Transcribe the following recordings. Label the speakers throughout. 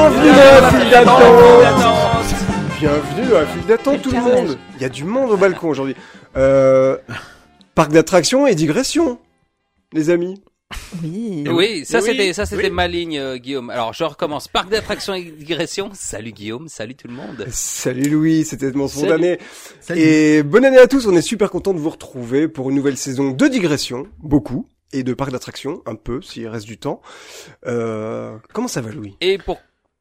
Speaker 1: à Fil d'attente
Speaker 2: d'attente.
Speaker 1: Bienvenue à Fil d'attente tout le monde Il y a du monde au balcon aujourd'hui. Euh, parc d'attractions et digression, les amis.
Speaker 3: Oui.
Speaker 2: Oui, ça
Speaker 4: Oui,
Speaker 2: c'était ça c'était
Speaker 4: oui.
Speaker 2: maligne euh, Guillaume. Alors je recommence. Parc d'attractions et digression. Salut Guillaume, salut tout le monde.
Speaker 1: Salut Louis, c'était mon son
Speaker 4: Salut.
Speaker 1: d'année.
Speaker 4: Salut.
Speaker 1: Et bonne année à tous, on est super content de vous retrouver pour une nouvelle saison de digression, beaucoup, et de parc d'attractions, un peu, s'il reste du temps. Euh, comment ça va Louis
Speaker 2: Et pour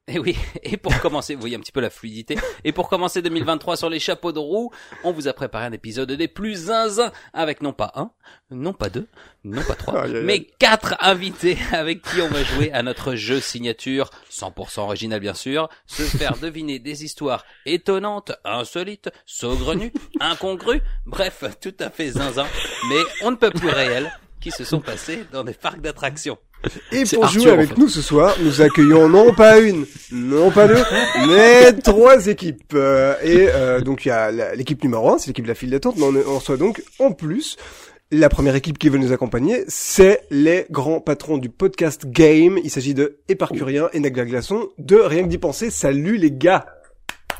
Speaker 2: et oui, et pour commencer, vous voyez un petit peu la fluidité. Et pour commencer 2023 sur les chapeaux de roue, on vous a préparé un épisode des plus zinzins avec non pas un, non pas deux, non pas trois,
Speaker 1: Aïe, aïe, aïe.
Speaker 2: mais quatre invités avec qui on va jouer à notre jeu signature 100% original bien sûr, se faire deviner des histoires étonnantes, insolites, saugrenues, incongrues, bref, tout à fait zinzin, mais on ne peut plus réel qui se sont passés dans des parcs d'attractions.
Speaker 1: Et
Speaker 4: C'est
Speaker 1: pour
Speaker 4: Arthur,
Speaker 1: jouer
Speaker 4: en
Speaker 1: avec
Speaker 4: fait.
Speaker 1: nous ce soir, nous accueillons non pas une, non pas deux, mais trois équipes. Euh, et euh, donc il y a la- l'équipe numéro un, c'est l'équipe de la file d'attente, mais on, on reçoit donc en plus la première équipe qui veut nous accompagner, c'est les grands patrons du podcast Game. Il s'agit de Éparcurien et Nagla Glaçon de Rien que d'y penser. Salut les gars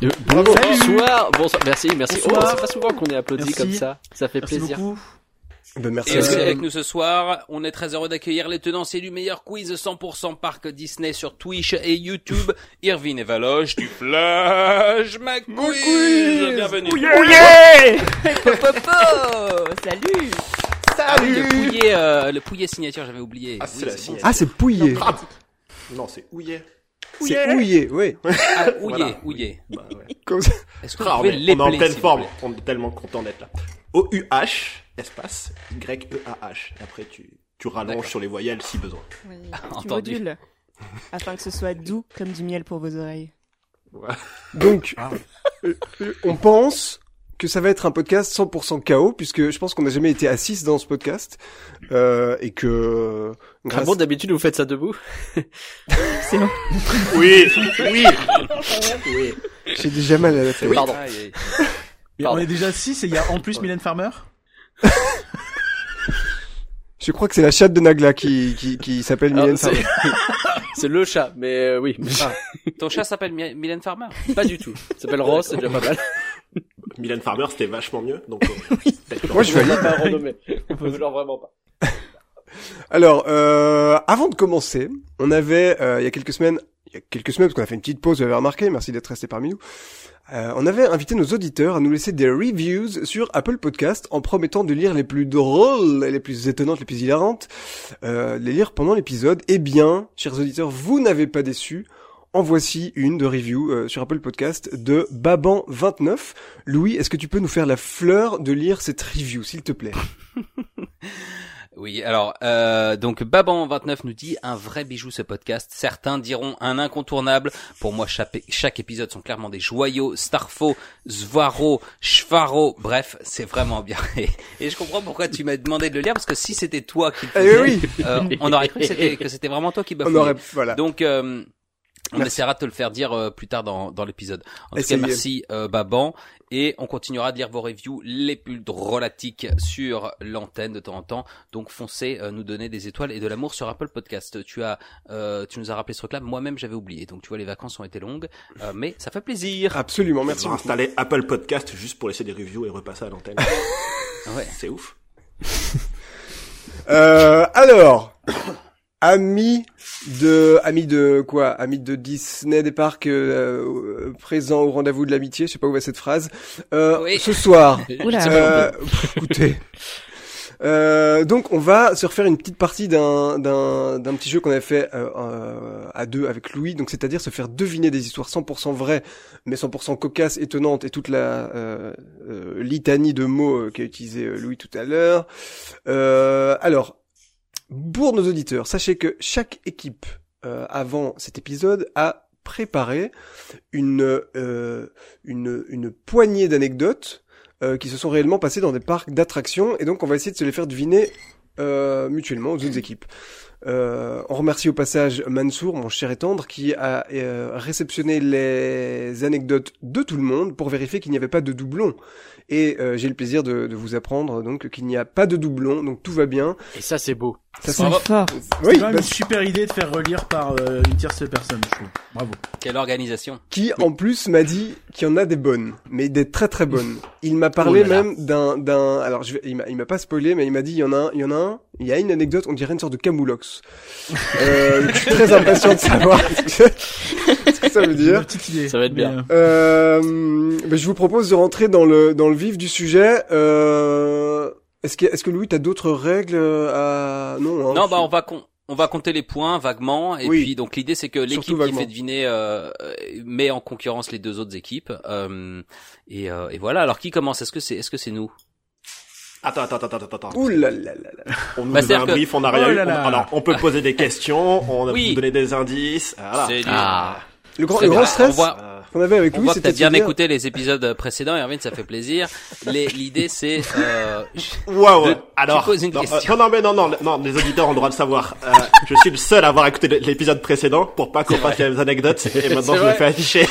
Speaker 4: Euh,
Speaker 1: Bravo.
Speaker 4: Bonsoir, bonsoir, merci, merci. Oh,
Speaker 5: Bonsoir.
Speaker 4: c'est pas souvent qu'on est applaudi
Speaker 5: Merci.
Speaker 4: comme ça. Ça fait
Speaker 5: Merci
Speaker 4: plaisir.
Speaker 5: beaucoup.
Speaker 1: Ben, Merci.
Speaker 2: Et
Speaker 4: Euh,
Speaker 2: aussi avec nous ce soir, on est très heureux d'accueillir les tenanciers du meilleur quiz 100% parc Disney sur Twitch et YouTube, Irvine et Valoche du Flash McQuiz. Bienvenue.
Speaker 3: Popo, salut.
Speaker 2: Ah oui, le pouillet, euh, le pouillet signature, j'avais oublié.
Speaker 4: Ah,
Speaker 2: Oui,
Speaker 4: c'est la
Speaker 2: bon.
Speaker 4: signature.
Speaker 1: Ah c'est Pouillé.
Speaker 4: Non, c'est ouillet.
Speaker 1: C'est Pouillé, oui.
Speaker 2: Ah, ouillé,
Speaker 4: Voilà.
Speaker 2: ouillé.
Speaker 1: Comme ça.
Speaker 2: Est-ce que vous
Speaker 4: Ah,
Speaker 2: pouvez
Speaker 4: mais on est en
Speaker 2: l'épeler,
Speaker 4: pleine
Speaker 2: s'il
Speaker 4: forme.
Speaker 2: vous plaît
Speaker 4: On est tellement content d'être là. O-U-H, espace, Y-E-A-H. Et après, tu, tu
Speaker 2: D'accord.
Speaker 4: rallonges sur les voyelles si besoin.
Speaker 3: Oui. Tu
Speaker 2: entendu.
Speaker 3: modules. Afin que ce soit doux comme du miel pour vos oreilles.
Speaker 1: Donc, euh, euh, on pense que ça va être un podcast 100% chaos, puisque je pense qu'on n'a jamais été à 6 dans ce podcast, euh, et que...
Speaker 6: Ah bon, d'habitude vous faites ça debout
Speaker 3: C'est long.
Speaker 4: Oui, oui, oui.
Speaker 1: J'ai déjà mal à la tête.
Speaker 6: Pardon.
Speaker 2: Aïe, aïe.
Speaker 5: Mais
Speaker 6: Pardon.
Speaker 5: on est déjà 6 et il y a en plus Mylène Farmer.
Speaker 1: Je crois que c'est la chatte de Nagla qui, qui, qui s'appelle
Speaker 6: Alors,
Speaker 1: Mylène
Speaker 6: Ah, c'est-
Speaker 1: Farmer.
Speaker 6: C'est le chat, mais euh, oui,
Speaker 2: Ton chat s'appelle My- Mylène Farmer.
Speaker 6: pas du tout. Il s'appelle Ross, c'est déjà pas mal.
Speaker 4: Mylène Farmer, c'était vachement mieux. Donc, euh, peut-être
Speaker 1: Moi, je
Speaker 6: On
Speaker 1: valide.
Speaker 6: peut pas renommer. On peut genre vraiment pas.
Speaker 1: Alors, euh, avant de commencer, on avait, euh, il y a quelques semaines, il y a quelques semaines, parce qu'on a fait une petite pause, vous l'avez remarqué, merci d'être resté parmi nous, euh, on avait invité nos auditeurs à nous laisser des reviews sur Apple Podcast en promettant de lire les plus drôles, les plus étonnantes, les plus hilarantes, euh, de les lire pendant l'épisode. Eh bien, chers auditeurs, vous n'avez pas déçu. En voici une de review euh, sur Apple Podcast de Baban29. Louis, est-ce que tu peux nous faire la fleur de lire cette review, s'il te plaît
Speaker 2: Oui, alors euh, donc Baban29 nous dit un vrai bijou ce podcast. Certains diront un incontournable. Pour moi, chaque, chaque épisode sont clairement des joyaux. Starfo, Zvaro, Schvaro, bref, c'est vraiment bien. Et, et je comprends pourquoi tu m'as demandé de le lire parce que si c'était toi qui le
Speaker 1: Eh
Speaker 2: faisais,
Speaker 1: oui
Speaker 2: euh, on aurait cru que c'était, que c'était vraiment toi qui
Speaker 1: On
Speaker 2: bafouillais.
Speaker 1: aurait... Voilà.
Speaker 2: Donc, euh, on
Speaker 1: Ah. Merci.
Speaker 2: essaiera de te le faire dire euh, plus tard dans, dans l'épisode. En
Speaker 1: Essayez.
Speaker 2: tout cas, merci euh, Baban. Et on continuera de lire vos reviews les plus drôlatiques sur l'antenne de temps en temps. Donc foncez, euh, nous donner des étoiles et de l'amour sur Apple Podcast. Tu as, euh, tu nous as rappelé ce truc-là. Moi-même, j'avais oublié. Donc tu vois, les vacances ont été longues, euh, mais ça fait plaisir.
Speaker 1: Absolument, merci
Speaker 4: Merci.
Speaker 1: beaucoup.
Speaker 4: installer Apple Podcast juste pour laisser des reviews et repasser à l'antenne.
Speaker 2: Ouais.
Speaker 4: C'est ouf.
Speaker 1: Euh, alors, ami de, ami de quoi Ami de Disney des parcs euh, euh, présent au rendez-vous de l'amitié. Je sais pas où va cette phrase. Euh,
Speaker 2: Oui.
Speaker 1: Ce soir,
Speaker 3: Oula.
Speaker 1: euh, pff, écoutez. Euh, donc on va se refaire une petite partie d'un d'un d'un petit jeu qu'on avait fait euh, euh, à deux avec Louis, donc c'est-à-dire se faire deviner des histoires 100% vraies, mais 100% cocasses, étonnantes et toute la euh, euh, litanie de mots euh, qu'a utilisé euh, Louis tout à l'heure. Euh, alors pour nos auditeurs, sachez que chaque équipe euh, avant cet épisode a préparé une euh, une une poignée d'anecdotes euh, qui se sont réellement passés dans des parcs d'attractions et donc on va essayer de se les faire deviner euh, mutuellement aux autres équipes. Euh, on remercie au passage Mansour, mon cher et tendre, qui a euh, réceptionné les anecdotes de tout le monde pour vérifier qu'il n'y avait pas de doublons. Et euh, j'ai le plaisir de, de vous apprendre donc qu'il n'y a pas de doublon, donc tout va bien.
Speaker 6: Et ça, c'est beau.
Speaker 1: Ça
Speaker 3: C'est fort.
Speaker 5: C'est
Speaker 1: oui,
Speaker 5: quand même
Speaker 1: bah,
Speaker 5: une super idée de faire relire par euh, une tierce personne, je trouve. Bravo.
Speaker 2: Quelle organisation
Speaker 1: qui en plus m'a dit qu'il y en a des bonnes, mais des très très bonnes. Il m'a parlé
Speaker 2: Oh là là.
Speaker 1: même d'un d'un alors je vais, il m'a il m'a pas spoilé mais il m'a dit il y en a un, il y en a un, il y a une anecdote, on dirait une sorte de camoulox. euh, je suis très impatient de savoir ce que- ce que ça veut
Speaker 5: J'ai
Speaker 1: dire.
Speaker 5: ma petite idée.
Speaker 6: Ça va être
Speaker 5: Mais,
Speaker 6: bien.
Speaker 5: euh,
Speaker 1: Euh, ben, je vous propose de rentrer dans le dans le vif du sujet. Euh, est-ce que est-ce que Louis t'as d'autres règles euh, à non hein,
Speaker 2: Non,
Speaker 1: tu-
Speaker 2: bah on va con- on va compter les points vaguement et
Speaker 1: Oui.
Speaker 2: puis donc l'idée c'est que l'équipe qui
Speaker 1: vaguement.
Speaker 2: fait deviner euh, euh, met en concurrence les deux autres équipes euh, et, euh, et voilà. Alors qui commence Est-ce que c'est est-ce que c'est nous
Speaker 4: Attends, attends, attends, attends, attends.
Speaker 1: Ouh là là là là.
Speaker 4: On nous
Speaker 2: Bah,
Speaker 4: a
Speaker 2: c'est-à-dire
Speaker 4: un
Speaker 2: que-
Speaker 4: brief, on n'a rien
Speaker 5: Oh
Speaker 4: eu.
Speaker 5: là
Speaker 4: On-
Speaker 5: là.
Speaker 4: Alors, on peut poser des questions, on a
Speaker 2: Oui.
Speaker 4: vous donner des indices. Voilà.
Speaker 2: C'est Ah. nul.
Speaker 6: Ah.
Speaker 1: Le grand
Speaker 2: Très
Speaker 1: le
Speaker 2: bien.
Speaker 1: grand stress
Speaker 2: Eh ben, On voit,
Speaker 4: Euh,
Speaker 1: qu'on avait avec
Speaker 2: on
Speaker 1: Louis
Speaker 2: voit que
Speaker 1: c'était
Speaker 2: t'as
Speaker 1: de
Speaker 2: bien
Speaker 1: dire-
Speaker 2: écouté les épisodes précédents, Erwin, ça fait plaisir. Les- L'idée c'est euh,
Speaker 4: Waouh.
Speaker 2: De- tu
Speaker 4: Alors,
Speaker 2: poses une
Speaker 4: non, euh,
Speaker 2: question.
Speaker 4: non, non, mais non, non, non, les auditeurs ont le droit de savoir. Euh, je suis le seul à avoir écouté l'épisode précédent pour pas qu'on fasse les mêmes anecdotes et maintenant je me
Speaker 6: vrai.
Speaker 4: fais afficher.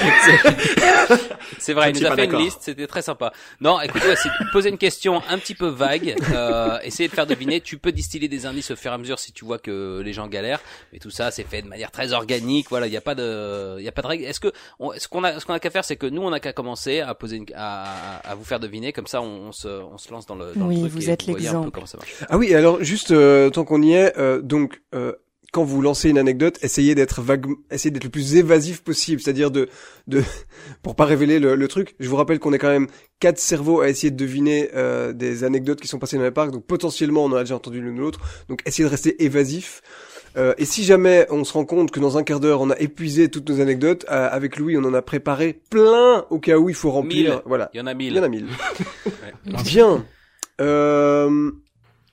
Speaker 2: C'est vrai,
Speaker 4: Je
Speaker 2: il
Speaker 4: suis
Speaker 2: nous a
Speaker 4: pas
Speaker 2: fait une
Speaker 4: d'accord.
Speaker 2: liste, c'était très sympa. Non, écoute, ouais, c'est poser une question un petit peu vague, euh, essayer de faire deviner. Tu peux distiller des indices au fur et à mesure si tu vois que les gens galèrent, mais tout ça c'est fait de manière très organique. Voilà, il n'y a pas de, il y a pas de règle. Est-ce que on- ce qu'on a, ce qu'on a qu'à faire, c'est que nous on a qu'à commencer à poser, une, à, à vous faire deviner, comme ça on, on se, on se lance dans le. Dans
Speaker 3: Oui,
Speaker 2: le truc
Speaker 3: vous
Speaker 2: et
Speaker 3: êtes
Speaker 2: voyez un peu
Speaker 3: l'exemple.
Speaker 2: comment ça marche.
Speaker 1: Ah oui, alors juste euh, tant qu'on y est, euh, donc euh, quand vous lancez une anecdote, essayez d'être vague, essayez d'être le plus évasif possible, c'est-à-dire de de pour pas révéler le, le truc. Je vous rappelle qu'on est quand même quatre cerveaux à essayer de deviner euh, des anecdotes qui sont passées dans le parc, donc potentiellement on en a déjà entendu l'une ou l'autre. Donc essayez de rester évasif. Euh, et si jamais on se rend compte que dans un quart d'heure on a épuisé toutes nos anecdotes, euh, avec Louis on en a préparé plein au cas où il faut remplir.
Speaker 2: Mille.
Speaker 1: Voilà,
Speaker 2: Il y en a
Speaker 1: il
Speaker 2: mille.
Speaker 1: y en a mille. Bien. Euh,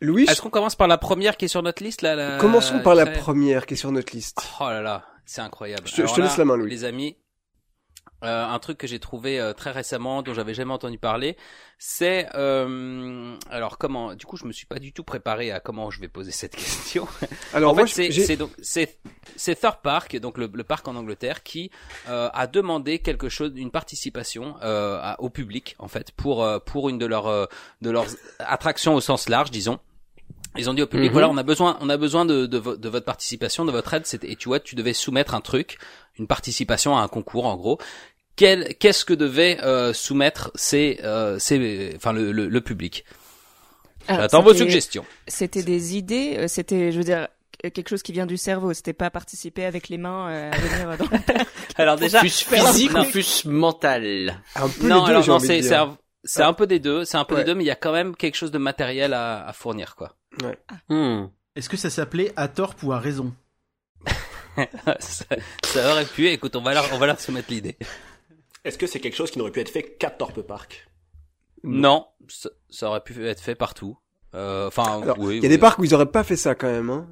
Speaker 1: Louis,
Speaker 2: Est-ce qu'on commence par la première qui est sur notre liste là, la-
Speaker 1: Commençons par la
Speaker 2: très-
Speaker 1: première qui est sur notre liste.
Speaker 2: Oh là là, c'est incroyable.
Speaker 1: Je te- je te
Speaker 2: Alors là,
Speaker 1: laisse la main, Louis.
Speaker 2: Les amis, euh, un truc que j'ai trouvé euh, très récemment, dont j'avais jamais entendu parler, c'est euh, alors comment. Du coup, je me suis pas du tout préparé à comment je vais poser cette question.
Speaker 1: Alors
Speaker 2: en
Speaker 1: moi,
Speaker 2: fait, c'est-
Speaker 1: j'ai-
Speaker 2: c'est donc c'est c'est Thor Park, donc le, le parc en Angleterre, qui euh, a demandé quelque chose, une participation euh, à- au public en fait pour euh, pour une de leurs euh, de leurs attractions au sens large, disons. Ils ont dit au public
Speaker 6: Mhm.
Speaker 2: voilà on a besoin on a besoin de de, vo- de votre participation de votre aide C'était- et tu vois tu devais soumettre un truc une participation à un concours en gros Quel- qu'est-ce que devait euh, soumettre ces euh, ces enfin le, le, le public
Speaker 3: Alors,
Speaker 2: j'attends vos
Speaker 3: c'était-
Speaker 2: suggestions
Speaker 3: C'était des idées, euh, c'était, je veux dire, quelque chose qui vient du cerveau. C'était pas participer avec les mains euh, à venir dans
Speaker 2: alors déjà
Speaker 6: Fus physique
Speaker 2: Non.
Speaker 6: ou fus mental
Speaker 1: un peu les
Speaker 2: Non,
Speaker 1: deux,
Speaker 2: alors
Speaker 1: j'ai
Speaker 2: non,
Speaker 1: envie de
Speaker 2: c'est
Speaker 1: dire. Ah.
Speaker 2: c'est un, c'est un peu des deux, c'est un peu
Speaker 1: Ouais.
Speaker 2: des deux, mais il y a quand même quelque chose de matériel à, à fournir, quoi.
Speaker 3: Ah.
Speaker 6: Hmm.
Speaker 5: Est-ce que ça s'appelait à tort ou à raison
Speaker 2: ça, ça aurait pu. Écoute, on va leur, on va leur soumettre l'idée.
Speaker 4: Est-ce que c'est quelque chose qui n'aurait pu être fait qu'à Torpe Park
Speaker 1: Mm.
Speaker 2: Non, ça, ça aurait pu être fait partout. Euh, Enfin,
Speaker 1: Alors,
Speaker 2: oui.
Speaker 1: Il y a
Speaker 2: oui.
Speaker 1: des parcs où ils auraient pas fait ça quand même. Hein.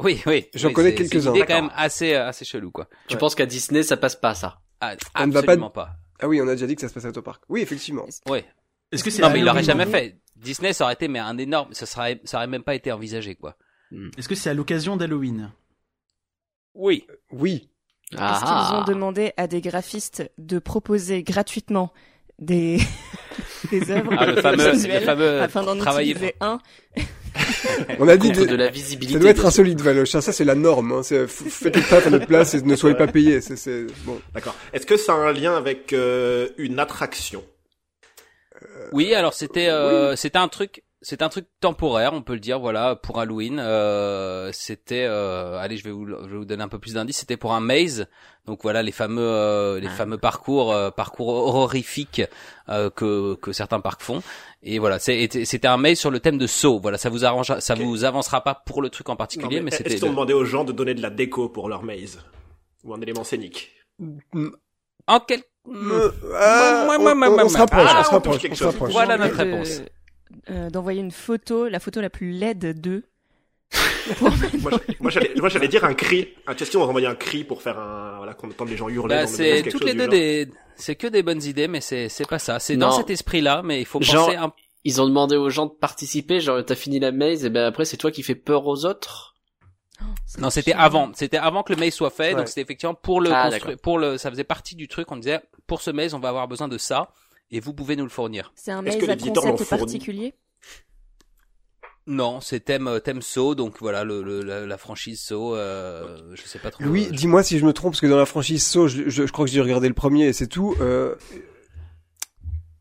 Speaker 2: Oui, oui.
Speaker 1: J'en
Speaker 2: oui,
Speaker 1: connais
Speaker 2: c'est-
Speaker 1: quelques-uns.
Speaker 2: C'est une idée quand
Speaker 4: D'accord.
Speaker 2: même assez, euh, assez chelou, quoi.
Speaker 6: Tu
Speaker 1: Ouais.
Speaker 6: penses qu'à Disney, ça passe pas, ça
Speaker 2: Ah,
Speaker 1: On ne va pas-
Speaker 2: absolument pas.
Speaker 1: Ah oui, on a déjà dit que ça se passait au parc. Oui, effectivement.
Speaker 2: Ouais.
Speaker 5: Est-ce que c'est
Speaker 2: Non, mais il l'aurait
Speaker 5: Halloween
Speaker 2: jamais fait. Disney, ça aurait été, mais un énorme. Ça serait, ça aurait même pas été envisagé, quoi.
Speaker 5: Est-ce que c'est à l'occasion d'Halloween
Speaker 2: Oui.
Speaker 1: Oui.
Speaker 3: Est-ce
Speaker 2: Ah.
Speaker 3: qu'ils ont demandé à des graphistes de proposer gratuitement des, des œuvres
Speaker 2: Ah, le fameux, le
Speaker 3: visuelles
Speaker 2: fameux
Speaker 3: afin d'en
Speaker 2: travailler.
Speaker 3: utiliser un
Speaker 1: On a dit
Speaker 6: Contre
Speaker 1: des-
Speaker 6: de la
Speaker 1: ça
Speaker 6: visibilité.
Speaker 1: doit être
Speaker 6: bien sûr.
Speaker 1: insolite Valoche. Ah, Ça c'est la norme. Hein. C'est f- faites les pattes à notre place et ne soyez pas payés. C'est c'est- bon.
Speaker 4: D'accord. Est-ce que ça a un lien avec euh, une attraction
Speaker 2: Oui, alors c'était euh, c'était un truc c'est un truc temporaire, on peut le dire, voilà, pour Halloween. Euh, c'était, euh, allez, je vais vous, le- je vais vous donner un peu plus d'indices. C'était pour un maze, donc voilà les fameux, euh, les
Speaker 6: Ah.
Speaker 2: fameux parcours, euh, parcours horrifiques euh, que que certains parcs font. Et voilà, c'est- et c'était un maze sur le thème de saut. Voilà, ça vous arrangera, ça
Speaker 4: Ok.
Speaker 2: vous avancera pas pour le truc en particulier,
Speaker 4: Non,
Speaker 2: mais,
Speaker 4: mais Est-ce
Speaker 2: c'était
Speaker 4: qu'ils ont demandé aux gens de donner de la déco pour leur maze Ou un élément scénique
Speaker 2: en quel Hmm.
Speaker 1: Euh, ah,
Speaker 2: Moi,
Speaker 1: on-
Speaker 2: moi, moi,
Speaker 1: on-
Speaker 2: moi,
Speaker 1: on se rapproche.
Speaker 4: moi.
Speaker 1: On se
Speaker 4: Ah, on touche
Speaker 1: rapproche.
Speaker 4: quelque
Speaker 1: On se
Speaker 4: chose.
Speaker 1: rapproche.
Speaker 2: Voilà
Speaker 3: J'ai envie
Speaker 2: notre
Speaker 3: de-
Speaker 2: réponse.
Speaker 3: euh, D'envoyer une photo, la photo la plus laide d'eux.
Speaker 4: Moi, je- moi, j'allais, moi, j'allais dire un cri. Un question, on va envoyer un cri pour faire un, voilà, qu'on entende les gens hurler.
Speaker 2: Bah,
Speaker 4: dans le
Speaker 2: c'est
Speaker 4: bus, quelque
Speaker 2: toutes
Speaker 4: chose
Speaker 2: les
Speaker 4: du
Speaker 2: deux
Speaker 4: genre.
Speaker 2: des, c'est que des bonnes idées, mais c'est c'est pas ça. C'est dans
Speaker 6: Non.
Speaker 2: cet esprit-là, mais il faut penser
Speaker 6: Genre-
Speaker 2: un
Speaker 6: Ils ont demandé aux gens de participer, genre t'as fini la maze, et ben après c'est toi qui fais peur aux autres
Speaker 2: Non, c'était avant. C'était avant que le mail soit fait.
Speaker 1: Ouais.
Speaker 2: Donc c'était effectivement pour le
Speaker 6: Ah,
Speaker 2: constru-
Speaker 6: d'accord.
Speaker 2: pour le, ça faisait partie du truc. On disait pour ce mail, on va avoir besoin de ça. et vous pouvez nous le fournir.
Speaker 3: C'est un
Speaker 4: Est-ce
Speaker 3: maze
Speaker 4: que
Speaker 3: à
Speaker 4: l'éditeur l'en
Speaker 3: concept
Speaker 4: fournit
Speaker 3: particulier
Speaker 2: Non, c'est thème euh, thème So, donc voilà le, le- la, la franchise So. Euh, Je sais pas trop.
Speaker 1: Louis,
Speaker 2: euh, je-
Speaker 1: dis-moi si je me trompe, parce que dans la franchise So, je, je- je crois que j'ai regardé le premier et c'est tout.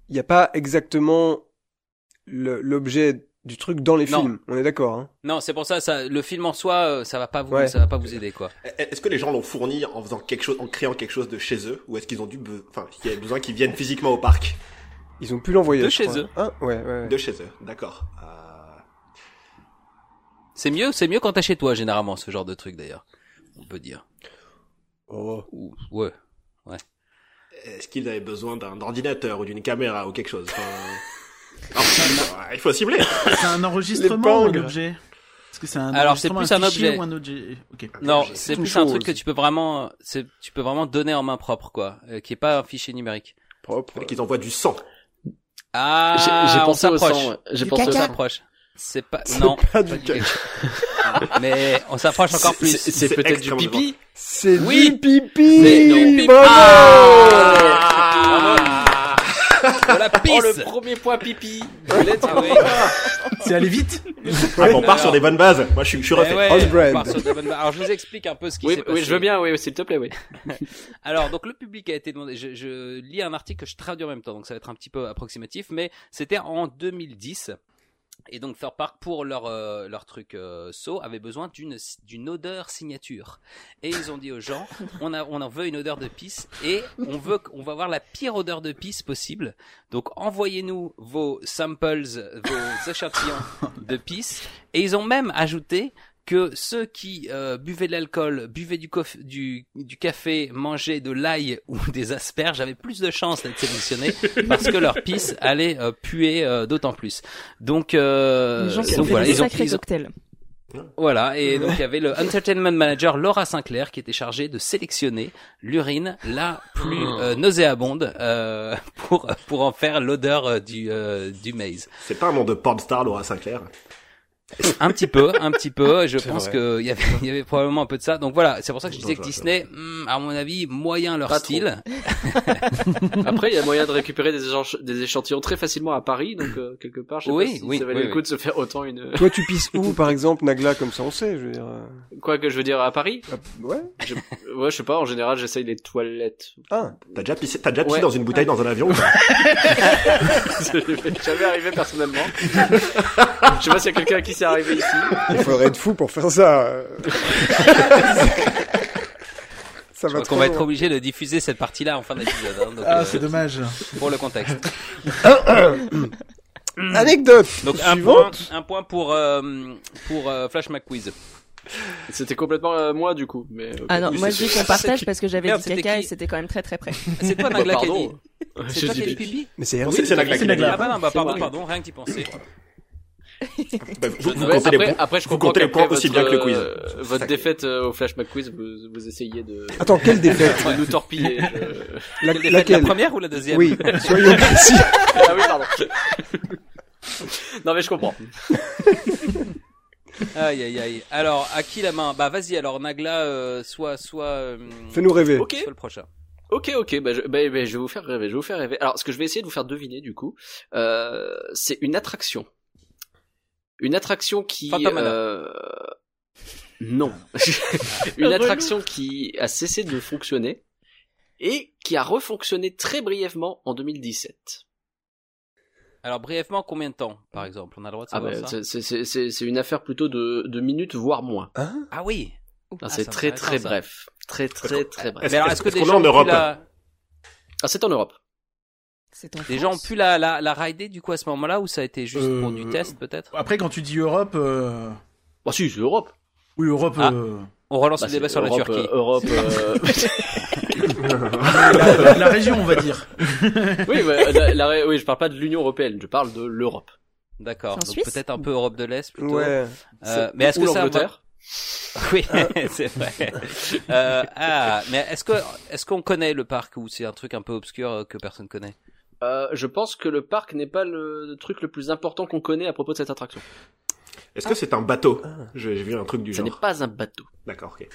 Speaker 1: Il n'y a pas exactement le- l'objet du truc dans les
Speaker 2: Non.
Speaker 1: films. On est d'accord. Hein
Speaker 2: Non, c'est pour ça, ça le film en soi, euh, ça va pas vous
Speaker 1: Ouais.
Speaker 2: ça va pas vous aider quoi.
Speaker 4: E, Est-ce que les gens l'ont fourni en faisant quelque chose, en créant quelque chose de chez eux, ou est-ce qu'ils ont dû, be- enfin, il y a besoin qu'ils viennent physiquement au parc
Speaker 1: Ils ont pu l'envoyer.
Speaker 2: De
Speaker 1: je
Speaker 2: chez
Speaker 1: crois.
Speaker 2: eux.
Speaker 1: Hein ouais, ouais, ouais.
Speaker 4: de chez eux D'accord. Euh,
Speaker 2: C'est mieux, c'est mieux quand t'as chez toi généralement ce genre de truc d'ailleurs. On peut dire.
Speaker 1: Oh.
Speaker 2: Ou- ouais.
Speaker 4: Est-ce qu'ils avaient besoin d'un ordinateur ou d'une caméra ou quelque chose Enfin, euh, non, Il faut cibler.
Speaker 5: C'est un enregistrement ou
Speaker 1: pangres.
Speaker 5: un objet Est-ce que c'est un
Speaker 2: Alors, c'est
Speaker 5: enregistrement,
Speaker 2: plus un
Speaker 5: fichier
Speaker 2: objet.
Speaker 5: ou un objet Ok.
Speaker 2: Non,
Speaker 4: J'ai-
Speaker 2: c'est
Speaker 1: une
Speaker 2: plus un
Speaker 1: chose.
Speaker 2: truc que tu peux vraiment c'est tu peux vraiment donner en main propre quoi, euh, qui est pas un fichier numérique.
Speaker 1: Propre.
Speaker 4: Faudrait qu'ils envoient du sang.
Speaker 2: Ah,
Speaker 7: J'ai j'ai
Speaker 2: on
Speaker 7: pensé au
Speaker 2: s'approche.
Speaker 7: sang. ouais. J'ai
Speaker 3: Du
Speaker 7: pensé
Speaker 2: On
Speaker 3: caca.
Speaker 7: au sang.
Speaker 2: s'approche. C'est pas
Speaker 1: C'est
Speaker 2: non,
Speaker 1: pas du
Speaker 2: pas du caca. Mais on s'approche encore
Speaker 7: C'est-
Speaker 2: plus.
Speaker 7: c'est- C'est
Speaker 4: C'est
Speaker 7: peut-être du
Speaker 4: extrêmement
Speaker 7: pipi.
Speaker 1: C'est
Speaker 2: Oui.
Speaker 1: du pipi.
Speaker 7: C'est du
Speaker 2: pipi.
Speaker 1: Bravo
Speaker 2: Ah, De la
Speaker 7: Oh,
Speaker 2: pisse.
Speaker 7: le premier point pipi. Je l'ai trouvé.
Speaker 5: C'est aller vite
Speaker 4: Ah, bon, on part sur des bonnes bases. Moi, je suis, je suis
Speaker 2: Eh
Speaker 4: refait.
Speaker 2: ouais,
Speaker 1: On brand.
Speaker 2: on part sur de bonnes bases. Alors je vous explique un peu ce qui
Speaker 7: Oui,
Speaker 2: s'est passé.
Speaker 7: oui, je veux bien, oui, s'il te plaît, oui.
Speaker 2: Alors, donc le public a été demandé. Je, je lis un article que je traduis en même temps, donc ça va être un petit peu approximatif, mais c'était en 2010. Et donc Third Park pour leur euh, leur truc euh, saut avait besoin d'une d'une odeur signature et ils ont dit aux gens on a on en veut une odeur de pisse et on veut qu'on va avoir la pire odeur de pisse possible donc envoyez-nous vos samples vos échantillons de pisse et ils ont même ajouté que ceux qui euh, buvaient de l'alcool, buvaient du, cof- du, du café, mangeaient de l'ail ou des asperges avaient plus de chances d'être sélectionnés parce que leur pisse allait euh, puer euh, d'autant plus. Donc, euh,
Speaker 3: Les gens qui
Speaker 2: donc
Speaker 3: ont fait
Speaker 2: voilà,
Speaker 3: des
Speaker 2: ils ont,
Speaker 3: sacrés
Speaker 2: ils ont-
Speaker 3: cocktails.
Speaker 2: voilà, et donc il y avait le entertainment manager Laura Sinclair qui était chargée de sélectionner l'urine la plus euh, nauséabonde euh, pour pour en faire l'odeur euh, du euh, du maize.
Speaker 4: C'est pas un nom de pornstar, Laura Sinclair.
Speaker 2: Un petit peu, un petit peu. Je
Speaker 1: C'est
Speaker 2: pense
Speaker 1: vrai.
Speaker 2: que il y avait, il y avait probablement un peu de ça. Donc voilà, c'est pour ça que je disais que
Speaker 4: Bonjour,
Speaker 2: Disney, hmm, à mon avis, moyen leur
Speaker 7: Pas
Speaker 2: style.
Speaker 7: Après, il y a moyen de récupérer des, échan- des échantillons très facilement à Paris, donc euh, quelque part, je sais
Speaker 2: Oui,
Speaker 7: pas si
Speaker 2: oui,
Speaker 7: ça valait
Speaker 2: oui,
Speaker 7: le
Speaker 2: oui.
Speaker 7: coup de se faire autant une.
Speaker 1: Toi, tu pisses où, par exemple, Nagla, comme ça, on sait, je veux dire. euh,
Speaker 7: Quoi que je veux dire à Paris
Speaker 1: hop, Ouais.
Speaker 7: Je- Ouais, je sais pas. En général, j'essaye les toilettes.
Speaker 1: Ah.
Speaker 4: T'as déjà pissé, t'as déjà pissé
Speaker 7: Ouais.
Speaker 4: dans une bouteille dans un avion quoi.
Speaker 7: Je jamais arrivé personnellement. je sais pas s'il y a quelqu'un à qui c'est arrivé ici.
Speaker 1: Il faudrait être fou pour faire ça. euh. ça
Speaker 2: Je
Speaker 1: va
Speaker 2: crois
Speaker 1: trop
Speaker 2: qu'on va être
Speaker 1: loin.
Speaker 2: obligé de diffuser cette partie-là en fin d'épisode. hein. Donc, euh,
Speaker 5: Ah, c'est dommage.
Speaker 2: pour le contexte.
Speaker 1: Anecdote.
Speaker 2: Donc un point,
Speaker 1: Suivante.
Speaker 2: un point pour euh, pour euh, Flash McQuiz.
Speaker 7: C'était complètement euh, moi du coup. Mais ok.
Speaker 3: Ah non,
Speaker 7: Oui,
Speaker 3: moi je
Speaker 7: c'est-
Speaker 3: dis qu'on partage parce que j'avais
Speaker 2: Merde,
Speaker 3: dit
Speaker 2: c'était
Speaker 3: caca
Speaker 2: qui
Speaker 3: et c'était quand même très très près.
Speaker 2: C'est toi Nagla
Speaker 7: Bah,
Speaker 2: qui a dit.
Speaker 7: pardon.
Speaker 2: C'est toi qui a dit
Speaker 7: J'ai-
Speaker 2: pipi.
Speaker 1: Mais c'est
Speaker 4: C'est- c'est la glace.
Speaker 5: C'est la glace.
Speaker 2: Ah bah non, bah
Speaker 7: C'est
Speaker 2: pardon,
Speaker 7: vrai.
Speaker 2: pardon, rien que d'y penser.
Speaker 4: Bah, vous, vous
Speaker 7: Ouais,
Speaker 4: comptez les
Speaker 7: après,
Speaker 4: points.
Speaker 7: après, je
Speaker 4: vous
Speaker 7: comprends
Speaker 4: comptez les
Speaker 7: qu'après
Speaker 4: points aussi bien
Speaker 7: votre,
Speaker 4: que le quiz.
Speaker 7: euh, votre
Speaker 4: Sacré.
Speaker 7: défaite euh, au Flash McQuiz, vous, vous essayez de, Ah
Speaker 1: Attends, quelle défaite
Speaker 7: de nous torpiller. je-
Speaker 1: La-
Speaker 2: Quelle défaite, La
Speaker 1: Laquelle
Speaker 2: première ou la deuxième
Speaker 1: Oui, soyons précis.
Speaker 7: ah oui, pardon. non mais je comprends.
Speaker 2: Aïe aïe aïe. Alors à qui la main Bah vas-y alors Nagla, euh, soit soit. euh,
Speaker 1: Fais-nous rêver.
Speaker 7: Ok.
Speaker 2: soit le prochain.
Speaker 7: Ok, ok, bah je, bah, bah, je vais vous faire rêver, je vais vous faire rêver. Alors, ce que je vais essayer de vous faire deviner, du coup, euh, c'est une attraction. Une attraction qui...
Speaker 2: Fantomana.
Speaker 7: euh, Non. une attraction qui a cessé de fonctionner et qui a refonctionné très brièvement en 2017.
Speaker 2: Alors brièvement, combien de temps, par exemple On a le droit de
Speaker 7: Ah
Speaker 2: savoir
Speaker 7: bah,
Speaker 2: ça
Speaker 7: c'est- c'est- c'est c'est- c'est une affaire plutôt de, de minutes, voire moins.
Speaker 2: Ah oui.
Speaker 7: Non,
Speaker 2: Ah,
Speaker 7: c'est
Speaker 2: c'est
Speaker 7: très
Speaker 2: intéressant,
Speaker 7: très
Speaker 2: ça.
Speaker 7: bref. Très très très bref.
Speaker 4: Est-ce-
Speaker 2: Mais alors, est-ce
Speaker 4: est-ce-
Speaker 2: que
Speaker 4: est-ce
Speaker 2: des
Speaker 4: qu'on est
Speaker 2: gens
Speaker 4: en
Speaker 2: ont pu
Speaker 4: Europe
Speaker 2: la-
Speaker 7: Ah, c'est en Europe.
Speaker 3: C'est en
Speaker 2: des gens ont
Speaker 3: France.
Speaker 2: pu la, la, la rider du coup à ce moment-là ou ça a été juste
Speaker 5: Euh,
Speaker 2: pour du test peut-être
Speaker 5: Après, quand tu dis Europe, euh,
Speaker 7: Bah si, c'est l'Europe.
Speaker 5: oui, Europe,
Speaker 2: Ah.
Speaker 5: euh,
Speaker 2: On relance
Speaker 7: Bah,
Speaker 2: le débat
Speaker 7: c'est
Speaker 2: sur la
Speaker 7: Europe,
Speaker 2: Turquie.
Speaker 7: euh, Europe. euh,
Speaker 5: la, la région, on va dire.
Speaker 7: Oui, bah, la- la- oui, je parle pas de l'Union européenne, je parle de l'Europe.
Speaker 2: D'accord.
Speaker 3: C'est en
Speaker 2: Donc
Speaker 3: Suisse
Speaker 2: peut-être un peu Europe de l'Est plutôt.
Speaker 1: Ouais.
Speaker 2: Euh,
Speaker 7: C'est-
Speaker 2: mais est-ce
Speaker 7: ou
Speaker 2: que ça
Speaker 7: l'Angleterre
Speaker 2: Oui, c'est vrai. Euh, ah, mais est-ce que est-ce qu'on connaît le parc ou c'est un truc un peu obscur euh, que personne connaît
Speaker 7: Euh, Je pense que le parc n'est pas le truc le plus important qu'on connaît à propos de cette attraction.
Speaker 4: Est-ce que c'est un bateau Je- J'ai vu un truc du
Speaker 7: Ça n'est
Speaker 4: genre.
Speaker 7: pas un bateau.
Speaker 4: D'accord, ok.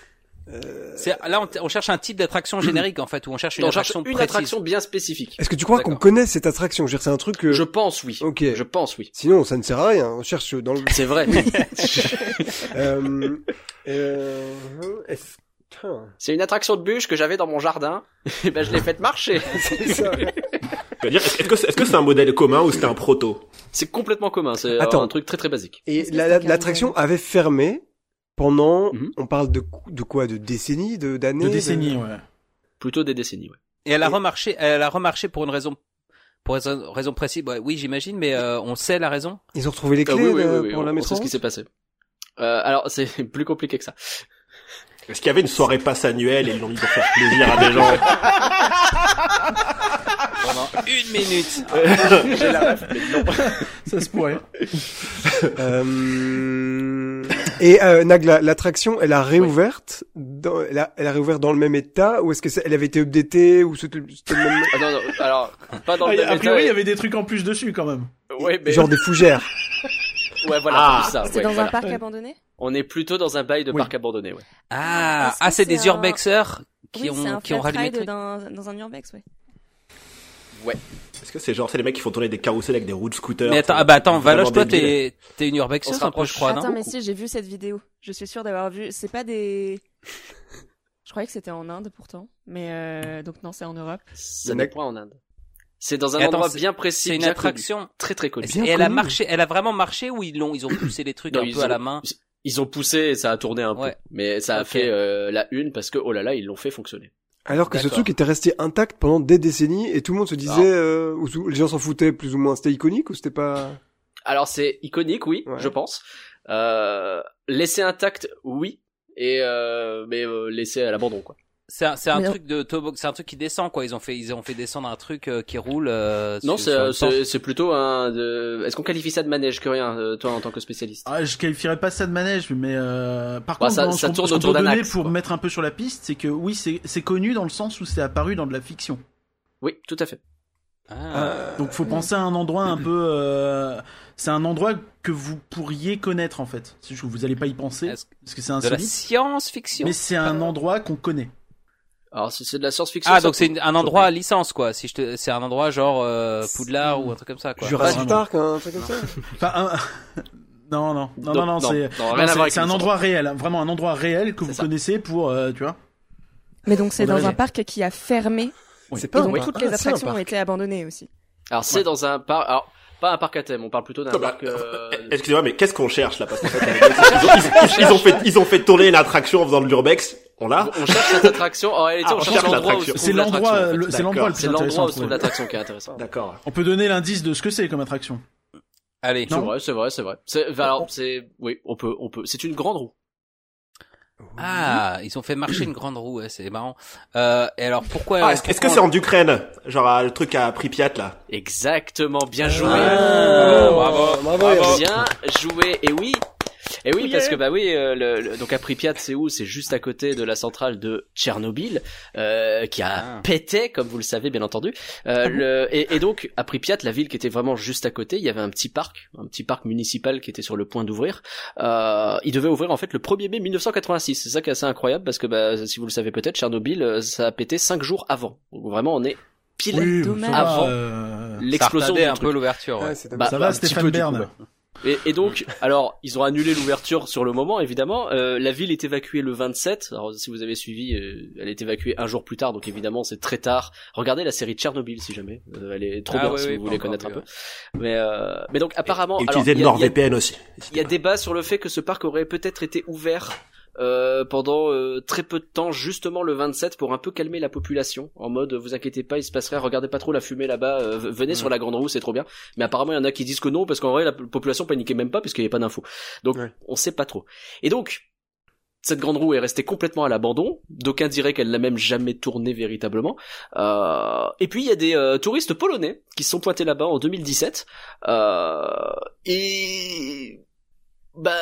Speaker 1: Euh,
Speaker 2: C'est- Là, on, t- on cherche un type d'attraction générique en fait, où on cherche une
Speaker 7: On cherche
Speaker 2: attraction
Speaker 7: une
Speaker 2: précise.
Speaker 7: attraction bien spécifique.
Speaker 1: Est-ce que tu crois qu'on
Speaker 7: D'accord.
Speaker 1: connaît cette attraction Je veux dire, c'est un truc
Speaker 5: Euh,
Speaker 1: que...
Speaker 7: Je pense oui.
Speaker 1: Ok.
Speaker 7: Je pense oui.
Speaker 1: Sinon, ça ne sert à rien. On cherche dans le...
Speaker 7: C'est vrai.
Speaker 1: euh... euh, est-ce- Putain,
Speaker 7: C'est une attraction de bûche que j'avais dans mon jardin. Et ben je l'ai faite marcher.
Speaker 1: c'est ça.
Speaker 4: Je veux dire, Est-ce est-ce que c'est est-ce que c'est un modèle commun ou c'était un proto
Speaker 7: C'est complètement commun. C'est euh,
Speaker 1: Attends.
Speaker 7: un truc très très basique.
Speaker 1: Et
Speaker 3: Est-ce que
Speaker 1: la-
Speaker 3: c'est un
Speaker 1: la- l'attraction avait fermé pendant...
Speaker 7: Mhm.
Speaker 1: On parle de, cou- de quoi De décennies de- D'années
Speaker 5: De décennies, ouais.
Speaker 7: Plutôt des décennies. Ouais.
Speaker 2: Et elle a remarché, elle a remarché pour une raison, pour une raison précise. Bah, oui, j'imagine, mais euh, on sait la raison.
Speaker 1: Ils ont retrouvé les
Speaker 7: Ah
Speaker 1: clés là,
Speaker 5: euh,
Speaker 1: pour
Speaker 7: on-
Speaker 1: la
Speaker 7: on
Speaker 1: mettre
Speaker 7: sait
Speaker 1: en
Speaker 7: ce qui
Speaker 1: route
Speaker 7: s'est passé. Euh, alors c'est plus compliqué que ça.
Speaker 4: Est-ce qu'il y avait une soirée passe annuelle et ils l'ont mis pour faire plaisir à des gens
Speaker 2: Pendant une minute.
Speaker 5: Ça se pourrait.
Speaker 1: Euh, Et euh, Nag, la- l'attraction, elle a réouverte dans, elle, a, elle a réouvert dans le même état ou est-ce que ça- elle avait été updatée ou c'était c'était le même...
Speaker 7: Ah, non, non, alors pas dans
Speaker 5: Ah,
Speaker 7: le même
Speaker 5: a
Speaker 7: état.
Speaker 5: priori, il y avait des trucs en plus dessus quand même.
Speaker 7: Ouais, mais...
Speaker 1: Genre des fougères
Speaker 7: ouais, voilà,
Speaker 4: Ah.
Speaker 7: plus ça.
Speaker 3: C'était
Speaker 7: ouais,
Speaker 3: dans
Speaker 7: voilà.
Speaker 3: un parc
Speaker 5: Ouais.
Speaker 3: abandonné
Speaker 7: On est plutôt dans un bail de
Speaker 5: Oui.
Speaker 7: parc abandonné. Ouais.
Speaker 2: Ah,
Speaker 3: Est-ce que
Speaker 2: ah, c'est
Speaker 3: c'est
Speaker 2: des
Speaker 3: un-
Speaker 2: urbexeurs qui
Speaker 3: Oui, c'est
Speaker 2: ont
Speaker 3: un
Speaker 2: qui ont
Speaker 3: flat
Speaker 2: rallumé. le
Speaker 3: ride
Speaker 2: truc.
Speaker 3: dans, dans un urbex, ouais.
Speaker 4: Est-ce que c'est genre, c'est les mecs qui font tourner des carrousels avec des roues de scooter
Speaker 2: Mais attends,
Speaker 4: ça-
Speaker 2: ah bah attends,
Speaker 4: c'est vraiment
Speaker 2: Valoche, toi
Speaker 4: débile.
Speaker 2: t'es t'es une
Speaker 7: On
Speaker 2: urbexeuse
Speaker 7: se
Speaker 2: un peu, je
Speaker 7: rapproche.
Speaker 2: crois,
Speaker 3: Attends,
Speaker 2: non
Speaker 3: mais si, j'ai vu cette vidéo. Je suis sûre d'avoir vu. C'est pas des. Je croyais que c'était en Inde pourtant, mais euh, donc non, c'est en Europe.
Speaker 7: Ça
Speaker 1: Mais-
Speaker 7: n'est point en Inde. C'est dans un
Speaker 2: Et attends,
Speaker 7: endroit
Speaker 2: c'est-
Speaker 7: bien précis,
Speaker 2: C'est une
Speaker 7: bien
Speaker 2: attraction.
Speaker 7: connu, très très connu.
Speaker 2: Et
Speaker 1: Bien
Speaker 2: elle a
Speaker 1: connu.
Speaker 2: marché, elle a vraiment marché ou ils l'ont, ils ont poussé les trucs
Speaker 7: Non,
Speaker 2: un
Speaker 7: ils
Speaker 2: peu à
Speaker 7: ont-
Speaker 2: la main.
Speaker 7: Ils ont poussé et ça a tourné un
Speaker 2: Ouais.
Speaker 7: peu, mais ça a
Speaker 2: Ok.
Speaker 7: fait euh, la une parce que oh là là, ils l'ont fait fonctionner.
Speaker 1: alors que ce
Speaker 2: D'accord.
Speaker 1: truc était resté intact pendant des décennies et tout le monde se disait
Speaker 7: Ah.
Speaker 1: euh, ou sou- les gens s'en foutaient plus ou moins c'était iconique ou c'était pas
Speaker 7: Alors c'est iconique, oui,
Speaker 1: Ouais.
Speaker 7: je pense. Euh, laisser intact, oui, et euh, mais euh, laisser à l'abandon quoi.
Speaker 2: C'est un, c'est un
Speaker 3: Mais-
Speaker 2: truc de tobog- c'est un truc qui descend quoi. Ils ont fait, ils ont fait descendre un truc euh, qui roule. euh,
Speaker 7: Non,
Speaker 2: sur-
Speaker 7: c'est
Speaker 2: sur
Speaker 7: euh,
Speaker 2: le sens.
Speaker 7: c'est- c'est plutôt un. de- Est-ce qu'on qualifie ça de manège que rien, euh, toi en tant que spécialiste
Speaker 5: Ah, je qualifierais pas ça de manège, mais euh, par
Speaker 7: Bah,
Speaker 5: contre,
Speaker 7: ça-
Speaker 5: non,
Speaker 7: ça
Speaker 5: ce qu'on-
Speaker 7: tourne
Speaker 5: ce qu'on
Speaker 7: autour
Speaker 5: peut
Speaker 7: d'un
Speaker 5: donner
Speaker 7: axe,
Speaker 5: pour
Speaker 7: quoi.
Speaker 5: mettre un peu sur la piste, c'est que oui, c'est c'est connu dans le sens où c'est apparu dans de la fiction.
Speaker 7: Oui, tout à fait.
Speaker 2: Ah.
Speaker 5: Donc faut penser à un endroit un peu. euh, c'est un endroit que vous pourriez connaître en fait. Si je- vous allez pas y penser
Speaker 2: Est-ce
Speaker 5: parce que c'est
Speaker 2: de la
Speaker 5: insolite,
Speaker 2: science-fiction.
Speaker 5: mais c'est un endroit qu'on connaît.
Speaker 7: Alors c'est c'est de la science-fiction.
Speaker 2: Ah
Speaker 7: ça,
Speaker 2: donc c'est une- un
Speaker 7: surtout.
Speaker 2: endroit à licence quoi. Si je te, c'est un endroit genre euh, Poudlard ou un truc comme ça quoi.
Speaker 1: Jurassic
Speaker 5: vraiment.
Speaker 1: Park hein, un truc comme ça
Speaker 5: Enfin, un- non, non, non, non, non,
Speaker 7: Non, non,
Speaker 5: c'est
Speaker 7: non, rien à
Speaker 5: non,
Speaker 7: voir
Speaker 5: c'est-
Speaker 7: avec
Speaker 5: c'est un
Speaker 7: Ubisoft.
Speaker 5: endroit réel, hein, vraiment un endroit réel que
Speaker 7: C'est
Speaker 5: vous
Speaker 7: ça.
Speaker 5: connaissez pour, euh, tu vois.
Speaker 3: Mais donc c'est
Speaker 5: On a
Speaker 3: dans un
Speaker 5: raison.
Speaker 3: parc qui a fermé
Speaker 5: Oui.
Speaker 1: C'est
Speaker 3: et
Speaker 1: pas un
Speaker 3: donc
Speaker 1: parc.
Speaker 3: toutes
Speaker 1: Ah,
Speaker 3: les
Speaker 1: c'est un
Speaker 3: attractions ont
Speaker 1: parc.
Speaker 3: été abandonnées aussi.
Speaker 7: Alors c'est dans un parc. Alors pas un parc à thème. On parle plutôt d'un
Speaker 4: Non, bah,
Speaker 7: parc. euh,
Speaker 4: Eh, Excusez-moi, mais qu'est-ce qu'on cherche là Parce qu'en fait, ils ont, ils- ils ont fait, ils ont fait tourner une attraction en faisant de l'urbex. On l'a
Speaker 7: On cherche cette attraction. En réalité,
Speaker 4: Ah,
Speaker 7: on,
Speaker 4: on
Speaker 7: cherche
Speaker 4: cherche
Speaker 7: l'endroit où se
Speaker 4: l'attraction.
Speaker 7: trouve
Speaker 5: C'est l'endroit,
Speaker 7: l'attraction, en fait.
Speaker 5: le- c'est l'endroit le plus
Speaker 7: C'est l'endroit
Speaker 5: intéressant.
Speaker 7: où se trouve
Speaker 5: ouais.
Speaker 7: l'attraction qui est intéressant.
Speaker 4: D'accord.
Speaker 5: On peut donner l'indice de ce que c'est comme attraction.
Speaker 2: Allez.
Speaker 7: C'est
Speaker 5: Non.
Speaker 7: vrai, c'est vrai, c'est vrai. C'est, enfin, alors, c'est, oui, on peut, on peut. C'est une grande roue.
Speaker 2: Ah, ils ont fait marcher une grande roue, ouais, c'est marrant. Euh, et alors pourquoi
Speaker 4: Ah, est-ce, est-ce que c'est en Ukraine Genre ah, le truc à Pripyat là
Speaker 7: Exactement, bien joué.
Speaker 2: Ah, bravo, bravo.
Speaker 7: Bien joué. Et oui. Et oui, parce que bah oui, euh, le, le- donc à Pripyat, c'est où C'est juste à côté de la centrale de Tchernobyl, euh, qui a
Speaker 2: Ah.
Speaker 7: pété, comme vous le savez bien entendu. Euh, le, et, et donc à Pripyat, la ville qui était vraiment juste à côté, il y avait un petit parc, un petit parc municipal qui était sur le point d'ouvrir. Euh, il devait ouvrir en fait le 1er mai 1986. C'est ça qui est assez incroyable parce que bah, si vous le savez peut-être, Tchernobyl, euh, ça a pété cinq jours avant. Donc vraiment, on est pile
Speaker 5: Oui,
Speaker 3: dommage.
Speaker 5: ça va,
Speaker 7: Avant.
Speaker 5: euh,
Speaker 7: l'explosion
Speaker 2: Ça
Speaker 7: du
Speaker 2: retardait un
Speaker 7: truc.
Speaker 2: peu l'ouverture. ouais.
Speaker 1: Ouais, c'est
Speaker 7: Bah,
Speaker 5: ça va,
Speaker 7: un petit
Speaker 5: Stéphane
Speaker 7: peu, du
Speaker 5: Bern.
Speaker 7: coup, Et, et donc, alors, ils ont annulé l'ouverture sur le moment, évidemment. Euh, la ville est évacuée le 27. Alors, si vous avez suivi, euh, elle est évacuée un jour plus tard, donc évidemment, c'est très tard. Regardez la série Tchernobyl, si jamais. Euh, elle est trop
Speaker 2: Ah
Speaker 7: bien,
Speaker 2: ouais,
Speaker 7: si
Speaker 2: ouais,
Speaker 7: vous
Speaker 2: pas
Speaker 7: voulez
Speaker 2: encore
Speaker 7: connaître
Speaker 2: vu,
Speaker 7: un peu. Mais, euh, mais donc,
Speaker 2: Oh,
Speaker 7: apparemment...
Speaker 4: Et
Speaker 7: alors,
Speaker 4: utiliser
Speaker 7: il
Speaker 4: le
Speaker 7: y a- il y a-
Speaker 4: NordVPN aussi.
Speaker 7: il y a débat sur le fait que ce parc aurait peut-être été ouvert euh, pendant euh, très peu de temps, justement le 27, pour un peu calmer la population. En mode, vous inquiétez pas, il se passe rien, regardez pas trop la fumée là-bas, euh, v- venez sur la grande roue, c'est trop bien. Mais apparemment, il y en a qui disent que non, parce qu'en vrai, la p- population paniquait même pas, puisqu'il n'y avait pas d'infos. Donc,
Speaker 1: Ouais.
Speaker 7: on sait pas trop. Et donc, cette grande roue est restée complètement à l'abandon. D'aucuns diraient qu'elle n'a même jamais tourné véritablement. Euh, et puis, il y a des euh, touristes polonais qui se sont pointés là-bas en 2017. Euh, et bah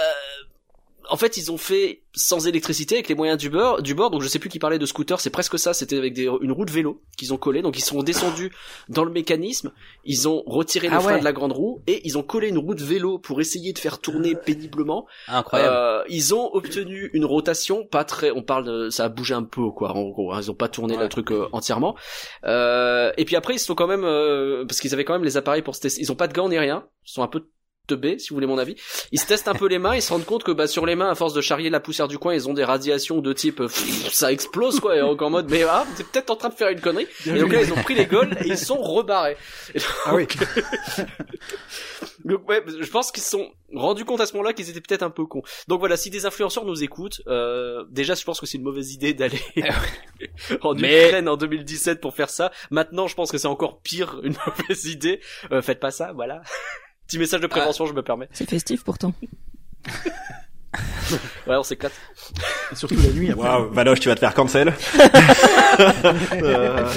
Speaker 7: en fait, ils ont fait sans électricité avec les moyens du bord, du bord. Donc, je sais plus qui parlait de scooter. C'est presque ça. C'était avec des, une roue de vélo qu'ils ont collé. Donc, ils sont descendus dans le mécanisme. Ils ont retiré le
Speaker 2: Ah
Speaker 7: frein
Speaker 2: ouais.
Speaker 7: de la grande roue et ils ont collé une roue de vélo pour essayer de faire tourner
Speaker 2: Euh.
Speaker 7: péniblement.
Speaker 2: Incroyable.
Speaker 7: Euh, ils ont obtenu une rotation pas très. On parle de ça a bougé un peu quoi. En gros, hein. ils ont pas tourné
Speaker 2: Ouais.
Speaker 7: le truc euh, entièrement. Euh, et puis après, ils se sont quand même euh, parce qu'ils avaient quand même les appareils pour se tester. Ils ont pas de gants ni rien. Ils sont un peu teubés, si vous voulez mon avis. Ils se testent un peu les mains. Ils se rendent compte que bah sur les mains, à force de charrier la poussière du coin, ils ont des radiations de type euh, pff, ça explose quoi. Et donc en mode mais ah, t'es peut-être en train de faire une connerie. Et donc là, ils ont pris les gaules et ils sont rebarrés.
Speaker 1: Ah oui.
Speaker 7: Donc ouais, je pense qu'ils se sont rendus compte à ce moment-là qu'ils étaient peut-être un peu cons. Donc voilà, si des influenceurs nous écoutent, euh, déjà je pense que c'est une mauvaise idée d'aller en
Speaker 2: Mais-
Speaker 7: Ukraine en 2017 pour faire ça. Maintenant, je pense que c'est encore pire une mauvaise idée. Euh, faites pas ça, voilà. Petit message de prévention, je me permets.
Speaker 3: C'est festif pourtant.
Speaker 7: Ouais, on s'éclate.
Speaker 5: Surtout la nuit après.
Speaker 4: Waouh, Valoche, tu vas te faire cancel. Euh,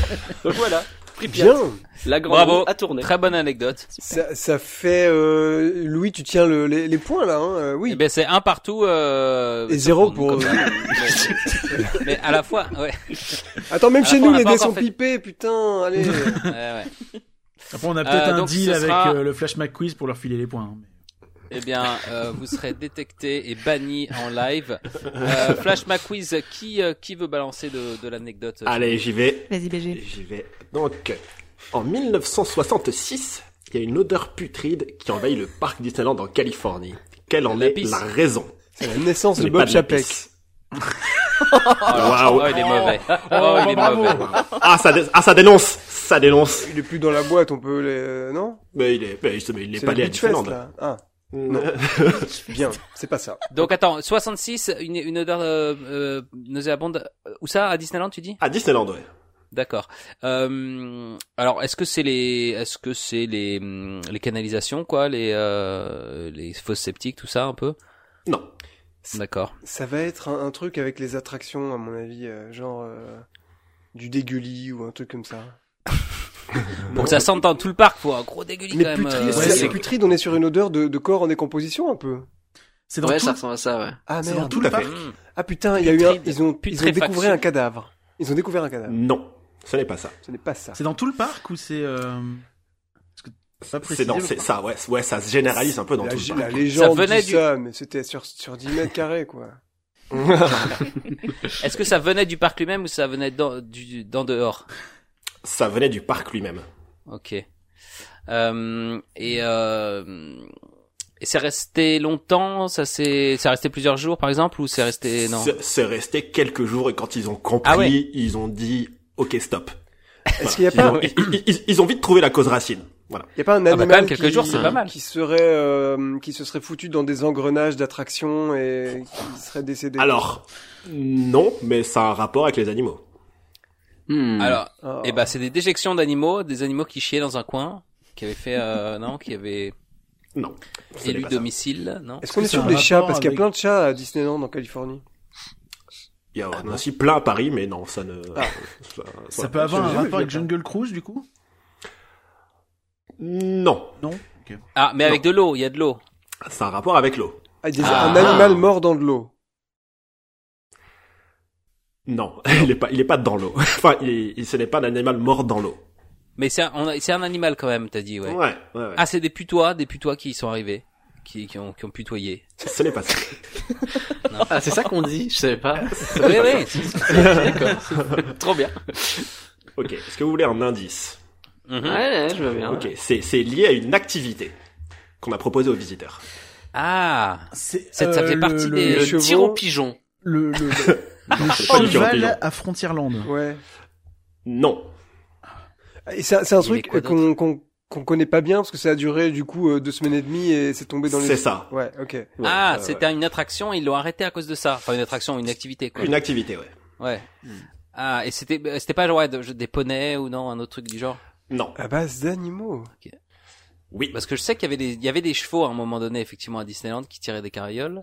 Speaker 7: Donc voilà, Pripyat,
Speaker 1: Bien.
Speaker 7: la grande
Speaker 2: Bravo.
Speaker 7: roue a tourné.
Speaker 2: Très bonne anecdote.
Speaker 1: Ça, ça fait euh, Louis, tu tiens le- les, les points là. Hein, euh,
Speaker 2: Eh
Speaker 1: oui.
Speaker 2: ben c'est un partout. Euh,
Speaker 1: Et zéro
Speaker 2: nous,
Speaker 1: pour-
Speaker 2: comme ça. mais, mais à la fois, ouais.
Speaker 1: Attends, même
Speaker 2: à la
Speaker 1: chez
Speaker 2: fin, on
Speaker 1: nous,
Speaker 2: a
Speaker 1: les
Speaker 2: pas
Speaker 1: dés
Speaker 2: encore
Speaker 1: sont
Speaker 2: fait-
Speaker 1: pipés. Putain, allez.
Speaker 2: ouais, ouais.
Speaker 5: Après, on a peut-être
Speaker 2: Euh,
Speaker 5: un
Speaker 2: donc, ce
Speaker 5: deal avec
Speaker 2: sera-
Speaker 5: euh, le Flash McQuiz pour leur filer les points. hein, mais-
Speaker 2: Eh bien, euh, vous serez détecté et banni en live. Euh, Flash McQuiz, qui euh, qui veut balancer de, de l'anecdote euh,
Speaker 4: Allez, j'y vais.
Speaker 3: Vas-y, BG.
Speaker 4: J'y vais. Donc, en 1966, il y a une odeur putride qui envahit le parc Disneyland en Californie. Quelle en
Speaker 2: La
Speaker 4: est
Speaker 2: pisse.
Speaker 4: la raison
Speaker 1: C'est la naissance
Speaker 4: Ce
Speaker 1: de
Speaker 4: n'est pas
Speaker 1: Bob
Speaker 4: de la
Speaker 1: Chapek.
Speaker 4: pisse.
Speaker 2: Oh,
Speaker 4: Waouh.
Speaker 2: il est mauvais. Oh, il est mauvais.
Speaker 4: Ah, ça, dé- ah, ça dénonce Ça dénonce
Speaker 1: Il est plus dans la boîte, on peut les... euh, Non
Speaker 4: Mais il est, mais il- mais il n'est
Speaker 1: C'est
Speaker 4: pas
Speaker 1: le
Speaker 4: allé à
Speaker 1: Beach Fest,
Speaker 4: Disneyland.
Speaker 1: là. Ah,
Speaker 4: Non.
Speaker 1: bien, c'est pas ça.
Speaker 2: Donc attends, 66, une, une odeur euh, euh, nauséabonde. Où ça À Disneyland, tu dis
Speaker 4: À Disneyland, ouais.
Speaker 2: D'accord. Euh, alors, est-ce que c'est les, est-ce que c'est les, hum, les canalisations, quoi, les, euh, les fosses septiques, tout ça, un peu
Speaker 4: Non.
Speaker 2: D'accord.
Speaker 1: Ça va être un, un truc avec les attractions, à mon avis, euh, genre euh, du dégueulis ou un truc comme ça.
Speaker 2: Bon, ça sent dans tout le parc, quoi. Un gros dégueulis
Speaker 1: Mais
Speaker 2: quand même.
Speaker 1: putride,
Speaker 2: euh,
Speaker 1: c'est-
Speaker 5: ouais,
Speaker 1: c'est putride, on est sur une odeur de, de corps en décomposition un peu.
Speaker 5: C'est dans,
Speaker 7: Ouais,
Speaker 5: tout...
Speaker 7: ça ressemble à ça, ouais.
Speaker 1: Ah
Speaker 5: c'est dans
Speaker 1: merde.
Speaker 5: tout le
Speaker 4: Tout à
Speaker 5: parc.
Speaker 4: fait.
Speaker 2: Mmh.
Speaker 1: Ah putain, il y a eu un,
Speaker 2: Putride.
Speaker 1: ils ont, ils ont
Speaker 2: Putréfaction.
Speaker 1: découvert un cadavre. Ils ont découvert un cadavre.
Speaker 4: Non. Ce n'est pas ça.
Speaker 1: Ce n'est pas ça.
Speaker 5: C'est dans tout le parc ou c'est. euh, parce que t'as pas
Speaker 4: C'est
Speaker 5: précisé
Speaker 4: dans,
Speaker 5: le
Speaker 4: c'est
Speaker 5: parc
Speaker 4: ça, ouais, ouais, ça se généralise un peu dans
Speaker 1: La,
Speaker 4: tout
Speaker 1: g-
Speaker 4: le
Speaker 1: la
Speaker 4: parc.
Speaker 1: légende
Speaker 2: venait
Speaker 1: dit
Speaker 2: du-
Speaker 1: ça, mais c'était sur, sur 10 mètres carrés, quoi.
Speaker 2: Est-ce que ça venait du parc lui-même ou ça venait d'en, du, d'en dehors
Speaker 4: Ça venait du parc lui-même.
Speaker 2: Ok. Euh, et euh, et c'est resté longtemps Ça c'est, ça resté plusieurs jours, par exemple, ou c'est resté non
Speaker 4: C'est- C'est resté quelques jours et quand ils ont compris,
Speaker 2: Ah ouais.
Speaker 4: ils ont dit, ok, stop.
Speaker 1: Est-ce qu'il n'y a
Speaker 4: Ils
Speaker 1: pas,
Speaker 4: ont, ils- ils- ils ont vite trouvé la cause racine. Voilà.
Speaker 1: Il y a pas un
Speaker 2: bah,
Speaker 1: animal
Speaker 2: Ah, quand même, quelques
Speaker 1: qui,
Speaker 2: jours, c'est pas mal.
Speaker 1: qui serait euh, qui se serait foutu dans des engrenages d'attraction et qui serait décédé.
Speaker 4: Alors, non, mais ça a un rapport avec les animaux.
Speaker 2: Alors,
Speaker 1: Oh.
Speaker 2: Eh ben, c'est des déjections d'animaux, des animaux qui chiaient dans un coin, qui avaient fait, euh, non, qui avaient
Speaker 4: Non. Ce n'est
Speaker 2: élu
Speaker 4: pas ça.
Speaker 2: domicile, non
Speaker 1: Est-ce qu'on est,
Speaker 5: Est-ce que
Speaker 1: sur
Speaker 5: c'est
Speaker 1: des
Speaker 5: un
Speaker 1: chats
Speaker 5: rapport
Speaker 1: Parce qu'il y a
Speaker 5: avec-
Speaker 1: plein de chats à Disneyland en Californie.
Speaker 4: Il
Speaker 2: Ah
Speaker 4: y en a aussi plein à Paris, mais non, ça ne... ça-
Speaker 5: Ça
Speaker 4: voilà.
Speaker 5: peut avoir
Speaker 1: Je-
Speaker 5: un
Speaker 1: je-
Speaker 5: rapport
Speaker 1: je-
Speaker 5: avec Jungle Cruise du coup
Speaker 4: Non.
Speaker 5: Non
Speaker 2: Ah, mais avec de l'eau, il y a de l'eau.
Speaker 4: Ça a un rapport avec l'eau.
Speaker 1: Ah, des-
Speaker 2: Ah.
Speaker 1: Un animal mort dans de l'eau.
Speaker 4: Non, il est pas, il est pas dans l'eau. enfin, il, il- ce n'est pas un animal mort dans l'eau.
Speaker 2: Mais c'est un, on a- c'est un animal quand même, t'as dit, ouais.
Speaker 4: Ouais, ouais. ouais.
Speaker 2: Ah, c'est des putois, des putois qui y sont arrivés, qui, qui ont, qui ont putoyé.
Speaker 4: Ce n'est pas ça.
Speaker 7: Ah, c'est ça qu'on dit, je savais pas.
Speaker 2: Oui, oui.
Speaker 7: Trop bien.
Speaker 4: Ok. Est-ce que vous voulez un indice
Speaker 7: Ouais,
Speaker 2: Mhm.
Speaker 7: ouais, je veux bien.
Speaker 4: Ok. C'est, c'est lié à une activité qu'on a proposée aux visiteurs.
Speaker 2: Ah,
Speaker 5: C'est
Speaker 2: Ça-
Speaker 4: Euh,
Speaker 2: ça faisait
Speaker 5: le-
Speaker 2: partie
Speaker 5: le-
Speaker 2: des-
Speaker 7: Le
Speaker 1: chevaux-
Speaker 7: tir au pigeon.
Speaker 5: Le, le, le,
Speaker 4: Non, c'est pas du tout un pigeon.
Speaker 5: cheval à Frontierland.
Speaker 1: Ouais.
Speaker 4: Non.
Speaker 1: Et ça- c'est un
Speaker 2: Il y avait
Speaker 1: truc
Speaker 2: quoi
Speaker 1: qu'on qu'on qu'on connaît pas bien parce que ça a duré du coup euh, deux semaines et demie et c'est tombé dans les.
Speaker 4: C'est ça.
Speaker 1: Ouais. Ok.
Speaker 4: Ouais,
Speaker 2: ah,
Speaker 4: ouais,
Speaker 2: c'était une attraction, ils l'ont arrêté à cause de ça. Enfin, une attraction, une activité, quoi.
Speaker 4: ouais. une activité, ouais.
Speaker 2: Ouais. Ah, et c'était, euh, c'était pas genre ouais, de- des poneys ou non, un autre truc du genre.
Speaker 4: Non.
Speaker 1: À base d'animaux.
Speaker 4: Oui.
Speaker 2: Parce que je sais qu'il y avait des, il y avait des chevaux à un moment donné, effectivement, à Disneyland, qui tiraient des carrioles.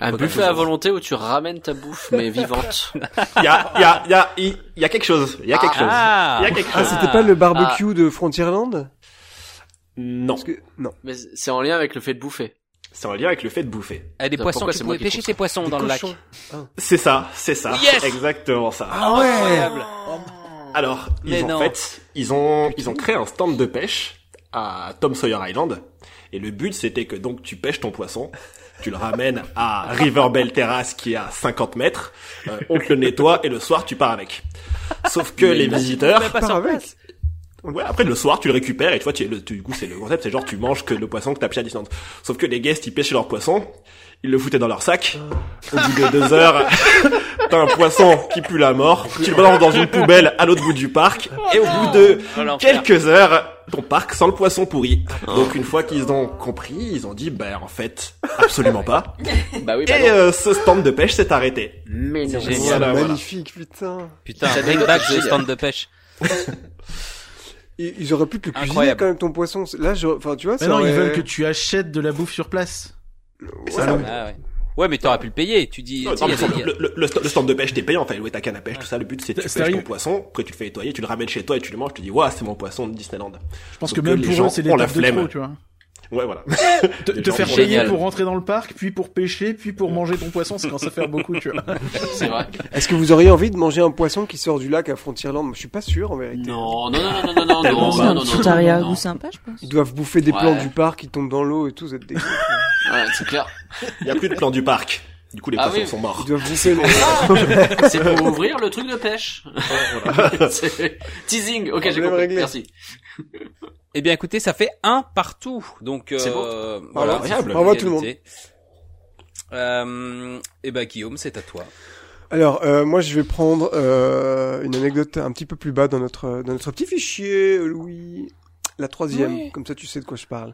Speaker 7: Un
Speaker 2: Pas
Speaker 7: buffet
Speaker 2: grave.
Speaker 7: à volonté où tu ramènes ta bouffe mais vivante.
Speaker 4: Il y a, il y a, il y a, il y a quelque chose. Il y a quelque chose.
Speaker 2: Ah,
Speaker 4: Il y a quelque
Speaker 1: Ah,
Speaker 4: chose.
Speaker 1: c'était pas le barbecue de Frontierland
Speaker 4: Non.
Speaker 1: Parce que non.
Speaker 7: Mais c'est en lien avec le fait de bouffer.
Speaker 4: C'est en lien avec le fait de bouffer.
Speaker 2: Ah, des
Speaker 6: Putain,
Speaker 2: poissons
Speaker 6: pourquoi
Speaker 2: qui
Speaker 6: c'est moi
Speaker 2: pouvaient
Speaker 6: qui
Speaker 2: pêcher
Speaker 6: trouve
Speaker 2: ces poissons dans le lac.
Speaker 4: C'est ça, c'est ça.
Speaker 2: Yes
Speaker 4: Exactement ça.
Speaker 1: Ah ouais
Speaker 4: Alors, ils
Speaker 2: Mais
Speaker 4: ont
Speaker 2: non.
Speaker 4: fait, ils ont, ils ont créé un stand de pêche à Tom Sawyer Island. Et le but, c'était que donc tu pêches ton poisson, tu le ramènes à Riverbell Terrace qui est à 50 mètres, euh, on te le nettoie et le soir tu pars avec. Sauf que les visiteurs,
Speaker 1: Pas
Speaker 2: sur
Speaker 1: avec.
Speaker 4: ouais, après le soir tu le récupères et tu vois, tu, le, tu- du coup c'est le concept, c'est genre tu manges que le poisson que t'as pêché à distance. Sauf que les guests ils pêchaient leur poisson, ils le foutaient dans leur sac. Au bout de deux heures, t'as un poisson qui pue la mort, tu le balances dans une poubelle à l'autre bout du parc, et au bout de
Speaker 6: Oh, l'enfer.
Speaker 4: quelques heures, ton parc sent le poisson pourri. Donc une fois qu'ils ont compris, ils ont dit, bah en fait, absolument pas.
Speaker 6: Bah oui, bah
Speaker 7: ben
Speaker 4: Et
Speaker 6: non.
Speaker 4: euh, ce stand de pêche s'est arrêté.
Speaker 6: Mais non.
Speaker 2: génial.
Speaker 1: C'est
Speaker 4: Voilà, voilà.
Speaker 1: magnifique, putain.
Speaker 2: Putain,
Speaker 6: Ça
Speaker 2: un
Speaker 6: dégoûte,
Speaker 2: back
Speaker 6: c'est
Speaker 2: de
Speaker 6: génial.
Speaker 2: stand de pêche.
Speaker 1: Ils, ils auraient pu te le cuisiner
Speaker 2: Incroyable.
Speaker 1: quand même ton poisson. Là, je... enfin, tu vois,
Speaker 5: Mais
Speaker 1: ça
Speaker 5: non, ils
Speaker 1: aurait-
Speaker 5: veulent que tu achètes de la bouffe sur place.
Speaker 4: Et ça, non,
Speaker 2: Ah ouais. Ouais, mais t'aurais pu le payer. Tu dis,
Speaker 4: non,
Speaker 2: tu sais, il y a
Speaker 4: le,
Speaker 2: des- il y a-
Speaker 4: le- le- le stand- le stand de pêche, t'es payant, enfin, louer ta canne à pêche, tout ça. Le but, c'est que tu
Speaker 5: C'est
Speaker 4: pêches ton
Speaker 5: arrivé.
Speaker 4: poisson, après tu le fais nettoyer, tu le ramènes chez toi et tu le manges, tu dis, waouh, c'est mon poisson de Disneyland.
Speaker 5: Je pense
Speaker 4: Sauf
Speaker 5: que
Speaker 4: que
Speaker 5: même
Speaker 4: les
Speaker 5: pour
Speaker 4: gens
Speaker 5: eux, c'est
Speaker 4: ont la
Speaker 5: l'étape de
Speaker 4: flemme.
Speaker 5: trop, tu vois.
Speaker 4: Ouais, voilà.
Speaker 5: Te,
Speaker 4: Des
Speaker 5: te
Speaker 4: gens
Speaker 5: faire
Speaker 4: qui-
Speaker 5: payer
Speaker 6: Génial.
Speaker 5: pour rentrer dans le parc, puis pour pêcher, puis pour manger ton poisson, c'est quand ça fait beaucoup, tu vois.
Speaker 6: C'est vrai.
Speaker 1: Est-ce que vous auriez envie de manger un poisson qui sort du lac à Frontierland Je suis pas sûr, en vérité.
Speaker 6: Non, non, non, non, non, non, non,
Speaker 3: C'est
Speaker 6: Oh, bah, non,
Speaker 3: un
Speaker 6: non,
Speaker 3: petit
Speaker 6: non,
Speaker 3: arrière
Speaker 6: non.
Speaker 3: goût sympa, je pense.
Speaker 1: Ils doivent bouffer des
Speaker 6: Ouais.
Speaker 1: plants du parc, ils tombent dans l'eau et tout, c'est des...
Speaker 6: Ouais, c'est clair.
Speaker 4: Il y a plus de plan du parc. Du coup, les
Speaker 6: Ah
Speaker 4: poissons
Speaker 6: oui.
Speaker 4: sont
Speaker 1: Ils
Speaker 4: morts.
Speaker 1: doivent bouffer les...
Speaker 6: C'est pour ouvrir le truc de pêche. C'est- Teasing. Ok, j'ai
Speaker 1: Problème
Speaker 6: compris.
Speaker 1: réglé.
Speaker 6: Merci.
Speaker 2: Eh bien, écoutez, ça fait un partout. Donc, euh,
Speaker 6: C'est
Speaker 2: voilà.
Speaker 4: Incroyable.
Speaker 1: Au revoir tout le monde.
Speaker 2: Égalité. Euh, eh ben, Guillaume, c'est à toi.
Speaker 1: Alors, euh, moi, je vais prendre euh, une anecdote un petit peu plus bas dans notre, dans notre petit fichier, euh, Louis. La troisième,
Speaker 3: Ouais.
Speaker 1: comme ça tu sais de quoi je parle.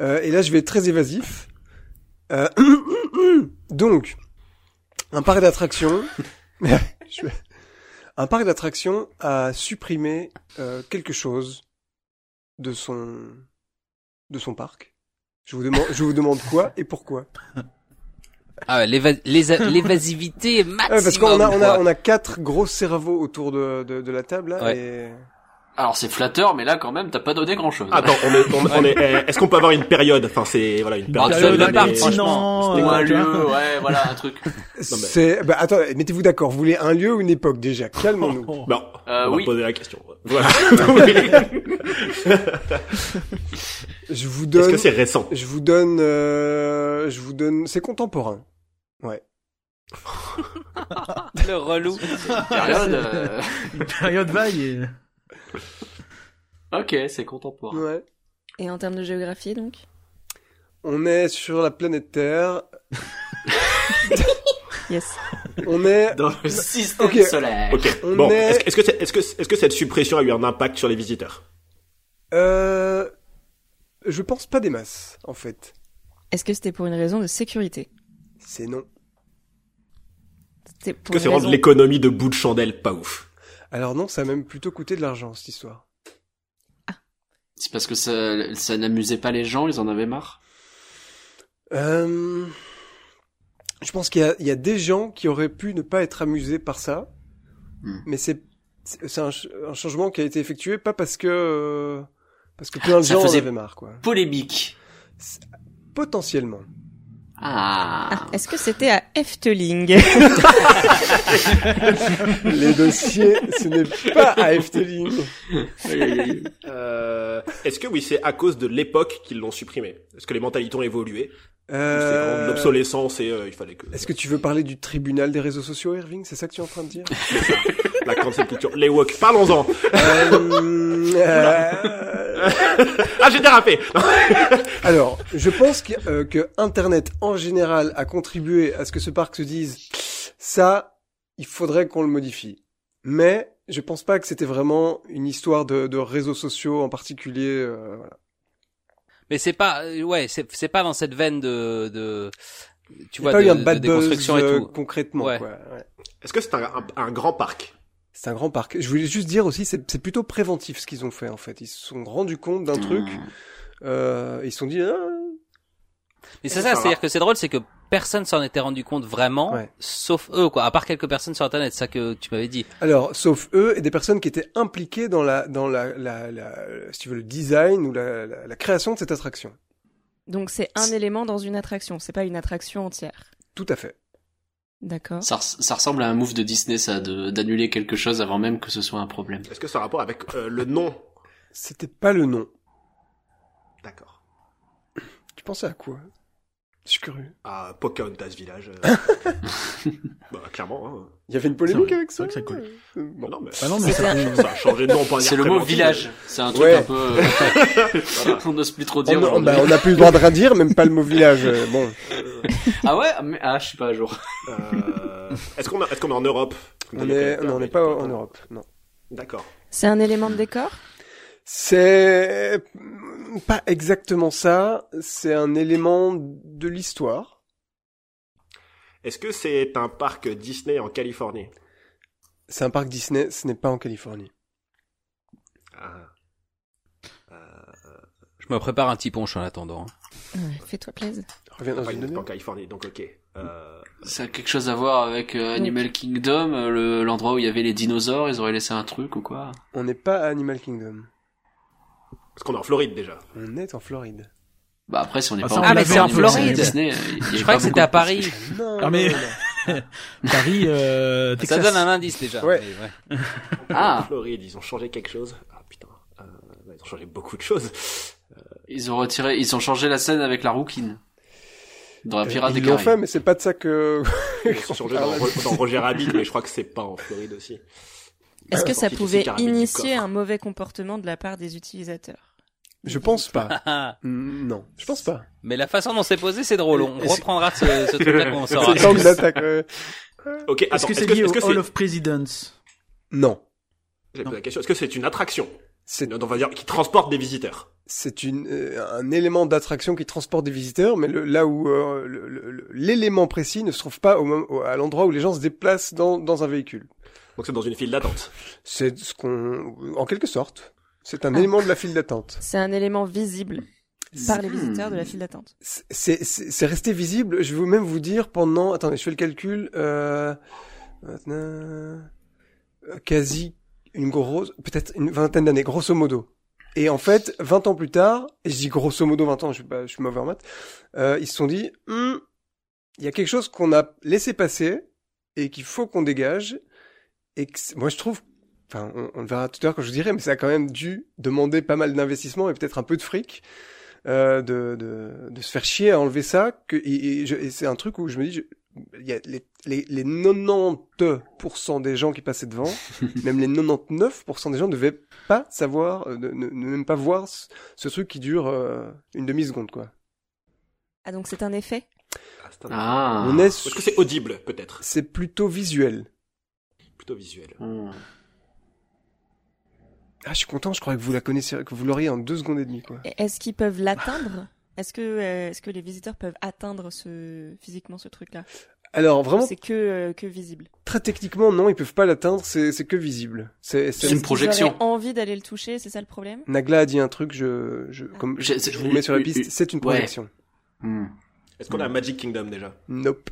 Speaker 1: Euh, et là, je vais être très évasif. Euh, donc, un parc d'attractions... je vais- un parc d'attractions a supprimé euh, quelque chose de son de son parc. Je vous demande, je vous demande quoi et pourquoi.
Speaker 2: Ah, ouais, l'éva- l'ésa- l'évasivité maximum.
Speaker 1: Ouais, parce qu'on a, on a,
Speaker 2: quoi.
Speaker 1: on a quatre gros cerveaux autour de, de, de la table, là,
Speaker 2: Ouais.
Speaker 1: et...
Speaker 6: Alors c'est flatteur, mais là quand même, t'as pas donné grand chose.
Speaker 4: Attends, on est, on, on est, euh, est-ce qu'on peut avoir une période? Enfin, c'est, voilà, une période.
Speaker 2: Bah,
Speaker 4: seule,
Speaker 2: le
Speaker 4: mais-
Speaker 2: parc,
Speaker 4: franchement,
Speaker 5: Non,
Speaker 6: Ou un
Speaker 5: euh, tu vois.
Speaker 7: euh,
Speaker 6: lieu, ouais, voilà, un truc.
Speaker 4: Non, mais-
Speaker 1: C'est, bah, attends, mettez-vous d'accord, vous voulez un lieu ou une époque, déjà, calmons-nous.
Speaker 5: Oh.
Speaker 4: Non.
Speaker 6: Euh,
Speaker 4: on va
Speaker 6: oui.
Speaker 4: poser la question. Voilà. Est-ce
Speaker 1: Je vous donne,
Speaker 4: que c'est récent?
Speaker 1: je vous donne, euh, je vous donne, c'est contemporain.
Speaker 2: le relou.
Speaker 6: Période. euh,
Speaker 5: Une période vaille et...
Speaker 6: Ok, c'est
Speaker 4: Oh.
Speaker 6: contemporain.
Speaker 1: Ouais.
Speaker 3: Et en termes de géographie, donc
Speaker 1: On est sur la planète Terre,
Speaker 3: Yes.
Speaker 1: on est,
Speaker 6: Dans le système
Speaker 1: Ok.
Speaker 6: solaire.
Speaker 4: Ok.
Speaker 1: On
Speaker 4: bon.
Speaker 1: est-
Speaker 4: Est-ce, que- est-ce que, c'est- est-ce que, est-ce que cette suppression a eu un impact sur les visiteurs?
Speaker 1: euh, je pense pas des masses, en fait.
Speaker 3: Est-ce que c'était pour une raison de sécurité
Speaker 1: C'est non.
Speaker 3: C'était
Speaker 4: Est-ce
Speaker 3: pour
Speaker 4: que c'est
Speaker 3: une
Speaker 4: rendre
Speaker 3: raison...
Speaker 4: l'économie de bout de chandelle pas ouf?
Speaker 1: Alors non, ça a même plutôt coûté de l'argent, cette histoire.
Speaker 6: C'est parce que ça, ça n'amusait pas les gens, ils en avaient marre.
Speaker 1: Euh, je pense qu'il y a, il y a des gens qui auraient pu ne pas être amusés par ça,
Speaker 6: Hmm.
Speaker 1: mais c'est c'est c'est un, ch- un changement qui a été effectué pas parce que euh, parce que plein de
Speaker 6: Ça
Speaker 1: gens
Speaker 6: faisait-
Speaker 1: en avaient marre quoi.
Speaker 6: Polémique.
Speaker 1: Potentiellement.
Speaker 6: Ah.
Speaker 3: Ah, est-ce que c'était à Efteling
Speaker 1: Les dossiers, ce n'est pas à Efteling.
Speaker 4: Euh, est-ce que oui, c'est à cause de l'époque qu'ils l'ont supprimé? Est-ce que les mentalités ont évolué? C'est vraiment de
Speaker 1: Euh,
Speaker 4: l'obsolescence et euh, il fallait que...
Speaker 1: Est-ce que tu veux parler du tribunal des réseaux sociaux, Irving C'est ça que tu es en train de dire
Speaker 4: La cancel culture. Les woke. Parlons-en.
Speaker 1: Euh, euh,
Speaker 4: Ah, j'ai dérapé! Non.
Speaker 1: Alors, je pense que, euh, que Internet en général a contribué à ce que ce parc se dise ça, il faudrait qu'on le modifie. Mais je pense pas que c'était vraiment une histoire de, de réseaux sociaux en particulier. euh, voilà.
Speaker 2: Mais c'est pas, euh, ouais, c'est c'est pas dans cette veine de, de, tu
Speaker 1: Il y a
Speaker 2: vois,
Speaker 1: pas
Speaker 2: de,
Speaker 1: eu un
Speaker 2: de
Speaker 1: bad buzz
Speaker 2: déconstruction et
Speaker 1: euh,
Speaker 2: tout.
Speaker 1: concrètement.
Speaker 2: Ouais.
Speaker 1: quoi, ouais.
Speaker 4: Est-ce que c'est un, un- un grand parc?
Speaker 1: C'est un grand parc. Je voulais juste dire aussi, c'est c'est plutôt préventif ce qu'ils ont fait en fait. Ils se sont rendus compte d'un truc. euh, ils se sont dit, Ah,
Speaker 2: Mais c'est ça,
Speaker 4: Ça
Speaker 2: c'est-à-dire
Speaker 4: va.
Speaker 2: que c'est drôle, c'est que personne s'en était rendu compte vraiment,
Speaker 1: Ouais.
Speaker 2: sauf eux, quoi, à part quelques personnes sur Internet, c'est ça que tu m'avais dit.
Speaker 1: Alors, sauf eux et des personnes qui étaient impliquées dans la, dans la, la, la- si tu veux, le design ou la, la, la création de cette attraction.
Speaker 3: Donc c'est un élément dans une attraction, c'est pas une attraction entière.
Speaker 1: Tout à fait.
Speaker 3: D'accord.
Speaker 6: Ça, res- ça ressemble à un move de Disney, ça, de- d'annuler quelque chose avant même que ce soit un problème.
Speaker 4: Est-ce que ça a rapport avec euh, le nom
Speaker 1: C'était pas le nom.
Speaker 4: D'accord.
Speaker 1: Tu pensais à quoi Je suis curieux.
Speaker 4: À Pocahontas Village. euh, bah, clairement. hein.
Speaker 1: Il y avait une polémique
Speaker 5: C'est vrai,
Speaker 1: avec
Speaker 5: c'est
Speaker 1: ça.
Speaker 5: vrai que ça colle.
Speaker 1: Euh, bon.
Speaker 4: Bah non, mais,
Speaker 5: Ah non, mais
Speaker 4: ça, ça a changé de nom. on peut pas
Speaker 6: C'est
Speaker 4: dire
Speaker 6: le mot
Speaker 4: Clémentine,
Speaker 6: village. C'est un truc
Speaker 1: Ouais.
Speaker 6: un peu. euh, on n'ose plus trop dire.
Speaker 1: On, on-
Speaker 6: aujourd'hui.
Speaker 1: bah, on a plus le droit de rien dire, même pas le mot village. euh, Bon,
Speaker 6: Ah ouais mais, Ah, je suis pas à jour.
Speaker 4: euh, euh, Est-ce qu'on est, est-ce qu'on est en Europe
Speaker 1: on est, non, on n'est pas en Europe, non.
Speaker 4: D'accord.
Speaker 3: C'est un élément de décor
Speaker 1: C'est pas exactement ça. C'est un élément de l'histoire.
Speaker 4: Est-ce que c'est un parc Disney en Californie
Speaker 1: C'est un parc Disney. Ce n'est pas en Californie.
Speaker 4: Ah.
Speaker 2: Je me prépare un petit punch en attendant. hein.
Speaker 3: Fais-toi plaisir.
Speaker 1: Reviens dans
Speaker 5: Ah,
Speaker 4: Enfin,
Speaker 1: une
Speaker 4: il n'est pas en
Speaker 1: demi-heure.
Speaker 4: Californie, donc ok. Euh,
Speaker 6: Ça a quelque chose à voir avec euh, Animal Kingdom, euh, le- l'endroit où il y avait les dinosaures, ils auraient laissé un truc ou quoi
Speaker 1: On n'est pas à Animal Kingdom.
Speaker 4: parce qu'on est en Floride déjà.
Speaker 1: On est en Floride.
Speaker 6: Bah après, si on n'est
Speaker 5: Ah,
Speaker 6: pas
Speaker 5: ça, on
Speaker 2: Ah, mais
Speaker 6: Disney,
Speaker 2: c'est en
Speaker 6: Animal Kingdom,
Speaker 2: Floride.
Speaker 6: Disney, euh, il y avait
Speaker 2: Je
Speaker 6: pas
Speaker 2: croyais que c'était
Speaker 6: beaucoup
Speaker 2: à
Speaker 6: de-
Speaker 2: Paris.
Speaker 1: Non.
Speaker 5: Ah, mais-
Speaker 1: non, non.
Speaker 5: Paris, euh,
Speaker 2: Ça
Speaker 5: Texas.
Speaker 2: donne un indice déjà.
Speaker 1: Ouais.
Speaker 2: mais
Speaker 6: Ah.
Speaker 4: En Floride, ils ont changé quelque chose. Ah putain. Euh, ils ont changé beaucoup de choses.
Speaker 6: Ils ont retiré, ils ont changé la scène avec la rouquine. Dans la Pirate des
Speaker 1: Ils l'ont fait,
Speaker 6: Caraïbes.
Speaker 1: mais c'est pas de ça que.
Speaker 4: Ils ont changé dans, Ro- dans Roger Rabbit, mais je crois que c'est pas en Floride aussi.
Speaker 3: Est-ce que ça
Speaker 4: Sorti
Speaker 3: pouvait
Speaker 4: du Caribé du
Speaker 3: initier
Speaker 4: coffre.
Speaker 3: un mauvais comportement de la part des utilisateurs
Speaker 1: Je pense pas.
Speaker 2: ouais.
Speaker 1: Mm, Non, je pense pas.
Speaker 2: Mais la façon dont c'est posé, c'est drôle. On
Speaker 5: Est-ce-
Speaker 2: reprendra ce, ce truc-là quand
Speaker 6: Ah,
Speaker 2: on saura.
Speaker 1: C'est le temps de l'attaque. euh.
Speaker 4: Ok, attends,
Speaker 5: Est-ce que c'est lié
Speaker 4: est-ce que
Speaker 5: au
Speaker 4: c'est
Speaker 5: Hall of Presidents
Speaker 1: Non.
Speaker 4: j'ai posé la question, est-ce que c'est une attraction
Speaker 1: C'est
Speaker 4: On va dire qui transporte des visiteurs.
Speaker 1: c'est une euh, un élément d'attraction qui transporte des visiteurs, mais le, là où euh, le- le- le- l'élément précis ne se trouve pas au, mom- au- à l'endroit où les gens se déplacent dans, dans un véhicule.
Speaker 4: Donc c'est dans une file d'attente.
Speaker 1: C'est ce qu'on, en quelque sorte, c'est un
Speaker 3: Ah.
Speaker 1: élément de la file d'attente.
Speaker 3: C'est un élément visible par les
Speaker 6: Hmm.
Speaker 3: visiteurs de la file d'attente.
Speaker 1: C'est- C'est c'est- c'est resté visible. Je vais vous- même vous dire pendant. Attendez, je fais le calcul. Euh, maintenant, euh, quasi une grosse, peut-être une vingtaine d'années, grosso modo. Et en fait, 20 ans plus tard, et je dis grosso modo 20 ans, je suis, pas, je suis mauvais en maths, euh, ils se sont dit, Hmm, il y a quelque chose qu'on a laissé passer et qu'il faut qu'on dégage. Et que c'est- moi, je trouve, enfin, on, on le verra tout à l'heure quand je vous dirai, mais ça a quand même dû demander pas mal d'investissement et peut-être un peu de fric euh, de, de, de se faire chier à enlever ça. Que, et, et je- et c'est un truc où je me dis, je- il y a les, les, les 90% des gens qui passaient devant, même les 99% des gens ne devaient pas savoir, euh, ne, ne, ne même pas voir ce, ce truc qui dure euh, une demi-seconde, quoi.
Speaker 3: Ah donc c'est un effet
Speaker 4: Ah, c'est un-
Speaker 6: Ah.
Speaker 1: On est,
Speaker 4: Est-ce
Speaker 1: sur-
Speaker 4: que c'est audible, peut-être
Speaker 1: c'est plutôt visuel.
Speaker 4: Plutôt visuel.
Speaker 6: Hmm.
Speaker 1: Ah, je suis content, je croyais que vous la connaissiez, que vous l'auriez en deux secondes et demie, quoi.
Speaker 3: Et Est-ce qu'ils peuvent l'atteindre Est-ce que euh, est-ce que les visiteurs peuvent atteindre ce physiquement ce truc-là
Speaker 1: Alors,
Speaker 3: Ou
Speaker 1: vraiment,
Speaker 3: C'est que euh, que visible.
Speaker 1: très techniquement, non, ils peuvent pas l'atteindre, c'est, c'est que visible. C'est, c'est-
Speaker 6: C'est une
Speaker 3: Est-ce qu'ils
Speaker 6: projection.
Speaker 3: auraient envie d'aller le toucher, c'est ça le problème
Speaker 1: Nagla a dit un truc, je, je, comme, je,
Speaker 6: J'ai- c'est-
Speaker 1: je vous mets sur la
Speaker 6: euh,
Speaker 1: piste,
Speaker 6: euh,
Speaker 1: c'est une
Speaker 6: ouais.
Speaker 1: projection.
Speaker 6: Hmm.
Speaker 4: Est-ce qu'on a Magic Kingdom déjà
Speaker 1: Nope.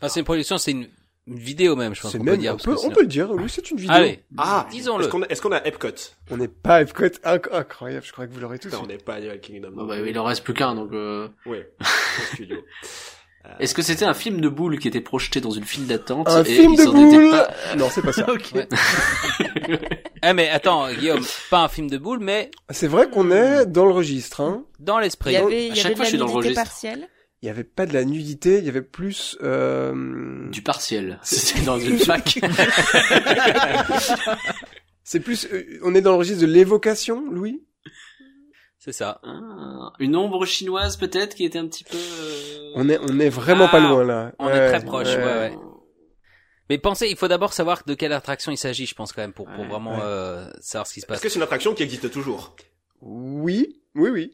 Speaker 2: Ah, c'est une production, c'est une, une vidéo même, je pense
Speaker 1: C'est
Speaker 2: qu'on
Speaker 1: même,
Speaker 2: peut dire.
Speaker 1: on,
Speaker 2: parce
Speaker 1: peut,
Speaker 2: que
Speaker 1: on
Speaker 2: sinon-
Speaker 1: peut le dire, oui, c'est une vidéo.
Speaker 2: Allez,
Speaker 4: Ah
Speaker 2: disons-le.
Speaker 4: Est-ce qu'on a, est-ce qu'on a Epcot
Speaker 1: On n'est pas à Epcot, inc- incroyable, je crois que vous l'aurez tous.
Speaker 4: Putain, on n'est pas à Animal Kingdom.
Speaker 3: Ah,
Speaker 6: Bon, bah, il en reste plus qu'un, donc. euh,
Speaker 4: Ouais, au studio.
Speaker 6: Est-ce que c'était un film de boules qui était projeté dans une file d'attente
Speaker 1: Un
Speaker 6: et
Speaker 1: film
Speaker 6: ils
Speaker 1: de
Speaker 6: en étaient
Speaker 1: boule
Speaker 6: pas-
Speaker 1: Non, c'est pas ça.
Speaker 2: Ah, mais attends, Guillaume, pas un film de boule, mais
Speaker 1: C'est vrai qu'on est dans le registre. Hein.
Speaker 2: dans
Speaker 3: Il
Speaker 2: l'esprit.
Speaker 3: y avait, il
Speaker 6: À
Speaker 3: y
Speaker 6: chaque
Speaker 3: avait de
Speaker 6: fois, je suis
Speaker 3: la
Speaker 6: dans le
Speaker 3: nudité
Speaker 6: registre.
Speaker 3: partielle.
Speaker 1: Il n'y avait pas de la nudité, il y avait plus... Euh...
Speaker 6: Du partiel. C'était dans une fac.
Speaker 1: C'est plus... euh, on est dans le registre de l'évocation, Louis
Speaker 2: C'est ça.
Speaker 6: Ah, une ombre chinoise peut-être qui était un petit peu. euh,
Speaker 1: on est, on est vraiment pas
Speaker 2: Ah,
Speaker 1: loin, là.
Speaker 2: on est très proche, ouais, ouais. Mais pensez, il faut d'abord savoir de quelle attraction il s'agit, je pense quand même, pour, pour
Speaker 6: Ouais,
Speaker 2: vraiment
Speaker 1: ouais.
Speaker 2: euh, savoir ce qui se
Speaker 4: Est-ce
Speaker 2: passe.
Speaker 4: que c'est une attraction qui existe toujours
Speaker 1: Oui, oui, oui.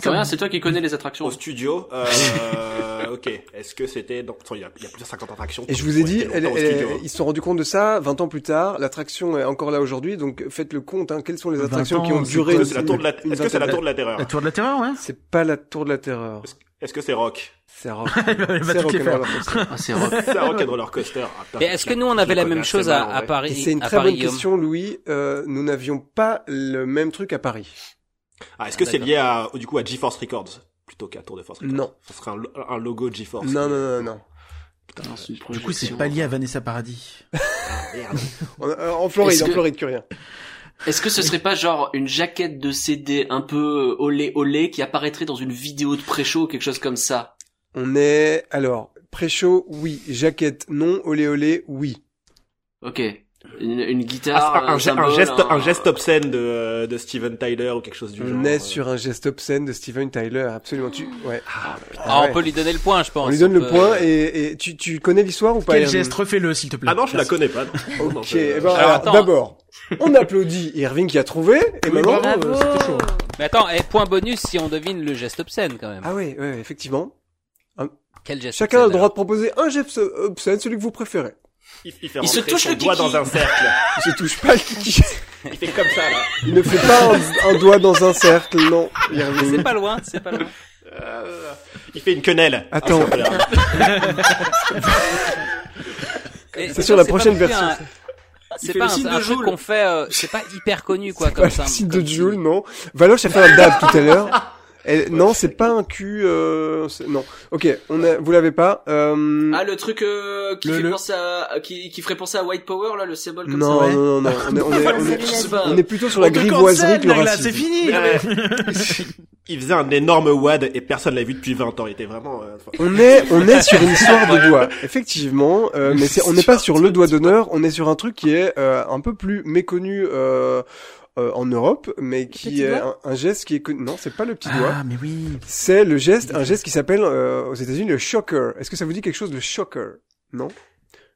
Speaker 6: Florian, c'est toi qui connais les attractions.
Speaker 4: Au studio euh, Ok. Est-ce que c'était... dans- Attends, il y a, il y a plus de 50 attractions.
Speaker 1: Et
Speaker 4: qui
Speaker 1: je vous ai
Speaker 4: ont
Speaker 1: dit,
Speaker 4: été
Speaker 1: elle-
Speaker 4: longtemps au
Speaker 1: elle-
Speaker 4: studio, hein.
Speaker 1: ils se sont rendus compte de ça 20 ans plus tard. L'attraction est encore là aujourd'hui, donc faites le compte. Hein, quelles sont les
Speaker 5: 20
Speaker 1: attractions qui
Speaker 5: ans,
Speaker 1: ont
Speaker 5: c'est
Speaker 1: duré
Speaker 5: quoi,
Speaker 1: une-
Speaker 4: C'est la tour de la-
Speaker 1: une
Speaker 4: Est-ce que c'est la
Speaker 1: vingtaine
Speaker 4: tour de la terreur
Speaker 5: La Tour de la Terreur, ouais.
Speaker 1: C'est pas la tour de la terreur.
Speaker 4: Est-ce que c'est rock
Speaker 1: C'est rock.
Speaker 5: va
Speaker 1: C'est
Speaker 5: toutes les faire.
Speaker 1: rock'n'roll coaster.
Speaker 6: Ah, c'est rock.
Speaker 4: C'est un rock and roller coaster. Ah, putain,
Speaker 2: Mais est-ce
Speaker 4: je-
Speaker 2: que nous, on
Speaker 4: je
Speaker 2: avait la
Speaker 4: connais
Speaker 2: même
Speaker 4: assez
Speaker 2: chose
Speaker 4: mal,
Speaker 2: à,
Speaker 4: en
Speaker 2: à
Speaker 4: vrai.
Speaker 2: Paris
Speaker 1: Et c'est une
Speaker 2: à
Speaker 1: très
Speaker 2: Paris,
Speaker 1: bonne
Speaker 2: Guillaume
Speaker 1: question, Louis. Euh, nous n'avions pas le même truc à Paris.
Speaker 4: Ah, est-ce que c'est lié à, du coup, à GeForce Records plutôt qu'à Tour de Force Records
Speaker 1: Non.
Speaker 4: Ce serait un, lo- un logo de GeForce.
Speaker 1: Non, non, non, non.
Speaker 6: Putain, c'est une
Speaker 5: Du coup, c'est
Speaker 6: projection.
Speaker 5: pas lié à Vanessa Paradis.
Speaker 4: Ah, Merde.
Speaker 1: En, en Floride,
Speaker 6: Est-ce
Speaker 1: en
Speaker 6: que-
Speaker 1: Floride, que rien.
Speaker 6: Est-ce que ce serait pas genre une jaquette de CD un peu euh, olé olé qui apparaîtrait dans une vidéo de pré-show ou quelque chose comme ça
Speaker 1: On est, alors, pré-show, oui. Jaquette, non. Olé, olé, oui.
Speaker 6: Ok. Une, une guitare, euh,
Speaker 4: Ah, c'est un, un ge- un
Speaker 6: symbole,
Speaker 4: geste, un geste obscène de, euh, de Steven Tyler ou quelque chose du genre.
Speaker 1: On est
Speaker 4: euh.
Speaker 1: sur un geste obscène de Steven Tyler, absolument. Tu, ouais.
Speaker 2: Ah,
Speaker 1: ouais.
Speaker 2: on peut lui donner le point, je pense.
Speaker 1: On lui donne le
Speaker 2: On peut-
Speaker 1: point et, et tu, tu connais l'histoire ou pas
Speaker 5: Quel
Speaker 1: Irving
Speaker 5: geste Refais-le, s'il te plaît.
Speaker 4: Ah non, je la
Speaker 5: Merci.
Speaker 4: connais pas. euh, non. Oh, Non, bah, non,
Speaker 1: Ok,
Speaker 4: je-
Speaker 1: eh ben,
Speaker 2: Alors,
Speaker 1: alors,
Speaker 2: attends.
Speaker 1: d'abord, on applaudit Irving qui a trouvé, et
Speaker 5: Oui,
Speaker 1: maintenant... euh,
Speaker 5: bravo.
Speaker 3: Bravo
Speaker 5: c'était chaud.
Speaker 2: Mais attends, et point bonus si on devine le geste obscène quand même.
Speaker 1: Ah ouais, ouais, effectivement.
Speaker 2: Quel geste
Speaker 1: Chacun a le
Speaker 2: obscène,
Speaker 1: droit de proposer un geste obscène, celui que vous préférez.
Speaker 4: Il, il fait
Speaker 6: Il se
Speaker 4: rentrer
Speaker 6: touche
Speaker 4: son
Speaker 6: le
Speaker 4: doigt
Speaker 6: kiki.
Speaker 4: dans un cercle.
Speaker 1: Il se touche pas le kiki.
Speaker 4: Il fait comme ça, là.
Speaker 1: Il ne fait pas un, un doigt dans un cercle, non.
Speaker 2: alors.
Speaker 1: Irving.
Speaker 2: C'est pas loin, c'est pas loin.
Speaker 4: Euh, il fait une quenelle.
Speaker 1: Attends.
Speaker 4: Ah, ça, voilà.
Speaker 2: Et-
Speaker 1: C'est sur la
Speaker 2: pas
Speaker 1: prochaine
Speaker 2: non plus
Speaker 1: version.
Speaker 2: un-
Speaker 6: Il
Speaker 2: C'est
Speaker 6: fait
Speaker 2: pas
Speaker 6: le
Speaker 2: un,
Speaker 6: signe
Speaker 2: un
Speaker 6: de
Speaker 2: truc
Speaker 6: Joule.
Speaker 2: qu'on fait, euh, c'est pas hyper connu quoi
Speaker 1: Pas
Speaker 2: comme
Speaker 1: le
Speaker 2: ça.
Speaker 1: site
Speaker 2: comme
Speaker 1: de
Speaker 2: signe.
Speaker 1: Jules, non. Valoche a fait un dab tout à l'heure. Elle- non, c'est pas un cul. Euh, c'est- non. Ok, on a, vous l'avez pas. Euh,
Speaker 6: Ah le truc euh, qui
Speaker 5: Le-
Speaker 6: fait
Speaker 5: le-
Speaker 6: penser à qui, qui ferait penser à White Power là le symbole comme
Speaker 1: non,
Speaker 6: ça.
Speaker 5: ouais.
Speaker 1: non, non, non. On est, on est, on est-
Speaker 6: Je sais pas.
Speaker 1: on est plutôt sur
Speaker 5: On
Speaker 1: la
Speaker 5: te
Speaker 1: grivoiserie
Speaker 5: cancelle,
Speaker 1: que le
Speaker 5: Nagla, C'est
Speaker 1: racisme.
Speaker 5: fini.
Speaker 4: il faisait un énorme wad et personne l'a vu depuis 20 ans. Il était vraiment... euh, enfin,
Speaker 1: On est, on est sur une histoire de doigt, effectivement, euh, mais c'est, on n'est pas sur le doigt d'honneur, on est sur un truc qui est euh, un peu plus méconnu euh, euh, en Europe, mais qui
Speaker 3: petit
Speaker 1: est un,
Speaker 3: doigt
Speaker 1: un geste qui est connu. Non, c'est pas le petit doigt.
Speaker 5: Ah mais oui.
Speaker 1: C'est le geste, un geste qui s'appelle euh, aux États-Unis le shocker. Est-ce que ça vous dit quelque chose le shocker Non.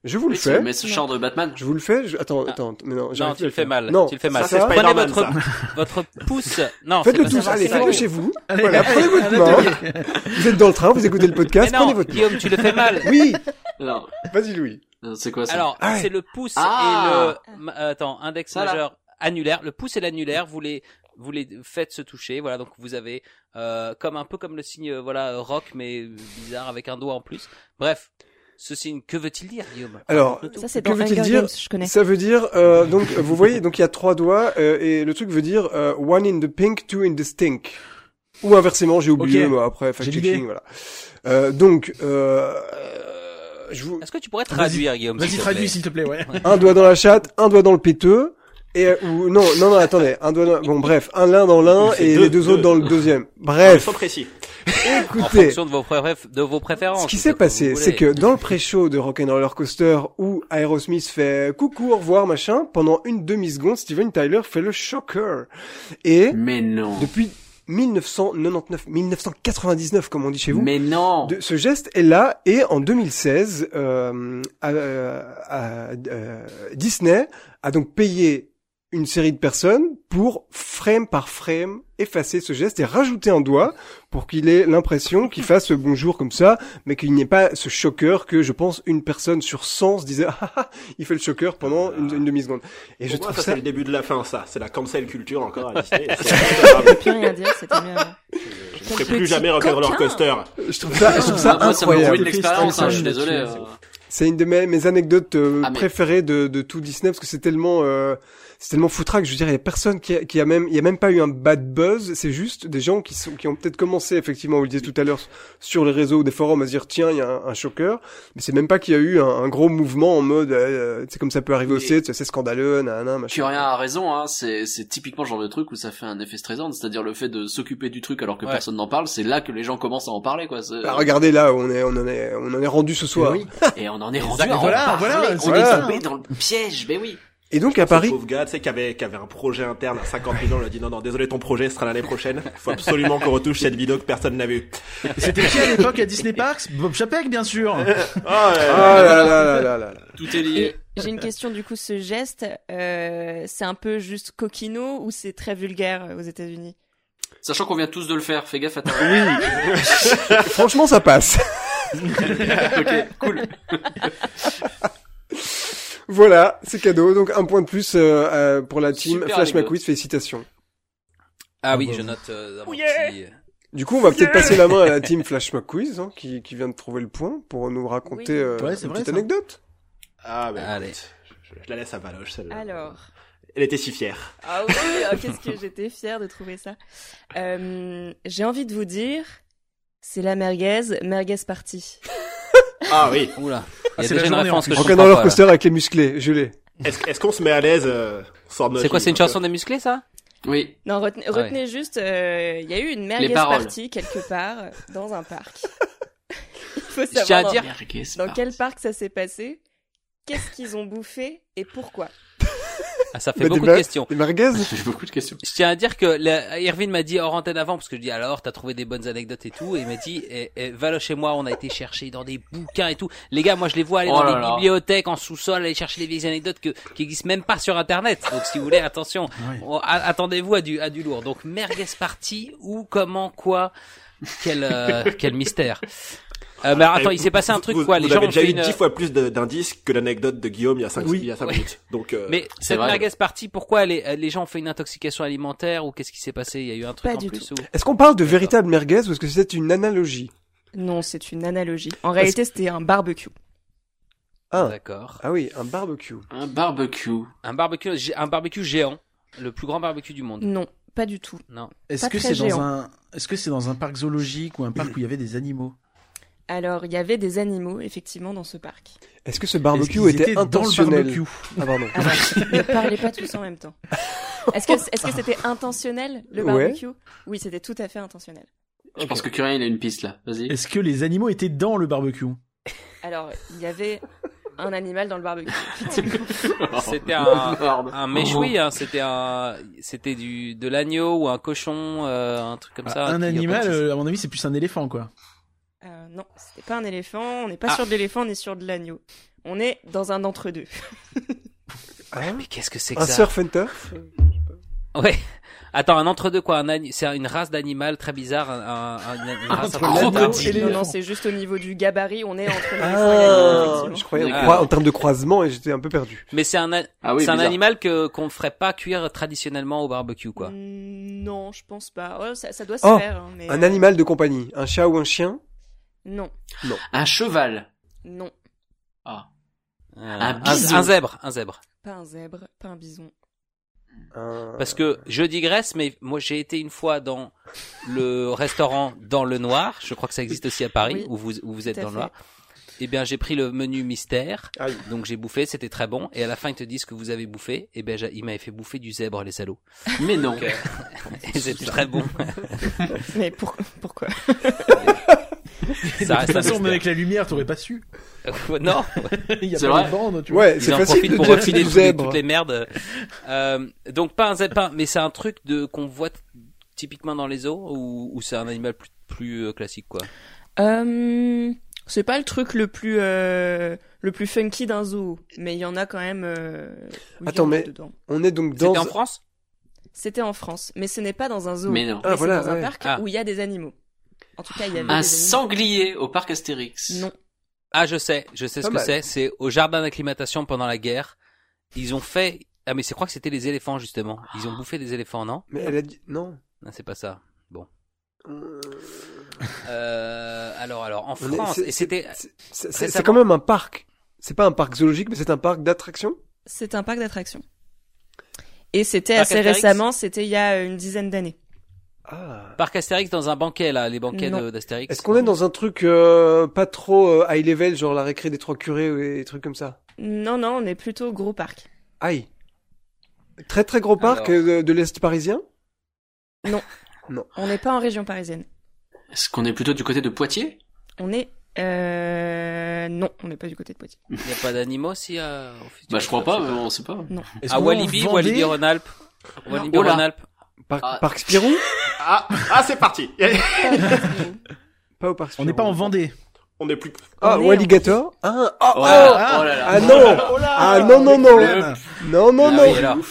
Speaker 1: Je vous le
Speaker 6: Mais c'est
Speaker 1: fais.
Speaker 6: le message de Batman.
Speaker 1: Je vous le fais. je- Attends, attends, mais non, j'arrive
Speaker 2: Ah. Non,
Speaker 1: plus
Speaker 2: tu
Speaker 1: à
Speaker 2: le fais
Speaker 1: faire.
Speaker 2: mal.
Speaker 1: Non,
Speaker 2: tu le fais mal.
Speaker 4: ça, c'est
Speaker 2: Prenez
Speaker 4: Spider-Man,
Speaker 2: votre votre pouce. Non, c'est
Speaker 1: Faites-le
Speaker 2: pas
Speaker 1: tous.
Speaker 2: ça.
Speaker 1: Allez,
Speaker 2: C'est
Speaker 1: faites-le
Speaker 2: ça.
Speaker 1: chez vous.
Speaker 5: Allez,
Speaker 1: Voilà,
Speaker 5: allez,
Speaker 1: prenez votre
Speaker 5: allez,
Speaker 1: main.
Speaker 5: allez.
Speaker 1: Vous êtes dans le train, vous écoutez le
Speaker 2: Mais
Speaker 1: podcast,
Speaker 2: non,
Speaker 1: prenez votre main.
Speaker 2: Guillaume, tu le fais mal.
Speaker 1: Oui,
Speaker 6: Alors,
Speaker 1: vas-y Louis.
Speaker 6: euh, c'est quoi ça
Speaker 2: Alors,
Speaker 1: Ah ouais.
Speaker 2: c'est le pouce
Speaker 6: Ah.
Speaker 2: et le ma- euh, attends, index
Speaker 6: Ça, là.
Speaker 2: majeur annulaire, le pouce et l'annulaire, vous les vous les faites se toucher. Voilà, donc vous avez euh, comme un peu comme le signe euh, voilà euh, rock mais euh, bizarre avec un doigt en plus. Bref, ce signe que veut-il dire Guillaume
Speaker 1: Alors,
Speaker 3: Ça, c'est
Speaker 1: Que
Speaker 3: dans
Speaker 1: veut-il
Speaker 3: Hunger
Speaker 1: dire
Speaker 3: Games, je connais.
Speaker 1: Ça veut dire euh, donc vous voyez donc il y a trois doigts euh, et le truc veut dire euh, one in the pink, two in the stink. Ou inversement, j'ai oublié
Speaker 5: Ok.
Speaker 1: moi, après
Speaker 5: J'ai
Speaker 1: fact-checking
Speaker 5: l'idée.
Speaker 1: voilà. Euh, donc euh, je vous
Speaker 2: Est-ce que tu pourrais
Speaker 5: Vas-y.
Speaker 2: traduire Guillaume s'il
Speaker 5: Vas-y,
Speaker 2: te
Speaker 5: traduis
Speaker 2: plaît
Speaker 5: s'il te plaît, ouais.
Speaker 1: un doigt dans la chatte, un doigt dans le péteux et euh, ou non non non attendez, un doigt dans... bon bref, un l'un dans l'un
Speaker 4: C'est
Speaker 1: et
Speaker 4: deux,
Speaker 1: les deux
Speaker 4: deux. Ah,
Speaker 1: autres dans le deuxième.
Speaker 4: Il
Speaker 1: Bref,
Speaker 4: faut précis.
Speaker 2: en
Speaker 1: écoutez,
Speaker 2: fonction de vos préf- de vos préférences.
Speaker 1: Ce qui
Speaker 2: c'est
Speaker 1: s'est
Speaker 2: comme vous
Speaker 1: passé,
Speaker 2: voulez.
Speaker 1: c'est que dans le pré-show de Rock'n'Roller Coaster où Aerosmith fait coucou, au revoir, machin, pendant une demi-seconde, Steven Tyler fait le shocker.
Speaker 7: Mm.
Speaker 1: Et
Speaker 6: Mais non.
Speaker 1: depuis 1999, 1999 comme on dit chez vous,
Speaker 6: Mais non.
Speaker 1: de- ce geste est là et en 2016, euh, à- à- euh, Disney a donc payé une série de personnes pour frame par frame effacer ce geste et rajouter un doigt pour qu'il ait l'impression qu'il fasse ce bonjour comme ça, mais qu'il n'y ait pas ce choqueur que je pense une personne sur 100 se disait ah, ah, il fait le choqueur pendant une, une demi-seconde. Et je
Speaker 4: Ah. Pour moi,
Speaker 1: trouve
Speaker 4: ça,
Speaker 1: ça
Speaker 4: c'est le début de la fin, ça. C'est la cancel culture encore à Disney.
Speaker 3: Je peux plus rien dire, c'était euh. mieux. avant.
Speaker 4: Je ne ferai plus jamais Rock'n'Roller Coaster.
Speaker 1: je trouve ça je trouve
Speaker 6: Ah,
Speaker 1: ça
Speaker 6: moi, ça me
Speaker 1: incroyable.
Speaker 6: ruine l'expérience, hein, je suis désolé.
Speaker 5: C'est
Speaker 6: euh.
Speaker 1: C'est une de mes, mes anecdotes euh,
Speaker 6: Ah, mais-
Speaker 1: préférées de, de tout Disney parce que c'est tellement euh, c'est tellement foutraque. Je veux dire, il y a personne qui a, qui a même il y a même pas eu un bad buzz. C'est juste des gens qui sont qui ont peut-être commencé effectivement, vous le disiez tout à l'heure sur les réseaux ou des forums à se dire tiens il y a un, un choqueur, mais c'est même pas qu'il y a eu un, un gros mouvement en mode euh, c'est comme ça peut arriver
Speaker 6: Mais-
Speaker 1: aussi, c'est scandaleux, nanana, machin.
Speaker 6: Curien a raison, hein, c'est c'est typiquement le genre de truc où ça fait un effet stressant, c'est-à-dire le fait de s'occuper du truc alors que
Speaker 2: Ouais.
Speaker 6: personne n'en parle, c'est là que les gens commencent à en parler, quoi. c'est-
Speaker 1: Bah, regardez là, on est on en est on en est rendu ce soir.
Speaker 5: Oui.
Speaker 6: Et on en est rendu
Speaker 5: Exact-
Speaker 6: à en
Speaker 5: voilà,
Speaker 6: parler,
Speaker 5: voilà,
Speaker 6: on
Speaker 1: voilà.
Speaker 6: est tombé dans le piège, mais oui.
Speaker 1: Et donc à Paris,
Speaker 4: Paris. Ce pauvre gars, tu sais, qui avait, qui avait un projet interne à 50 millions, il a dit non, non, désolé, ton projet sera l'année prochaine. Faut absolument qu'on retouche cette vidéo que personne n'a vue.
Speaker 5: C'était qui à l'époque à Disney Parks Bob Chapek, bien sûr.
Speaker 4: Ah, ouais.
Speaker 1: ah là là là là là là.
Speaker 6: Tout est
Speaker 3: Et J'ai une question du coup, ce geste, euh, c'est un peu juste coquino ou c'est très vulgaire euh, aux États-Unis
Speaker 6: Sachant qu'on vient tous de le faire, fais gaffe à ta.
Speaker 1: Franchement, ça passe.
Speaker 6: ok, cool.
Speaker 1: Voilà, c'est cadeau. Donc un point de plus euh, euh, pour la team
Speaker 6: Super
Speaker 1: Flash
Speaker 6: anecdote.
Speaker 1: McQuiz, félicitations.
Speaker 2: Ah oui, je note euh, dans mon petit-
Speaker 1: Du coup, on va peut-être passer la main à la team Flash McQuiz, hein, qui, qui vient de trouver le point pour nous raconter
Speaker 3: Oui.
Speaker 1: euh,
Speaker 5: Ouais,
Speaker 1: une
Speaker 5: c'est vrai,
Speaker 1: petite
Speaker 5: ça.
Speaker 1: anecdote.
Speaker 4: Ah, bah,
Speaker 2: Allez.
Speaker 4: écoute, je, je la laisse à Valoche, celle-là.
Speaker 3: Alors,
Speaker 4: Elle était si fière.
Speaker 3: Ah oui, ah, qu'est-ce que j'étais fière de trouver ça. Euh, J'ai envie de vous dire, c'est la merguez, merguez partie.
Speaker 4: Ah oui.
Speaker 2: Oula.
Speaker 5: Ah,
Speaker 2: Il y a
Speaker 5: c'est
Speaker 2: déjà
Speaker 5: la
Speaker 2: une
Speaker 5: journée,
Speaker 2: référence
Speaker 5: en
Speaker 2: que je
Speaker 5: plus.
Speaker 1: Rock
Speaker 2: comprends
Speaker 1: roller
Speaker 2: pas,
Speaker 1: coaster avec les musclés, je l'ai.
Speaker 4: Est-ce est-ce qu'on se met à l'aise euh, sort de
Speaker 2: là.
Speaker 4: notre
Speaker 2: C'est quoi, c'est une
Speaker 4: film,
Speaker 2: chanson des musclés, ça
Speaker 6: Oui.
Speaker 3: Non, retenez,
Speaker 2: Ah ouais.
Speaker 3: retenez juste, euh, il y a eu une merguez
Speaker 6: paroles.
Speaker 3: partie quelque part euh, dans un parc. il faut
Speaker 2: Je tiens à
Speaker 3: savoir dans-
Speaker 2: dire-
Speaker 3: dans quel parc ça s'est passé, qu'est-ce qu'ils ont bouffé et pourquoi.
Speaker 2: Ah, ça fait
Speaker 1: Mais
Speaker 2: beaucoup
Speaker 1: Bah, des
Speaker 2: de
Speaker 1: mer-
Speaker 2: questions.
Speaker 1: Des merguez
Speaker 6: J'ai beaucoup de questions.
Speaker 2: Je tiens à dire que la, Irvine m'a dit hors antenne avant, parce que je dis alors, t'as trouvé des bonnes anecdotes et tout, et il m'a dit, eh, eh, Valoche et moi, on a été chercher dans des bouquins et tout. Les gars, moi je les vois aller
Speaker 6: Oh
Speaker 2: dans
Speaker 6: là
Speaker 2: des
Speaker 6: là.
Speaker 2: bibliothèques, en sous-sol, aller chercher des vieilles anecdotes que, qui existent même pas sur internet. Donc si vous voulez, attention,
Speaker 5: Oui.
Speaker 2: On- a- attendez-vous à du, à du lourd. Donc merguez party, ou comment, quoi, quel, euh, quel mystère. Euh, mais alors, attends,
Speaker 4: Et
Speaker 2: il s'est passé un
Speaker 4: vous-
Speaker 2: truc
Speaker 4: vous-
Speaker 2: quoi, les
Speaker 4: vous
Speaker 2: gens
Speaker 4: avez
Speaker 2: ont
Speaker 4: déjà
Speaker 2: fait
Speaker 4: eu
Speaker 2: une- euh,
Speaker 4: 10 fois plus de- d'indices que l'anecdote de Guillaume il y a 5,
Speaker 5: Oui. Ouais.
Speaker 4: minutes. Donc, euh,
Speaker 2: Mais
Speaker 6: C'est
Speaker 2: cette
Speaker 6: vrai.
Speaker 2: merguez partie, pourquoi les, euh, les gens ont fait une intoxication alimentaire ou qu'est-ce qui s'est passé Il y a eu un truc
Speaker 3: Pas
Speaker 2: en
Speaker 3: du
Speaker 2: plus ou...
Speaker 1: Est-ce qu'on parle de véritable merguez ou est-ce que c'est une analogie
Speaker 3: Non, c'est une analogie. En réalité, c'était un barbecue.
Speaker 1: Ah.
Speaker 2: D'accord.
Speaker 1: Ah oui, un barbecue.
Speaker 6: Un barbecue.
Speaker 2: Un barbecue, gé- un barbecue géant, le plus grand barbecue du monde.
Speaker 3: Non, pas du tout.
Speaker 2: Non.
Speaker 5: Est-ce
Speaker 3: Pas
Speaker 5: que
Speaker 3: très
Speaker 5: c'est dans
Speaker 3: géant.
Speaker 5: un est-ce que c'est dans un parc zoologique ou un parc où il y avait des animaux
Speaker 3: Alors, il y avait des animaux, effectivement, dans ce parc.
Speaker 1: Est-ce que ce
Speaker 5: Est-ce
Speaker 1: barbecue
Speaker 5: qu'ils
Speaker 1: était
Speaker 5: étaient dans le
Speaker 1: intentionnel
Speaker 5: barbecue
Speaker 1: Ah pardon.
Speaker 3: Ah bah, ne parlez pas tous en même temps. Est-ce que est-ce que c'était intentionnel, le
Speaker 1: Ouais.
Speaker 3: barbecue Oui, c'était tout à fait intentionnel.
Speaker 6: Je pense que Curien, il a une piste là. Vas-y.
Speaker 5: Est-ce que les animaux étaient dans le barbecue
Speaker 3: Alors, il y avait un animal dans le barbecue, effectivement.
Speaker 2: C'était un-
Speaker 6: Merde.
Speaker 2: Un
Speaker 6: Oh.
Speaker 2: méchoui, hein, c'était un, c'était du de l'agneau ou un cochon, euh, un truc comme ça.
Speaker 5: Ah, Un
Speaker 2: qui-
Speaker 5: animal, euh, à mon avis, c'est plus un éléphant quoi.
Speaker 3: Euh, non, c'était pas un éléphant, on n'est pas
Speaker 2: Ah.
Speaker 3: sur de l'éléphant, on est sur de l'agneau. On est dans un entre-deux.
Speaker 5: Ah,
Speaker 1: Hein
Speaker 2: Mais qu'est-ce que c'est que
Speaker 1: un
Speaker 2: ça
Speaker 1: surf and turf
Speaker 2: Ouais. Attends, un entre deux quoi, un agn- c'est une race d'animal très bizarre, un, un- un- une race
Speaker 5: Entre
Speaker 2: un peu
Speaker 5: l'agneau et
Speaker 2: crocodile.
Speaker 3: Non,
Speaker 5: l'éléphant.
Speaker 3: non, c'est juste au niveau du gabarit, on est
Speaker 5: Ah,
Speaker 3: entre l'éléphant et l'agneau,
Speaker 1: Ah,
Speaker 3: effectivement.
Speaker 1: je croyais en,
Speaker 2: D'accord.
Speaker 1: croi- en termes de croisement et j'étais un peu perdu.
Speaker 2: Mais c'est un, a-
Speaker 6: Ah oui,
Speaker 2: c'est un
Speaker 6: bizarre.
Speaker 2: animal que qu'on ne ferait pas cuire traditionnellement au barbecue quoi.
Speaker 3: Mm, Non, je pense pas. Oh, ça, ça doit se
Speaker 1: Oh,
Speaker 3: faire. hein, mais,
Speaker 1: Un
Speaker 3: euh,
Speaker 1: animal de compagnie, un chat ou un chien
Speaker 3: Non,
Speaker 6: Un cheval.
Speaker 3: non.
Speaker 2: Euh,
Speaker 6: Un
Speaker 2: un,
Speaker 6: bison.
Speaker 2: un zèbre, un zèbre.
Speaker 3: Pas un zèbre, pas un bison.
Speaker 1: Un-
Speaker 2: Parce que je digresse, mais moi j'ai été une fois dans le restaurant dans le noir. Je crois que ça existe aussi à Paris
Speaker 3: Oui,
Speaker 2: où vous où vous
Speaker 3: tout
Speaker 2: êtes
Speaker 3: à
Speaker 2: dans le
Speaker 3: fait.
Speaker 2: noir. Eh bien j'ai pris le menu mystère,
Speaker 1: Aïe.
Speaker 2: donc j'ai bouffé, c'était très bon. Et à la fin ils te disent ce que vous avez bouffé. Eh bien j'a- ils m'avaient fait bouffer du zèbre les salauds.
Speaker 6: Mais non.
Speaker 2: Donc, euh, et c'était très bon.
Speaker 3: Mais pour- pourquoi
Speaker 2: Ça
Speaker 5: De toute
Speaker 2: reste un
Speaker 5: façon, même
Speaker 2: mystère. Euh,
Speaker 5: avec la lumière, t'aurais pas su.
Speaker 2: non,
Speaker 5: Il y a
Speaker 6: C'est
Speaker 5: pas
Speaker 6: vrai
Speaker 5: de bande, tu vois.
Speaker 1: Ouais,
Speaker 2: ils
Speaker 1: c'est
Speaker 2: en
Speaker 1: facile
Speaker 2: profitent
Speaker 1: de
Speaker 2: pour
Speaker 1: dire que c'est
Speaker 2: refiler
Speaker 1: du
Speaker 2: tous les-
Speaker 1: zèbre.
Speaker 2: toutes les merdes. Euh, donc pas un zèbre, pas un- mais c'est un truc de qu'on voit typiquement dans les eaux ou, ou c'est un animal plus, plus euh, classique quoi.
Speaker 3: Euh, C'est pas le truc le plus euh, le plus funky d'un zoo, mais il y en a quand même. euh,
Speaker 1: Attends,
Speaker 3: oui, il y en a
Speaker 1: mais-
Speaker 3: dedans.
Speaker 1: On est donc dans
Speaker 2: C'était en France
Speaker 3: C'était en France, mais ce n'est pas dans un zoo.
Speaker 6: Mais non.
Speaker 1: Ah,
Speaker 3: Mais c'est
Speaker 1: voilà,
Speaker 3: dans
Speaker 1: ouais.
Speaker 3: un parc
Speaker 2: Ah.
Speaker 3: où il y a des animaux. En tout cas, il y avait
Speaker 6: Un
Speaker 3: des
Speaker 6: sanglier au parc Astérix.
Speaker 3: animaux. Non,
Speaker 2: Ah, je sais, je sais ce
Speaker 1: Pas
Speaker 2: que
Speaker 1: mal.
Speaker 2: c'est. C'est au jardin d'acclimatation pendant la guerre. Ils ont fait. Ah, mais c'est crois que c'était les éléphants justement. Ils ont bouffé des éléphants, non
Speaker 1: Mais elle a dit non.
Speaker 2: Non, c'est pas ça.
Speaker 1: Euh,
Speaker 2: Euh, alors, alors, en
Speaker 1: on est-
Speaker 2: France,
Speaker 1: c'est-
Speaker 2: et c'était.
Speaker 1: c'est- c'est- C'est c'est
Speaker 2: récemment.
Speaker 1: quand même un parc. C'est pas un parc zoologique, mais c'est un parc d'attractions.
Speaker 3: c'est un parc d'attractions. Et c'était
Speaker 2: Parc
Speaker 3: assez
Speaker 2: Astérix
Speaker 3: récemment, c'était il y a une dizaine d'années.
Speaker 1: Ah.
Speaker 2: Parc Astérix dans un banquet là, les banquets
Speaker 3: Non.
Speaker 2: de- d'Astérix.
Speaker 1: Est-ce qu'on est dans un truc euh, pas trop euh, high level, genre la récré des trois curés ou des trucs comme ça
Speaker 3: Non, non, on est plutôt gros parc.
Speaker 1: Aïe. Très très gros parc
Speaker 2: Alors.
Speaker 1: euh, de, de l'Est parisien
Speaker 3: On n'est pas en région parisienne.
Speaker 6: Est-ce qu'on est plutôt du côté de Poitiers
Speaker 3: On est. Euh... Non, on n'est pas du côté de Poitiers.
Speaker 2: Il n'y a pas d'animaux si. Euh, au futur,
Speaker 6: Bah je crois pas, mais on sait
Speaker 2: Oh,
Speaker 6: pas.
Speaker 5: Est-ce
Speaker 2: À
Speaker 5: qu'on
Speaker 2: Ah, Walibi,
Speaker 5: vendait-
Speaker 2: Walibi Rhône-Alpes. Walibi
Speaker 6: Oh là.
Speaker 2: Rhône-Alpes.
Speaker 1: Parc,
Speaker 6: Ah.
Speaker 1: parc Spirou
Speaker 4: Ah, ah c'est parti.
Speaker 3: Pas du tout.
Speaker 1: Pas au parc
Speaker 5: On
Speaker 1: Spirou.
Speaker 5: n'est pas en Vendée.
Speaker 4: On est plus.
Speaker 1: Ah,
Speaker 3: On est
Speaker 1: ou Alligator Ah, ah,
Speaker 6: Oh,
Speaker 1: ah,
Speaker 6: là, oh là là.
Speaker 1: ah non Ah non, non, non Non, non,
Speaker 2: Ah
Speaker 1: non
Speaker 2: oui, alors,
Speaker 1: oh,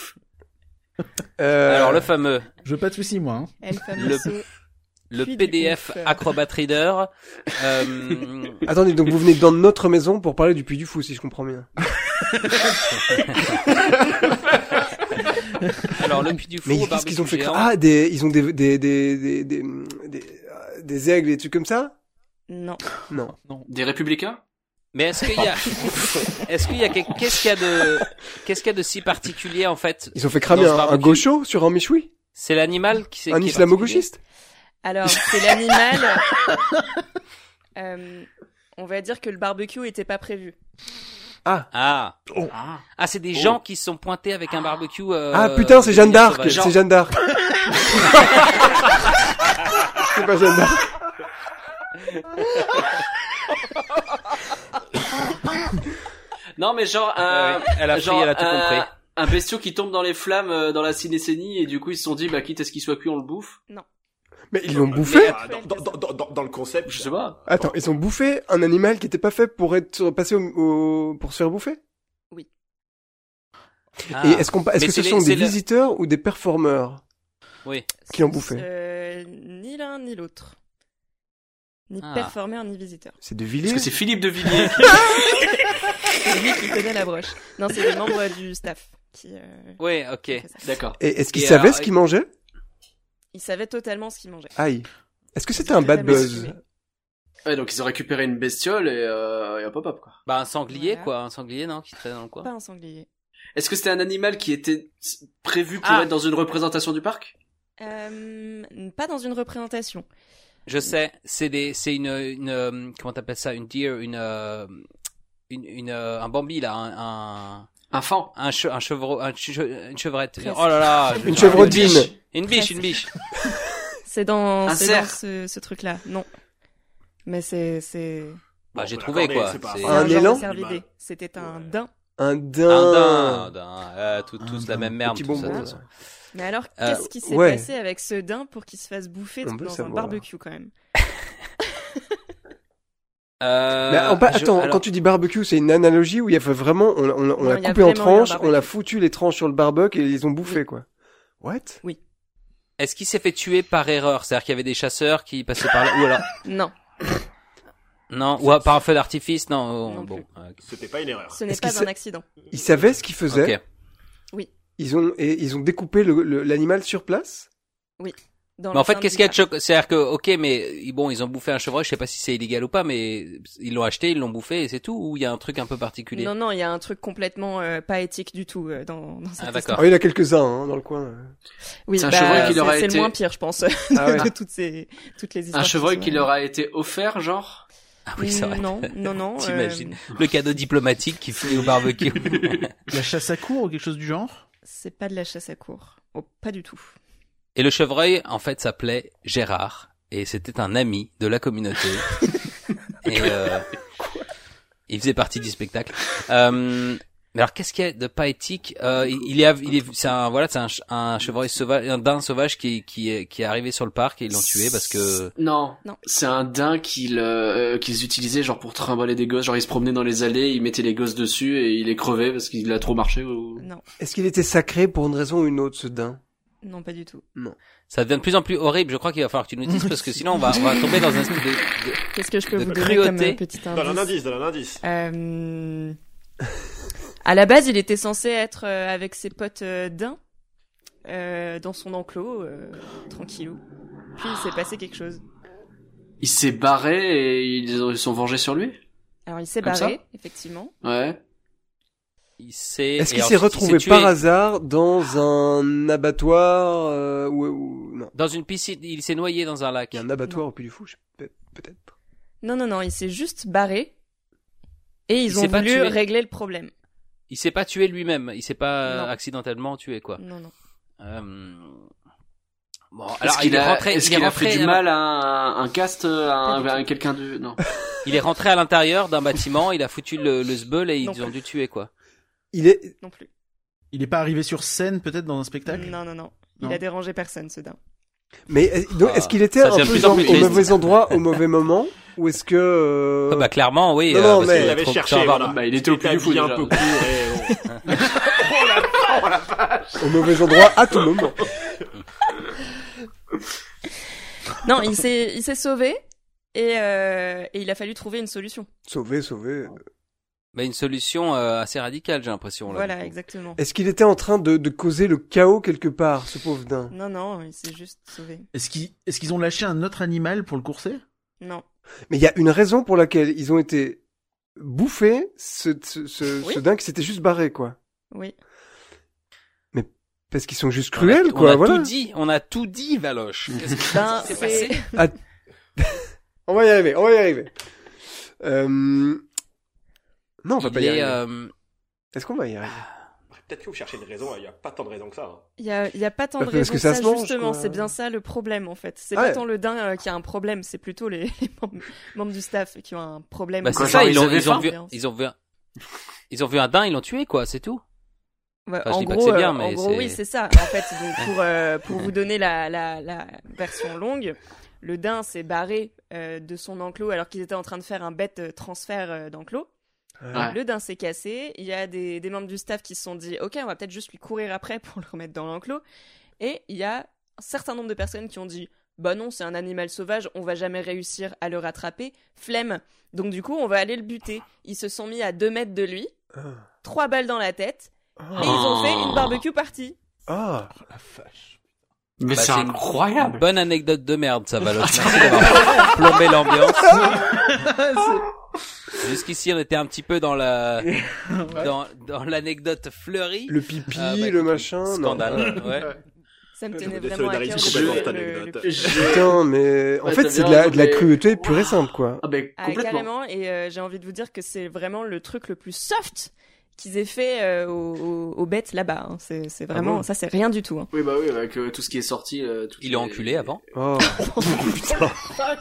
Speaker 1: Euh,
Speaker 2: alors, le fameux,
Speaker 5: Je veux pas de soucis, moi. hein.
Speaker 3: Elle fameux
Speaker 2: Le-
Speaker 3: saut.
Speaker 2: le
Speaker 3: Puis du
Speaker 2: PDF
Speaker 3: ouf.
Speaker 2: Acrobat Reader. Euh,
Speaker 1: Attendez, donc vous venez dans notre maison pour parler du Puy du Fou, si je comprends bien.
Speaker 2: alors, le Puy du Fou.
Speaker 1: Mais
Speaker 2: au
Speaker 1: qu'est-ce qu'ils ont fait
Speaker 2: barbecue géant.
Speaker 1: Ah, des, ils ont des, des, des, des, des, des, des aigles et des trucs comme ça
Speaker 3: Non.
Speaker 1: Non.
Speaker 6: Des républicains
Speaker 2: Mais est-ce qu'il y a, est-ce qu'il y a, que- qu'est-ce qu'il y a de, qu'est-ce qu'il y a de si particulier en fait
Speaker 1: Ils ont fait cramer
Speaker 2: Dans ce
Speaker 1: un, un
Speaker 2: barbecue.
Speaker 1: gaucho sur un michoui
Speaker 2: C'est l'animal qui c'est
Speaker 1: Un
Speaker 2: qui est
Speaker 1: islamo-gauchiste
Speaker 3: Alors, c'est l'animal. Euh, on va dire que le barbecue était pas prévu.
Speaker 2: particulier Ah,
Speaker 5: Oh.
Speaker 2: ah, c'est des gens qui se sont pointés avec un barbecue. euh,
Speaker 1: Ah putain, c'est
Speaker 2: de
Speaker 1: Jeanne
Speaker 2: manière
Speaker 1: d'Arc
Speaker 2: sauvage.
Speaker 1: C'est Jeanne d'Arc C'est pas Jeanne d'Arc.
Speaker 6: Non, mais genre un,
Speaker 2: Ouais, elle Ah a pris,
Speaker 6: genre
Speaker 2: elle a tout
Speaker 6: un-
Speaker 2: compris.
Speaker 6: Un bestiau qui tombe dans les flammes euh, dans la cinécénie et du coup ils se sont dit bah quitte à ce qu'il soit cuit on le bouffe.
Speaker 1: Mais ils l'ont bouffé
Speaker 4: Ah, dans, dans, dans, dans, dans le concept,
Speaker 6: Je sais pas.
Speaker 1: Attends, ils ont bouffé un animal qui était pas fait pour être passé au, au- pour se faire bouffer
Speaker 2: Ah.
Speaker 1: Et est-ce qu'on est-ce
Speaker 2: Mais
Speaker 1: que ce
Speaker 2: c'est les-
Speaker 1: sont
Speaker 2: c'est
Speaker 1: des
Speaker 2: le-
Speaker 1: visiteurs ou des performeurs Qui l'ont bouffé
Speaker 3: Euh, Ni l'un ni l'autre. Ni
Speaker 2: Ah.
Speaker 3: performeur ni visiteur.
Speaker 1: C'est de
Speaker 6: Parce
Speaker 1: Villiers
Speaker 6: que c'est Philippe de Villiers.
Speaker 3: C'est lui qui connaît la broche. Non, c'est les membres du staff qui. euh,
Speaker 2: Ouais, ok.
Speaker 3: qui fait ça.
Speaker 6: D'accord.
Speaker 1: Et est-ce qu'ils
Speaker 2: Et
Speaker 1: savaient
Speaker 2: alors,
Speaker 1: ce qu'ils mangeaient
Speaker 3: Ils savaient totalement ce qu'ils mangeaient.
Speaker 1: Aïe. Est-ce que c'était Ah, un bad
Speaker 3: totalement
Speaker 1: buzz
Speaker 3: assumé.
Speaker 6: Ouais, donc ils ont récupéré une bestiole et, euh, et hop hop hop quoi.
Speaker 2: Bah un sanglier
Speaker 3: Voilà.
Speaker 2: quoi, un sanglier non qui traîne dans le coin.
Speaker 3: Pas un sanglier.
Speaker 6: Est-ce que c'était un animal qui était s- prévu pour
Speaker 2: Ah.
Speaker 6: être dans une représentation du parc
Speaker 3: Euh, pas dans une représentation.
Speaker 2: Je sais, c'est des, c'est une, une, euh, comment t'appelles ça, une deer, une, euh, une, une, euh, un bambi là, un, un,
Speaker 6: Un fan.
Speaker 2: un, che- un chevreau, un che- une chevrette.
Speaker 3: Presque.
Speaker 2: Oh là là, je-
Speaker 1: Une chevrotine
Speaker 6: biche.
Speaker 2: une biche, une biche.
Speaker 3: C'est dans,
Speaker 6: Un
Speaker 3: c'est
Speaker 6: cerf.
Speaker 3: dans ce, ce truc-là. Non. Mais c'est c'est
Speaker 2: Bah
Speaker 4: Bon,
Speaker 2: j'ai
Speaker 4: bah,
Speaker 2: trouvé
Speaker 4: attendez,
Speaker 2: quoi.
Speaker 4: c'est pas
Speaker 2: C'est-
Speaker 4: un
Speaker 1: Un
Speaker 3: genre de
Speaker 1: élan
Speaker 3: cervidé. C'était un
Speaker 4: Ouais.
Speaker 3: daim.
Speaker 1: Un
Speaker 2: Un
Speaker 1: daim
Speaker 2: dinde, un- euh, tout- tous
Speaker 5: Un
Speaker 2: la
Speaker 5: dinde.
Speaker 2: même
Speaker 1: Un
Speaker 2: merde.
Speaker 1: petit
Speaker 2: tout ça, de
Speaker 1: bonbon.
Speaker 2: toute façon.
Speaker 3: Mais alors,
Speaker 2: Euh,
Speaker 3: qu'est-ce qui s'est
Speaker 1: ouais.
Speaker 3: passé avec ce daim pour qu'il se fasse bouffer
Speaker 1: On
Speaker 3: dans
Speaker 1: peut
Speaker 3: un
Speaker 1: savoir.
Speaker 3: barbecue quand même
Speaker 2: Euh,
Speaker 1: Mais en bas-
Speaker 2: je-
Speaker 1: attends,
Speaker 2: alors-
Speaker 1: quand tu dis barbecue, c'est une analogie où il y avait vraiment, on, l'a- on, l'a- on
Speaker 3: Non,
Speaker 1: l'a
Speaker 3: il y a
Speaker 1: coupé en
Speaker 3: vraiment eu un
Speaker 1: tranches, on
Speaker 3: barbecue.
Speaker 1: l'a foutu les tranches sur le barbecue et ils ont bouffé quoi. What
Speaker 2: est-ce qu'il s'est fait tuer par erreur C'est-à-dire qu'il y avait des chasseurs qui passaient par là, ou alors
Speaker 3: Non,
Speaker 2: non, ou par un feu d'artifice, non. oh,
Speaker 3: Non
Speaker 2: bon,
Speaker 3: plus.
Speaker 2: ok.
Speaker 4: c'était pas une erreur.
Speaker 3: ce n'est
Speaker 1: Est-ce
Speaker 3: pas
Speaker 1: qu'il
Speaker 3: un
Speaker 1: s'est-
Speaker 3: accident.
Speaker 1: Ils savaient ce qu'ils faisaient.
Speaker 2: Ok.
Speaker 1: Ils ont et ils ont découpé le- le- l'animal sur place.
Speaker 3: Dans
Speaker 2: Mais en fait,
Speaker 3: l'enceinte
Speaker 2: qu'est-ce
Speaker 3: du
Speaker 2: qu'il y a de
Speaker 3: parc.
Speaker 2: choc C'est-à-dire que, ok, mais ils- bon, ils ont bouffé un chevreuil. Je sais pas si c'est illégal ou pas, mais ils l'ont acheté, ils l'ont bouffé et c'est tout. Ou il y a un truc un peu particulier.
Speaker 3: Non, non, il y a un truc complètement euh, pas éthique du tout euh, dans, dans cette
Speaker 2: ah d'accord.
Speaker 1: Ah, il y en a quelques uns dans le coin.
Speaker 3: histoire. Oui,
Speaker 6: C'est un
Speaker 3: bah,
Speaker 6: chevreuil qui
Speaker 3: c'est-
Speaker 6: leur a
Speaker 3: c'est
Speaker 6: été-
Speaker 3: le moins pire, je pense, de
Speaker 1: Ah ouais.
Speaker 3: toutes, ces, toutes les histoires.
Speaker 6: Un chevreuil
Speaker 3: sont-
Speaker 6: qui leur a été offert genre
Speaker 2: Ah oui, ça va.
Speaker 3: Non, non, non. euh,
Speaker 2: T'imagines le cadeau diplomatique qui finit au barbecue.
Speaker 5: La chasse à cour ou quelque chose du genre
Speaker 3: C'est pas de la chasse à cour. Oh, pas du tout.
Speaker 2: et le chevreuil, en fait, s'appelait Gérard et c'était un ami de la communauté. et euh, il faisait partie du spectacle. Euh, mais alors, qu'est-ce qu'il y a de pas éthique euh, il, il est, av- il est, c'est un, voilà, c'est un, ch- un chevreuil sauvage, un daim sauvage qui, qui, est, qui est arrivé sur le parc et ils l'ont tué parce que.
Speaker 6: Non.
Speaker 3: Non.
Speaker 6: C'est un daim qu'ils euh, qu'ils utilisaient genre pour trimballer des gosses, genre ils se promenaient dans les allées, ils mettaient les gosses dessus et il les crevait parce qu'il a trop marché ou
Speaker 3: Non,
Speaker 1: Est-ce qu'il était sacré pour une raison ou une autre ce daim
Speaker 3: non, pas du tout.
Speaker 2: Ça devient de plus en plus horrible. Je crois qu'il va falloir que tu nous dises parce que sinon on va, on va tomber dans un espèce de, de-
Speaker 3: Qu'est-ce que je peux
Speaker 2: De
Speaker 3: vous donner
Speaker 2: cruauté.
Speaker 3: comme euh, petit indice
Speaker 4: Dans un indice, dans un indice.
Speaker 3: Euh, À la base, il était censé être euh, avec ses potes euh, d'un euh, dans son enclos, euh, tranquillou. Puis il s'est passé quelque chose.
Speaker 6: il s'est barré et ils, ont- ils sont vengés sur lui
Speaker 3: Alors il s'est
Speaker 6: Comme ça
Speaker 3: barré, effectivement.
Speaker 6: Ouais.
Speaker 2: il s'est.
Speaker 1: Est-ce
Speaker 2: et
Speaker 1: qu'il s'est
Speaker 2: ensuite, il
Speaker 1: retrouvé
Speaker 2: tué
Speaker 1: par hasard dans un abattoir euh, ou, ou- non
Speaker 2: dans une piscine Il s'est noyé dans un lac.
Speaker 1: Il y a un abattoir au Puy du Fou, je- peut- peut-être.
Speaker 3: Non, non, non, il s'est juste barré. Et ils
Speaker 2: Il
Speaker 3: ont
Speaker 2: s'est pas
Speaker 3: voulu
Speaker 2: tué.
Speaker 3: régler le problème.
Speaker 2: Il s'est pas tué lui-même. Il s'est pas euh,
Speaker 3: Non.
Speaker 2: accidentellement tué quoi.
Speaker 3: Non, non.
Speaker 2: Euh, Bon,
Speaker 6: Est-ce
Speaker 2: alors il
Speaker 6: qu'il
Speaker 2: est
Speaker 6: a,
Speaker 2: rentré.
Speaker 6: est-ce
Speaker 2: il est
Speaker 6: qu'il a
Speaker 2: rentré euh,
Speaker 6: fait du
Speaker 2: à-
Speaker 6: mal à un, un cast, euh, à, un-
Speaker 3: Pas du
Speaker 6: à
Speaker 3: tout.
Speaker 6: quelqu'un de... Non.
Speaker 2: Il est rentré à l'intérieur d'un bâtiment. Il a foutu le, le sbeul et ils
Speaker 3: Non.
Speaker 2: ont dû tuer quoi.
Speaker 1: Il est
Speaker 3: Non plus.
Speaker 5: Il est pas arrivé sur scène peut-être dans un spectacle
Speaker 2: Mm.
Speaker 3: Non, non, non.
Speaker 5: Non.
Speaker 3: Il a dérangé personne, ce daim.
Speaker 1: mais est- donc,
Speaker 2: Ah,
Speaker 1: est-ce qu'il était
Speaker 2: ça
Speaker 1: un peu
Speaker 2: devient de plus en
Speaker 1: genre
Speaker 2: plus
Speaker 1: au
Speaker 2: triste.
Speaker 1: mauvais endroit au mauvais moment ou est-ce que euh,
Speaker 2: Ah bah clairement oui.
Speaker 1: Non,
Speaker 2: euh,
Speaker 1: non,
Speaker 2: parce
Speaker 1: mais-
Speaker 2: qu'il
Speaker 4: Il
Speaker 2: est
Speaker 4: avait
Speaker 2: trop-
Speaker 4: cherché,
Speaker 2: trop-
Speaker 4: voilà.
Speaker 6: Bah, il était au plus
Speaker 4: habillé
Speaker 6: du fou,
Speaker 4: un
Speaker 6: déjà.
Speaker 4: peu court et... on-
Speaker 2: bah.
Speaker 1: au mauvais endroit à tout moment
Speaker 3: Non, il s'est, il s'est sauvé. Et, euh, et il a fallu trouver une solution.
Speaker 1: Sauvé, sauvé.
Speaker 2: Mais une solution euh, assez radicale j'ai l'impression là.
Speaker 3: voilà, exactement.
Speaker 1: Est-ce qu'il était en train de, de causer le chaos quelque part, ce pauvre daim
Speaker 3: Non, non, il s'est juste sauvé.
Speaker 5: Est-ce qu'ils est-ce qu'ils ont lâché un autre animal pour le courser
Speaker 3: Non.
Speaker 1: Mais il y a une raison pour laquelle ils ont été bouffer ce, ce, ce,
Speaker 3: Oui.
Speaker 1: ce dingue qui s'était juste barré, quoi.
Speaker 3: Oui.
Speaker 1: Parce qu'ils sont juste
Speaker 2: On a-
Speaker 1: cruels,
Speaker 2: on
Speaker 1: quoi,
Speaker 2: a
Speaker 1: voilà.
Speaker 2: tout dit, on a tout dit, Valoche. Qu'est-ce qui
Speaker 3: Ben,
Speaker 2: s'est
Speaker 3: c'est
Speaker 2: passé
Speaker 1: On va y arriver, on va y arriver. Euh... Non, on va
Speaker 2: Il
Speaker 1: pas y
Speaker 2: est,
Speaker 1: arriver.
Speaker 2: euh,
Speaker 1: Est-ce qu'on va y arriver
Speaker 4: Peut-être que vous cherchez une raison, il n'y a pas tant de raisons que ça. hein.
Speaker 3: Il y a, il y a pas tant de
Speaker 1: Parce que
Speaker 3: raisons que
Speaker 1: ça
Speaker 3: ça,
Speaker 1: se mange,
Speaker 3: justement.
Speaker 1: quoi.
Speaker 3: C'est bien ça le problème, en fait. C'est
Speaker 1: Ah
Speaker 3: pas
Speaker 1: ouais.
Speaker 3: tant le daim euh, qui a un problème, c'est plutôt les, les membres, membres du staff qui ont un problème.
Speaker 2: bah,
Speaker 3: Quoi,
Speaker 2: c'est
Speaker 3: genre,
Speaker 2: ça, ils, ont,
Speaker 3: avaient
Speaker 2: ils,
Speaker 3: faim.
Speaker 2: ont vu, ils ont vu un, ils ont vu un daim, ils l'ont tué, quoi, c'est tout.
Speaker 3: Ouais,
Speaker 2: Enfin, je
Speaker 3: en
Speaker 2: dis pas que
Speaker 3: gros,
Speaker 2: c'est bien,
Speaker 3: euh,
Speaker 2: mais
Speaker 3: en gros,
Speaker 2: c'est-
Speaker 3: oui, c'est ça. En fait, donc, pour, euh, pour vous donner la, la, la version longue, le daim s'est barré euh, de son enclos alors qu'ils étaient en train de faire un bête euh, transfert euh, d'enclos.
Speaker 6: Ouais.
Speaker 3: Le daim s'est cassé. Il y a des, des membres du staff qui se sont dit Ok, on va peut-être juste lui courir après pour le remettre dans l'enclos. Et il y a un certain nombre de personnes qui ont dit Bah non, c'est un animal sauvage, on va jamais réussir à le rattraper. Flemme. Donc, du coup, on va aller le buter. Ils se sont mis à deux mètres de lui,
Speaker 1: Ah.
Speaker 3: trois balles dans la tête. Et ils
Speaker 1: Ah.
Speaker 3: ont fait une barbecue party.
Speaker 1: Ah.
Speaker 2: Bah,
Speaker 7: Mais c'est
Speaker 2: c'est une-
Speaker 7: incroyable.
Speaker 2: Bonne anecdote de merde, ça, Valoche. Merci d'avoir plombé l'ambiance. Jusqu'ici, on était un petit peu dans la, dans, dans l'anecdote fleurie.
Speaker 1: Le pipi,
Speaker 2: Ah, bah, écoute,
Speaker 1: le machin. non.
Speaker 2: Scandale, ouais.
Speaker 3: Ça
Speaker 1: Je
Speaker 3: me tenait
Speaker 4: me
Speaker 3: vraiment à cœur.
Speaker 4: désolidarise
Speaker 3: de-
Speaker 4: complètement de cette
Speaker 3: le- le-
Speaker 4: anecdote.
Speaker 1: Putain, mais en
Speaker 7: Ouais,
Speaker 1: fait,
Speaker 7: t'as
Speaker 1: c'est de
Speaker 7: bien
Speaker 1: la,
Speaker 7: raison,
Speaker 1: de la
Speaker 7: mais-
Speaker 1: cruauté pure et simple, quoi.
Speaker 6: bah,
Speaker 7: Ah ben
Speaker 3: Ah,
Speaker 7: complètement.
Speaker 3: carrément, et euh, j'ai envie de vous dire que c'est vraiment le truc le plus soft qu'ils aient fait euh, aux, aux- aux bêtes là-bas. hein. C'est c'est
Speaker 1: Ah
Speaker 3: vraiment, ça c'est rien du tout. hein.
Speaker 7: Oui bah oui avec euh, tout ce qui est sorti. euh, tout
Speaker 2: Il est enculé avant.
Speaker 1: Oh.
Speaker 2: On sait pas.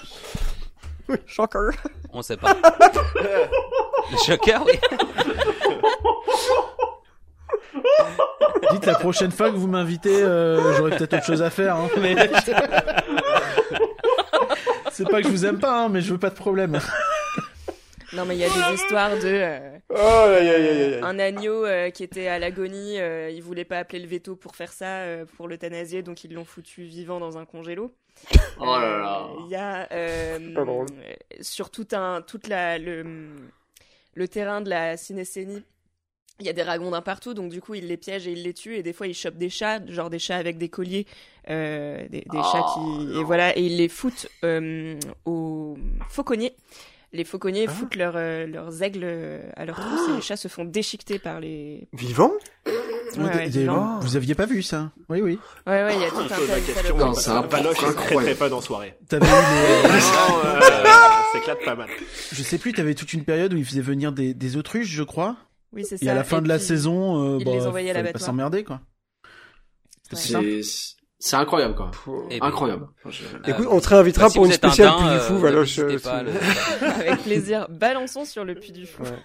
Speaker 2: Le choker, oui.
Speaker 5: Dites la prochaine fois que vous m'invitez, euh, j'aurai peut-être autre chose à faire. Hein, mais... C'est pas que je vous aime pas, hein, mais je veux pas de problème.
Speaker 3: Non mais il y a des histoires de euh,
Speaker 1: Oh, aïe, aïe, aïe, aïe.
Speaker 3: un agneau euh, qui était à l'agonie, euh, ils voulaient pas appeler le veto pour faire ça, euh, pour l'euthanasier, donc ils l'ont foutu vivant dans un congélo.
Speaker 7: Oh là
Speaker 3: Euh,
Speaker 7: là.
Speaker 3: Il y a euh,
Speaker 1: pas drôle.
Speaker 3: euh, sur tout un toute la le le terrain de la cinéscénie. Il y a des ragondins partout, donc du coup ils les piègent et ils les tuent et des fois ils chopent des chats, genre des chats avec des colliers, euh, des, des chats
Speaker 7: Oh,
Speaker 3: qui et voilà et ils les foutent euh, aux fauconniers. Les fauconniers
Speaker 5: Ah.
Speaker 3: foutent leurs euh, leurs aigles euh, à leur trousse et les chats se font déchiqueter par les.
Speaker 1: Vivant
Speaker 3: Ouais, ouais,
Speaker 5: Vous-
Speaker 3: vivants.
Speaker 5: vous aviez pas vu ça Oui, oui.
Speaker 3: ouais, ouais, il y
Speaker 7: Ah,
Speaker 3: a tout un
Speaker 4: Pose
Speaker 3: tas
Speaker 4: la
Speaker 3: de
Speaker 4: question.
Speaker 7: Non,
Speaker 3: saloperies.
Speaker 7: c'est un
Speaker 4: Valoche est très
Speaker 7: incroyable.
Speaker 4: très fun en soirée.
Speaker 5: T'avais eu les-
Speaker 4: Non, euh, s'éclate pas mal.
Speaker 5: Je sais plus, t'avais toute une période où ils faisaient venir des, des autruches, je crois.
Speaker 3: Oui, c'est ça.
Speaker 5: Et à la fin
Speaker 3: Et
Speaker 5: de la
Speaker 3: puis-
Speaker 5: saison, euh,
Speaker 3: ils
Speaker 5: bah,
Speaker 3: les envoyaient à
Speaker 5: fallait pas
Speaker 3: l'abattoir.
Speaker 5: s'emmerder, quoi.
Speaker 3: Ouais.
Speaker 7: C'est c'est incroyable quoi.
Speaker 2: Eh ben,
Speaker 7: Incroyable.
Speaker 6: Oh,
Speaker 7: Je-
Speaker 1: Écoute,
Speaker 2: euh,
Speaker 1: on te réinvitera
Speaker 2: bah, si
Speaker 1: pour
Speaker 2: vous
Speaker 1: une
Speaker 2: êtes un
Speaker 1: spéciale Puy
Speaker 2: daim,
Speaker 1: du
Speaker 2: euh,
Speaker 1: Fou,
Speaker 2: ne
Speaker 1: Valoche.
Speaker 2: n'hésitez
Speaker 1: euh,
Speaker 2: pas, le-
Speaker 3: Avec plaisir. Balançons sur le puits du fou.
Speaker 1: Ouais.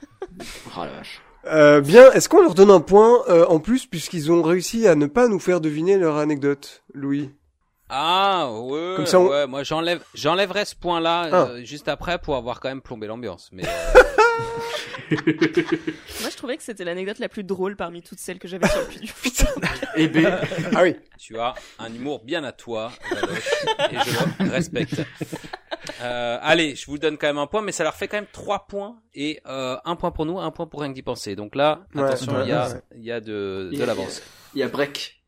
Speaker 7: Oh la vache.
Speaker 1: Euh, bien, est-ce qu'on leur donne un point euh, en plus puisqu'ils ont réussi à ne pas nous faire deviner leur anecdote, Louis
Speaker 2: Ah ouais,
Speaker 1: Comme ça, on-
Speaker 2: ouais moi j'enlève j'enlèverai ce point là
Speaker 1: Ah.
Speaker 2: juste après pour avoir quand même plombé l'ambiance mais euh,
Speaker 3: Moi, je trouvais que c'était l'anecdote la plus drôle parmi toutes celles que j'avais sur le puits du fou.
Speaker 7: Eh ben
Speaker 1: Ah oui.
Speaker 2: tu as un humour bien à toi Valoche, et je le respecte. Euh, allez, je vous donne quand même un point mais ça leur fait quand même trois points et euh, un point pour nous, un point pour rien que d'y penser. Donc là,
Speaker 1: Ouais,
Speaker 2: attention, il
Speaker 1: ouais,
Speaker 2: y a
Speaker 1: ouais.
Speaker 2: il y a de
Speaker 7: Il y
Speaker 2: de
Speaker 7: a-
Speaker 2: l'avance.
Speaker 7: il y a break.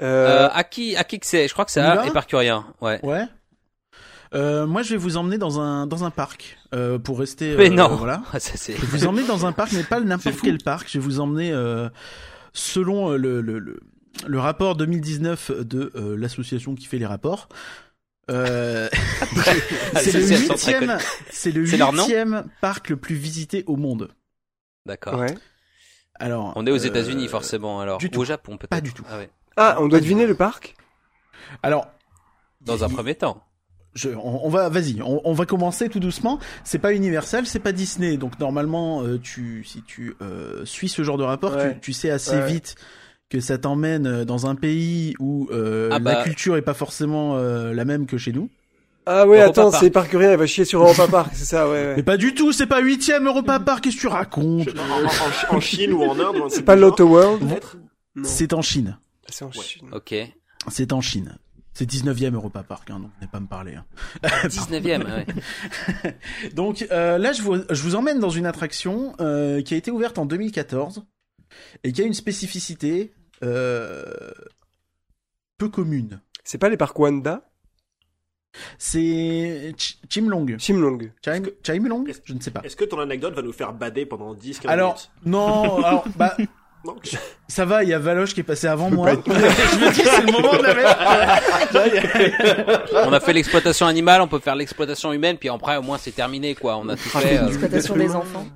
Speaker 1: Euh,
Speaker 2: Euh, à qui à qui que c'est Je crois que c'est
Speaker 5: Nula
Speaker 2: à Éparcurien. Ouais.
Speaker 5: Ouais. Euh, moi, je vais vous emmener dans un dans un parc euh, pour rester.
Speaker 2: Mais
Speaker 5: euh,
Speaker 2: non.
Speaker 5: Voilà.
Speaker 2: Ah, ça c'est
Speaker 5: Je vais vous emmener dans un parc, mais pas n'importe
Speaker 7: C'est fou.
Speaker 5: quel parc. Je vais vous emmener euh, selon euh, le, le, le, le rapport 2019 de euh, l'association qui fait les rapports. Euh, c'est le
Speaker 2: Association très connue.
Speaker 5: huitième, c'est le
Speaker 2: C'est leur nom
Speaker 5: huitième parc le plus visité au monde.
Speaker 2: D'accord.
Speaker 1: ouais.
Speaker 5: Alors,
Speaker 2: On est aux
Speaker 5: euh,
Speaker 2: États-Unis forcément alors
Speaker 5: du
Speaker 2: ou
Speaker 5: tout.
Speaker 2: au Japon peut-être.
Speaker 5: Pas du tout.
Speaker 2: Ah ouais.
Speaker 1: Ah, on doit deviner le parc
Speaker 5: Alors,
Speaker 2: Dans un
Speaker 5: il-
Speaker 2: premier temps.
Speaker 5: Je- on, on va, vas-y, on, on va commencer tout doucement. C'est pas Universal, c'est pas Disney, donc normalement, euh, tu, si tu euh, suis ce genre de rapport,
Speaker 1: Ouais.
Speaker 5: tu, tu sais assez
Speaker 1: Ouais.
Speaker 5: vite que ça t'emmène euh, dans un pays où euh,
Speaker 2: Ah bah.
Speaker 5: la culture est pas forcément euh, la même que chez nous.
Speaker 1: Ah ouais,
Speaker 2: Europa
Speaker 1: attends,
Speaker 2: Park.
Speaker 1: c'est Parcurien, elle va chier sur Europa Park, c'est ça, ouais,
Speaker 5: Mais
Speaker 1: ouais.
Speaker 5: pas du tout, c'est pas huitième Europa Park, qu'est-ce que tu racontes
Speaker 4: Je- en, en- en- en Chine ou en Inde, ou en-
Speaker 1: C'est pas l'Auto World Non.
Speaker 5: C'est en Chine,
Speaker 1: C'est en
Speaker 4: Ouais.
Speaker 1: Chine.
Speaker 2: OK.
Speaker 5: c'est en Chine. C'est 19e Europa Park, hein, donc n'est pas me parler. hein.
Speaker 2: 19e, ouais.
Speaker 5: Donc euh, là, je vous, je vous emmène dans une attraction euh, qui a été ouverte en 2014 et qui a une spécificité euh, peu commune.
Speaker 1: C'est pas les parcs Wanda
Speaker 5: C'est Ch- Chimlong.
Speaker 1: Chimlong.
Speaker 5: Chim- Chimlong Je ne sais pas.
Speaker 4: Est-ce que ton anecdote va nous faire bader pendant 10 15
Speaker 5: Alors,
Speaker 4: minutes
Speaker 5: non, alors, bah,
Speaker 4: Non.
Speaker 5: ça va, il y a Valoche qui est passé avant moi. je me dis, c'est le moment de la mettre.
Speaker 1: Ah.
Speaker 2: On a fait l'exploitation animale, on peut faire l'exploitation humaine, puis après au moins c'est terminé quoi. On a tout
Speaker 1: Ah,
Speaker 2: fait. euh,
Speaker 3: Exploitation des enfants.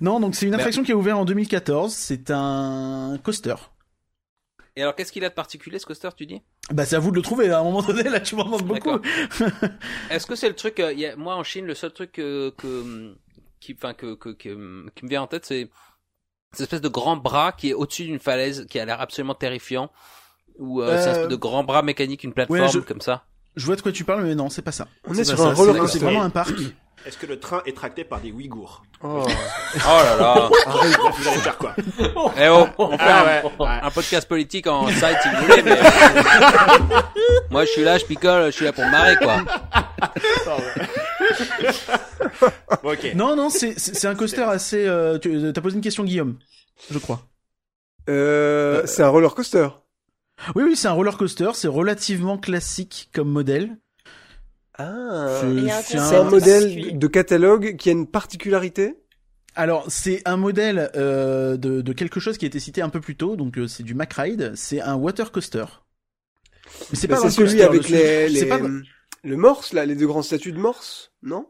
Speaker 5: non, donc c'est une
Speaker 2: Mais-
Speaker 5: infraction qui a ouvert en 2014. C'est un coaster.
Speaker 2: Et alors qu'est-ce qu'il a de particulier ce coaster tu dis
Speaker 5: Bah, c'est à vous de le trouver. À un moment donné, là, tu m'en demandes beaucoup.
Speaker 2: D'accord. Est-ce que c'est le truc euh, y a- Moi en Chine, le seul truc euh, que hum, qui, enfin que, que, que, hum, qui me vient en tête, c'est cette espèce de grand bras qui est au-dessus d'une falaise, qui a l'air absolument terrifiant. Ou euh, c'est
Speaker 5: Euh,
Speaker 2: un espèce de grand bras mécanique, une plateforme
Speaker 5: ouais, je-
Speaker 2: comme ça.
Speaker 5: Je vois de quoi tu parles, mais non, c'est pas ça.
Speaker 1: On
Speaker 5: C'est
Speaker 1: est sur
Speaker 5: pas
Speaker 1: un
Speaker 5: ça,
Speaker 1: roller
Speaker 5: c'est-
Speaker 1: coaster.
Speaker 5: C'est vraiment un parc.
Speaker 4: Est-ce que le train est tracté par des Ouïghours
Speaker 1: Oh,
Speaker 2: Oh là là
Speaker 1: arrête.
Speaker 4: Vous allez faire quoi Ah
Speaker 2: Eh oh, on fait un,
Speaker 4: ouais.
Speaker 2: un podcast politique en site si vous voulez, mais moi je suis là, je picole, je suis là pour me marrer quoi.
Speaker 4: Bon, OK.
Speaker 5: Non, non, c'est c'est- c'est un coaster assez. euh, tu- T'as posé une question, Guillaume, je crois.
Speaker 1: Euh, c'est un roller coaster.
Speaker 5: Oui, oui, c'est un roller coaster. C'est relativement classique comme modèle.
Speaker 1: Ah.
Speaker 5: C'est-
Speaker 3: Et un
Speaker 5: c'est
Speaker 1: C'est un
Speaker 3: concept. particulier.
Speaker 1: modèle de catalogue qui a une particularité.
Speaker 5: Alors, c'est un modèle euh, de, de quelque chose qui a été cité un peu plus tôt, donc euh, c'est du Mack Ride, c'est un water coaster. Mais c'est
Speaker 1: Bah,
Speaker 5: pas
Speaker 1: c'est
Speaker 5: un
Speaker 1: celui
Speaker 5: coaster,
Speaker 1: avec
Speaker 5: le-
Speaker 1: les,
Speaker 5: c'est
Speaker 1: les- hum,
Speaker 5: pas-
Speaker 1: le morse là, les deux grands statues de morse, non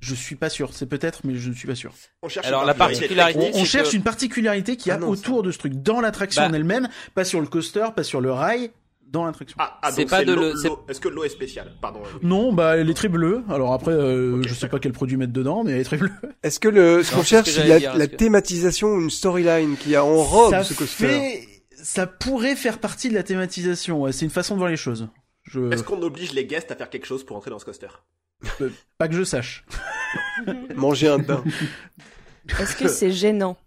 Speaker 5: Je suis pas sûr, c'est peut-être, mais je ne suis pas sûr.
Speaker 4: On cherche
Speaker 2: Alors,
Speaker 4: une
Speaker 2: la particularité-
Speaker 5: On,
Speaker 2: L'idée,
Speaker 4: technique.
Speaker 5: on
Speaker 2: c'est
Speaker 5: cherche
Speaker 2: que-
Speaker 5: une particularité qu'il y a
Speaker 1: Ah non,
Speaker 5: autour de ce truc, dans l'attraction
Speaker 2: Bah.
Speaker 5: en elle-même, pas sur le coaster, pas sur le rail, dans l'attraction.
Speaker 4: Ah, ah, donc
Speaker 2: C'est pas
Speaker 4: c'est
Speaker 2: de
Speaker 4: l'eau-
Speaker 2: le- c'est-
Speaker 4: l'eau- Est-ce que l'eau est spéciale Pardon. euh,
Speaker 5: Non, bah elle est très bleue. Alors après, euh, je sais pas quel produit mettre dedans, mais elle est très bleue.
Speaker 1: Est-ce que le ce
Speaker 2: Non,
Speaker 1: qu'on
Speaker 2: c'est ce
Speaker 1: cherche,
Speaker 2: que
Speaker 1: c'est
Speaker 2: j'allais
Speaker 1: la,
Speaker 2: dire,
Speaker 1: la
Speaker 2: est-ce que-
Speaker 1: thématisation, une storyline qui a en robe
Speaker 5: ça
Speaker 1: ce coaster
Speaker 5: fait- ça pourrait faire partie de la thématisation. ouais, c'est une façon de voir les choses. Je...
Speaker 4: Est-ce qu'on oblige les guests à faire quelque chose pour entrer dans ce coaster
Speaker 5: Pas que je sache.
Speaker 1: Manger un pain.
Speaker 3: Est-ce que c'est gênant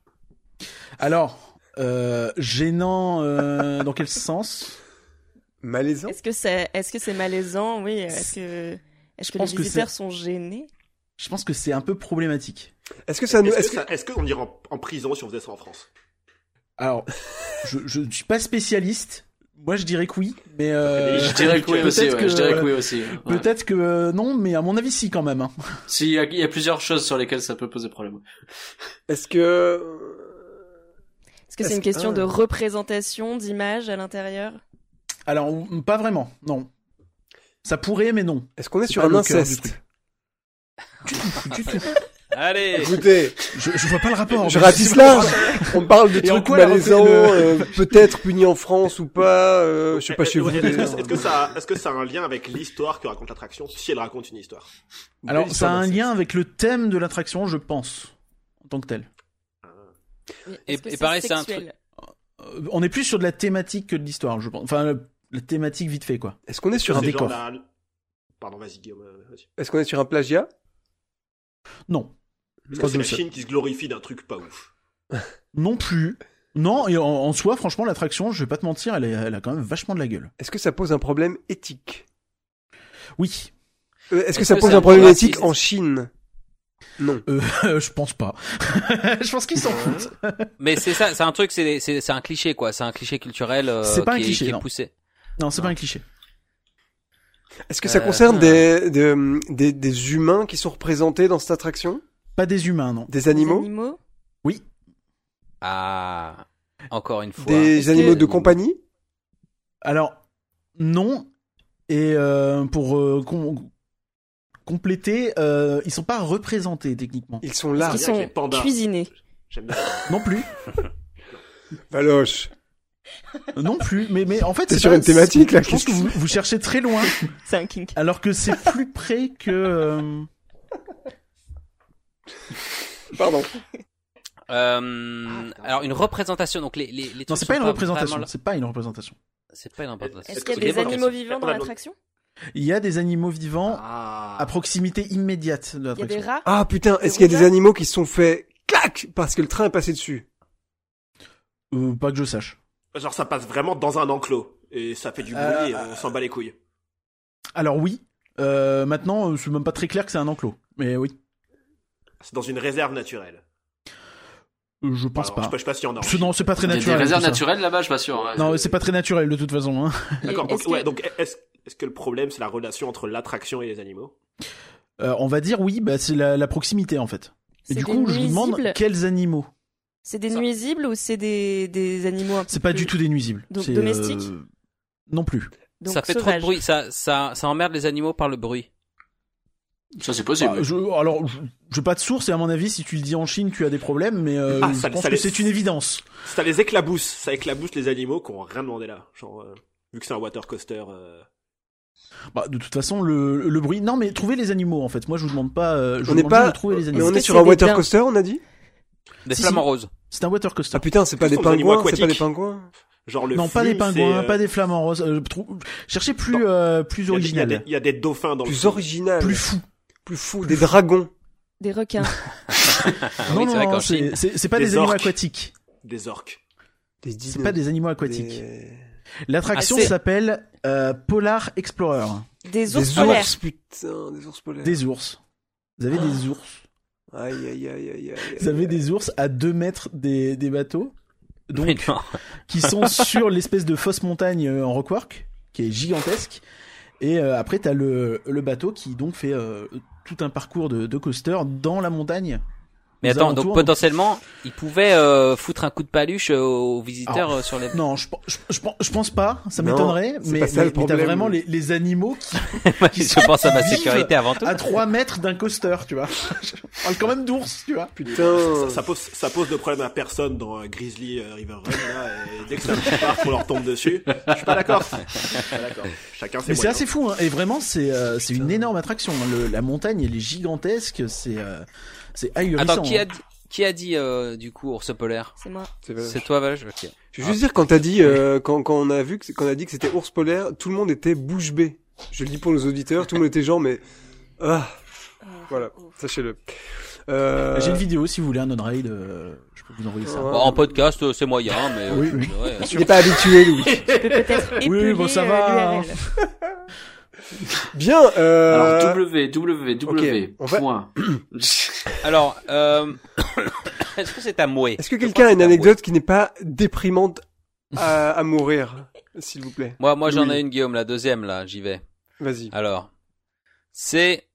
Speaker 5: Alors, euh, gênant euh, dans quel sens
Speaker 1: Malaisant
Speaker 3: Est-ce que c'est est-ce que c'est malaisant Oui. Est-ce que est-ce que les
Speaker 5: pense que
Speaker 3: visiteurs sont gênés
Speaker 5: Je pense que c'est un peu problématique.
Speaker 1: Est-ce que ça nous...
Speaker 4: Est-ce
Speaker 1: Euh, Est-ce
Speaker 4: que
Speaker 1: que...
Speaker 4: ça- est-ce qu'on irait en, en prison si on faisait ça en France
Speaker 5: Alors, je, je ne suis pas spécialiste. Moi, je dirais que oui, mais euh,
Speaker 4: Je
Speaker 7: Je dirais que oui
Speaker 5: peut-être
Speaker 7: aussi, ouais,
Speaker 5: que-
Speaker 7: je dirais que oui aussi. ouais.
Speaker 5: Peut-être que euh, non, mais à mon avis, si quand même. hein.
Speaker 7: Si, il y, a- il y a plusieurs choses sur lesquelles ça peut poser problème.
Speaker 1: Est-ce que...
Speaker 3: Est-ce que c'est
Speaker 1: Est-ce
Speaker 3: une
Speaker 1: que-
Speaker 3: question
Speaker 1: ah.
Speaker 3: de représentation, d'image à l'intérieur
Speaker 5: Alors, m- pas vraiment, non. Ça pourrait, mais non.
Speaker 1: Est-ce qu'on est,
Speaker 5: C'est
Speaker 1: sur
Speaker 5: pas
Speaker 1: un
Speaker 5: le cœur du
Speaker 1: inceste
Speaker 5: truc. Du tout, du tout.
Speaker 2: Allez
Speaker 1: Écoutez,
Speaker 5: Je, je vois pas le rapport.
Speaker 1: je
Speaker 5: mais sais
Speaker 1: ratisse
Speaker 5: pas.
Speaker 1: large On parle de
Speaker 5: Et en
Speaker 1: trucs
Speaker 5: quoi la
Speaker 1: malaisants,
Speaker 5: reprise-
Speaker 1: euh, peut-être punis en France ou pas, euh, je sais pas
Speaker 4: Eh,
Speaker 1: chez
Speaker 4: eh,
Speaker 1: vous.
Speaker 4: ouais, Est-ce
Speaker 1: d'ailleurs.
Speaker 4: que, est-ce que ça, est-ce que ça a un lien avec l'histoire que raconte l'attraction Si elle raconte une histoire.
Speaker 5: Alors, ça a un lien avec le thème de l'attraction, je pense, en tant que tel.
Speaker 2: Et-
Speaker 3: Est-ce que
Speaker 2: et pareil, c'est un
Speaker 3: sexuel
Speaker 5: Euh, on est plus sur de la thématique que de l'histoire, je pense. Enfin, le- la thématique vite fait, quoi.
Speaker 1: Est-ce qu'on est sur un
Speaker 4: Ces
Speaker 5: décor.
Speaker 4: gens-là- Pardon, vas-y Guillaume. euh, vas-y.
Speaker 1: est-ce qu'on est sur un plagiat
Speaker 5: Non.
Speaker 4: Parce
Speaker 5: pas
Speaker 4: que C'est la
Speaker 5: possible.
Speaker 4: Chine qui se glorifie d'un truc pas ouf.
Speaker 5: Non plus. Non, et en, en soi, franchement, l'attraction, je vais pas te mentir, elle, est- elle a quand même vachement de la gueule.
Speaker 1: Est-ce que ça pose un problème éthique
Speaker 5: Oui,
Speaker 1: Euh, Est-ce que
Speaker 2: Est-ce
Speaker 1: ça
Speaker 2: que
Speaker 1: pose
Speaker 2: c'est
Speaker 1: un
Speaker 2: un
Speaker 1: problème
Speaker 2: raciste
Speaker 1: éthique en Chine Non.
Speaker 5: Euh, je pense pas. je pense qu'ils s'en foutent.
Speaker 2: Mais c'est ça, c'est un truc, c'est c'est c'est un cliché quoi, c'est un cliché culturel euh,
Speaker 5: C'est pas un
Speaker 2: qui, est-
Speaker 5: cliché,
Speaker 2: qui
Speaker 5: non.
Speaker 2: est poussé.
Speaker 5: Non, c'est
Speaker 2: Non.
Speaker 5: pas un cliché.
Speaker 1: Est-ce que ça
Speaker 2: Euh,
Speaker 1: concerne
Speaker 2: ah.
Speaker 1: des, de- des, des humains qui sont représentés dans cette attraction
Speaker 5: Pas des humains, non.
Speaker 1: Des
Speaker 3: Des
Speaker 1: animaux
Speaker 3: animaux
Speaker 2: Ah, encore une fois.
Speaker 1: Des
Speaker 2: Est-ce
Speaker 1: animaux
Speaker 2: que-
Speaker 1: de compagnie
Speaker 5: Alors, non. Et euh, pour euh, com- compléter, euh, ils sont pas représentés techniement.
Speaker 1: Ils sont
Speaker 3: Est-ce
Speaker 1: là.
Speaker 3: qu'ils
Speaker 4: bien que les
Speaker 3: sont
Speaker 4: pandas-
Speaker 3: cuisinés
Speaker 4: J'aime bien.
Speaker 5: Non plus.
Speaker 1: Valoche.
Speaker 5: non plus. Mais, mais en fait,
Speaker 1: T'es
Speaker 5: c'est
Speaker 1: sur
Speaker 5: pas-
Speaker 1: une thématique, là,
Speaker 5: Je pense
Speaker 1: qu'est-ce
Speaker 5: que
Speaker 1: que-
Speaker 5: vous, vous cherchez très loin,
Speaker 3: C'est un kink.
Speaker 5: alors que c'est plus près que. euh,
Speaker 1: Pardon.
Speaker 3: Ah,
Speaker 2: Euh, alors une représentation, donc les les, les
Speaker 5: Non,
Speaker 2: trucs sont
Speaker 5: c'est pas une représentation.
Speaker 2: vraiment là.
Speaker 5: C'est pas une représentation.
Speaker 2: C'est pas une représentation.
Speaker 3: Est-ce
Speaker 4: Est-ce
Speaker 3: qu'il y
Speaker 4: que
Speaker 3: a des
Speaker 4: c'est-
Speaker 3: animaux vivants dans
Speaker 4: Pardon.
Speaker 3: l'attraction
Speaker 5: Il y a des animaux vivants à
Speaker 7: Ah.
Speaker 5: proximité immédiate de
Speaker 3: Il y a
Speaker 5: l'attraction.
Speaker 3: des rats
Speaker 1: Ah putain,
Speaker 3: Des
Speaker 1: est-ce qu'il y a des
Speaker 3: rougeaux
Speaker 1: animaux qui se sont fait clac parce que le train est passé dessus
Speaker 5: Euh, pas que je sache.
Speaker 4: Genre ça passe vraiment dans un enclos et ça fait du bruit
Speaker 5: Euh,
Speaker 4: et on s'en bat les couilles.
Speaker 5: Alors oui, euh, maintenant, euh, c'est même pas très clair que c'est un enclos. Mais oui,
Speaker 4: C'est dans une réserve naturelle.
Speaker 5: euh, je pense
Speaker 4: Bah, Alors,
Speaker 5: pas.
Speaker 4: Je sais pas si y en a. en
Speaker 5: C'est- Non, c'est pas très
Speaker 7: Il y a des
Speaker 5: naturel.
Speaker 7: réserves
Speaker 5: tout ça.
Speaker 7: naturelles là-bas, je suis pas sûr. ouais.
Speaker 5: Non, c'est pas très naturel de toute façon. hein.
Speaker 3: Et
Speaker 4: D'accord. Donc,
Speaker 3: est-ce que-
Speaker 4: ouais, donc est-ce Est-ce que le problème, c'est la relation entre l'attraction et les animaux
Speaker 5: Euh, on va dire oui, bah, c'est la, la proximité en fait. Et
Speaker 3: C'est
Speaker 5: du
Speaker 3: des
Speaker 5: coup, je demande
Speaker 3: nuisibles.
Speaker 5: quels animaux.
Speaker 3: C'est des
Speaker 2: Ça.
Speaker 3: nuisibles ou c'est des, des animaux un peu
Speaker 5: C'est pas
Speaker 3: plus-
Speaker 5: du tout des nuisibles.
Speaker 3: Donc
Speaker 5: C'est,
Speaker 3: domestique
Speaker 5: euh, Non plus.
Speaker 3: donc
Speaker 2: ça fait trop de
Speaker 3: sauvages.
Speaker 2: bruit, ça, ça, ça emmerde les animaux par le bruit.
Speaker 7: Ça, c'est possible.
Speaker 5: Ah, je- alors, je- j'ai pas de source et à mon avis, si tu le dis en Chine, tu as des problèmes, mais euh,
Speaker 4: Ah,
Speaker 5: je
Speaker 4: ça-
Speaker 5: pense
Speaker 4: ça
Speaker 5: que
Speaker 4: les-
Speaker 5: c'est une évidence.
Speaker 4: Ça les éclabousse, ça éclabousse les animaux qui ont rien demandé là. Genre, euh, vu que c'est un water coaster. euh,
Speaker 5: Bah, de toute façon, le, le bruit. Non, mais trouvez les animaux en fait. Moi, je vous demande pas. euh, je
Speaker 1: On
Speaker 5: vous
Speaker 1: n'est
Speaker 5: demande juste
Speaker 1: pas-
Speaker 5: de trouver les
Speaker 1: Mais
Speaker 5: animaux.
Speaker 1: on
Speaker 3: que
Speaker 1: est sur
Speaker 3: c'est
Speaker 1: un
Speaker 3: des
Speaker 1: water
Speaker 3: dindes
Speaker 1: coaster, on a dit
Speaker 2: Des
Speaker 5: Si,
Speaker 2: flamants
Speaker 5: si.
Speaker 2: roses.
Speaker 5: C'est un water coaster.
Speaker 1: Ah putain, c'est pas des
Speaker 4: Ce sont des animaux
Speaker 1: pingouins, c'est pas
Speaker 4: aquatiques.
Speaker 1: des pingouins.
Speaker 4: genre le
Speaker 5: non, pas des
Speaker 4: film, c'est,
Speaker 5: pingouins,
Speaker 4: euh,
Speaker 5: pas des flamants roses. euh, trou- Cherchez plus euh, plus
Speaker 4: il y a des- Il y, a des-
Speaker 5: original,
Speaker 4: il y a des dauphins dans le
Speaker 1: Plus
Speaker 4: film.
Speaker 1: original,
Speaker 5: plus
Speaker 1: plus,
Speaker 5: fou.
Speaker 1: fou, des dragons.
Speaker 3: Des requins.
Speaker 2: Ah
Speaker 5: non,
Speaker 2: oui,
Speaker 5: non,
Speaker 2: c'est vrai
Speaker 5: non,
Speaker 2: qu'en
Speaker 5: c'est
Speaker 2: Chine.
Speaker 5: c'est- c'est pas
Speaker 4: Des
Speaker 5: des, animaux
Speaker 4: orques.
Speaker 5: aquatiques.
Speaker 4: des orques.
Speaker 1: Des
Speaker 5: C'est pas des animaux aquatiques. L'attraction
Speaker 2: Ah, c'est-
Speaker 5: s'appelle euh, Polar Explorer.
Speaker 3: Des ours
Speaker 1: Des
Speaker 3: polaires.
Speaker 1: ours, putain, des ours polaires.
Speaker 5: Des ours. Vous avez des ours.
Speaker 1: Aïe, aïe, aïe, aïe, aïe.
Speaker 5: Vous avez des ours à 2 mètres des, des bateaux, donc
Speaker 2: Mais non.
Speaker 5: qui sont sur l'espèce de fausse montagne euh, en rockwork, qui est gigantesque. Et euh, après, t'as le, le bateau qui donc fait euh, tout un parcours de, de coaster dans la montagne.
Speaker 2: Mais
Speaker 5: Aux
Speaker 2: attends, donc
Speaker 5: alentours.
Speaker 2: potentiellement, ils pouvaient euh, foutre un coup de paluche euh, aux visiteurs
Speaker 5: Alors,
Speaker 2: euh, sur les.
Speaker 5: Non, je, pen- je, je pen- je pense pas, ça
Speaker 1: Non,
Speaker 5: m'étonnerait,
Speaker 1: c'est
Speaker 5: mais,
Speaker 1: pas ça le
Speaker 5: mais- mais t'as
Speaker 1: problème.
Speaker 5: vraiment les, les animaux qui,
Speaker 2: Je pense à ma
Speaker 5: Vive
Speaker 2: sécurité avant tout.
Speaker 5: à 3 mètres d'un coaster, tu vois. Je parle quand même d'ours, tu vois.
Speaker 1: Putain.
Speaker 4: Ça, ça pose, ça pose de problème à personne dans euh, Grizzly euh, River Run, là, et dès que c'est un petit parc, on leur tombe dessus. Je suis pas d'accord. Je suis pas d'accord. Chacun ses
Speaker 5: Mais c'est
Speaker 4: moyens.
Speaker 5: assez fou, hein. et vraiment c'est euh, c'est une énorme attraction. hein. Le- la montagne elle est gigantesque, c'est euh, c'est ahurissant.
Speaker 2: Attends, qui
Speaker 5: hein.
Speaker 2: a dit, qui a dit euh, du coup ours polaire
Speaker 3: C'est moi.
Speaker 1: C'est pas-
Speaker 2: C'est toi, Valge Ok.
Speaker 1: Je veux juste dire quand t'as dit euh, quand quand on a vu que quand on a dit que c'était ours polaire, tout le monde était bouche bée. Je le dis pour nos auditeurs, tout le monde était genre mais ah voilà, sachez-le. Euh,
Speaker 5: J'ai une vidéo si vous voulez un on-ride, euh, je peux vous envoyer ça.
Speaker 1: Ouais.
Speaker 2: Bon, en podcast, euh, c'est moyen, mais. euh,
Speaker 5: Oui,
Speaker 2: je
Speaker 5: oui.
Speaker 2: dirais, euh,
Speaker 1: Il n'est pas habitué Louis.
Speaker 3: Peut-être
Speaker 5: Oui,
Speaker 3: épeler,
Speaker 5: bon, ça
Speaker 3: euh,
Speaker 5: va.
Speaker 3: l'URL.
Speaker 1: Bien euh,
Speaker 7: Alors, www.
Speaker 1: on va-
Speaker 7: point.
Speaker 2: Alors, euh... est-ce que c'est à mouer
Speaker 1: Est-ce que
Speaker 2: Je pense
Speaker 1: quelqu'un a
Speaker 2: c'est
Speaker 1: une
Speaker 2: à mouer.
Speaker 1: anecdote qui n'est pas déprimante à, à mourir, s'il vous plaît
Speaker 2: Moi, moi, j'en
Speaker 5: Oui.
Speaker 2: ai une, Guillaume, la deuxième, là, j'y vais.
Speaker 1: Vas-y.
Speaker 2: Alors, c'est,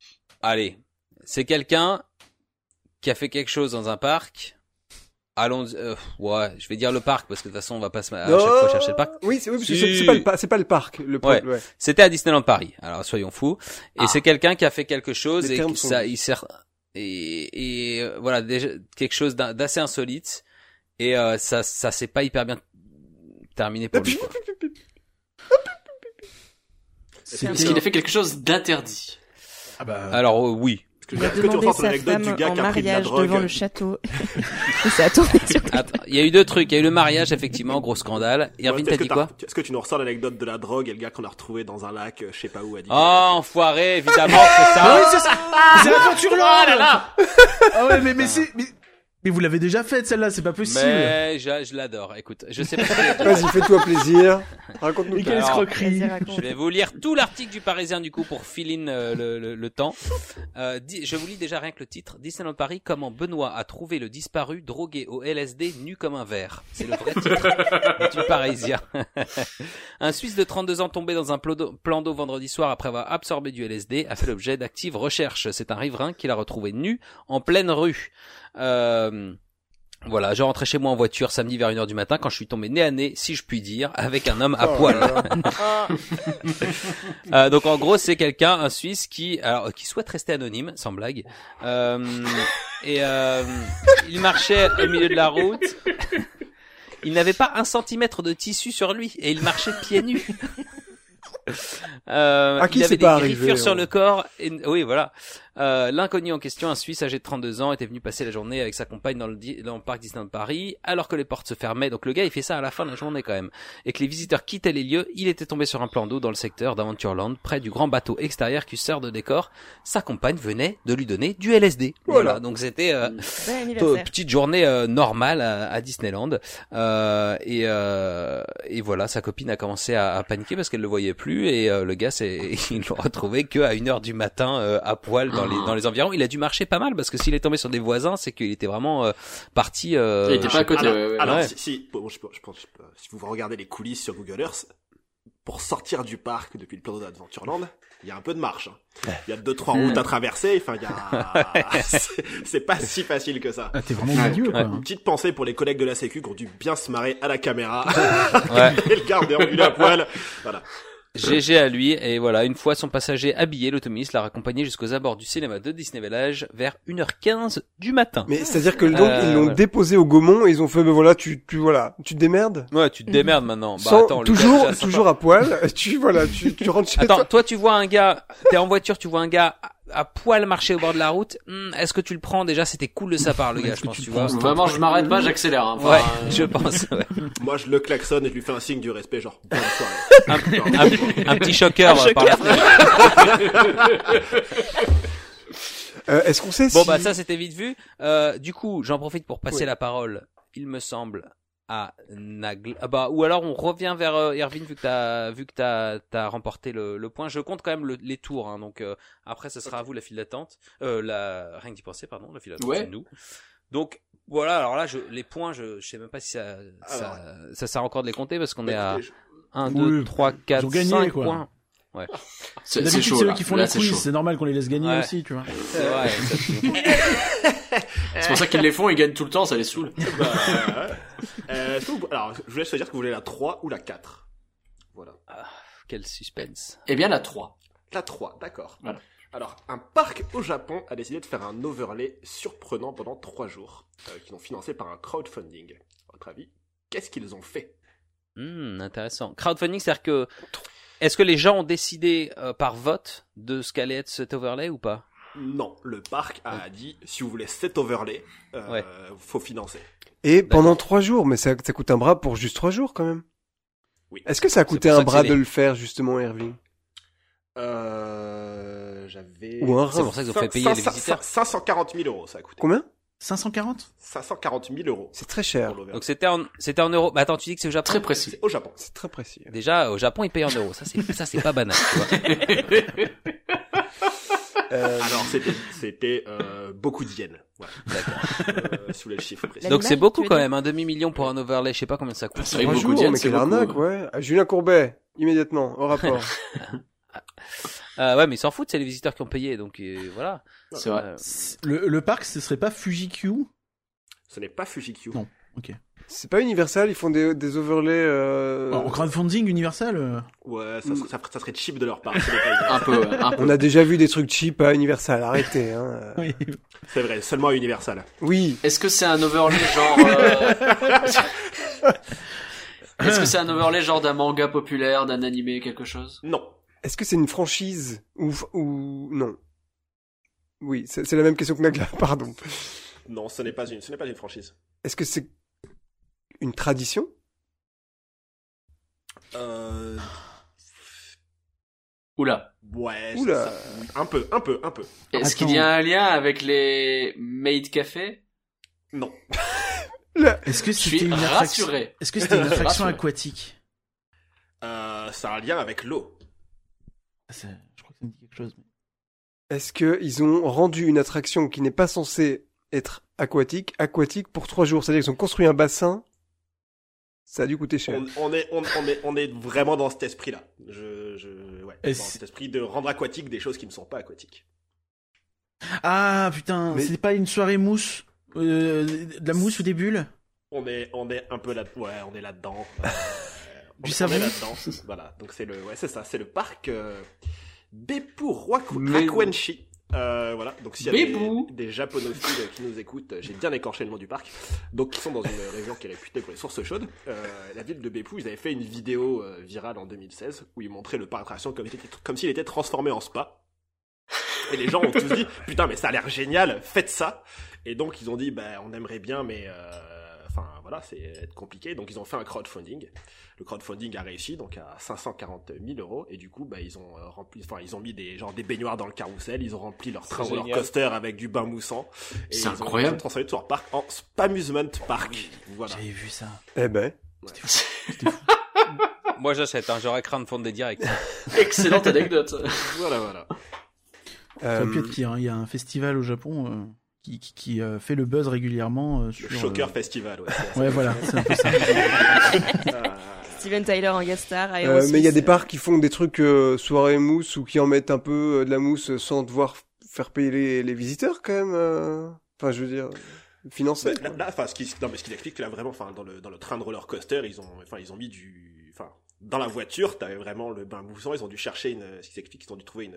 Speaker 2: allez, c'est quelqu'un qui a fait quelque chose dans un parc. Allons, euh, ouais, je vais dire le parc parce que de toute façon, on va pas se à chaque fois chercher le parc.
Speaker 1: Oui, c'est oui, parce que
Speaker 2: Si.
Speaker 1: c'est- c'est pas le pa- c'est pas le parc, le parc, ouais.
Speaker 2: C'était à Disneyland Paris. Alors soyons fous. Et c'est quelqu'un qui a fait quelque chose
Speaker 1: Ah. Les
Speaker 2: et
Speaker 1: termes
Speaker 2: qui-
Speaker 1: sont
Speaker 2: ça,
Speaker 1: dits.
Speaker 2: il sert et, et, euh, voilà déjà, quelque chose d'un- d'assez insolite et euh, ça ça s'est pas hyper bien terminé pour lui. quoi.
Speaker 5: C'était-
Speaker 7: Est-ce qu'il a fait quelque chose d'interdit
Speaker 5: Ah bah,
Speaker 2: Alors euh, oui.
Speaker 3: Il a
Speaker 4: Est-ce que tu
Speaker 3: demandé
Speaker 4: ressens ton
Speaker 3: sa
Speaker 4: anecdote
Speaker 3: femme
Speaker 4: du gars
Speaker 3: en
Speaker 4: qui a pris de la
Speaker 3: mariage
Speaker 4: drogue
Speaker 3: devant le château. Et ça a tourné sur
Speaker 2: Attends, il y a eu deux trucs. Il y a eu le mariage effectivement, gros scandale.
Speaker 4: Ouais,
Speaker 2: Irvine,
Speaker 4: est-ce
Speaker 2: t'as
Speaker 4: que
Speaker 2: dit
Speaker 4: t'as-
Speaker 2: quoi
Speaker 4: Est-ce que tu nous ressors l'anecdote de la drogue et le gars qu'on a retrouvé dans un lac, euh, je sais pas où, a dit
Speaker 2: Oh enfoiré, évidemment c'est
Speaker 5: Ah Oh
Speaker 2: ça.
Speaker 5: oui, c'est ça C'est Adventureland Ah ouais, mais, mais c'est... Mais, mais vous l'avez déjà faite celle-là, c'est pas possible
Speaker 2: Mais je, je l'adore. Écoute, je sais pas. si-
Speaker 1: Vas-y, fais-toi plaisir. Raconte-nous.
Speaker 5: Et
Speaker 1: tout.
Speaker 5: quelle
Speaker 2: Alors,
Speaker 5: escroquerie
Speaker 2: Je vais vous lire tout l'article du Parisien du coup pour fill in euh, le, le- le temps. Euh, di- je vous lis déjà rien que le titre. Disneyland Paris, comment Benoît a trouvé le disparu drogué au LSD nu comme un verre. C'est le vrai titre du Parisien. un Suisse de 32 ans tombé dans un plo- d'eau- plan d'eau vendredi soir après avoir absorbé du LSD a fait l'objet d'actives recherches. C'est un riverain qui l'a retrouvé nu en pleine rue. Euh, voilà, je rentrais chez moi en voiture samedi vers 1h du matin quand je suis tombé nez à nez, si je puis dire, avec un homme à
Speaker 1: Oh là
Speaker 2: poil.
Speaker 1: là.
Speaker 2: Euh, donc en gros, c'est quelqu'un, un Suisse qui, alors, qui souhaite rester anonyme, sans blague. Euh, et euh, il marchait au milieu de la route. Il n'avait pas un centimètre de tissu sur lui et il marchait pieds nus. Euh,
Speaker 1: À qui
Speaker 2: il
Speaker 1: c'est
Speaker 2: avait des
Speaker 1: pas arrivé,
Speaker 2: griffures sur
Speaker 1: hein.
Speaker 2: le corps. et- oui, voilà. Euh, L'inconnu en question, un Suisse âgé de 32 ans, était venu passer la journée avec sa compagne dans le, di- dans le parc Disneyland Paris, alors que les portes se fermaient. Donc le gars, il fait ça à la fin de la journée quand même et que les visiteurs quittaient les lieux, il était tombé sur un plan d'eau dans le secteur d'Aventureland, près du grand bateau extérieur qui sert de décor. Sa compagne venait de lui donner du LSD. Voilà,
Speaker 1: Voilà.
Speaker 2: donc c'était euh,
Speaker 3: Bon
Speaker 2: euh,
Speaker 3: anniversaire.
Speaker 2: petite journée euh, normale à, à Disneyland. Euh, et, euh, et voilà, sa copine a commencé à, à paniquer parce qu'elle le voyait plus et euh, le gars, c'est, il l'a retrouvé que à une heure du matin euh, à poil dans les
Speaker 7: Mmh.
Speaker 2: dans les environs. Il a dû marcher pas mal parce que s'il est tombé sur des voisins, c'est qu'il était vraiment euh, parti. euh,
Speaker 7: Il était pas à côté.
Speaker 4: alors,
Speaker 7: ouais, ouais.
Speaker 4: alors,
Speaker 2: Ouais.
Speaker 4: si, si, bon, je, pense- je pense, je pense- si vous regardez les coulisses sur Google Earth, pour sortir du parc depuis le plateau d'Adventureland, il y a un peu de marche. hein. Il y a deux trois routes
Speaker 7: Hmm.
Speaker 4: à traverser. Enfin, il y a, c'est c'est pas si facile que ça.
Speaker 5: Ah, t'es vraiment milieu, quoi.
Speaker 4: Une petite pensée pour les collègues de la Sécu qui ont dû bien se marrer à la caméra
Speaker 2: Ouais.
Speaker 4: et le garde déambulé à poil. Voilà.
Speaker 2: GG à lui, et voilà, une fois son passager habillé, l'automobile l'a raccompagné jusqu'aux abords du cinéma de Disney Village vers 1h15 du matin.
Speaker 1: Mais c'est-à-dire que donc
Speaker 2: Euh,
Speaker 1: ils l'ont
Speaker 2: voilà.
Speaker 1: déposé au Gaumont et ils ont fait ben voilà tu tu voilà tu te démerdes.
Speaker 2: Ouais, tu te démerdes maintenant. Bah,
Speaker 1: Sans-
Speaker 2: attends, le gars,
Speaker 1: toujours
Speaker 2: déjà, sympa.
Speaker 1: toujours à poil. Tu voilà tu tu rentres chez
Speaker 2: Attends,
Speaker 1: toi.
Speaker 2: toi tu vois un gars, t'es en voiture, tu vois un gars à, à poil marcher au bord de la route. Hmm, Est-ce que tu le prends déjà C'était cool de sa part, le gars, je pense. Tu vois.
Speaker 7: Vraiment, je m'arrête pas, j'accélère. hein. Enfin,
Speaker 2: Ouais,
Speaker 7: euh,
Speaker 2: je pense. ouais.
Speaker 4: Moi, je le klaxonne et je lui fais un signe du respect, genre bonne soirée.
Speaker 2: Un, un petit choqueur. euh, par la fenêtre.
Speaker 1: Euh, Est-ce qu'on sait
Speaker 2: Bon
Speaker 1: si
Speaker 2: bah ça c'était vite vu. Euh, du coup, j'en profite pour passer
Speaker 1: Ouais.
Speaker 2: la parole. Il me semble à Nagl. Ah bah ou alors on revient vers euh, Erwin vu que t'as vu que t'as t'as remporté le, le point. Je compte quand même le- les tours. hein, donc euh, après, ça sera à vous la file d'attente. Euh, la rien que d'y penser, pardon, la file d'attente.
Speaker 7: Ouais.
Speaker 2: c'est Nous. Donc voilà. Alors là, je, les points, je, je sais même pas si ça ça, ça sert encore de les compter parce qu'on
Speaker 4: Bah,
Speaker 2: est à 1, 2,
Speaker 5: Oui,
Speaker 2: 3, 4,
Speaker 5: ont gagné,
Speaker 2: 5
Speaker 5: quoi.
Speaker 2: points.
Speaker 7: c'est c'est
Speaker 5: D'habitude,
Speaker 7: chaud.
Speaker 5: c'est eux
Speaker 7: là.
Speaker 5: qui font
Speaker 7: Là,
Speaker 5: les
Speaker 7: c'est
Speaker 5: quiz,
Speaker 7: chaud.
Speaker 5: c'est normal qu'on les laisse gagner
Speaker 2: Ouais.
Speaker 5: aussi, tu vois.
Speaker 2: C'est vrai. ça, c'est-
Speaker 7: C'est pour ça qu'ils les font, ils gagnent tout le temps, ça les saoule.
Speaker 4: Bah, euh, est-ce que vous- alors, je vous laisse dire que vous voulez la 3 ou la 4. Voilà.
Speaker 2: Quel suspense.
Speaker 7: Eh bien, la 3.
Speaker 4: La 3, d'accord.
Speaker 7: Voilà.
Speaker 4: Alors, un parc au Japon a décidé de faire un overlay surprenant pendant 3 jours, euh, qu'ils ont financé par un crowdfunding. À votre avis, qu'est-ce qu'ils ont fait
Speaker 2: Hmm, intéressant. Crowdfunding, c'est-à-dire que est-ce que les gens ont décidé euh, par vote de ce qu'allait être cet overlay ou pas
Speaker 4: Non, le parc a dit, si vous voulez cet overlay, euh,
Speaker 2: Ouais.
Speaker 4: faut financer.
Speaker 1: Et pendant trois jours, mais ça ça coûte un bras pour juste trois jours quand même.
Speaker 4: Oui.
Speaker 1: Est-ce que ça a coûté
Speaker 2: pour ça
Speaker 1: un
Speaker 2: que
Speaker 1: bras
Speaker 2: c'est
Speaker 1: de
Speaker 2: les-
Speaker 1: le faire justement, Irving
Speaker 4: Euh, j'avais...
Speaker 1: Ou un
Speaker 2: C'est
Speaker 1: rein
Speaker 2: pour ça qu'ils ont fait payer les visiteurs.
Speaker 4: 540 000 euros, ça a coûté.
Speaker 1: Combien
Speaker 5: 540
Speaker 4: 540 000 euros
Speaker 1: C'est très
Speaker 4: pour
Speaker 1: cher.
Speaker 4: l'overlay.
Speaker 2: Donc c'était en c'était en euros. Bah attends, tu dis que c'est au Japon.
Speaker 7: Très précis.
Speaker 4: Au Japon.
Speaker 1: C'est très précis.
Speaker 2: Déjà au Japon, ils payent en euros. Ça c'est ça c'est pas banal. tu vois.
Speaker 1: Euh,
Speaker 4: Alors, c'était, c'était euh, beaucoup de yens. Voilà. Euh, sous le chiffre précis.
Speaker 3: La-
Speaker 2: Donc c'est
Speaker 3: L'animal,
Speaker 2: beaucoup
Speaker 3: tu veux
Speaker 2: quand
Speaker 3: dire
Speaker 2: même, un demi million pour un overlay. Je sais pas combien ça coûte.
Speaker 7: C'est vrai que
Speaker 1: trois
Speaker 7: beaucoup de
Speaker 1: jours,
Speaker 7: yens,
Speaker 1: mais
Speaker 7: c'est
Speaker 1: quelle
Speaker 7: beaucoup.
Speaker 2: hein.
Speaker 1: arnaque, ouais. Ah, Julien Courbet, immédiatement, au rapport.
Speaker 2: Euh, ouais, mais ils s'en foutent. C'est les visiteurs qui ont payé. Donc euh, voilà.
Speaker 7: C'est vrai.
Speaker 2: Euh,
Speaker 5: Le, le parc, ce serait pas Fuji-Q
Speaker 4: Ce n'est pas Fujikyu.
Speaker 5: Non.
Speaker 1: C'est pas Universal, ils font des, des overlays. Euh...
Speaker 4: Bah,
Speaker 5: En crowdfunding universel euh,
Speaker 4: Ouais, ça, serait- ça, ça serait cheap de leur part. ce n'est pas
Speaker 7: Un
Speaker 4: Universal.
Speaker 7: peu, ouais, un peu.
Speaker 1: On a déjà vu des trucs cheap à Universal, arrêtez. Hein.
Speaker 5: oui.
Speaker 4: C'est vrai, seulement à Universal.
Speaker 1: Oui,
Speaker 7: Est-ce que c'est un overlay genre euh, Est-ce que c'est un overlay genre d'un manga populaire, d'un animé, quelque chose
Speaker 4: Non.
Speaker 1: est-ce que c'est une franchise ou, ou non Oui, c'est c'est la même question que Nagla, pardon.
Speaker 4: Non, ce n'est pas une, ce n'est pas une franchise.
Speaker 1: Est-ce que c'est une tradition
Speaker 4: Euh,
Speaker 7: Oula.
Speaker 4: ouais.
Speaker 1: Oula.
Speaker 4: ça- ça- un peu, un peu, un peu.
Speaker 7: Est-ce qu'il y a un lien avec les Maid Café
Speaker 4: Non.
Speaker 5: Est-ce que
Speaker 7: Je suis
Speaker 5: c'était une attraction
Speaker 7: rassuré.
Speaker 5: Est-ce que c'était une attraction
Speaker 7: Rassuré.
Speaker 5: aquatique
Speaker 4: Euh, ça a un lien avec l'eau.
Speaker 5: Ah, c'est- Je crois que ça me dit quelque chose.
Speaker 1: Est-ce que ils ont rendu une attraction qui n'est pas censée être aquatique, aquatique pour trois jours C'est-à-dire qu'ils ont construit un bassin. Ça a dû coûter cher.
Speaker 4: On, on est, on, on est, on est vraiment dans cet esprit-là. Je, je, ouais.
Speaker 5: Et
Speaker 4: dans
Speaker 5: c'est-
Speaker 4: cet esprit de rendre aquatique des choses qui ne sont pas aquatiques.
Speaker 5: Ah putain,
Speaker 1: Mais-
Speaker 5: c'est pas une soirée mousse euh, De la mousse ou des bulles
Speaker 4: On est, on est un peu là, ouais, on est là-dedans. Euh, on- on
Speaker 5: Du
Speaker 4: est
Speaker 5: savon.
Speaker 4: là-dedans. Voilà. Donc c'est le, ouais, c'est ça, c'est le parc euh, Beppu Raku-
Speaker 7: Mais-
Speaker 4: Rakuenshi. Euh, voilà. Donc s'il y a des,
Speaker 7: Beppu.
Speaker 4: des japonophiles qui nous écoutent, j'ai bien écorché le nom du parc. Donc ils sont dans une région qui est réputée pour les sources chaudes. Euh, la ville de Beppu, ils avaient fait une vidéo euh, virale en 2016 où ils montraient le parc d'attractions comme, s'il était- comme s'il était transformé en spa. Et les gens ont tous dit putain mais ça a l'air génial, faites ça. Et donc ils ont dit bah on aimerait bien mais euh, enfin voilà c'est être compliqué. Donc ils ont fait un crowdfunding. Le crowdfunding a réussi donc à 540 000 euros et du coup bah ils ont euh, rempli, enfin ils ont mis des genre des baignoires dans le carrousel, ils ont rempli leur train ou leur coaster avec du bain moussant. Et
Speaker 7: C'est
Speaker 4: ils ont-
Speaker 7: incroyable.
Speaker 4: Ils ont transformé tout leur parc en spamusement park. Voilà.
Speaker 5: J'avais vu ça.
Speaker 1: Eh ben,
Speaker 2: Moi j'achète. Hein, J'aurais craint de fondre des directs.
Speaker 7: Excellente anecdote.
Speaker 4: Voilà voilà.
Speaker 5: Ça
Speaker 1: euh,
Speaker 5: aurait pu être pire, hein. Il y a un festival au Japon euh, qui, qui, qui, euh, fait le buzz régulièrement euh,
Speaker 4: Le
Speaker 5: sur.
Speaker 4: Shocker
Speaker 5: euh,
Speaker 4: Festival. Ouais, c'est-
Speaker 5: Ouais, voilà, c'est un peu ça.
Speaker 4: Ah,
Speaker 3: Steven Tyler en guest star.
Speaker 1: Euh,
Speaker 3: Aerosmith,
Speaker 1: mais il y a des
Speaker 3: euh,
Speaker 1: parcs qui font des trucs euh, soirée mousse ou qui en mettent un peu euh, de la mousse sans devoir faire payer les, les visiteurs quand même. euh. Enfin, je veux dire, euh, financer.
Speaker 4: Là, là, enfin, ce qui, non, mais ce qui explique que là vraiment, enfin, dans le dans le train de roller coaster, ils ont, enfin, ils ont mis du, enfin, dans la voiture, t'avais vraiment le bain bouffant. Ils ont dû chercher une, ce qui explique qu'ils ont dû trouver une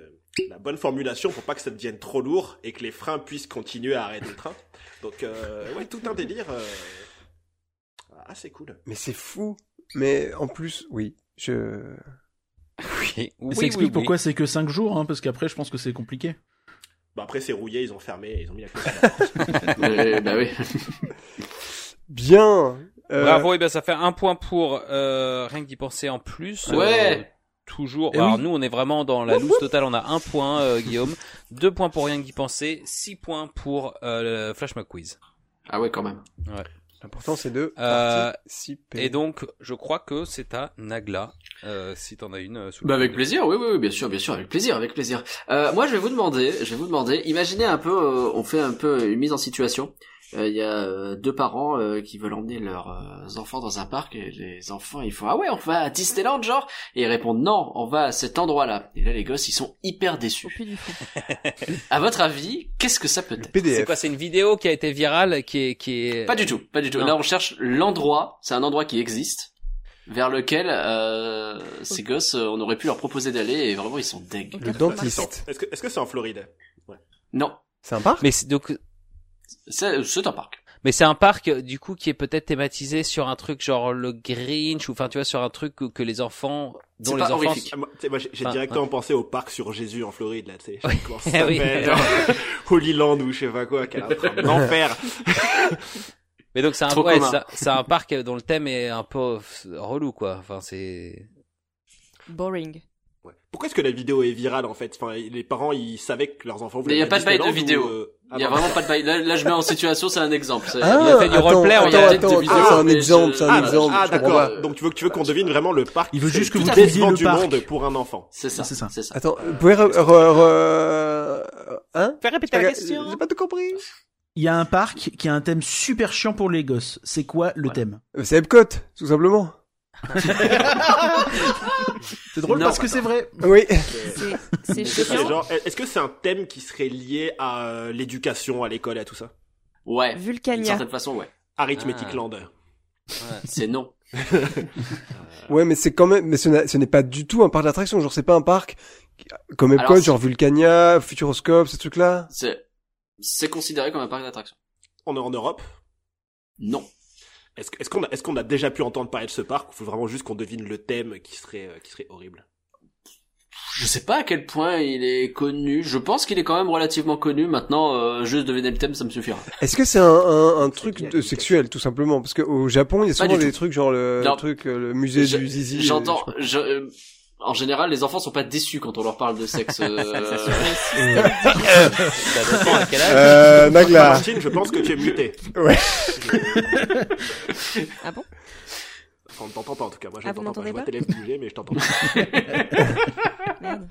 Speaker 4: la bonne formulation pour pas que ça devienne trop lourd et que les freins puissent continuer à arrêter le train. Donc, euh, ouais, tout un délire. Euh... Ah, c'est cool.
Speaker 1: Mais c'est fou. Mais en plus, oui, je.
Speaker 2: Oui, oui,
Speaker 5: ça
Speaker 2: oui,
Speaker 5: explique
Speaker 2: oui.
Speaker 5: pourquoi c'est que 5 jours, hein, parce qu'après, je pense que c'est compliqué.
Speaker 4: Bah après, c'est rouillé, ils ont fermé, ils ont mis la clé.
Speaker 7: Euh, bah oui.
Speaker 1: Bien. Euh,
Speaker 2: Bravo, et ben ça fait un point pour euh, rien que d'y penser en plus.
Speaker 7: Ouais.
Speaker 2: Euh, toujours.
Speaker 5: Eh
Speaker 2: Alors
Speaker 5: oui.
Speaker 2: nous, on est vraiment dans la loose totale. On a un point, euh, Guillaume, deux points pour rien que d'y penser, six points pour euh, le Flash McQuiz.
Speaker 7: Ah ouais, quand même.
Speaker 1: L'important c'est de
Speaker 2: Euh,
Speaker 1: participer.
Speaker 2: Et donc, je crois que c'est à Nagla, euh, si t'en as une. euh, sous le
Speaker 7: Bah
Speaker 2: coude.
Speaker 7: avec plaisir, oui, oui, oui, bien sûr, bien sûr, avec plaisir, avec plaisir. Euh, moi, je vais vous demander, je vais vous demander, imaginez un peu, euh, on fait un peu une mise en situation. Euh, Il y a euh, deux parents euh, qui veulent emmener leurs euh, enfants dans un parc et les enfants ils font ah ouais on va à Disneyland genre et ils répondent non on va à cet endroit là et là les gosses ils sont hyper
Speaker 3: au
Speaker 7: déçus.
Speaker 3: plus du
Speaker 1: Euh,
Speaker 3: fou.
Speaker 7: À votre avis qu'est-ce que ça peut être
Speaker 2: C'est
Speaker 1: PDF.
Speaker 2: quoi C'est une vidéo qui a été virale, qui est qui est.
Speaker 7: Pas du tout, pas du tout.
Speaker 2: Non.
Speaker 7: Là on cherche l'endroit, c'est un endroit qui existe vers lequel euh, ces gosses euh, on aurait pu leur proposer d'aller et vraiment ils sont dingues.
Speaker 1: Le dentiste.
Speaker 4: Est-ce que est-ce que c'est en Floride
Speaker 7: Non,
Speaker 1: C'est un parc
Speaker 2: Mais c'est- donc,
Speaker 7: c'est c'est un parc.
Speaker 2: mais c'est un parc euh, du coup qui est peut-être thématisé sur un truc genre le Grinch ou enfin tu vois sur un truc que, que les enfants dont
Speaker 7: C'est
Speaker 2: les
Speaker 7: pas
Speaker 2: enfants.
Speaker 7: horrifique.
Speaker 4: Ah, moi, tu sais, moi, j'ai j'ai
Speaker 2: Enfin,
Speaker 4: directement pensé au parc sur Jésus en Floride, là, tu sais. je sais pas Comment ça
Speaker 2: Ah Bah, oui.
Speaker 4: s'appelle, genre, Holy Land ou je sais pas quoi, qui a un enfer.
Speaker 2: Mais donc c'est un,
Speaker 7: Trop
Speaker 2: ouais,
Speaker 7: commun.
Speaker 2: c'est- c'est un parc dont le thème est un peu euh, relou quoi. Enfin c'est.
Speaker 3: Boring.
Speaker 4: Ouais. Pourquoi est-ce que la vidéo est virale, en fait Enfin, les parents, ils savaient que leurs enfants voulaient
Speaker 7: Mais y a
Speaker 4: aller
Speaker 7: pas de bail de
Speaker 4: Disneyland
Speaker 7: vidéo.
Speaker 4: ou, euh, ah,
Speaker 7: Il y a
Speaker 4: non.
Speaker 7: vraiment pas de bail. Là, là, je mets en situation, c'est un exemple. C'est-
Speaker 1: Ah,
Speaker 2: il a fait du
Speaker 1: attends,
Speaker 2: roleplay,
Speaker 1: attends,
Speaker 2: il
Speaker 1: attends,
Speaker 2: a fait
Speaker 7: des vidéos,
Speaker 1: c'est un
Speaker 7: mais
Speaker 1: exemple,
Speaker 7: je-
Speaker 1: c'est un
Speaker 4: Ah,
Speaker 7: bah,
Speaker 1: exemple.
Speaker 4: ah,
Speaker 1: je comprends
Speaker 4: d'accord.
Speaker 1: pas.
Speaker 4: Donc tu veux que tu veux qu'on devine vraiment le parc
Speaker 5: Il veut
Speaker 4: qui
Speaker 5: juste
Speaker 4: fait
Speaker 5: que
Speaker 4: le
Speaker 5: vous
Speaker 4: plus
Speaker 5: deviez le
Speaker 4: du
Speaker 5: parc.
Speaker 4: monde pour un enfant.
Speaker 7: C'est ça,
Speaker 5: C'est ça.
Speaker 7: c'est ça.
Speaker 1: Attends, vous pouvez re- re- re- hein
Speaker 2: Fais répéter
Speaker 1: J'ai pas- J'ai pas tout compris.
Speaker 5: Il y a un parc qui a un thème super chiant pour les gosses. C'est quoi le thème
Speaker 1: Euh, C'est Epcot, tout simplement.
Speaker 5: C'est drôle
Speaker 7: Non,
Speaker 5: parce que c'est vrai.
Speaker 1: Oui.
Speaker 3: C'est- C'est
Speaker 4: Est-ce que c'est
Speaker 3: chiant.
Speaker 4: genre- est-ce que c'est un thème qui serait lié à euh, l'éducation, à l'école et à tout ça
Speaker 7: Ouais. D'une
Speaker 3: Vulcania.
Speaker 7: certaine façon, ouais.
Speaker 4: Arithmétique
Speaker 2: Ah.
Speaker 4: Land.
Speaker 7: C'est non.
Speaker 1: Ouais, mais c'est quand même, mais ce n'a- ce n'est pas du tout un parc d'attraction. Genre, c'est pas un parc qui- comme Epcot,
Speaker 7: Alors, c'est-
Speaker 1: genre Vulcania, Futuroscope, ces trucs-là.
Speaker 7: C'est, c'est considéré comme un parc d'attraction.
Speaker 4: On est en Europe.
Speaker 7: Non.
Speaker 4: Est-ce que- est-ce qu'on a, est-ce qu'on a déjà pu entendre parler de ce parc Il faut vraiment juste qu'on devine le thème qui serait, euh, qui serait horrible.
Speaker 7: Je sais pas à quel point il est connu. Je pense qu'il est quand même relativement connu. Maintenant, euh, juste deviner le thème, ça me suffira.
Speaker 1: Est-ce que c'est un, un, un truc
Speaker 4: qui a
Speaker 1: de-
Speaker 4: dit
Speaker 1: sexuel tout simplement Parce qu'au Japon, il y a
Speaker 7: Pas
Speaker 1: souvent
Speaker 7: du
Speaker 1: des
Speaker 7: tout.
Speaker 1: trucs genre le,
Speaker 7: Non.
Speaker 1: le truc, euh, le musée
Speaker 7: Je-
Speaker 1: du zizi.
Speaker 7: J'entends. Je, euh, en général, les enfants sont pas déçus quand on leur parle de sexe. euh,
Speaker 2: Ça dépend à quel âge.
Speaker 1: Euh, Nagla.
Speaker 4: Martine, je pense que tu es muté.
Speaker 3: Ah bon
Speaker 4: Enfin, on ne t'entend pas en tout cas. Moi, je
Speaker 3: Ah,
Speaker 4: ne
Speaker 3: vous
Speaker 4: t'entends pas.
Speaker 3: m'entendez
Speaker 4: Je vois
Speaker 3: pas
Speaker 4: tes lèvres bouger, mais je t'entends pas.
Speaker 3: Merde.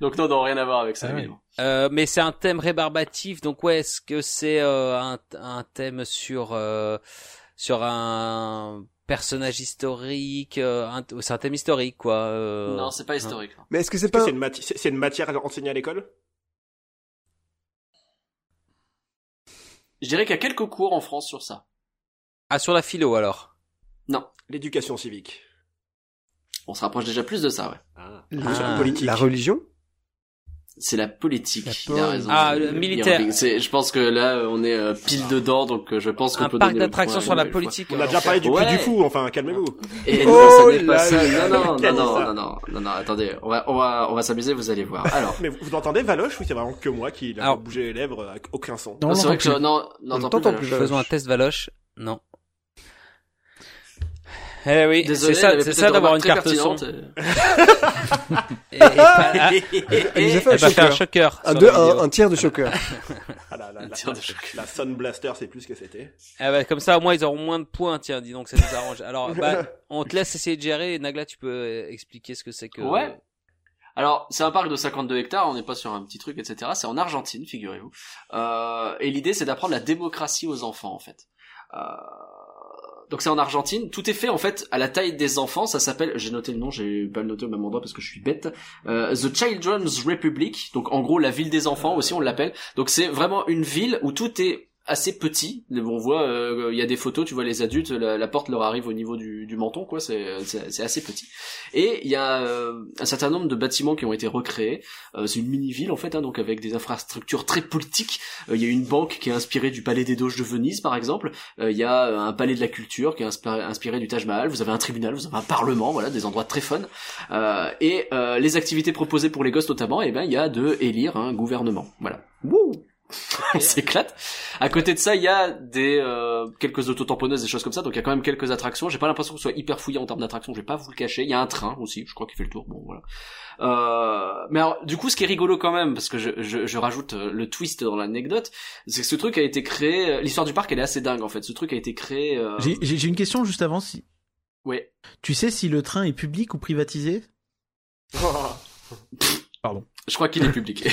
Speaker 7: Donc non, non, rien à voir avec ça.
Speaker 5: Ah ouais.
Speaker 7: évidemment.
Speaker 2: Euh, mais c'est un thème rébarbatif, donc ouais, est-ce que c'est euh, un, un thème sur euh, sur un personnage historique euh, un- C'est un thème historique, quoi. euh.
Speaker 7: Non, c'est pas historique. non.
Speaker 1: Mais est-ce que c'est
Speaker 4: Est-ce que
Speaker 1: pas
Speaker 4: c'est une, mati- c'est- c'est une matière enseignée à l'école
Speaker 7: Je dirais qu'il y a quelques cours en France sur ça.
Speaker 2: Ah, sur la philo, alors.
Speaker 4: L'éducation civique.
Speaker 7: On se rapproche déjà plus de ça, ouais.
Speaker 4: Ah.
Speaker 1: la,
Speaker 4: C'est la politique.
Speaker 1: la religion
Speaker 7: C'est la politique.
Speaker 1: La
Speaker 7: il a raison.
Speaker 2: Ah, le
Speaker 7: Euh,
Speaker 2: militaire.
Speaker 7: Irving. C'est, je pense que là, euh, on est euh, pile dedans, donc euh, je pense qu'on
Speaker 2: Un
Speaker 7: peut
Speaker 2: parc
Speaker 7: donner le
Speaker 2: d'attractions
Speaker 7: point à
Speaker 2: sur la
Speaker 7: Noël.
Speaker 2: politique.
Speaker 4: On a
Speaker 2: alors.
Speaker 4: déjà parlé du cul
Speaker 7: Ouais.
Speaker 4: du fou, enfin, calmez-vous.
Speaker 7: Et
Speaker 1: Oh
Speaker 7: non, ça n'est
Speaker 1: là
Speaker 7: pas ça.
Speaker 1: là,
Speaker 7: Non, non,
Speaker 4: quel
Speaker 7: non, non, non,
Speaker 4: hasard.
Speaker 7: non, non, non, attendez. On va, on va, on va s'amuser, vous allez voir. Alors.
Speaker 4: Mais vous, vous l'entendez, Valoche Ou c'est vraiment que moi qui n'a
Speaker 2: Alors-
Speaker 4: pas bougé les lèvres avec aucun son
Speaker 5: Non,
Speaker 7: Non,
Speaker 5: on
Speaker 7: c'est vrai que
Speaker 5: l'entend
Speaker 7: je, non,
Speaker 1: On
Speaker 7: n'entends
Speaker 1: t'entend
Speaker 7: plus.
Speaker 1: plus,
Speaker 7: plus
Speaker 1: Valoche.
Speaker 2: Faisons un test Valoche. Non. Eh oui, c'est
Speaker 7: Désolé, elle
Speaker 2: ça,
Speaker 7: avait
Speaker 2: c'est
Speaker 7: peut-être
Speaker 2: ça d'avoir une
Speaker 7: remarque
Speaker 2: carte
Speaker 7: très
Speaker 2: son.
Speaker 7: pertinente.
Speaker 2: Et, et pas- ah,
Speaker 7: Eh,
Speaker 1: Elle nous a
Speaker 2: et-
Speaker 1: fait un
Speaker 2: elle va faire un
Speaker 1: choker.
Speaker 2: choker.
Speaker 1: Un,
Speaker 2: sur
Speaker 1: deux,
Speaker 2: la vidéo.
Speaker 1: un, un tiers de choker.
Speaker 4: Ah, la, la, la,
Speaker 7: Tir de
Speaker 4: la-
Speaker 7: choc.
Speaker 4: la Sun Blaster, c'est plus ce que c'était.
Speaker 2: Ah bah, comme ça, au moins, ils auront moins de points, tiens, dis donc, ça nous arrange. Alors, bah, on te laisse essayer de gérer. Nagla, tu peux euh, expliquer ce que c'est que...
Speaker 7: Ouais. Alors, c'est un parc de 52 hectares, on n'est pas sur un petit truc, etc. C'est en Argentine, figurez-vous. Euh, et l'idée, c'est d'apprendre la démocratie aux enfants, en fait. Euh, donc c'est en Argentine. Tout est fait en fait à la taille des enfants. Ça s'appelle, j'ai noté le nom, j'ai pas le noté au même endroit parce que je suis bête. Euh, The Children's Republic. Donc en gros la ville des enfants aussi on l'appelle. Donc c'est vraiment une ville où tout est assez petit. On voit, euh, il y a des photos, tu vois les adultes, la, la porte leur arrive au niveau du, du menton, quoi. C'est c'est- c'est assez petit. Et il y a euh, un certain nombre de bâtiments qui ont été recréés. Euh, c'est une mini-ville en fait, hein, donc avec des infrastructures très politiques. Euh, Il y a une banque qui est inspirée du Palais des Doges de Venise, par exemple. Euh, Il y a euh, un Palais de la Culture qui est inspi- inspiré du Taj Mahal. Vous avez un tribunal, vous avez un parlement, voilà, des endroits très fun. Euh, et euh, les activités proposées pour les gosses notamment, eh ben il y a de élire un gouvernement. Voilà. Wouh on s'éclate. À côté de ça, il y a des euh, quelques autotamponneuses, des choses comme ça. Donc il y a quand même quelques attractions. J'ai pas l'impression que ce soit hyper fouillé en termes d'attractions. Je vais pas vous le cacher. Il y a un train aussi. Je crois qu'il fait le tour. Bon voilà. Euh, mais alors, du coup, ce qui est rigolo quand même, parce que je, je, je rajoute euh, le twist dans l'anecdote, c'est que ce truc a été créé. euh, L'histoire du parc, elle est assez dingue en fait. Ce truc a été créé. euh,
Speaker 5: J'ai- J'ai j'ai une question juste avant. Si...
Speaker 7: Ouais.
Speaker 5: Tu sais si le train est public ou privatisé
Speaker 7: Je crois qu'il est public,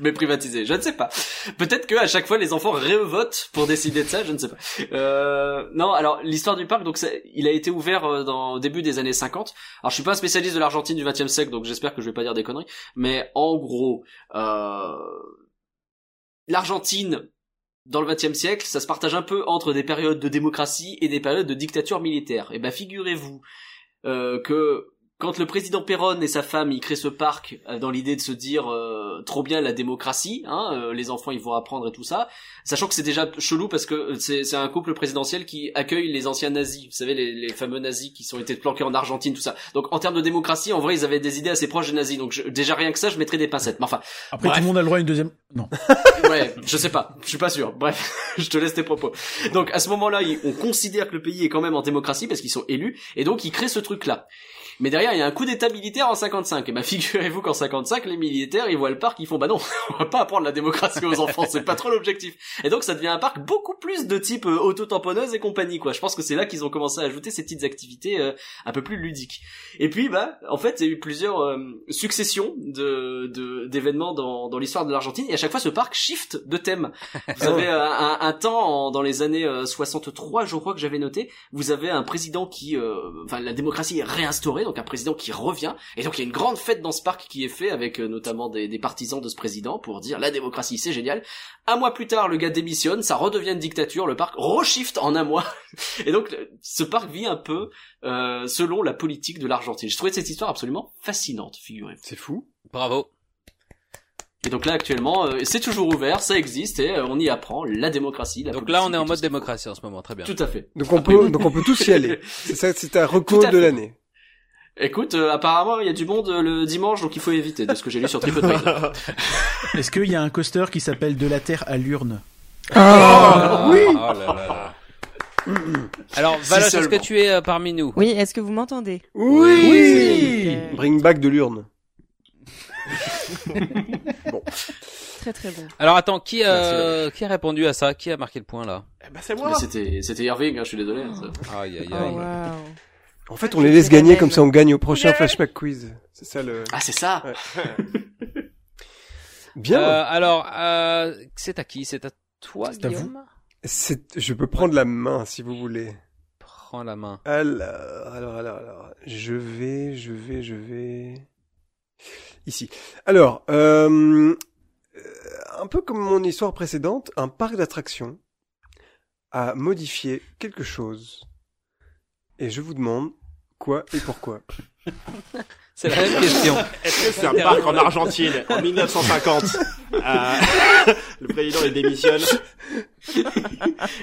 Speaker 7: mais privatisé. Je ne sais pas. Peut-être que à chaque fois les enfants révotent pour décider de ça. Je ne sais pas. Euh, non, alors l'histoire du parc, donc ça- il a été ouvert euh, dans au début des années 50. Alors je suis pas un spécialiste de l'Argentine du 20e siècle, donc j'espère que je vais pas dire des conneries. Mais en gros, euh, l'Argentine dans le 20e siècle, ça se partage un peu entre des périodes de démocratie et des périodes de dictature militaire. Et ben figurez-vous euh, que quand le président Perron et sa femme ils créent ce parc euh, dans l'idée de se dire euh, trop bien la démocratie, hein, euh, les enfants ils vont apprendre et tout ça, sachant que c'est déjà chelou parce que euh, c'est c'est un couple présidentiel qui accueille les anciens nazis, vous savez les, les fameux nazis qui sont été planqués en Argentine tout ça. Donc en termes de démocratie, en vrai ils avaient des idées assez proches des nazis. Donc je- déjà rien que ça, je mettrais des pincettes. Mais enfin
Speaker 5: Après,
Speaker 7: Bref.
Speaker 5: tout le monde a le droit à une deuxième. Non.
Speaker 7: Ouais, je sais pas, je suis pas sûr. Bref, je te laisse tes propos. Donc à ce moment-là, il- on considère que le pays est quand même en démocratie parce qu'ils sont élus et donc ils créent ce truc-là. Mais derrière, il y a un coup d'état militaire en 55. Et ben figurez-vous qu'en 55, les militaires, ils voient le parc, ils font bah non, on va pas apprendre la démocratie aux enfants, c'est pas trop l'objectif. Et donc ça devient un parc beaucoup plus de type euh, auto-tamponneuse et compagnie quoi. Je pense que c'est là qu'ils ont commencé à ajouter ces petites activités euh, un peu plus ludiques. Et puis bah en fait, il y a eu plusieurs euh, successions de de- d'événements dans dans l'histoire de l'Argentine et à chaque fois ce parc shift de thème. Vous avez euh, un, un temps en- dans les années euh, 63, je crois que j'avais noté, vous avez un président qui euh, enfin la démocratie est réinstaurée, donc un président qui revient et donc il y a une grande fête dans ce parc qui est fait avec euh, notamment des, des partisans de ce président pour dire la démocratie c'est génial. Un mois plus tard, le gars démissionne, ça redevient une dictature, le parc reshift en un mois. Et donc le- ce parc vit un peu euh, selon la politique de l'Argentine. Je trouvais cette histoire absolument fascinante, figurez-vous.
Speaker 1: C'est fou.
Speaker 2: Bravo.
Speaker 7: Et donc là actuellement, euh, c'est toujours ouvert, ça existe et euh, on y apprend la démocratie. La
Speaker 2: Donc
Speaker 7: politique
Speaker 2: là, on est
Speaker 7: et
Speaker 2: en
Speaker 7: tout
Speaker 2: mode
Speaker 7: ce qu'il faut.
Speaker 2: démocratie en ce moment. Très bien.
Speaker 7: Tout à fait.
Speaker 1: Donc on peut, donc on peut tous y aller. C'est ça, c'est ta reco
Speaker 7: Ah Tout à
Speaker 1: de
Speaker 7: fait.
Speaker 1: l'année.
Speaker 7: Écoute, euh, apparemment il y a du monde euh, le dimanche, donc il faut éviter de ce que j'ai lu sur TripAdvisor.
Speaker 5: Est-ce qu'il y a un coaster qui s'appelle De la Terre à l'urne
Speaker 2: Ah,
Speaker 1: oui.
Speaker 2: oh là là là. Alors, Valoche, est-ce que
Speaker 7: seulement.
Speaker 2: tu es euh, parmi nous
Speaker 3: Oui, est-ce que vous m'entendez
Speaker 1: Oui.
Speaker 3: Oui.
Speaker 1: Bring back de l'urne.
Speaker 3: Très très bon.
Speaker 2: Alors attends, qui, euh, qui a répondu à ça Qui a marqué le point là
Speaker 4: Eh ben, c'est moi.
Speaker 7: Mais c'était c'était Irving, hein, je suis désolé. ça.
Speaker 2: Aïe aïe Euh,
Speaker 3: Oh,
Speaker 2: aïe.
Speaker 3: waouh.
Speaker 1: En fait, on les laisse
Speaker 3: C'est la
Speaker 1: gagner
Speaker 3: même.
Speaker 1: comme ça, on gagne au prochain flashback quiz. C'est ça le.
Speaker 7: Ah c'est ça.
Speaker 1: Ouais. Bien.
Speaker 2: Euh, alors, euh, c'est à qui C'est à toi,
Speaker 5: C'est à vous.
Speaker 2: Guillaume
Speaker 1: C'est- Je peux prendre la main si vous voulez.
Speaker 2: Prends la main.
Speaker 1: Alors, alors, alors, alors. Je vais, je vais, je vais. Ici. Alors, euh, euh, un peu comme mon histoire précédente, un parc d'attractions a modifié quelque chose. Et je vous demande quoi et pourquoi.
Speaker 2: C'est la même question.
Speaker 4: Est-ce que c'est un parc en Argentine en 1950 Euh, Le président il démissionne.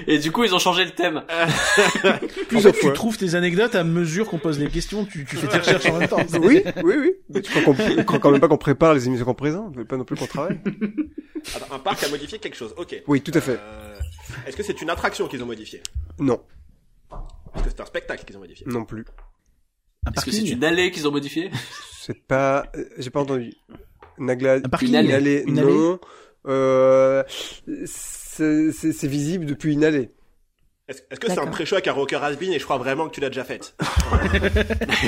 Speaker 7: Et du coup ils ont changé le thème.
Speaker 2: Ah,
Speaker 5: En
Speaker 1: Plusieurs
Speaker 5: fait, Ah, bah, tu
Speaker 1: fois.
Speaker 5: trouves tes anecdotes à mesure qu'on pose les questions, tu, tu fais tes recherches en même temps.
Speaker 1: Oui, oui, oui. Mais tu crois, qu'on, tu crois quand même pas qu'on prépare les émissions qu'on présente, mais pas non plus qu'on travaille.
Speaker 4: Attends, un parc a modifié quelque chose. Ok.
Speaker 1: Oui, tout à fait.
Speaker 4: Euh, Est-ce que c'est une attraction qu'ils ont modifiée
Speaker 1: Non,
Speaker 4: Est-ce que c'est un spectacle qu'ils ont modifié
Speaker 1: non plus.
Speaker 5: Un
Speaker 7: Est-ce que c'est
Speaker 5: parking
Speaker 7: une allée qu'ils ont modifiée
Speaker 1: C'est pas. euh, J'ai pas entendu. Nagla.
Speaker 5: Un parking
Speaker 7: Une allée.
Speaker 1: Une allée,
Speaker 5: Une allée
Speaker 1: non. Euh, c'est, c'est- c'est visible depuis une allée.
Speaker 4: Est-ce est-ce que c'est un
Speaker 3: D'accord.
Speaker 4: pré-show avec un rocker has et je crois vraiment que tu l'as déjà faite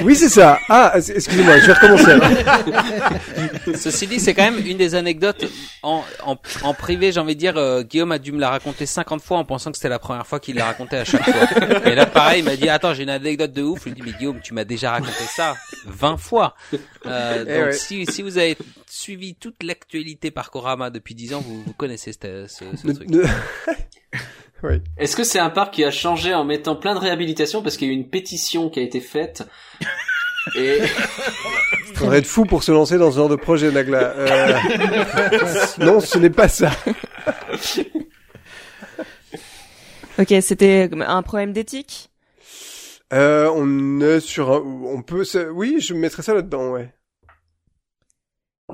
Speaker 1: Oui, c'est ça. Ah, es- excusez-moi, je vais recommencer. alors.
Speaker 2: Ceci dit, c'est quand même une des anecdotes en, en, en privé, j'ai envie de dire, euh, Guillaume a dû me la raconter 50 fois en pensant que c'était la première fois qu'il la racontait à chaque fois. Et là, pareil, il m'a dit, attends, j'ai une anecdote de ouf. Je lui dis, mais Guillaume, tu m'as déjà raconté ça 20 fois. Euh,
Speaker 1: Eh
Speaker 2: donc,
Speaker 1: ouais.
Speaker 2: si, si vous avez suivi toute l'actualité par Korama depuis 10 ans, vous, vous connaissez ce, ce, ce
Speaker 1: Ne-
Speaker 2: truc.
Speaker 1: ne-
Speaker 7: Est-ce que c'est un parc qui a changé en mettant plein de réhabilitations parce qu'il y a eu une pétition qui a été faite et
Speaker 1: Faudrait être fou pour se lancer dans ce genre de projet, Nagla. Euh, non, ce n'est pas ça.
Speaker 3: Ok, c'était un problème d'éthique.
Speaker 1: Euh, on est sur un... On peut... se- Oui, je mettrais ça là-dedans, ouais.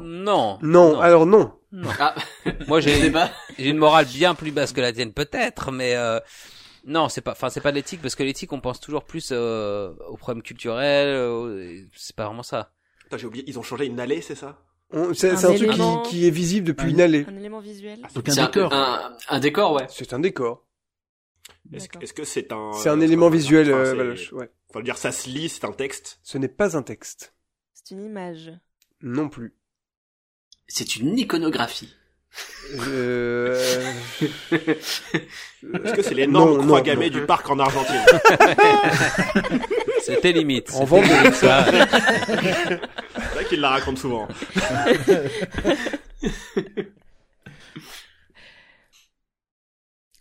Speaker 2: Non.
Speaker 1: Non, alors non.
Speaker 7: ah
Speaker 2: Moi, j'ai une,
Speaker 7: débat
Speaker 2: j'ai une morale bien plus basse que la tienne, peut-être, mais euh, non, c'est pas. Enfin, c'est pas de l'éthique parce que l'éthique, on pense toujours plus euh, aux problèmes culturels. euh, c'est pas vraiment ça.
Speaker 4: Putain, j'ai oublié, ils ont changé une allée, c'est ça
Speaker 1: On- C'est
Speaker 3: Un
Speaker 1: c'est un truc
Speaker 3: élément.
Speaker 1: qui, qui est visible depuis
Speaker 5: Un-
Speaker 1: une allée.
Speaker 3: Un élément visuel.
Speaker 5: Donc
Speaker 7: C'est
Speaker 5: un
Speaker 7: un-
Speaker 5: décor.
Speaker 7: un, un décor ouais
Speaker 1: C'est un décor.
Speaker 4: Est-ce
Speaker 3: D'accord.
Speaker 4: est-ce que c'est un...
Speaker 1: C'est un
Speaker 4: euh,
Speaker 1: élément
Speaker 4: enfin,
Speaker 1: visuel,
Speaker 4: c'est-
Speaker 1: euh, Valoche. Ouais.
Speaker 4: Enfin, je veux dire, ça se lit, c'est un texte.
Speaker 1: Ce n'est pas un texte.
Speaker 3: C'est une image.
Speaker 1: Non plus.
Speaker 7: c'est une iconographie
Speaker 1: Euh...
Speaker 4: Est-ce que c'est l'énorme
Speaker 1: Non,
Speaker 4: croix
Speaker 1: non,
Speaker 4: gammée
Speaker 1: non.
Speaker 4: du parc en Argentine
Speaker 2: C'était limite.
Speaker 1: En vente de-
Speaker 2: Ça,
Speaker 4: C'est vrai qu'ils la racontent souvent.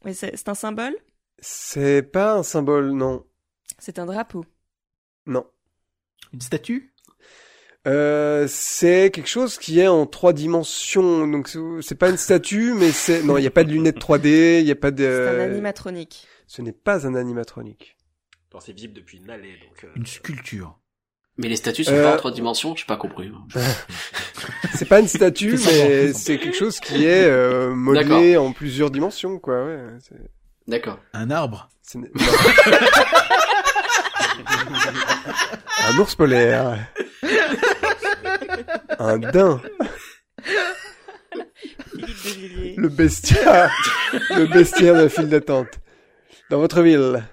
Speaker 3: Oui, c'est c'est un symbole.
Speaker 1: C'est pas un symbole, non.
Speaker 3: C'est un drapeau.
Speaker 1: Non.
Speaker 5: Une statue
Speaker 1: Euh, c'est quelque chose qui est en trois dimensions. Donc c'est- c'est pas une statue, mais c'est non, il y a pas de lunettes 3D, il y a pas de.
Speaker 3: C'est un animatronique.
Speaker 1: Ce n'est pas un animatronique.
Speaker 4: Genre, c'est visible depuis une allée, donc... euh,
Speaker 5: Une sculpture.
Speaker 7: mais les statues sont
Speaker 1: Euh.
Speaker 7: pas en trois dimensions j'ai pas compris
Speaker 1: C'est pas une statue,
Speaker 5: C'est ça,
Speaker 1: mais
Speaker 5: bon.
Speaker 1: c'est quelque chose qui est euh, modelé en plusieurs dimensions, quoi. Ouais. c'est-
Speaker 7: d'accord
Speaker 5: Un arbre.
Speaker 1: ce n'est- un ours polaire. Un daim.
Speaker 3: Philippe de Villiers.
Speaker 1: Le bestiaire. Le bestiaire de la file d'attente. Dans votre ville.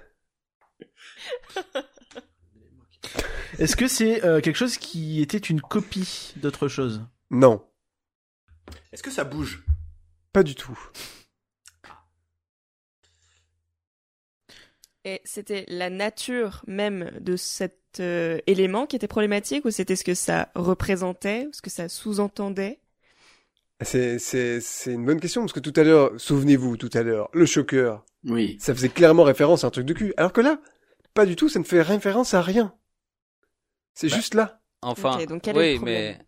Speaker 5: Est-ce que c'est euh, quelque chose qui était une copie d'autre chose
Speaker 1: Non.
Speaker 4: Est-ce que ça bouge
Speaker 1: Pas du tout.
Speaker 3: Et c'était la nature même de cet euh, élément qui était problématique ou c'était ce que ça représentait, ou ce que ça sous-entendait
Speaker 1: C'est, c'est, c'est une bonne question parce que tout à l'heure, souvenez-vous, tout à l'heure, le choqueur,
Speaker 7: oui
Speaker 1: ça faisait clairement référence à un truc de cul. Alors que là, pas du tout, ça ne fait référence à rien. C'est juste là.
Speaker 2: enfin,
Speaker 3: Ok, donc quel est le
Speaker 2: oui,
Speaker 3: problème
Speaker 2: mais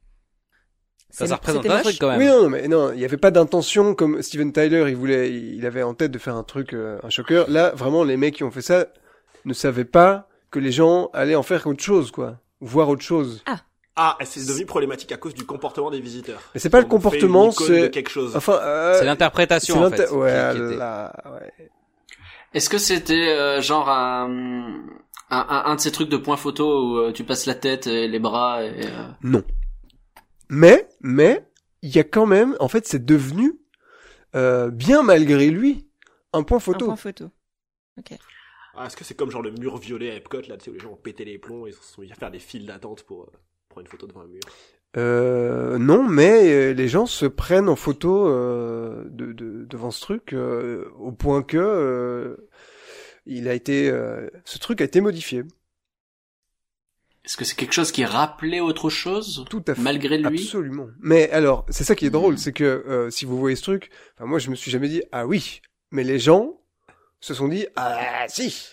Speaker 2: ça,
Speaker 3: C'est-
Speaker 2: ça représente
Speaker 3: c'était
Speaker 2: un truc
Speaker 3: moche
Speaker 2: quand même.
Speaker 1: Oui, euh, non, non, mais non, il n'y avait pas d'intention comme Steven Tyler, il voulait, il avait en tête de faire un truc, euh, un choqueur. Là, vraiment, les mecs qui ont fait ça ne savaient pas que les gens allaient en faire autre chose, quoi. Voir autre chose.
Speaker 4: Ah, c'est devenu problématique à cause du comportement des visiteurs.
Speaker 1: Mais c'est pas le
Speaker 4: On fait une
Speaker 1: comportement,
Speaker 4: icône
Speaker 1: c'est-
Speaker 4: de quelque chose.
Speaker 1: Enfin, euh,
Speaker 2: C'est l'interprétation
Speaker 1: c'est
Speaker 2: en fait.
Speaker 1: l'inter- ouais,
Speaker 2: qui- qui était-
Speaker 1: là, ouais.
Speaker 7: est-ce que c'était euh, genre un, un, un un de ces trucs de point photo où euh, tu passes la tête et les bras et, euh,
Speaker 1: Non. Mais, mais, il y a quand même, en fait, c'est devenu, euh, bien malgré lui, un point
Speaker 3: Un
Speaker 1: photo.
Speaker 3: point photo.
Speaker 4: Ah, est-ce que c'est comme genre le mur violet à Epcot, là, tu sais, où les gens ont pété les plombs et se sont mis à faire des files d'attente pour euh, prendre une photo devant un mur
Speaker 1: Euh, non, mais euh, les gens se prennent en photo euh, de, de- devant ce truc euh, au point que euh, il a été, euh, ce truc a été modifié.
Speaker 7: est-ce que c'est quelque chose qui rappelait autre chose
Speaker 1: Tout à fait.
Speaker 7: malgré lui
Speaker 1: Absolument. Mais alors, c'est ça qui est drôle,
Speaker 7: Mm.
Speaker 1: c'est que euh, si vous voyez ce truc, enfin, moi je me suis jamais dit ah oui, mais les gens se sont dit ah si.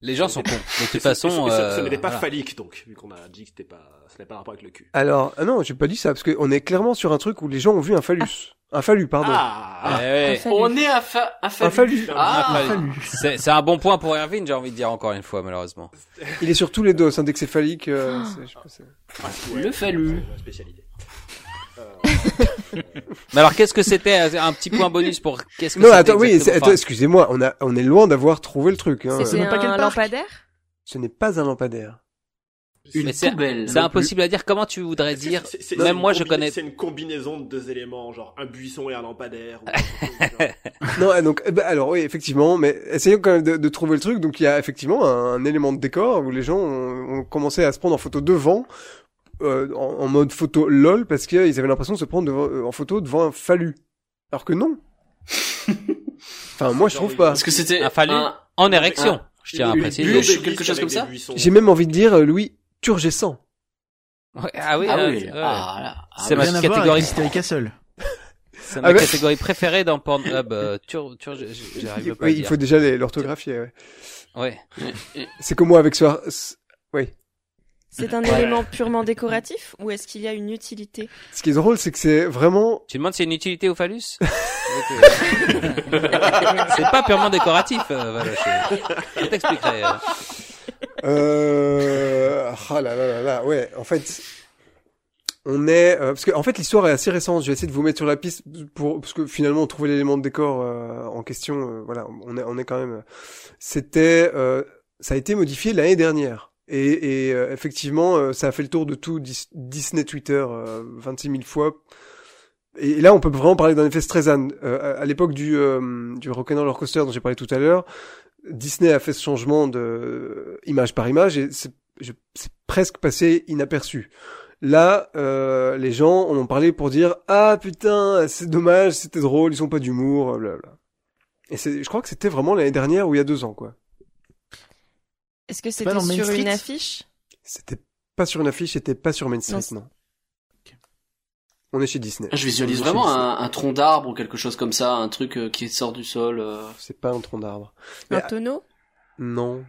Speaker 2: Les gens sont cons. De toute
Speaker 4: Et ce-
Speaker 2: façon,
Speaker 4: et ce,
Speaker 2: euh,
Speaker 4: ce n'était pas
Speaker 2: voilà.
Speaker 4: phallique, donc, vu qu'on a dit que c'était pas, ça n'avait pas rapport avec le cul.
Speaker 1: Alors, ah non, j'ai pas dit ça, parce qu'on est clairement sur un truc où les gens ont vu un phallus. Un phallus, pardon.
Speaker 4: Ah,
Speaker 2: Eh ouais.
Speaker 3: Un phallus.
Speaker 7: on est à fa... à
Speaker 1: un
Speaker 7: fallu
Speaker 1: phallus.
Speaker 7: ah
Speaker 2: Un phallus. C'est c'est un bon point pour Irvine, j'ai envie de dire encore une fois, malheureusement.
Speaker 1: Il est sur tous les dos, un décéphalique. Euh, c'est- je sais pas, c'est-
Speaker 4: ouais,
Speaker 7: le fallu
Speaker 4: c'est ma spécialité. Euh,
Speaker 2: Mais alors, qu'est-ce que c'était Un petit point bonus pour qu'est-ce que
Speaker 1: non,
Speaker 2: c'était
Speaker 1: attends, oui, c'est-
Speaker 2: exactement
Speaker 1: attends, excusez-moi, on, a, on est loin d'avoir trouvé le truc. Hein.
Speaker 3: C'était
Speaker 5: même pas quel
Speaker 3: un
Speaker 5: parc
Speaker 3: lampadaire
Speaker 1: Ce n'est pas un lampadaire.
Speaker 7: Une
Speaker 2: Mais c'est-
Speaker 7: poubelle.
Speaker 2: C'est impossible à dire. Comment tu voudrais dire
Speaker 4: C'est- c'est- c'est
Speaker 2: Même
Speaker 4: une
Speaker 2: moi, je
Speaker 4: combina-
Speaker 2: connais.
Speaker 4: C'est une combinaison de deux éléments, genre un buisson et un lampadaire. ou quelque chose, genre.
Speaker 1: Non, euh, donc, euh, bah, alors oui, effectivement, mais essayons quand même de, de trouver le truc. Donc, il y a effectivement un, un élément de décor où les gens ont, ont commencé à se prendre en photo devant, euh, en, en mode photo lol, parce qu'ils avaient l'impression de se prendre devant- euh, en photo devant un fallu. Alors que non. enfin, moi, je trouve pas.
Speaker 7: Parce que c'était
Speaker 2: Un fallu
Speaker 7: un-
Speaker 2: en érection. Je tiens à
Speaker 7: une
Speaker 2: préciser.
Speaker 7: bûche.
Speaker 4: Des
Speaker 7: quelque
Speaker 4: bûches
Speaker 7: chose
Speaker 4: avec
Speaker 7: comme
Speaker 4: des
Speaker 7: ça
Speaker 4: buissons.
Speaker 1: J'ai même envie de dire, euh, Louis, turgescent.
Speaker 2: Ouais, Ah oui,
Speaker 7: Ah
Speaker 2: euh,
Speaker 7: oui.
Speaker 2: ouais.
Speaker 7: Ah, là. Ah,
Speaker 2: C'est
Speaker 7: oui.
Speaker 2: ma
Speaker 5: Rien à voir avec
Speaker 2: catégorie.
Speaker 5: Mystery Castle.
Speaker 2: c'est ma
Speaker 1: Ah ouais.
Speaker 2: catégorie préférée dans Pornhub. euh, tur, tur, je- je- j'arrive pas à
Speaker 1: Oui, il
Speaker 2: dire.
Speaker 1: faut déjà les- l'orthographier. Ouais.
Speaker 2: Ouais.
Speaker 1: C'est comme moi avec ce...
Speaker 3: C'est un élément purement décoratif ou est-ce qu'il y a une utilité
Speaker 1: Ce qui est drôle, c'est que c'est vraiment
Speaker 2: Tu demandes s'il y a une utilité au phallus C'est pas purement décoratif, euh, Valoche. Je t'expliquerai. euh.
Speaker 1: Euh... Ah là là là là, ouais, en fait... On est euh, parce que en fait l'histoire est assez récente. Je vais essayer de vous mettre sur la piste pour parce que finalement on trouvait l'élément de décor euh, en question. euh, voilà, on est on est quand même. C'était euh, ça a été modifié l'année dernière et, et, euh, effectivement euh, ça a fait le tour de tout Dis- Disney Twitter euh, 26 000 fois. Et là on peut vraiment parler d'un effet Streisand. Euh, à à l'époque du euh, du Rock'n'Roller Coaster dont j'ai parlé tout à l'heure, Disney a fait ce changement de euh, image par image et c'est je- c'est presque passé inaperçu. Là, euh, les gens en ont parlé pour dire ah putain c'est dommage c'était drôle ils ont pas d'humour blablabla. Et c'est- je crois que c'était vraiment l'année dernière ou il y a deux ans quoi.
Speaker 3: Est-ce que
Speaker 5: pas
Speaker 3: c'était
Speaker 5: dans Main
Speaker 3: sur une
Speaker 5: Street
Speaker 3: affiche
Speaker 1: C'était pas sur une affiche, c'était pas sur Main Street
Speaker 3: Non,
Speaker 1: non. On est chez Disney.
Speaker 7: Je visualise
Speaker 1: On est chez
Speaker 7: vraiment
Speaker 1: Disney.
Speaker 7: un, un tronc d'arbre ou quelque chose comme ça, un truc euh, qui sort du sol. euh.
Speaker 1: C'est pas un tronc d'arbre. Mais-
Speaker 3: Un tonneau
Speaker 1: Non.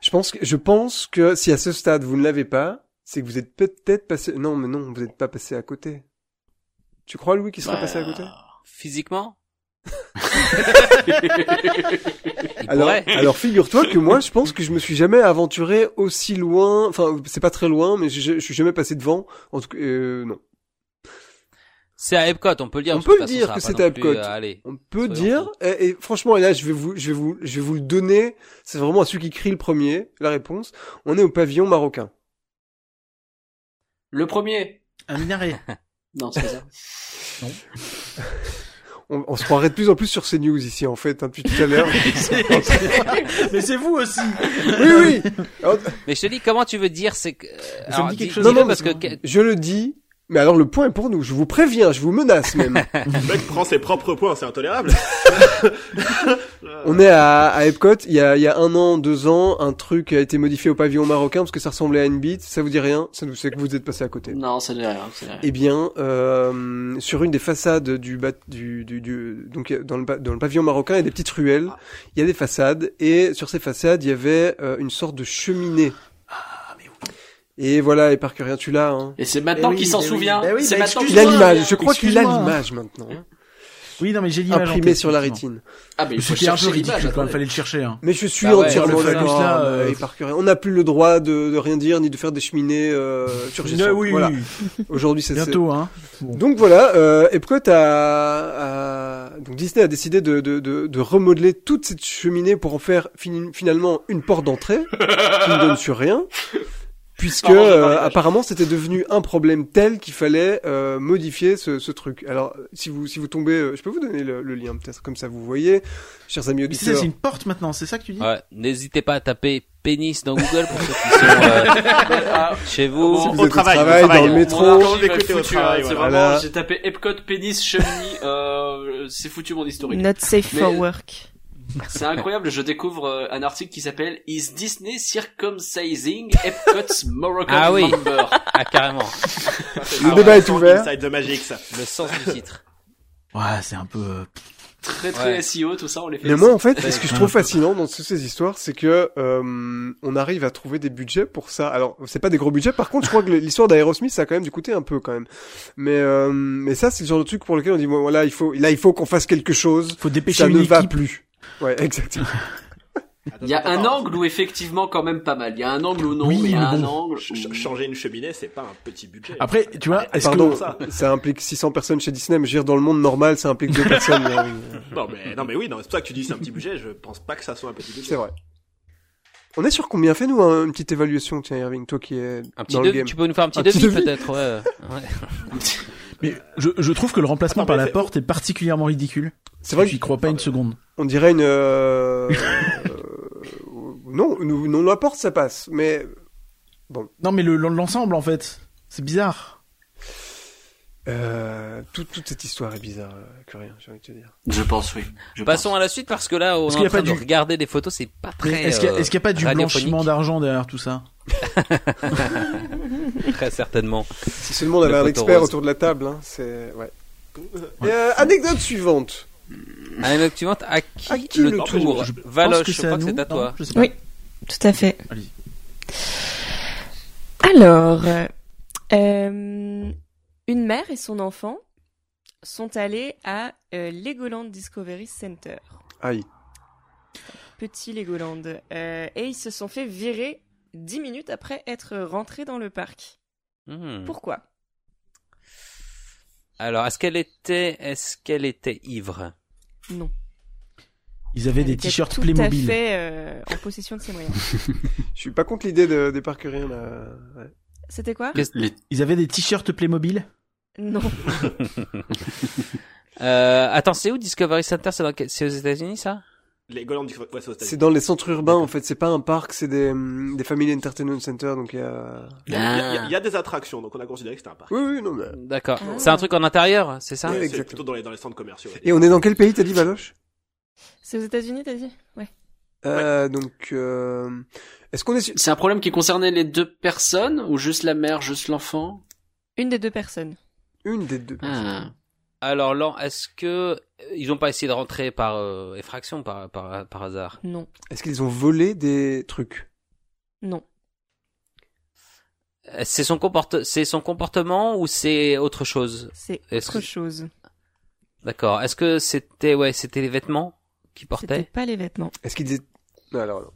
Speaker 1: Je pense que, je pense que si à ce stade vous ne l'avez pas, c'est que vous êtes peut-être passé, non, mais non, vous n'êtes pas passé à côté. Tu crois, Louis, qu'il serait
Speaker 7: Bah,
Speaker 1: passé à côté?
Speaker 2: Physiquement Il
Speaker 1: Alors,
Speaker 2: pourrait.
Speaker 1: alors figure-toi que moi, je pense que je me suis jamais aventuré aussi loin, enfin, c'est pas très loin, mais je, je suis jamais passé devant. En tout cas, euh, non.
Speaker 2: C'est à Epcot, on peut le dire.
Speaker 1: On
Speaker 2: parce que
Speaker 1: peut
Speaker 2: de
Speaker 1: le
Speaker 2: toute
Speaker 1: dire
Speaker 2: façon,
Speaker 1: que
Speaker 2: ça va
Speaker 1: c'est à
Speaker 2: pas non plus,
Speaker 1: Epcot.
Speaker 2: euh, allez.
Speaker 1: On peut
Speaker 2: Soyons
Speaker 1: dire, et, et franchement, et là, je vais vous, je vais vous, je vais vous le donner. C'est vraiment à celui qui crie le premier, la réponse. On est au pavillon marocain.
Speaker 7: Le premier.
Speaker 5: Un minaret.
Speaker 7: Non, c'est ça.
Speaker 1: On, on se croirait de plus en plus sur ces news ici, en fait, hein, depuis tout à l'heure.
Speaker 5: Mais c'est vous aussi.
Speaker 1: oui, oui!
Speaker 2: Mais je te dis, comment tu veux dire c'est que... euh,
Speaker 5: me
Speaker 2: alors,
Speaker 5: dit quelque
Speaker 2: dis-
Speaker 5: chose.
Speaker 2: dis-le
Speaker 1: Non, non,
Speaker 2: parce que...
Speaker 5: mais-
Speaker 2: que-
Speaker 1: Je le dis, mais alors le point est pour nous. Je vous préviens, je vous menace même.
Speaker 4: Le mec prend ses propres points, c'est intolérable.
Speaker 1: On est à, à Epcot, il y, a, il y a un an, deux ans, un truc a été modifié au pavillon marocain parce que ça ressemblait à une bite. Ça vous dit rien Ça nous sait que vous êtes passé à côté.
Speaker 7: non, c'est derrière. c'est derrière.
Speaker 1: Eh bien, euh, sur une des façades du, bat, du, du, du- donc euh, dans le, pa- dans le pavillon marocain, il y a des petites ruelles, il y a des façades, et sur ces façades, il y avait euh, une sorte de cheminée. Et voilà, et par que rien, tu l'as. Hein.
Speaker 7: Et c'est maintenant
Speaker 5: Eh oui,
Speaker 7: qu'il s'en
Speaker 5: eh oui.
Speaker 7: souvient.
Speaker 5: Bah oui,
Speaker 7: c'est
Speaker 5: bah
Speaker 7: maintenant
Speaker 1: Il a
Speaker 7: qu'il s'en
Speaker 1: l'image, je
Speaker 7: souvient.
Speaker 1: crois qu'il a
Speaker 5: Excuse-moi, hein.
Speaker 1: l'image maintenant, hein,
Speaker 5: Oui, non, mais j'ai l'image. en
Speaker 1: imprimée
Speaker 5: tête,
Speaker 1: sur la
Speaker 5: effectivement.
Speaker 1: rétine.
Speaker 7: Ah, mais il
Speaker 5: Ce
Speaker 7: faut
Speaker 5: qui est un peu
Speaker 7: chercher
Speaker 5: ridicule
Speaker 7: l'image.
Speaker 5: quand même,
Speaker 7: attendez.
Speaker 5: fallait le chercher. Hein.
Speaker 1: Mais je suis
Speaker 2: Bah ouais,
Speaker 1: entièrement
Speaker 5: sur le phallus,
Speaker 1: d'accord,
Speaker 5: là,
Speaker 1: euh,
Speaker 5: euh,
Speaker 1: et par curieux. On n'a plus le droit de, de rien dire ni de faire des cheminées euh, surgissantes.
Speaker 5: Ah oui,
Speaker 1: Voilà.
Speaker 5: oui,
Speaker 1: Aujourd'hui, c'est c'est-
Speaker 5: bientôt, hein.
Speaker 1: Donc voilà, euh, Epcot a, a- euh, donc Disney a décidé de, de, de, de remodeler toute cette cheminée pour en faire fin- finalement une porte d'entrée qui ne donne sur rien, puisque
Speaker 7: Arrangé par
Speaker 1: euh,
Speaker 7: les pages.
Speaker 1: apparemment c'était devenu un problème tel qu'il fallait euh, modifier ce, ce truc. Alors si vous si vous tombez, euh, je peux vous donner le, le lien peut-être comme ça vous voyez, chers amis
Speaker 5: Mais c'est ça,
Speaker 1: auditeurs.
Speaker 5: c'est une porte maintenant, c'est ça que tu dis
Speaker 2: Ouais, n'hésitez pas à taper pénis dans Google pour ceux qui sont euh, chez vous.
Speaker 1: Vous
Speaker 4: Au
Speaker 1: êtes au
Speaker 4: travail, au
Speaker 1: travail,
Speaker 4: travail.
Speaker 1: dans le
Speaker 4: Mon-
Speaker 1: métro.
Speaker 4: mon
Speaker 7: argent, Ah, bah, il va être
Speaker 4: Écoutez au
Speaker 7: foutu,
Speaker 4: travail,
Speaker 7: hein, C'est
Speaker 1: voilà.
Speaker 7: vraiment, j'ai tapé Epcot, pénis, chemise, euh, c'est foutu mon historique.
Speaker 3: Not safe for
Speaker 7: Mais-
Speaker 3: work.
Speaker 7: C'est incroyable, je découvre euh, un article qui s'appelle Is Disney Circumcising Epcot's Moroccan
Speaker 2: Ah oui.
Speaker 7: Member?
Speaker 2: Ah, carrément.
Speaker 5: Ah
Speaker 1: Le débat est ouvert.
Speaker 4: Inside the Magic, ça.
Speaker 2: Le sens du titre.
Speaker 5: Ouais, c'est un peu. euh,
Speaker 7: Très très
Speaker 2: Ouais.
Speaker 7: SEO, tout ça, on les fait.
Speaker 1: Mais moi, en fait, ce que je
Speaker 5: Ouais.
Speaker 1: trouve fascinant dans toutes ces histoires, c'est que euh, on arrive à trouver des budgets pour ça. Alors, c'est pas des gros budgets. Par contre, je crois que l'histoire d'Aerosmith, ça a quand même dû coûter un peu, quand même. Mais euh, mais ça, c'est le genre de truc pour lequel on dit bon, voilà, il faut là, il faut qu'on fasse quelque chose.
Speaker 5: Faut dépêcher
Speaker 1: Ça
Speaker 5: une
Speaker 1: ne va
Speaker 5: équipe.
Speaker 1: plus. Ouais, exactement.
Speaker 7: Il y a un angle où effectivement quand même pas mal. Il y a un angle où non,
Speaker 5: Oui,
Speaker 7: mais il y a
Speaker 5: mais
Speaker 7: un
Speaker 5: bon.
Speaker 7: angle.
Speaker 4: Ch- ch-
Speaker 7: où-
Speaker 4: Changer une cheminée, c'est pas un petit budget.
Speaker 5: Après, tu vois, est-ce
Speaker 1: Ah, Pardon,
Speaker 5: que
Speaker 1: ça, implique 600 personnes chez Disney, mais je veux dire, dans le monde normal, ça implique deux personnes. mais, euh,
Speaker 4: Non mais non mais oui, non, c'est pour ça que tu dis c'est un petit budget. Je pense pas que ça soit un petit budget.
Speaker 1: c'est vrai. On est sur combien Fais-nous un- une petite évaluation, tiens, Irving, toi qui es
Speaker 2: Un petit
Speaker 1: dans le
Speaker 2: devis,
Speaker 1: game.
Speaker 2: tu peux nous faire un petit
Speaker 1: Un
Speaker 2: devis,
Speaker 1: petit devis.
Speaker 2: peut-être. ouais. Ouais.
Speaker 5: Mais je, je trouve que le remplacement
Speaker 4: Attends,
Speaker 5: par
Speaker 4: mais
Speaker 5: la
Speaker 4: c'est-
Speaker 5: porte est particulièrement ridicule.
Speaker 1: C'est vrai que Ah,
Speaker 5: J'y crois pas une seconde.
Speaker 1: On dirait une. euh, euh, non, nous- non, la porte, ça passe. Mais
Speaker 5: Non, mais le- l'ensemble, en fait, c'est bizarre.
Speaker 1: euh, tout- toute cette histoire est bizarre, euh, que rien, j'ai envie de te dire.
Speaker 7: Je pense, oui. Je
Speaker 2: Passons à la suite parce que là, on
Speaker 5: Est-ce
Speaker 2: est,
Speaker 5: qu'il y
Speaker 2: en
Speaker 5: a
Speaker 2: train
Speaker 5: pas
Speaker 2: de
Speaker 5: du-
Speaker 2: regarder des photos, c'est pas
Speaker 5: Mais
Speaker 2: très.
Speaker 5: Est-ce qu'il y, a-
Speaker 2: euh,
Speaker 5: est-ce qu'il y a pas du
Speaker 2: radiophonique.
Speaker 5: blanchiment d'argent derrière tout ça
Speaker 2: Très certainement.
Speaker 1: Si seulement on avait
Speaker 2: La
Speaker 1: un
Speaker 2: photo
Speaker 1: expert
Speaker 2: rose.
Speaker 1: autour de la table, hein, c'est. Ouais. Et, euh, anecdote suivante.
Speaker 2: Anecdote suivante, à qui,
Speaker 1: À qui
Speaker 2: le
Speaker 1: le
Speaker 2: tour
Speaker 1: tour
Speaker 5: Je pense
Speaker 2: Valoche,
Speaker 5: que
Speaker 2: je crois que c'est à
Speaker 5: nous.
Speaker 2: toi.
Speaker 5: Non, je sais pas.
Speaker 3: Oui, tout à fait.
Speaker 5: Allez-y.
Speaker 3: Alors, euh, une mère et son enfant sont allés à euh, Legoland Discovery Center,
Speaker 1: Aïe.
Speaker 3: petit Legoland, euh, et ils se sont fait virer dix minutes après être rentrés dans le parc.
Speaker 2: Hmm.
Speaker 3: Pourquoi
Speaker 2: Alors, est-ce qu'elle était, est-ce qu'elle était ivre
Speaker 3: Non.
Speaker 5: Ils avaient
Speaker 3: Elle
Speaker 5: des
Speaker 3: était
Speaker 5: t-shirts
Speaker 3: tout
Speaker 5: Playmobil.
Speaker 3: à fait euh, en possession de ses moyens.
Speaker 1: Je suis pas contre l'idée de, des parqueriens, là. Ouais.
Speaker 3: C'était quoi
Speaker 7: pense. Les-
Speaker 5: Ils avaient des t-shirts Playmobil.
Speaker 3: Non.
Speaker 2: euh, Attends, c'est où Discovery Center C'est dans quel- c'est aux États-Unis, ça
Speaker 4: Les Golandes du... Ouais, c'est aux États-Unis.
Speaker 1: C'est dans les centres urbains, en fait. C'est pas un parc, c'est des, hum, des Family Entertainment Center, donc il y a.
Speaker 4: Il y a- il y a- il y
Speaker 7: Ah.
Speaker 4: a- il y a des attractions, donc on a considéré que c'était un parc.
Speaker 1: Oui, oui, non, mais.
Speaker 2: D'accord.
Speaker 3: Ah.
Speaker 2: C'est un truc en intérieur, c'est ça
Speaker 1: Oui.
Speaker 4: Ouais, c'est
Speaker 1: exactement.
Speaker 4: plutôt dans les, dans les centres commerciaux.
Speaker 1: Et on est dans quel pays, t'as dit, Valoche
Speaker 3: C'est aux États-Unis, t'as dit Ouais.
Speaker 1: euh, Donc, euh, est-ce qu'on est sur...
Speaker 7: C'est un problème qui concernait les deux personnes ou juste la mère, juste l'enfant
Speaker 3: Une des deux personnes.
Speaker 1: une des deux
Speaker 7: ah.
Speaker 2: Alors, Lan, est-ce que euh, ils ont pas essayé de rentrer par euh, effraction, par, par, par hasard
Speaker 3: Non.
Speaker 1: Est-ce qu'ils ont volé des trucs
Speaker 3: Non.
Speaker 2: Euh, C'est son comporte, c'est son comportement ou c'est autre chose
Speaker 3: C'est
Speaker 2: Est-ce
Speaker 3: autre
Speaker 2: que-
Speaker 3: chose.
Speaker 2: D'accord. Est-ce que c'était, ouais, c'était les vêtements qu'ils
Speaker 3: C'était
Speaker 2: portaient
Speaker 3: pas les vêtements.
Speaker 1: Est-ce qu'ils étaient... Non, alors, non.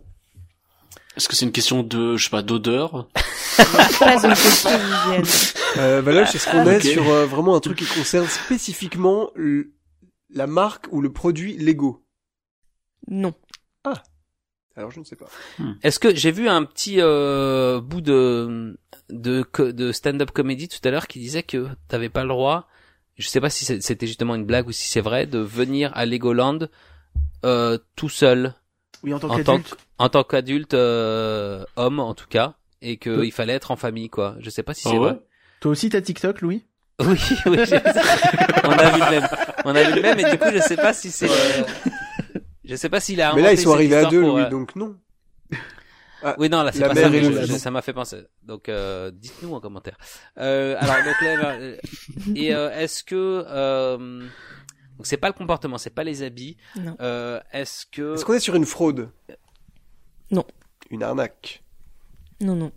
Speaker 7: Est-ce que c'est une question de, je sais pas, d'odeur
Speaker 3: pas une question d'hygiène.
Speaker 1: Euh, Valoche, est-ce qu'on est
Speaker 7: Ok.
Speaker 1: sur euh, vraiment un truc qui concerne spécifiquement le- la marque ou le produit Lego
Speaker 3: Non.
Speaker 1: Alors, je ne sais pas.
Speaker 2: Est-ce que j'ai vu un petit euh, bout de de, co- de stand-up comédie tout à l'heure qui disait que t'avais pas le droit, je sais pas si c'est- c'était justement une blague ou si c'est vrai, de venir à Legoland euh, tout seul
Speaker 5: Oui, en tant
Speaker 2: En tant
Speaker 5: qu'adulte.
Speaker 2: en tant qu'adulte euh, homme en tout cas et que
Speaker 5: Oui.
Speaker 2: il fallait être en famille quoi. Je sais pas si c'est
Speaker 7: Ah ouais
Speaker 2: vrai.
Speaker 5: Toi aussi, t'as TikTok, Louis
Speaker 2: Oui, oui, j'ai- on a vu le même. On a vu le même et du coup je sais pas si c'est. euh, Je sais pas s'il a.
Speaker 1: Mais là,
Speaker 2: inventé
Speaker 1: ils sont
Speaker 2: Ah, cette
Speaker 1: arrivés à
Speaker 2: histoire
Speaker 1: deux,
Speaker 2: pour,
Speaker 1: Louis,
Speaker 2: euh,
Speaker 1: donc non.
Speaker 2: Oui, non, là, c'est
Speaker 1: La
Speaker 2: pas
Speaker 1: mère
Speaker 2: ça,
Speaker 1: et
Speaker 2: mais
Speaker 1: le
Speaker 2: je-
Speaker 1: lagon.
Speaker 2: ça m'a fait penser. Donc, euh, dites-nous en commentaire. Euh, alors, donc là, euh, et euh, est-ce que euh, donc c'est pas le comportement, c'est pas les habits.
Speaker 3: Non.
Speaker 2: Euh, est-ce que
Speaker 1: Est-ce qu'on est sur une fraude
Speaker 3: Non.
Speaker 1: Une arnaque
Speaker 3: Non, non.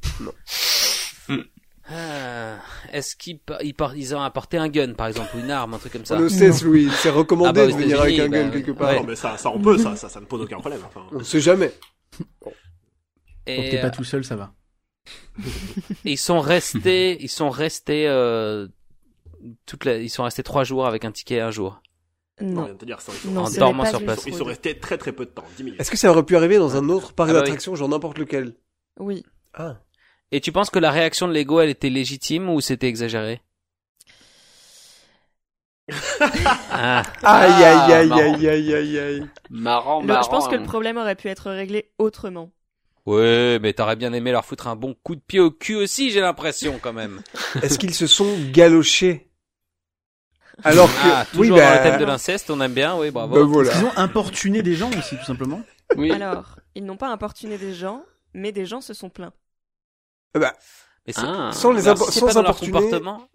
Speaker 2: Ah, est-ce qu'ils par- ils par- ils ont apporté un gun, par exemple, ou une arme, un truc comme ça
Speaker 1: On le sait, Louis, c'est recommandé
Speaker 2: Ah bah,
Speaker 1: de
Speaker 2: aux
Speaker 1: venir avec un
Speaker 2: États-Unis,
Speaker 1: gun
Speaker 2: bah,
Speaker 1: quelque
Speaker 2: oui.
Speaker 1: part.
Speaker 4: Non, mais ça, ça on peut, ça, ça, ça ne pose aucun problème. Enfin,
Speaker 1: On ne sait jamais.
Speaker 5: Tant que
Speaker 2: Et euh,
Speaker 5: t'es pas tout seul, ça va.
Speaker 2: et ils sont restés, ils sont restés euh, toute la- ils sont restés trois jours avec un ticket un jour.
Speaker 4: on
Speaker 3: Non.
Speaker 4: vient de te dire, ça, ils sont,
Speaker 3: Non,
Speaker 2: En
Speaker 3: ce n'est
Speaker 2: dormant
Speaker 3: pas
Speaker 2: sur
Speaker 3: une
Speaker 2: place.
Speaker 4: ils
Speaker 3: fraude.
Speaker 4: sont restés très très peu de temps, 10 minutes.
Speaker 1: Est-ce que ça aurait pu arriver dans un autre parc
Speaker 2: Ah bah oui.
Speaker 1: d'attractions, genre n'importe lequel
Speaker 3: Oui.
Speaker 1: Ah.
Speaker 2: Et tu penses que la réaction de Lego, elle était légitime ou c'était exagéré Ah.
Speaker 1: Aïe, aïe, aïe,
Speaker 7: marrant.
Speaker 1: aïe, aïe, aïe, aïe.
Speaker 7: Marrant,
Speaker 3: Le-
Speaker 7: marrant. hein.
Speaker 3: je pense que le problème aurait pu être réglé autrement.
Speaker 2: Ouais, mais t'aurais bien aimé leur foutre un bon coup de pied au cul aussi, j'ai l'impression quand même.
Speaker 1: Est-ce qu'ils se sont galochés Alors que
Speaker 2: Ah, toujours
Speaker 1: oui,
Speaker 2: dans le
Speaker 1: bah,
Speaker 2: thème de l'inceste, on aime bien, oui,
Speaker 1: bah
Speaker 2: bravo.
Speaker 1: voilà.
Speaker 5: Ils ont importuné des gens aussi, tout simplement.
Speaker 7: Oui.
Speaker 3: Alors, ils n'ont pas importuné des gens, mais des gens se sont plaints.
Speaker 2: Mais c'est-
Speaker 7: Ah.
Speaker 1: Sans les
Speaker 2: Alors,
Speaker 1: impor-
Speaker 2: si c'est
Speaker 1: sans
Speaker 2: pas dans leur
Speaker 1: importuner
Speaker 2: comportement.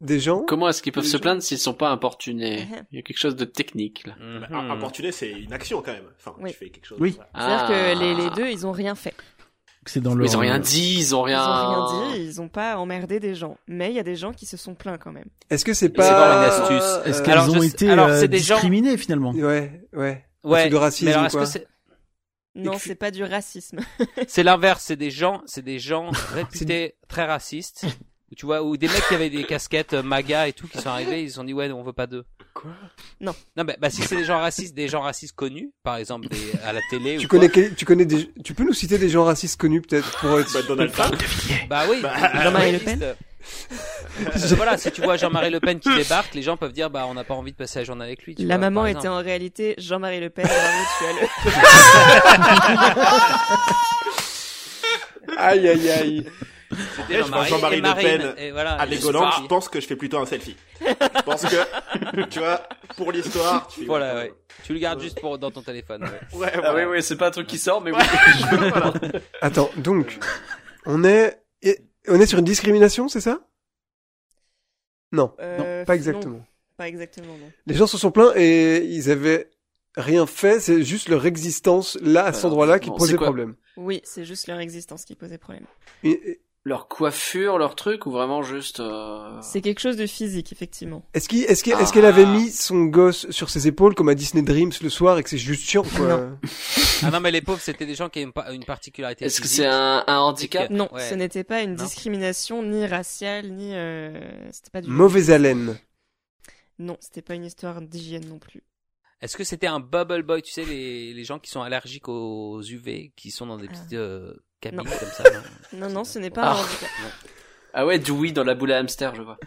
Speaker 1: des gens.
Speaker 7: Comment est-ce qu'ils peuvent se plaindre s'ils sont pas importunés
Speaker 3: Mhm.
Speaker 7: Il y a quelque chose de technique là.
Speaker 4: Bah,
Speaker 2: Mhm.
Speaker 4: Importuner, c'est une action quand même. Enfin,
Speaker 3: Oui.
Speaker 4: tu fais quelque chose.
Speaker 5: Oui.
Speaker 4: voilà.
Speaker 3: C'est-à-dire
Speaker 7: Ah.
Speaker 3: que les, les deux, ils ont rien fait.
Speaker 5: C'est dans
Speaker 7: Mais
Speaker 5: leur. euh,
Speaker 7: Ils ont rien dit, ils ont
Speaker 3: Ils
Speaker 7: rien.
Speaker 3: ont rien dit, ils ont pas emmerdé des gens. Mais il y a des gens qui se sont plaints quand même.
Speaker 1: Est-ce que c'est
Speaker 2: dans
Speaker 1: pas
Speaker 2: une astuce.
Speaker 5: Est-ce
Speaker 1: euh,
Speaker 5: qu'elles
Speaker 2: Alors,
Speaker 5: ont
Speaker 2: je-
Speaker 5: été
Speaker 2: alors,
Speaker 5: euh,
Speaker 2: c'est des gens-
Speaker 5: discriminées, finalement
Speaker 1: Ouais, ouais. Un
Speaker 2: Ouais.
Speaker 1: truc de racisme
Speaker 2: mais alors,
Speaker 1: ou
Speaker 2: est-ce que
Speaker 1: quoi
Speaker 2: c'est-
Speaker 3: Non,
Speaker 1: que-
Speaker 3: c'est pas du racisme.
Speaker 2: c'est l'inverse, c'est des gens, c'est des gens réputés très racistes. Tu vois, ou des mecs qui avaient des casquettes euh, MAGA et tout qui sont arrivés, ils se sont dit ouais, on veut pas d'eux. Non, bah, bah, si c'est des gens racistes, des gens racistes connus, par exemple des, à la télé.
Speaker 1: Tu
Speaker 2: ou quoi.
Speaker 1: connais, quel- tu connais des, tu peux nous citer des gens racistes connus peut-être pour être.
Speaker 4: Bah, Donald Trump.
Speaker 2: Bah oui.
Speaker 3: Jean-Marie Le
Speaker 2: Pen. euh, voilà, si tu vois Jean-Marie Le Pen qui débarque, les gens peuvent dire bah on n'a pas envie de passer la journée avec lui. tu
Speaker 3: La
Speaker 2: vois,
Speaker 3: maman
Speaker 2: par
Speaker 3: était
Speaker 2: exemple.
Speaker 3: en réalité Jean-Marie Le Pen. bravo, tu as le-
Speaker 1: Aïe aïe aïe.
Speaker 2: C'était
Speaker 4: je pense Jean-Marie
Speaker 2: et
Speaker 4: Le Pen
Speaker 2: Marine, et voilà,
Speaker 4: À
Speaker 2: et
Speaker 4: l'égolant,
Speaker 2: Sophie.
Speaker 4: je pense que je fais plutôt un selfie. Je pense que, tu vois, pour l'histoire, tu fais-
Speaker 2: Voilà, ouais. Tu le gardes juste pour dans ton téléphone. ouais.
Speaker 4: Ouais,
Speaker 6: Ah
Speaker 4: voilà.
Speaker 6: oui, oui, c'est pas un truc qui sort, mais oui.
Speaker 1: Attends, donc on est, et- on est sur une discrimination, c'est ça Non,
Speaker 3: Euh,
Speaker 1: pas
Speaker 3: non,
Speaker 1: exactement.
Speaker 3: pas exactement, non.
Speaker 1: Les gens se sont plaints et ils avaient rien fait, c'est juste leur existence là à cet
Speaker 6: Alors,
Speaker 1: endroit-là qui
Speaker 6: bon,
Speaker 1: posait
Speaker 6: c'est quoi
Speaker 1: problème.
Speaker 3: Oui, c'est juste leur existence qui posait problème.
Speaker 1: Et- et-
Speaker 6: leur coiffure, leur truc, ou vraiment juste. euh,
Speaker 3: Ah. C'est quelque chose de physique, effectivement.
Speaker 1: Est-ce qu'il- est-ce qu'elle
Speaker 6: Ah.
Speaker 1: est-ce qu'elle avait mis son gosse sur ses épaules comme à Disney Dreams le soir et que c'est juste chiant quoi
Speaker 2: Ah non, mais les pauvres, c'était des gens qui avaient une pa- une particularité.
Speaker 6: Est-ce que
Speaker 2: physique.
Speaker 6: c'est un, un handicap
Speaker 3: Non,
Speaker 2: Ouais.
Speaker 3: ce n'était pas une
Speaker 6: Non.
Speaker 3: discrimination ni raciale ni euh, c'était pas du
Speaker 1: Mauvaise haleine.
Speaker 3: Non, c'était pas une histoire d'hygiène non plus.
Speaker 2: Est-ce que c'était un bubble boy, tu sais, les, les gens qui sont allergiques aux UV, qui sont dans des petites euh, cabines
Speaker 3: Non.
Speaker 2: comme ça non
Speaker 3: Non, non, ce n'est pas
Speaker 6: Ah.
Speaker 3: un handicap.
Speaker 6: Ah ouais, Dewey dans la boule à hamster, je vois.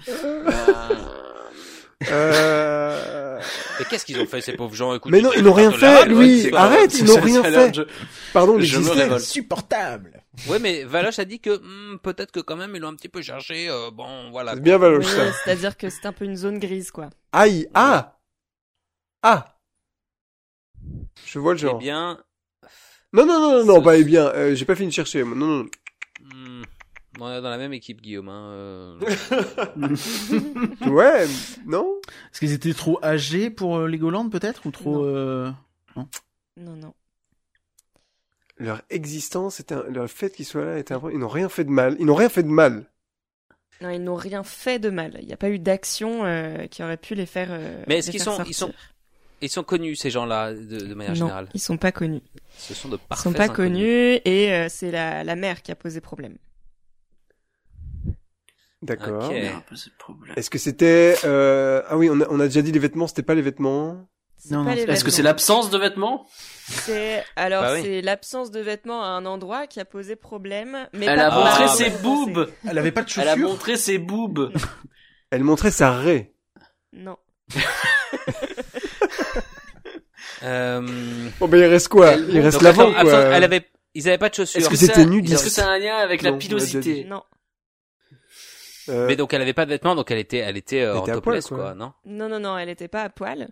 Speaker 6: Euh,
Speaker 1: Euh...
Speaker 2: Mais qu'est-ce qu'ils ont fait, ces pauvres gens Écoute,
Speaker 1: Mais non,
Speaker 2: ils
Speaker 1: ils n'ont rien
Speaker 2: partent de la
Speaker 1: fait,
Speaker 2: règle,
Speaker 1: oui,
Speaker 2: ouais, c'est-
Speaker 1: Ah, arrête, ils n'ont rien
Speaker 6: c'est leur
Speaker 1: fait.
Speaker 6: jeu.
Speaker 1: Pardon
Speaker 6: Je me
Speaker 1: d'exister.
Speaker 6: révolte.
Speaker 5: Supportable.
Speaker 2: Ouais, mais Valoche a dit que hmm, peut-être que quand même ils l'ont un petit peu cherché. euh, bon, voilà.
Speaker 1: C'est bien
Speaker 3: Oui,
Speaker 1: valoche ça.
Speaker 3: c'est-à-dire que c'est un peu une zone grise quoi.
Speaker 1: Aïe, ah, ah. Je vois le
Speaker 2: Eh
Speaker 1: genre.
Speaker 2: bien,
Speaker 1: Non non non non, non
Speaker 2: Ce-
Speaker 1: bah eh bien, euh, j'ai pas fini de chercher. moi, Non non.
Speaker 2: hmm, on est dans la même équipe, Guillaume. Hein, euh.
Speaker 1: non. Ouais, non.
Speaker 5: Est-ce qu'ils étaient trop âgés pour euh, Legoland peut-être ou trop euh,
Speaker 3: Non, non.
Speaker 1: Leur existence, est un... le fait qu'ils soient là, est un... ils n'ont rien fait de mal. Ils n'ont rien fait de mal.
Speaker 3: Non, ils n'ont rien fait de mal. Il n'y a pas eu d'action euh, qui aurait pu les faire. euh,
Speaker 2: Mais est-ce
Speaker 3: les
Speaker 2: qu'ils
Speaker 3: faire
Speaker 2: sont, ils sont,
Speaker 3: sortir.
Speaker 2: ils sont connus ces gens-là de, de manière
Speaker 3: Non,
Speaker 2: générale
Speaker 3: ils sont pas connus.
Speaker 2: Ce sont de
Speaker 3: Ils
Speaker 2: parfaits.
Speaker 3: sont pas
Speaker 2: inconnus.
Speaker 3: connus et euh, c'est la, la mère qui a posé problème.
Speaker 1: D'accord.
Speaker 2: Ok.
Speaker 6: Merde, c'est le problème.
Speaker 1: Est-ce que c'était euh... ah oui on a, on a déjà dit les vêtements c'était pas les vêtements
Speaker 3: C'est
Speaker 5: Non,
Speaker 3: pas
Speaker 5: non,
Speaker 3: les
Speaker 6: Est-ce que c'est
Speaker 3: vêtements.
Speaker 6: l'absence de vêtements
Speaker 3: C'est alors
Speaker 2: Bah oui.
Speaker 3: c'est l'absence de vêtements à un endroit qui a posé problème. Mais
Speaker 6: Elle
Speaker 3: pas
Speaker 6: a
Speaker 3: pour la
Speaker 6: montré
Speaker 2: Ah,
Speaker 3: raison
Speaker 6: ses
Speaker 3: censée.
Speaker 6: boobs
Speaker 5: Elle avait pas de
Speaker 6: Elle a
Speaker 5: chaussures.
Speaker 6: montré ses boobs
Speaker 1: Elle montrait sa raie.
Speaker 3: Non.
Speaker 2: Euh,
Speaker 1: Bon ben il reste quoi Il reste
Speaker 2: donc,
Speaker 1: l'avant
Speaker 2: attends,
Speaker 1: quoi.
Speaker 2: absent- elle avait, ils avaient pas de chaussures.
Speaker 6: Est-ce que
Speaker 1: euh, c'était hein
Speaker 6: ça-
Speaker 1: nu,
Speaker 6: Est-ce que
Speaker 1: dis-
Speaker 6: ça a un lien avec la
Speaker 1: Non, on l'a déjà dit.
Speaker 6: pilosité
Speaker 3: Non.
Speaker 1: Euh,
Speaker 2: Mais donc elle avait pas de vêtements, donc elle était, elle était euh,
Speaker 1: Elle
Speaker 2: en
Speaker 1: était à
Speaker 2: topless,
Speaker 1: poil,
Speaker 2: quoi.
Speaker 1: quoi.
Speaker 2: non
Speaker 3: Non non non, elle était pas à poil.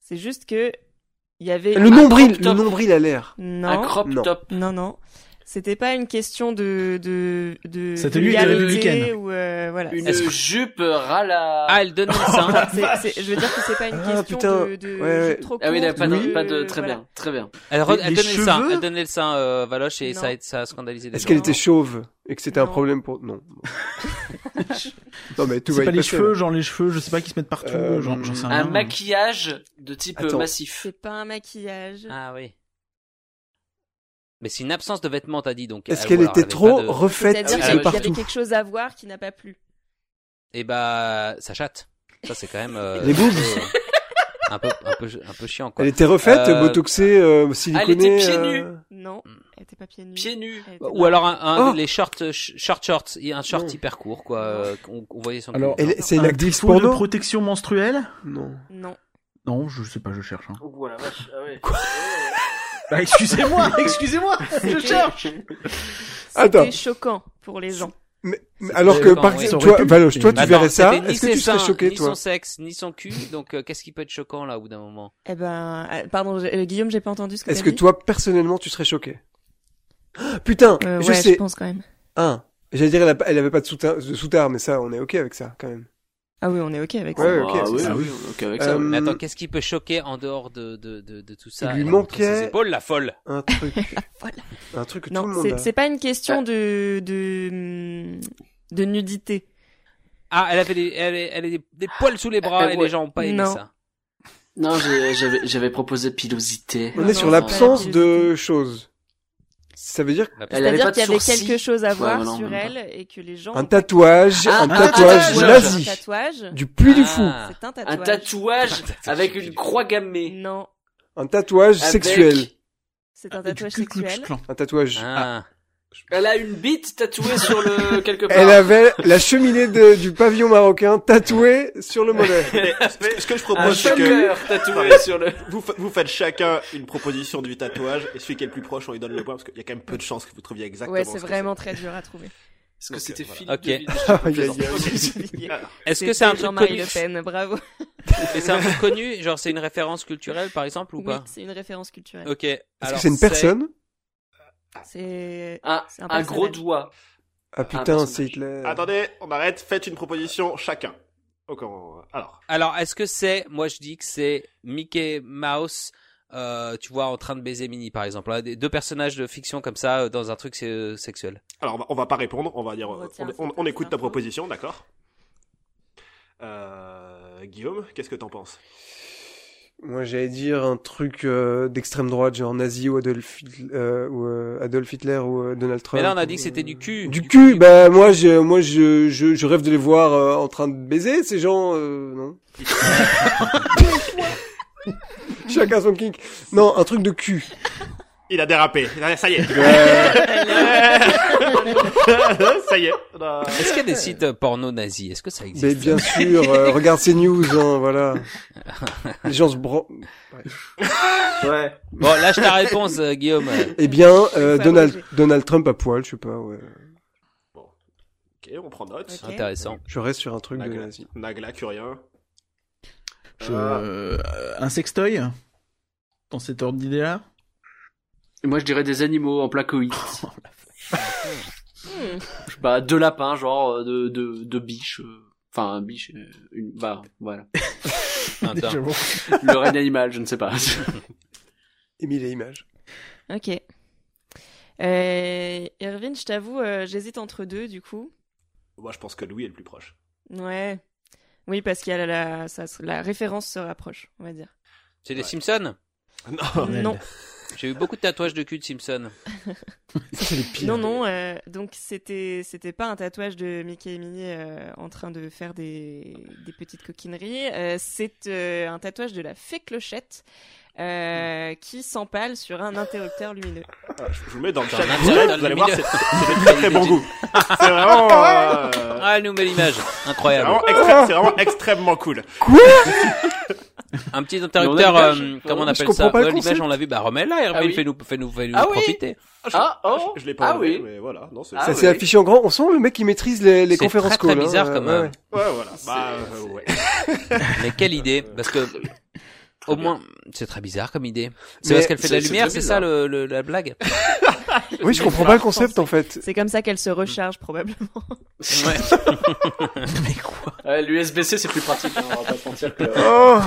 Speaker 3: C'est juste que il y avait
Speaker 1: Le nombril,
Speaker 6: crop top.
Speaker 1: le nombril à l'air.
Speaker 6: Un
Speaker 3: non
Speaker 6: crop
Speaker 1: Non.
Speaker 6: top
Speaker 3: non non. C'était pas une question de de de
Speaker 5: C'était lui, il avait le
Speaker 3: vulgarité
Speaker 5: week-end.
Speaker 3: ou euh, voilà.
Speaker 6: Une
Speaker 2: Est-ce que-
Speaker 6: jupe ras la...
Speaker 2: Ah, elle donnait le sein.
Speaker 3: C'est- c'est- je veux dire que c'est pas une
Speaker 1: Ah,
Speaker 3: question
Speaker 1: putain.
Speaker 3: de, de
Speaker 1: Ouais, ouais.
Speaker 3: jupe trop
Speaker 6: Ah oui,
Speaker 3: courte,
Speaker 6: pas de,
Speaker 1: Oui.
Speaker 6: pas de... Très
Speaker 3: voilà.
Speaker 6: bien, très bien.
Speaker 2: Elle,
Speaker 5: Les-
Speaker 2: elle
Speaker 5: les
Speaker 2: donnait le sein,
Speaker 5: cheveux
Speaker 2: elle donnait le sein, euh, Valoche, et
Speaker 3: Non.
Speaker 2: ça, a- ça a scandalisé des
Speaker 1: Est-ce
Speaker 2: gens.
Speaker 1: qu'elle était chauve et que c'était un
Speaker 3: Non.
Speaker 1: problème pour non Non mais tout va
Speaker 5: C'est
Speaker 1: y
Speaker 5: pas les
Speaker 1: passer,
Speaker 5: cheveux,
Speaker 1: là.
Speaker 5: genre les cheveux, je sais pas qui se mettent partout,
Speaker 1: Euh,
Speaker 5: genre j'en sais rien.
Speaker 6: Un maquillage de type euh,
Speaker 1: Attends.
Speaker 6: massif.
Speaker 3: C'est pas un maquillage.
Speaker 2: Ah oui. Mais c'est une absence de vêtements, t'as dit donc.
Speaker 1: Est-ce
Speaker 2: elle-
Speaker 1: qu'elle
Speaker 2: ou alors
Speaker 1: était
Speaker 2: Ah, elle avait
Speaker 1: trop
Speaker 2: pas de-
Speaker 1: refaite
Speaker 3: C'est-à-dire
Speaker 1: de
Speaker 2: Ah, oui,
Speaker 3: qu'il y avait
Speaker 1: partout
Speaker 3: quelque chose à voir qui n'a pas plu.
Speaker 2: Eh bah, ça chatte. Ça c'est quand même. euh,
Speaker 1: Les boobs.
Speaker 2: Un peu, un peu, un peu chiant quoi.
Speaker 1: Elle était refaite,
Speaker 2: Euh,
Speaker 1: botoxée, euh, siliconée.
Speaker 6: pieds
Speaker 1: euh,
Speaker 3: Non,
Speaker 2: Hmm.
Speaker 3: elle était pas pieds nus.
Speaker 6: Pieds nus.
Speaker 3: Elle était
Speaker 2: Ou
Speaker 3: pas-
Speaker 2: alors un, un-
Speaker 1: Oh.
Speaker 2: les shorts, euh, sh- short shorts, il y a un short
Speaker 1: Non.
Speaker 2: hyper court quoi. euh, qu'on qu'on voyait son.
Speaker 5: Alors,
Speaker 2: cul.
Speaker 1: elle- C'est une
Speaker 5: Un
Speaker 1: actrice
Speaker 5: défaut de
Speaker 1: porno
Speaker 5: protection menstruelle
Speaker 1: Non.
Speaker 3: Non.
Speaker 5: Non, je sais pas, je cherche. hein.
Speaker 6: Oh la vache, ah ouais.
Speaker 5: Bah, excusez-moi, excusez-moi, je cherche.
Speaker 1: Attends.
Speaker 3: C'était choquant pour les gens.
Speaker 1: Mais- mais alors que par
Speaker 2: ouais.
Speaker 1: exemple,
Speaker 5: Ça
Speaker 1: tu vois,
Speaker 5: aurait pu.
Speaker 1: Valoche, toi
Speaker 5: Et-
Speaker 2: Bah
Speaker 1: tu
Speaker 2: non,
Speaker 1: verrais ça,
Speaker 2: c'était ni
Speaker 1: est-ce que tu
Speaker 2: ses
Speaker 1: serais
Speaker 2: seins,
Speaker 1: choqué
Speaker 2: ni
Speaker 1: toi
Speaker 2: son sexe, ni son cul, donc euh, qu'est-ce qui peut être choquant là au bout d'un moment
Speaker 3: Eh ben, euh, pardon, j'ai- euh, Guillaume, j'ai pas entendu ce que
Speaker 1: Est-ce
Speaker 3: t'as
Speaker 1: que
Speaker 3: dit.
Speaker 1: toi personnellement tu serais choqué Putain,
Speaker 3: Euh,
Speaker 1: je
Speaker 3: ouais, je
Speaker 1: sais.
Speaker 3: pense quand même.
Speaker 1: Un. J'allais dire elle, a pas- elle avait pas de soutien- de soutard, mais ça, on est ok avec ça quand même.
Speaker 3: Ah oui, on est ok avec
Speaker 1: Ouais,
Speaker 3: ça.
Speaker 1: ouais, ok,
Speaker 6: Ah
Speaker 1: c'est
Speaker 6: oui,
Speaker 1: ça.
Speaker 6: oui, ok avec ça.
Speaker 1: Euh,
Speaker 6: ouais.
Speaker 2: Mais attends,
Speaker 1: Hmm.
Speaker 2: qu'est-ce qui peut choquer en dehors de de de, de tout ça
Speaker 1: Il lui
Speaker 2: Elle a montré
Speaker 1: manquait-
Speaker 2: ses épaules, la folle.
Speaker 1: Un truc,
Speaker 3: Voilà.
Speaker 1: un truc que tout le
Speaker 3: Non,
Speaker 1: monde.
Speaker 3: c'est-
Speaker 1: a.
Speaker 3: c'est pas une question de de de nudité.
Speaker 2: Ah, elle avait des, elle, elle a des, des poils sous les bras
Speaker 6: Euh,
Speaker 2: et
Speaker 6: ouais.
Speaker 2: les gens ont pas aimé
Speaker 3: Non.
Speaker 2: ça.
Speaker 6: Non, j'ai- j'avais j'avais proposé pilosité.
Speaker 1: On
Speaker 3: Non,
Speaker 1: est sur
Speaker 3: non,
Speaker 1: l'absence
Speaker 3: c'est pas la
Speaker 1: de choses. Ça veut dire
Speaker 2: La
Speaker 7: Elle avait
Speaker 3: C'est-à-dire
Speaker 7: pas de
Speaker 3: qu'il y avait
Speaker 7: sourcils.
Speaker 3: quelque chose à
Speaker 7: Ouais,
Speaker 3: voir
Speaker 7: mais non,
Speaker 3: sur
Speaker 7: même
Speaker 3: elle et que les gens.
Speaker 1: un tatouage,
Speaker 7: Ah,
Speaker 1: un
Speaker 5: un
Speaker 1: tatouage
Speaker 3: Ouais,
Speaker 1: nazi,
Speaker 3: Un tatouage.
Speaker 1: du puits du fou,
Speaker 2: Ah.
Speaker 3: C'est un tatouage.
Speaker 7: Un tatouage avec une croix gammée.
Speaker 3: Non,
Speaker 1: un tatouage
Speaker 7: Avec-
Speaker 1: sexuel,
Speaker 3: c'est un tatouage sexuel.
Speaker 1: un tatouage.
Speaker 2: Ah.
Speaker 7: Elle a une bite tatouée sur le quelque part.
Speaker 1: Elle avait la cheminée de- du pavillon marocain tatouée sur le mollet.
Speaker 4: Ce que je
Speaker 7: un
Speaker 4: propose, c'est que
Speaker 7: choker tatoué sur le.
Speaker 4: vous, fa- vous faites chacun une proposition du tatouage, et celui qui est le plus proche, on lui donne le point, parce qu'il y a quand même peu de chances que vous trouviez exactement
Speaker 3: Ouais,
Speaker 4: ce
Speaker 3: c'est
Speaker 4: que
Speaker 3: vraiment très dur à trouver.
Speaker 7: Est-ce que c'était
Speaker 4: voilà.
Speaker 7: Philippe
Speaker 2: Ok.
Speaker 7: de Villiers
Speaker 1: Aïe, aïe, aïe.
Speaker 2: Est-ce que c'est un truc
Speaker 3: Jean-Marie
Speaker 2: connu
Speaker 3: Le Pen, bravo.
Speaker 2: Mais c'est un truc connu, genre c'est une référence culturelle par exemple ou
Speaker 3: Oui,
Speaker 2: pas
Speaker 3: c'est une référence culturelle.
Speaker 2: Ok.
Speaker 1: Est-ce
Speaker 2: alors
Speaker 1: que c'est une personne
Speaker 3: C'est
Speaker 2: Ah,
Speaker 7: Un,
Speaker 3: C'est un
Speaker 7: un gros
Speaker 3: personnage.
Speaker 7: doigt.
Speaker 1: Ah
Speaker 7: un
Speaker 1: putain, c'est
Speaker 7: personnage.
Speaker 1: Hitler.
Speaker 4: Attendez, on arrête, faites une proposition chacun. Ok, on- alors.
Speaker 2: Alors est-ce que c'est moi je dis que c'est Mickey Mouse euh, tu vois en train de baiser Minnie par exemple Là, des- deux personnages de fiction comme ça euh, dans un truc euh, sexuel.
Speaker 4: Alors, on va, on va pas répondre, on va dire,
Speaker 3: On
Speaker 4: euh,
Speaker 3: retient
Speaker 4: on,
Speaker 3: cette
Speaker 4: on- on écoute ta
Speaker 3: info.
Speaker 4: proposition, d'accord euh, Guillaume, qu'est-ce que t'en penses
Speaker 1: Moi, j'allais dire un truc euh, d'extrême droite, genre nazi ou Adolf, Hitler- euh, ou, euh, Adolf Hitler ou euh, Donald Trump.
Speaker 2: Mais là on a dit
Speaker 1: ou,
Speaker 2: que c'était du
Speaker 1: euh,
Speaker 2: cul.
Speaker 1: Du cul, bah moi, je, moi, je, je, je rêve de les voir euh, en train de baiser ces gens, euh, non Chacun son kink. Non, un truc de cul.
Speaker 4: Il a dérapé, ça y est
Speaker 1: Euh,
Speaker 4: Ça y est Non.
Speaker 2: Est-ce qu'il y a des sites euh, porno nazis Est-ce que ça existe
Speaker 1: mais bien sûr, euh, regarde ces news, hein, voilà. Les gens se bran...
Speaker 7: Ouais.
Speaker 2: Bon lâche ta réponse euh, Guillaume.
Speaker 1: Eh bien, euh,
Speaker 3: Faut
Speaker 1: Donald,
Speaker 3: abréger.
Speaker 1: Donald Trump à poil, je sais pas, ouais.
Speaker 4: Ok, on prend note.
Speaker 3: Ok.
Speaker 2: Intéressant.
Speaker 1: Je reste sur un truc de
Speaker 4: Nagla,
Speaker 1: nazi.
Speaker 4: Nagla, Curien.
Speaker 5: Je- euh, un sextoy dans cet ordre d'idée-là
Speaker 7: Moi, je dirais des animaux en placoïde.
Speaker 2: Oh,
Speaker 7: Je sais pas, Bah, deux lapins, genre euh, de de de biche. euh, Enfin, un biche, euh, une, bah, voilà.
Speaker 2: Un
Speaker 5: Déjà,
Speaker 2: dingue.
Speaker 5: bon.
Speaker 7: Le règne animal, je ne sais
Speaker 2: Ah,
Speaker 7: pas.
Speaker 1: Émile et images.
Speaker 3: Ok. Euh, Irvine, je t'avoue, euh, j'hésite entre deux du coup.
Speaker 4: Moi, je pense que Louis est le plus proche.
Speaker 3: Ouais. Oui, parce qu'il y a la, ça se- la référence se rapproche, on va dire.
Speaker 2: C'est les
Speaker 4: Ouais.
Speaker 2: Simpsons
Speaker 4: Non.
Speaker 3: non,
Speaker 2: J'ai eu beaucoup de tatouages de cul de Simpsons.
Speaker 1: Ça, c'est les pires.
Speaker 3: non, non. euh, donc c'était, c'était pas un tatouage de Mickey et Minnie euh, en train de faire des, des petites coquineries. Euh, c'est euh, un tatouage de la fée clochette euh, qui s'empale sur un interrupteur lumineux.
Speaker 4: Ah, Je je vous mets dans le
Speaker 2: Attends,
Speaker 4: chat
Speaker 2: un
Speaker 4: direct,
Speaker 2: intervalle
Speaker 4: vous allez voir, c'est
Speaker 2: lumineux.
Speaker 4: c'est de très très bon goût. C'est vraiment... euh,
Speaker 2: Ah, elle nous met l'image.
Speaker 4: C'est
Speaker 2: Incroyable.
Speaker 4: vraiment, extré- c'est vraiment extrêmement cool.
Speaker 2: Un petit interrupteur,
Speaker 7: Mais on a une
Speaker 2: euh,
Speaker 7: image.
Speaker 2: comment on
Speaker 7: Je
Speaker 2: appelle
Speaker 1: comprends
Speaker 2: ça
Speaker 1: pas le
Speaker 2: Ouais, L'image,
Speaker 1: concept.
Speaker 2: on l'a vu. Bah, remets-la, Hervé,
Speaker 7: Ah oui.
Speaker 2: fais-nous fais -nous, fais -nous
Speaker 7: Ah oui.
Speaker 2: profiter.
Speaker 7: Ah oh.
Speaker 4: Je, je l'ai pas
Speaker 7: ah
Speaker 4: enlevé,
Speaker 7: oui.
Speaker 4: mais voilà. Non, c'est
Speaker 7: Ah
Speaker 1: Ça
Speaker 4: c'est-
Speaker 7: oui.
Speaker 1: s'est affiché en grand. On sent le mec qui maîtrise les, les
Speaker 2: C'est
Speaker 1: conférences
Speaker 2: très, très
Speaker 1: call, hein,
Speaker 2: bizarre
Speaker 1: euh,
Speaker 2: comme,
Speaker 1: ouais,
Speaker 2: euh,
Speaker 1: ouais.
Speaker 4: Ouais, voilà. Bah, euh, ouais.
Speaker 2: Mais quelle idée Parce que, au
Speaker 4: bien.
Speaker 2: moins, c'est très bizarre comme idée. C'est
Speaker 1: Mais
Speaker 2: parce qu'elle fait de la
Speaker 7: c'est- c'est
Speaker 2: lumière,
Speaker 7: très
Speaker 2: c'est ça
Speaker 7: bizarre.
Speaker 2: le, le- la blague
Speaker 1: Oui, je comprends pas le concept en fait.
Speaker 3: C'est comme ça qu'elle se recharge probablement.
Speaker 2: Ouais.
Speaker 7: Ouais, L'USB-C, c'est plus pratique. hein, on va pas se mentir que.
Speaker 1: Oh,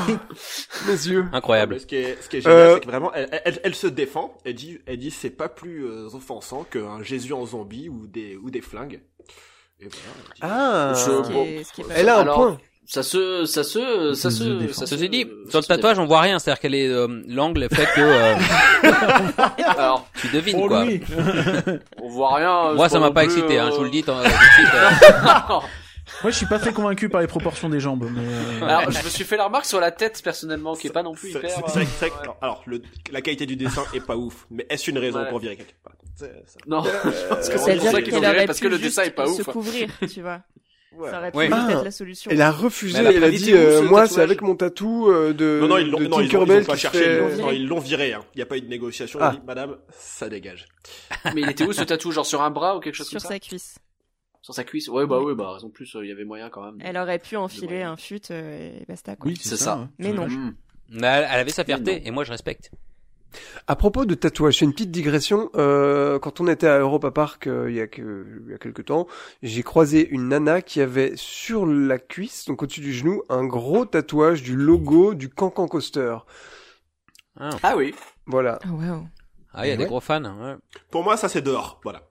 Speaker 1: mes yeux.
Speaker 2: Incroyable.
Speaker 4: Mais Ce qui est, ce qui est génial,
Speaker 1: Euh,
Speaker 4: c'est que vraiment, elle, elle, elle se défend. Elle dit, elle dit, c'est pas plus euh, offensant qu'un Jésus en zombie ou des ou des flingues. Et voilà, elle dit-
Speaker 1: Ah.
Speaker 7: Je-
Speaker 3: ce qui
Speaker 7: bon.
Speaker 3: est- ce qui est pas
Speaker 1: Elle a un
Speaker 7: Alors,
Speaker 1: point.
Speaker 7: Ça se, ça se, ça
Speaker 5: Je
Speaker 7: se,
Speaker 5: défends.
Speaker 7: ça se
Speaker 2: Ceci dit,
Speaker 7: euh,
Speaker 2: sur
Speaker 7: ça
Speaker 2: le
Speaker 7: se
Speaker 2: tatouage, on voit rien. C'est-à-dire qu'elle est, euh, l'angle fait que, euh,
Speaker 7: défend. Alors,
Speaker 2: tu devines,
Speaker 5: Oh,
Speaker 2: quoi.
Speaker 5: lui
Speaker 7: on voit rien. euh,
Speaker 2: Moi,
Speaker 7: c'est
Speaker 2: ça m'a
Speaker 7: non
Speaker 2: pas
Speaker 7: plus,
Speaker 2: excité, hein,
Speaker 7: euh,
Speaker 2: je vous le dis. t'en- tout de suite, euh.
Speaker 5: Moi, je suis pas très convaincu par les proportions des jambes. Mais... euh,
Speaker 7: Alors, je me suis fait la remarque sur la tête, personnellement, qui est pas non plus
Speaker 4: C'est-
Speaker 7: hyper.
Speaker 4: c'est-
Speaker 7: euh,
Speaker 4: c'est vrai que- c'est vrai que-
Speaker 7: ouais.
Speaker 4: non, Alors, le- la qualité du dessin est pas ouf, mais est-ce une raison
Speaker 7: Ouais.
Speaker 4: pour virer Euh, quelqu'un Voilà. C'est- ça-
Speaker 7: Non. Parce que
Speaker 4: Ça
Speaker 7: c'est
Speaker 4: veut
Speaker 7: pour ça
Speaker 4: dire
Speaker 7: qu'ils
Speaker 4: qu'elle
Speaker 7: ont viré, parce que le
Speaker 3: juste
Speaker 7: dessin est pas
Speaker 3: se
Speaker 7: ouf.
Speaker 3: couvrir, tu vois.
Speaker 4: ouais.
Speaker 3: Ça aurait pu
Speaker 2: Ouais.
Speaker 3: être
Speaker 1: Ah.
Speaker 3: la solution.
Speaker 1: Elle a refusé.
Speaker 2: Mais elle a
Speaker 1: Elle a
Speaker 7: pas dit
Speaker 1: dit,
Speaker 7: où,
Speaker 1: euh,
Speaker 7: ce
Speaker 1: moi, c'est
Speaker 7: tatouage
Speaker 1: avec mon tatou euh, de
Speaker 4: Non, non, ils l'ont,
Speaker 1: de
Speaker 4: non, ils
Speaker 1: Tinkerbell
Speaker 4: l'ont- ils l'ont
Speaker 1: qui
Speaker 4: pas
Speaker 1: se
Speaker 4: cherché,
Speaker 1: fait-
Speaker 4: ils
Speaker 3: euh,
Speaker 4: l'ont- non, ils l'ont viré, hein. Il n'y a pas eu de négociation,
Speaker 1: Ah.
Speaker 4: ils ont dit, madame, ça dégage.
Speaker 7: Mais il était où ce tatou Genre sur un bras ou quelque chose
Speaker 3: sur
Speaker 7: comme ça
Speaker 3: sa cuisse.
Speaker 7: Sur sa cuisse Ouais, bah oui, bah raison de plus, euh, il y avait moyen quand même.
Speaker 3: Elle aurait pu enfiler
Speaker 7: Ouais.
Speaker 3: un fut euh, et basta quoi.
Speaker 5: Oui, c'est
Speaker 7: C'est
Speaker 5: ça.
Speaker 7: ça.
Speaker 5: ouais.
Speaker 3: Mais non.
Speaker 5: Mm.
Speaker 7: Mmh.
Speaker 2: Mais elle elle avait sa fierté, et moi, je respecte.
Speaker 1: À propos de tatouage, c'est une petite digression. Euh, quand on était à Europa Park euh, il, y a que, il y a quelques temps, j'ai croisé une nana qui avait sur la cuisse, donc au-dessus du genou, un gros tatouage du logo du Cancan Coaster.
Speaker 7: Ah oui.
Speaker 1: Voilà.
Speaker 3: Oh, wow.
Speaker 2: Ah, il y a
Speaker 5: Mais
Speaker 2: des
Speaker 5: ouais.
Speaker 2: gros fans. ouais.
Speaker 4: Pour moi, ça c'est dehors. Voilà.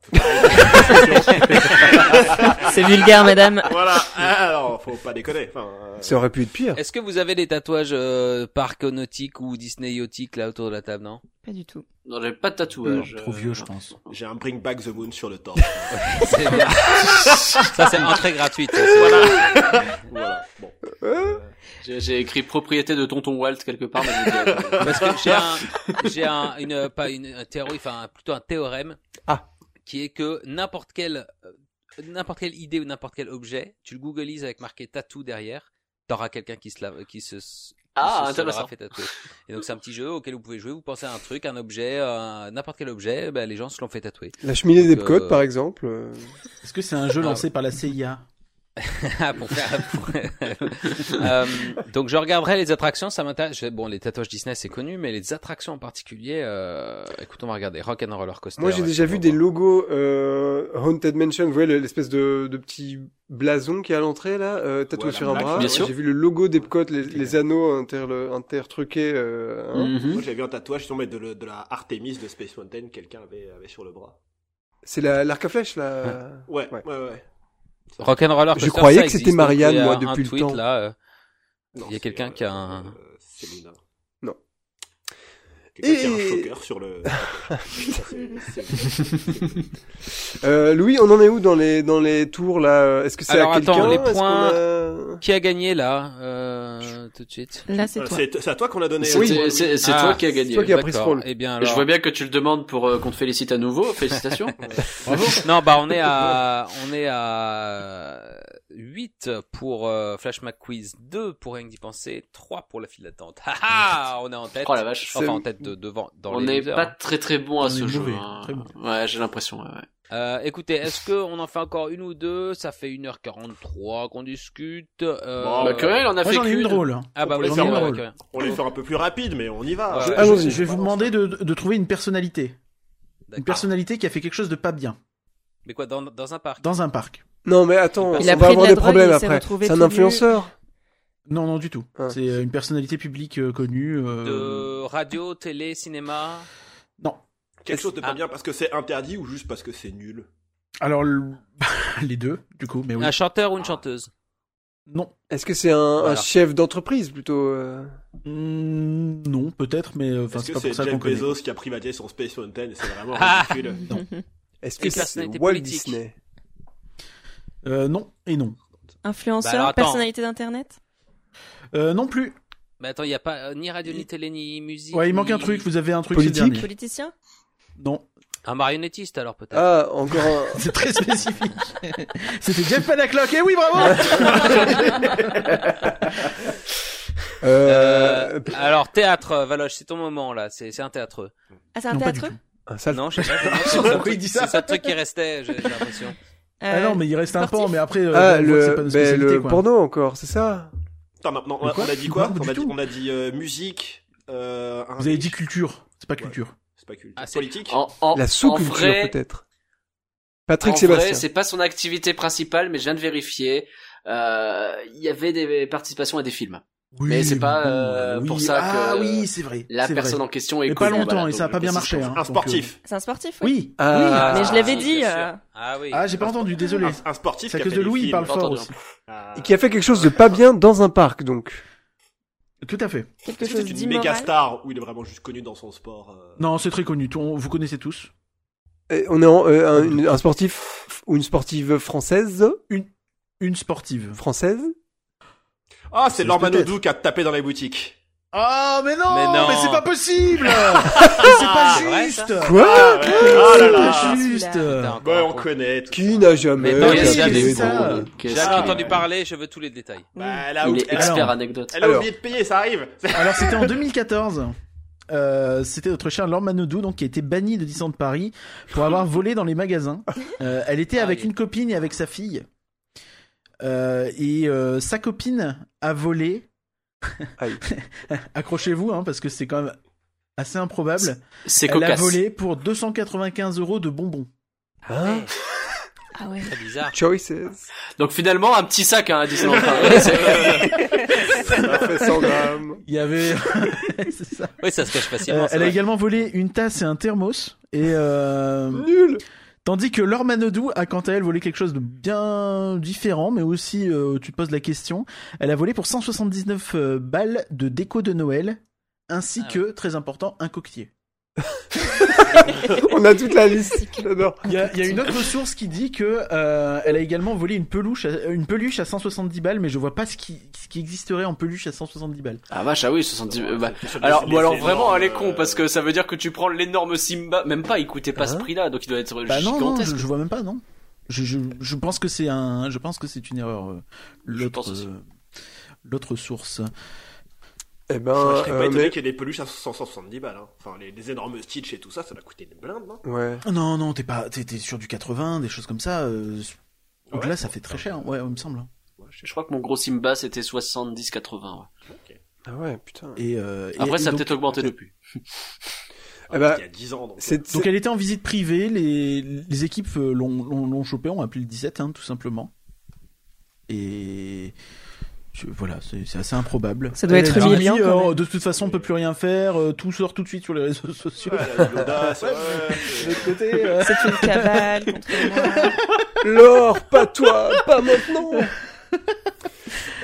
Speaker 3: C'est vulgaire, madame.
Speaker 4: voilà. Alors, faut pas déconner. Enfin, euh,
Speaker 1: Ça aurait pu être pire.
Speaker 2: Est-ce que vous avez des tatouages euh, parconautiques ou disneyotiques là autour de la table, non
Speaker 3: Pas du tout.
Speaker 7: Non, j'avais pas de tatouage.
Speaker 5: Trop
Speaker 7: euh,
Speaker 5: vieux, je pense.
Speaker 4: j'ai un Bring Back the Moon sur le torse.
Speaker 2: C'est bien. Ça, c'est une entrée gratuite. ça, c'est-
Speaker 4: voilà. Bon.
Speaker 7: J'ai j'ai écrit propriété de tonton Walt quelque part. mais je vous dirai pas.
Speaker 2: Parce que j'ai un, j'ai un, une, euh, pas une, un théorie, enfin, un- plutôt un théorème.
Speaker 1: Ah.
Speaker 2: Qui est que n'importe quelle, euh, n'importe quelle idée ou n'importe quel objet, tu le googlises avec marqué tatou derrière, t'auras quelqu'un qui se lave, qui se, qui
Speaker 7: Ah,
Speaker 2: se sera
Speaker 7: intéressant.
Speaker 2: fait tatouer. Et donc, c'est un petit jeu auquel vous pouvez jouer, vous pensez à un truc, un objet, euh, n'importe quel objet, ben, les gens se l'ont fait tatouer.
Speaker 1: La cheminée
Speaker 2: Donc,
Speaker 1: d'Epcot,
Speaker 2: euh,
Speaker 1: par exemple. euh,
Speaker 5: Est-ce que c'est un jeu
Speaker 2: Ah,
Speaker 5: lancé par la CIA
Speaker 2: Ah, pour faire. pour- Euh, donc je regarderai les attractions, ça m'intéresse. Je- Bon, les tatouages Disney c'est connu, mais les attractions en particulier. Euh... Écoute, on va regarder Rock and Roller Coaster.
Speaker 1: Moi, j'ai déjà
Speaker 2: on
Speaker 1: vu
Speaker 2: va
Speaker 1: des
Speaker 2: voir.
Speaker 1: logos euh, Haunted Mansion. Vous voyez le- l'espèce de, de petit blason qui est à l'entrée là, euh, tatoué
Speaker 4: Ouais,
Speaker 1: sur
Speaker 4: la
Speaker 1: un
Speaker 4: plaque,
Speaker 1: bras.
Speaker 7: bien sûr.
Speaker 1: J'ai vu le logo d'Epcot, les, les anneaux inter, intertruqués. euh, hein.
Speaker 7: Mhm.
Speaker 4: Moi, j'ai vu un tatouage tombé de, le- de la Artemis de Space Mountain. Quelqu'un avait, avait sur le bras.
Speaker 1: C'est la- l'arc à flèche là.
Speaker 4: Ouais.
Speaker 1: Ouais.
Speaker 4: Ouais. Ouais. ouais.
Speaker 2: Rock and Roller
Speaker 1: Je
Speaker 2: Coaster,
Speaker 1: croyais
Speaker 2: ça
Speaker 1: que c'était
Speaker 2: existe,
Speaker 1: Marianne,
Speaker 2: donc il y a
Speaker 1: moi,
Speaker 2: un
Speaker 1: depuis le
Speaker 2: tweet,
Speaker 1: temps.
Speaker 2: Là, euh, Il
Speaker 4: Non,
Speaker 2: y a
Speaker 4: c'est,
Speaker 2: quelqu'un
Speaker 4: euh,
Speaker 2: qui a un-
Speaker 4: euh, C'est Luna.
Speaker 1: Non.
Speaker 4: Quelqu'un qui a
Speaker 1: Et-
Speaker 4: un choker sur le. C'est- c'est-
Speaker 1: Euh, Louis, on en est où dans les dans les tours là Est-ce que c'est
Speaker 2: Alors,
Speaker 1: à quelqu'un
Speaker 2: attends, les
Speaker 1: Est-ce qu'on
Speaker 2: points-
Speaker 1: a-
Speaker 2: Qui a gagné là euh, tout de suite
Speaker 3: Là, c'est
Speaker 4: Euh,
Speaker 3: toi.
Speaker 4: C'est c'est à toi qu'on a donné.
Speaker 7: C'est- euh, c'est- C'est c'est
Speaker 2: Ah,
Speaker 7: toi qui as gagné.
Speaker 1: c'est toi qui as pris ce
Speaker 2: D'accord.
Speaker 1: rôle.
Speaker 2: Eh bien
Speaker 7: Je
Speaker 2: alors.
Speaker 7: vois bien que tu le demandes pour euh, qu'on te félicite à nouveau. Félicitations.
Speaker 2: Non, bah on est à on est à 8 pour euh, Flash McQuiz, 2 pour Rien que d'y penser, 3 pour la file d'attente. Ah, Ah, on est en tête.
Speaker 7: Oh la vache.
Speaker 2: Enfin, en tête de devant dans
Speaker 7: on
Speaker 2: les
Speaker 7: n'est
Speaker 2: losers.
Speaker 7: pas très très bon
Speaker 5: On
Speaker 7: à
Speaker 5: est
Speaker 7: ce jeu.
Speaker 5: mauvais,
Speaker 7: hein.
Speaker 5: très mauvais.
Speaker 7: Ouais, j'ai l'impression. ouais, ouais.
Speaker 2: Euh, écoutez, est-ce que on en fait encore une ou deux Ça fait 1h43 qu'on discute. Euh...
Speaker 4: Bon,
Speaker 7: Bah, Querelle, on a
Speaker 5: Moi,
Speaker 7: fait
Speaker 5: j'en ai
Speaker 7: qu'une.
Speaker 5: une drôle. hein.
Speaker 2: Ah bah
Speaker 4: On peut
Speaker 2: vas-y,
Speaker 4: faire
Speaker 2: ouais,
Speaker 5: un
Speaker 2: ouais,
Speaker 5: rôle.
Speaker 2: Querelle.
Speaker 4: On les fait un peu plus rapide, mais on y va.
Speaker 2: Ouais.
Speaker 4: Je-
Speaker 1: Allons-y.
Speaker 5: Je vais vous demander de, de trouver une personnalité. Une
Speaker 2: D'accord.
Speaker 5: personnalité qui a fait quelque chose de pas bien
Speaker 2: Mais quoi, dans, dans un parc
Speaker 5: dans un parc.
Speaker 1: Non, mais attends,
Speaker 2: Il a
Speaker 1: on va
Speaker 3: pris de
Speaker 1: avoir
Speaker 3: la
Speaker 1: des
Speaker 3: drogue,
Speaker 1: problèmes
Speaker 3: il s'est
Speaker 1: après.
Speaker 3: retrouvé
Speaker 1: C'est un
Speaker 3: tout nu.
Speaker 1: influenceur.
Speaker 5: Non, non, du tout.
Speaker 1: Ah.
Speaker 5: C'est euh, une personnalité publique euh, connue. euh,
Speaker 2: de radio, télé, cinéma.
Speaker 5: Non.
Speaker 4: Quelque chose de pas
Speaker 2: Ah.
Speaker 4: bien parce que c'est interdit ou juste parce que c'est nul.
Speaker 5: Alors, le- les deux, du coup, mais oui.
Speaker 7: Ah,
Speaker 2: Un chanteur ou une chanteuse
Speaker 5: Non.
Speaker 1: Est-ce que c'est un, un
Speaker 2: Voilà.
Speaker 1: chef d'entreprise plutôt euh
Speaker 5: Mm, non, peut-être, mais euh, enfin,
Speaker 4: Est-ce
Speaker 5: c'est
Speaker 4: que
Speaker 5: pas
Speaker 4: c'est
Speaker 5: pour ça qu'on
Speaker 4: Jeff
Speaker 5: connaît.
Speaker 4: Bezos qui a privatisé son Space Mountain et C'est vraiment
Speaker 2: Ah.
Speaker 4: ridicule.
Speaker 1: Est-ce
Speaker 2: Une
Speaker 1: que c'est
Speaker 2: personnalité
Speaker 1: Walt
Speaker 2: politique.
Speaker 1: Disney
Speaker 5: Euh, non et non.
Speaker 3: Influenceur,
Speaker 2: Bah alors, attends.
Speaker 3: personnalité d'internet.
Speaker 5: Euh, non plus.
Speaker 2: Mais attends, il y a pas euh, ni radio, ni télé, ni musique.
Speaker 5: Ouais, il manque
Speaker 2: ni-
Speaker 5: un truc. Vous avez un truc.
Speaker 1: Politique
Speaker 5: c'est le dernier.
Speaker 3: Politicien.
Speaker 5: Non.
Speaker 2: Un marionnettiste alors peut-être.
Speaker 1: Ah, encore un.
Speaker 5: C'est très spécifique. C'était Jeff Panaclock. Eh oui, bravo.
Speaker 1: Euh,
Speaker 2: Euh, alors théâtre, euh, Valoche, c'est ton moment là, c'est c'est un théâtre.
Speaker 3: Ah, c'est un
Speaker 5: Non, pas du
Speaker 3: théâtre.
Speaker 1: un
Speaker 5: Ah,
Speaker 1: sale-
Speaker 2: Non, je sais pas. je- c'est
Speaker 5: Pourquoi
Speaker 2: un truc-
Speaker 5: il dit ça
Speaker 2: C'est un truc qui restait, j'ai j'ai l'impression.
Speaker 5: Ah non,
Speaker 3: Euh,
Speaker 5: mais il reste un
Speaker 3: sportif.
Speaker 5: pan. Mais après, euh,
Speaker 1: Ah,
Speaker 5: on voit que c'est
Speaker 1: le,
Speaker 5: pas notre
Speaker 1: ben,
Speaker 5: spécialité,
Speaker 1: le
Speaker 5: quoi.
Speaker 1: porno encore, c'est ça
Speaker 4: Attends, maintenant, on
Speaker 5: Mais
Speaker 4: a,
Speaker 5: quoi
Speaker 4: on a dit quoi
Speaker 5: Non,
Speaker 4: on
Speaker 5: du
Speaker 4: a dit,
Speaker 5: tout.
Speaker 4: on a dit euh, musique. Euh, un
Speaker 5: Vous avez
Speaker 4: riche.
Speaker 5: dit culture. C'est pas culture.
Speaker 4: C'est pas culte.
Speaker 2: Ah, c'est-
Speaker 4: Politique.
Speaker 7: En, en-
Speaker 1: La
Speaker 7: en
Speaker 1: sous-culture
Speaker 7: vrai,
Speaker 1: peut-être. Patrick
Speaker 7: en
Speaker 1: Sébastien.
Speaker 7: vrai, c'est pas son activité principale, mais je viens de vérifier. Euh, Il y avait des participations à des films.
Speaker 5: Oui,
Speaker 7: Mais c'est pas,
Speaker 5: bon,
Speaker 7: euh,
Speaker 5: oui.
Speaker 7: pour ça
Speaker 5: Ah
Speaker 7: que
Speaker 5: oui, c'est vrai.
Speaker 7: La
Speaker 5: c'est
Speaker 7: personne
Speaker 5: vrai.
Speaker 7: en question est
Speaker 5: Mais pas
Speaker 7: connue,
Speaker 5: longtemps
Speaker 7: voilà,
Speaker 5: et ça a
Speaker 7: donc
Speaker 5: pas
Speaker 7: je
Speaker 5: bien
Speaker 7: précise
Speaker 5: marché. hein,
Speaker 4: un
Speaker 5: donc, euh,
Speaker 4: sportif.
Speaker 3: C'est un sportif. Oui.
Speaker 5: Oui.
Speaker 1: Ah.
Speaker 3: Mais je l'avais
Speaker 2: oui,
Speaker 3: dit.
Speaker 2: bien sûr.
Speaker 3: euh,
Speaker 2: Ah oui.
Speaker 5: Ah, j'ai pas entendu. Désolé.
Speaker 4: Un, un sportif.
Speaker 5: C'est à
Speaker 4: qui a
Speaker 5: cause
Speaker 4: fait
Speaker 5: de
Speaker 4: des
Speaker 5: Louis, il
Speaker 4: films.
Speaker 5: parle fort
Speaker 7: entendu.
Speaker 5: aussi.
Speaker 4: Ah.
Speaker 1: Et qui a fait quelque chose de pas bien dans un parc, donc.
Speaker 5: Tout à fait.
Speaker 3: Quelque
Speaker 4: Est-ce que
Speaker 3: chose
Speaker 4: c'est une méga
Speaker 3: d'immoral.
Speaker 4: star ou il est vraiment juste connu dans son sport euh,
Speaker 5: Non, c'est très connu. Tout- on- Vous connaissez tous.
Speaker 1: Et on est en, euh, un, une- un sportif ou une sportive française
Speaker 5: Une sportive.
Speaker 1: Française
Speaker 4: Ah, c'est
Speaker 5: Peut-être.
Speaker 4: Lormanodou qui a tapé dans les boutiques.
Speaker 5: Ah, mais non,
Speaker 2: Mais non. Ah,
Speaker 5: mais c'est pas possible. Mais c'est pas
Speaker 2: c'est vrai, Oh
Speaker 5: juste.
Speaker 1: Quoi
Speaker 4: Ah là
Speaker 5: c'est
Speaker 4: là
Speaker 5: pas juste.
Speaker 2: Putain, encore
Speaker 4: Bah,
Speaker 2: un
Speaker 4: on
Speaker 2: con.
Speaker 4: connaît. tout.
Speaker 1: Qui n'a jamais
Speaker 2: Mais dans les
Speaker 1: tapé
Speaker 2: années,
Speaker 1: des
Speaker 5: c'est ça.
Speaker 1: drôles
Speaker 7: Qu'est-ce
Speaker 2: J'ai
Speaker 5: Ah.
Speaker 7: que-
Speaker 2: entendu parler, je veux tous les détails.
Speaker 4: Bah, elle a
Speaker 7: Ah, Il
Speaker 4: oublié-
Speaker 7: est
Speaker 4: elle a-
Speaker 7: expert
Speaker 5: Alors.
Speaker 7: anecdote.
Speaker 4: elle a
Speaker 1: Alors.
Speaker 4: oublié de payer, ça arrive.
Speaker 5: Alors c'était en 2014. Euh, c'était notre chère Laure Manodou donc qui a été bannie de Disneyland Paris pour avoir volé dans les magasins. Euh, elle était
Speaker 2: Ah,
Speaker 5: avec
Speaker 2: il-
Speaker 5: une copine et avec sa fille. Euh, et euh, sa copine a volé.
Speaker 1: Aïe.
Speaker 5: Accrochez-vous hein, parce que c'est quand même assez improbable.
Speaker 7: C'est
Speaker 5: Elle a
Speaker 7: cocasse.
Speaker 5: volé pour 295 euros de bonbons.
Speaker 1: Hein
Speaker 3: Ah ouais.
Speaker 2: Très bizarre.
Speaker 1: Choices.
Speaker 7: Donc finalement, un petit sac hein, à Disneyland Paris. C'est-
Speaker 1: Ça fait 100 grammes.
Speaker 5: Il y avait. c'est ça.
Speaker 2: Oui, ça se cache
Speaker 5: Euh,
Speaker 2: facilement. c'est
Speaker 5: elle a
Speaker 2: vrai.
Speaker 5: également volé une tasse et un thermos. Et euh,
Speaker 1: Nul.
Speaker 5: tandis que Laure Manodou a quant à elle volé quelque chose de bien différent, mais aussi euh, tu te poses la question. Elle a volé pour 179 euh, balles de déco de Noël, ainsi
Speaker 2: Ah ouais.
Speaker 5: que très important un coquetier.
Speaker 1: On a toute la liste. J'adore.
Speaker 5: Il y a, il y a une autre source qui dit que euh, elle a également volé une peluche, à, une peluche à 170 balles, mais je vois pas ce qui, ce qui existerait en peluche à 170 balles.
Speaker 7: ah vache, ah oui, 70. euh, bah,
Speaker 4: C'est- c'est-
Speaker 7: alors,
Speaker 4: c'est-
Speaker 7: ou alors
Speaker 4: c'est
Speaker 7: vraiment,
Speaker 4: énorme,
Speaker 7: elle est con
Speaker 4: euh,
Speaker 7: parce que ça veut dire que tu prends l'énorme Simba. Même pas, il coûtait pas ce
Speaker 5: Hein
Speaker 7: prix-là, donc il doit être
Speaker 5: Bah non, non,
Speaker 7: gigantesque.
Speaker 5: je, je vois même pas, non. Je, je, je pense que c'est un, je pense que c'est une erreur. euh,
Speaker 7: pense
Speaker 5: L'autre,
Speaker 7: aussi.
Speaker 5: euh, l'autre source.
Speaker 1: Eh ben,
Speaker 4: Je serais pas
Speaker 1: euh,
Speaker 4: étonné
Speaker 1: mais...
Speaker 4: qu'il y ait des peluches à 170 balles. hein. Enfin, les, les énormes Stitch et tout ça, ça doit coûter des blindes, non
Speaker 1: Ouais.
Speaker 5: Non, non, t'es pas, t'es, t'es sur du 80, des choses comme ça. euh, donc
Speaker 4: Ouais.
Speaker 5: là, ça fait très cher. hein. Ouais, il me semble.
Speaker 4: Ouais, je sais
Speaker 7: Je crois que mon gros Simba c'était 70-80. ouais.
Speaker 1: Ah ouais, putain.
Speaker 5: Et, euh, et-
Speaker 7: Après,
Speaker 5: et
Speaker 7: ça a
Speaker 5: donc,
Speaker 7: peut-être augmenté depuis.
Speaker 4: pas.
Speaker 1: Eh ben,
Speaker 4: il y a 10 ans. Donc, euh,
Speaker 1: C'est,
Speaker 5: donc elle était en visite privée. Les, les équipes euh, l'ont, l'ont, l'ont chopé. On a appelé le 17, hein, tout simplement. Et je- voilà, c'est, c'est assez improbable.
Speaker 3: Ça doit
Speaker 5: Elle
Speaker 3: être
Speaker 5: a dit,
Speaker 3: humiliant, quand
Speaker 5: oh,
Speaker 3: même.
Speaker 5: de toute façon, on peut plus rien faire. euh, tout sort tout de suite sur les réseaux sociaux.
Speaker 4: Ouais, il y a de l'audace, ouais,
Speaker 5: De
Speaker 4: c'est-
Speaker 5: l'autre côté, euh,
Speaker 3: C'est une cavale contre moi.
Speaker 1: Laure, pas toi, pas maintenant.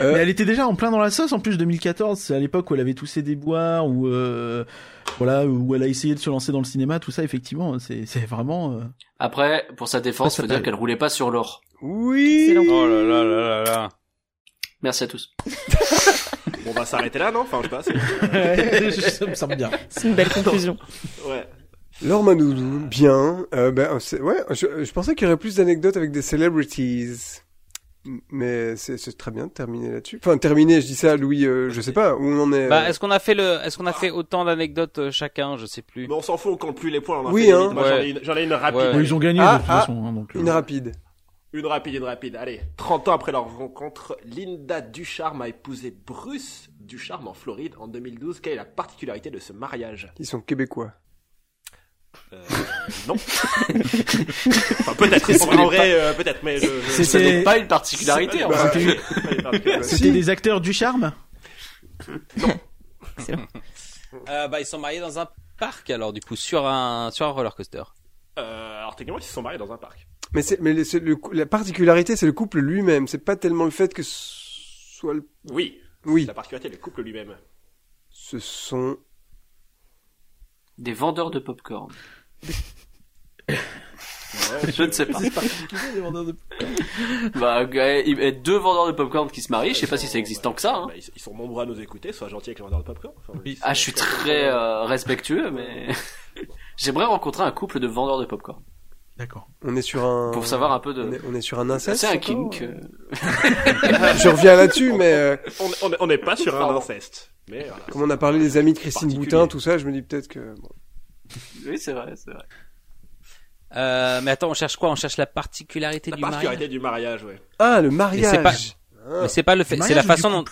Speaker 1: Euh,
Speaker 5: Mais elle était déjà en plein dans la sauce en plus 2014, c'est à l'époque où elle avait tous ses déboires où euh, voilà où elle a essayé de se lancer dans le cinéma, tout ça effectivement, c'est c'est vraiment euh,
Speaker 7: Après, pour sa défense, faut
Speaker 5: Pas fatal.
Speaker 7: dire qu'elle roulait pas sur l'or.
Speaker 1: Oui.
Speaker 3: Excellent.
Speaker 2: Oh là là là là là.
Speaker 7: Merci à tous.
Speaker 4: Bon, on va s'arrêter là, non Enfin, je sais pas. c'est-
Speaker 5: ça me semble bien.
Speaker 3: C'est une belle conclusion.
Speaker 4: Ouais.
Speaker 1: Laure Manoudou, bien. Euh, ben, c'est- ouais, je, je pensais qu'il y aurait plus d'anecdotes avec des celebrities. M- Mais c'est, c'est très bien de terminer là-dessus. Enfin, terminer, je dis ça, Louis, euh, je sais pas où on en est.
Speaker 2: Bah,
Speaker 1: euh,
Speaker 2: est-ce qu'on a fait le, est-ce qu'on a fait autant d'anecdotes euh, chacun Je sais plus.
Speaker 4: Mais on s'en fout, on compte plus les points. On en a
Speaker 1: Oui,
Speaker 4: fait
Speaker 1: hein.
Speaker 4: limite. Moi, j'en ai
Speaker 2: Ouais.
Speaker 4: une- j'en ai une rapide.
Speaker 2: Ouais.
Speaker 5: Bon, ils ont gagné
Speaker 1: Ah,
Speaker 5: de toute
Speaker 1: ah,
Speaker 5: façon hein, donc euh,
Speaker 1: une rapide.
Speaker 4: Une rapide, une rapide. Allez, 30 ans après leur rencontre, Linda Ducharme a épousé Bruce Ducharme en Floride en 2012. Quelle est la particularité de ce mariage
Speaker 1: Ils sont québécois.
Speaker 4: euh, Non. enfin, peut-être. En vrai, euh, peut-être, mais je. je-
Speaker 5: C'est-
Speaker 7: Ce
Speaker 5: c'est-
Speaker 7: n'est pas une particularité.
Speaker 4: Bah,
Speaker 7: en fait.
Speaker 4: je-
Speaker 5: c'était-
Speaker 4: je- allez, particularité.
Speaker 5: c'était
Speaker 1: Si.
Speaker 5: des acteurs du charme.
Speaker 2: Euh, bah, ils sont mariés dans un parc alors du coup sur un sur un roller coaster.
Speaker 4: Euh, alors techniquement, ils se sont mariés dans un parc.
Speaker 1: Mais c'est, mais le- c'est le cou- la particularité, c'est le couple lui-même. C'est pas tellement le fait que ce soit le.
Speaker 4: Oui.
Speaker 1: Oui,
Speaker 4: La particularité, le couple lui-même.
Speaker 1: ce sont.
Speaker 7: Des vendeurs de popcorn.
Speaker 4: Ouais,
Speaker 7: Je ne sais pas.
Speaker 5: des vendeurs de-
Speaker 7: Bah, ouais, il y a deux vendeurs de popcorn qui se marient, je sais pas si c'est existant que ça. hein.
Speaker 4: Bah, ils, ils sont nombreux à nous écouter, sois gentil avec les vendeurs de popcorn. Enfin, ils
Speaker 7: Ah,
Speaker 4: sont-
Speaker 7: je suis très euh, respectueux, mais j'aimerais rencontrer un couple de vendeurs de popcorn
Speaker 5: D'accord.
Speaker 1: On est sur un.
Speaker 7: pour savoir un peu
Speaker 1: Euh, On
Speaker 7: de.
Speaker 1: est, on est sur un inceste.
Speaker 7: C'est un
Speaker 1: encore
Speaker 7: kink. euh.
Speaker 1: Je reviens là-dessus, mais euh,
Speaker 4: On on- on n'est pas sur un inceste. Mais voilà.
Speaker 1: comme on a parlé des amis de Christine
Speaker 4: Particulier.
Speaker 1: Boutin, tout ça, je me dis peut-être que. bon.
Speaker 7: Oui, c'est vrai, c'est vrai.
Speaker 2: Euh, mais attends, on cherche quoi On cherche la particularité
Speaker 4: La
Speaker 2: du mariage.
Speaker 4: particularité du mariage, ouais.
Speaker 1: Ah, le
Speaker 2: Mais c'est pas-
Speaker 1: mariage.
Speaker 2: Mais c'est pas le fait, c'est la
Speaker 5: mariage
Speaker 2: façon
Speaker 5: du
Speaker 2: dont,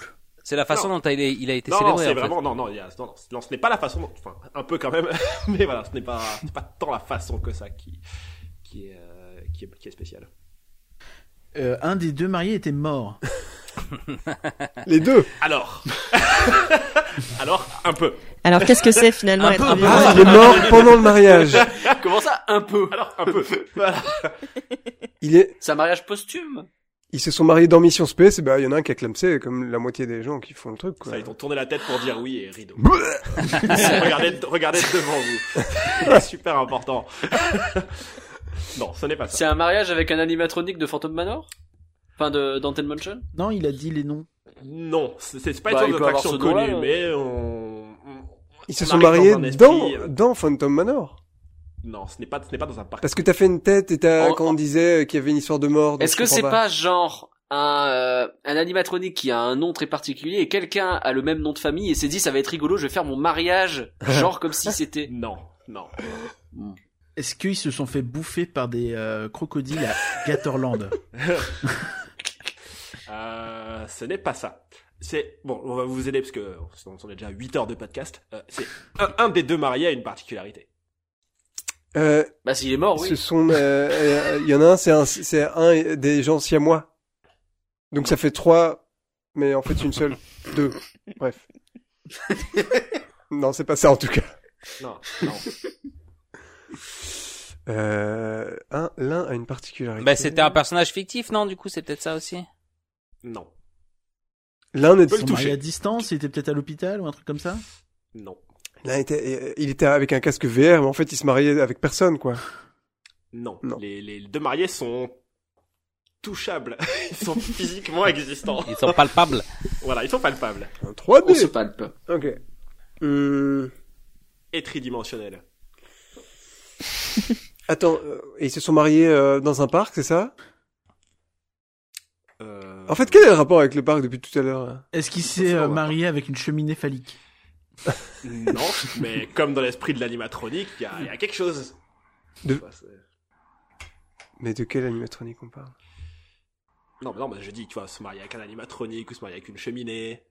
Speaker 2: c'est la façon dont il, est- il a été
Speaker 4: Non, non,
Speaker 2: célébré.
Speaker 4: c'est
Speaker 2: en fait.
Speaker 4: vraiment non, non, il y a- non, non, non, ce n'est pas la façon, dont- enfin, un peu quand même, mais voilà, ce n'est pas, c'est pas tant la façon que ça qui, qui est, euh, qui est, qui est spéciale.
Speaker 5: Euh, un des deux mariés était mort.
Speaker 1: Les deux.
Speaker 4: Alors, alors un peu.
Speaker 3: Alors qu'est-ce que c'est finalement
Speaker 7: Un
Speaker 3: être
Speaker 7: peu,
Speaker 3: un
Speaker 7: mais-
Speaker 1: Ah, il est mort pendant le mariage.
Speaker 7: Comment ça, un peu
Speaker 4: Alors un peu. Voilà.
Speaker 1: Il est,
Speaker 7: C'est un mariage posthume.
Speaker 1: ils se sont mariés dans Mission Space, et ben, il y en a un qui a clamsé, comme la moitié des gens qui font le truc, quoi.
Speaker 4: Ça, ils t'ont tourné la tête pour dire oui et rideau. regardez, regardez devant vous. C'est super important. non, ce n'est pas
Speaker 7: C'est
Speaker 4: ça.
Speaker 7: un mariage avec un animatronique de Phantom Manor Enfin, de d'Anten Mansion
Speaker 5: Non, il a dit les noms.
Speaker 4: Non, c'est c'est pas
Speaker 7: Bah, il
Speaker 4: une sorte
Speaker 7: peut avoir
Speaker 4: d'attraction
Speaker 7: ce droit,
Speaker 4: connue,
Speaker 7: là.
Speaker 4: mais on.
Speaker 1: Ils se
Speaker 4: on
Speaker 1: sont
Speaker 4: arrive
Speaker 1: mariés
Speaker 4: un esprit,
Speaker 1: dans,
Speaker 4: euh,
Speaker 1: dans Phantom Manor.
Speaker 4: Non, ce n'est pas, ce n'est pas dans un parc.
Speaker 1: Parce que t'as fait une tête, et t'as,
Speaker 7: Oh,
Speaker 1: quand on disait euh, qu'il y avait une histoire de mort. donc
Speaker 7: Est-ce
Speaker 1: je
Speaker 7: que
Speaker 1: comprends
Speaker 7: c'est pas. genre un, euh, un animatronique qui a un nom très particulier et quelqu'un a le même nom de famille et s'est dit ça va être rigolo, je vais faire mon mariage genre comme si c'était.
Speaker 4: Non, non.
Speaker 5: Est-ce qu'ils se sont fait bouffer par des euh, crocodiles à Gatorland
Speaker 4: Euh, ce n'est pas ça. C'est bon, on va vous aider parce que sinon on est déjà à 8 heures de podcast. Euh, c'est un, un des deux mariés a une particularité.
Speaker 1: Euh,
Speaker 6: Bah s'il est
Speaker 7: Ah
Speaker 6: mort, oui.
Speaker 1: Ce sont, euh, euh, il y en a un, c'est un, c'est un des gens siamois. Donc ça fait trois, mais en fait une seule, deux. Bref. non, c'est pas ça en tout cas.
Speaker 6: Non, non.
Speaker 1: Euh, un, l'un a une particularité.
Speaker 2: Bah, c'était un personnage fictif, non Du coup, c'est peut-être ça aussi.
Speaker 4: Non.
Speaker 1: L'un
Speaker 4: peut
Speaker 1: était,
Speaker 4: le
Speaker 5: Son
Speaker 4: toucher.
Speaker 5: mari à distance, il était peut-être à l'hôpital ou un truc comme ça
Speaker 4: Non.
Speaker 1: l'un était, euh, il était avec un casque VR, mais en fait il se mariait avec personne, quoi.
Speaker 4: Non.
Speaker 1: Non.
Speaker 4: Les, les deux mariés sont touchables. Ils sont physiquement existants.
Speaker 2: Ils sont palpables.
Speaker 4: Voilà, ils sont palpables.
Speaker 1: Un
Speaker 7: On se
Speaker 1: 3D.
Speaker 7: palpe.
Speaker 1: Ok. Euh,
Speaker 4: Et tridimensionnels.
Speaker 1: attends, euh, et ils se sont mariés euh, dans un parc, c'est ça
Speaker 4: Euh,
Speaker 1: En fait, quel est le rapport avec le parc depuis tout à l'heure là
Speaker 5: Est-ce qu'il s'est
Speaker 4: Ça, on
Speaker 5: euh,
Speaker 4: va
Speaker 5: marié avec une cheminée phallique
Speaker 4: Non, mais comme dans l'esprit de l'animatronique, il y, a- il y a quelque chose.
Speaker 1: De-
Speaker 4: Enfin, c'est-
Speaker 1: Mais de quelle animatronique on parle
Speaker 4: non, mais non, mais je dis, tu vois, se marier avec un animatronique ou se marier avec une cheminée.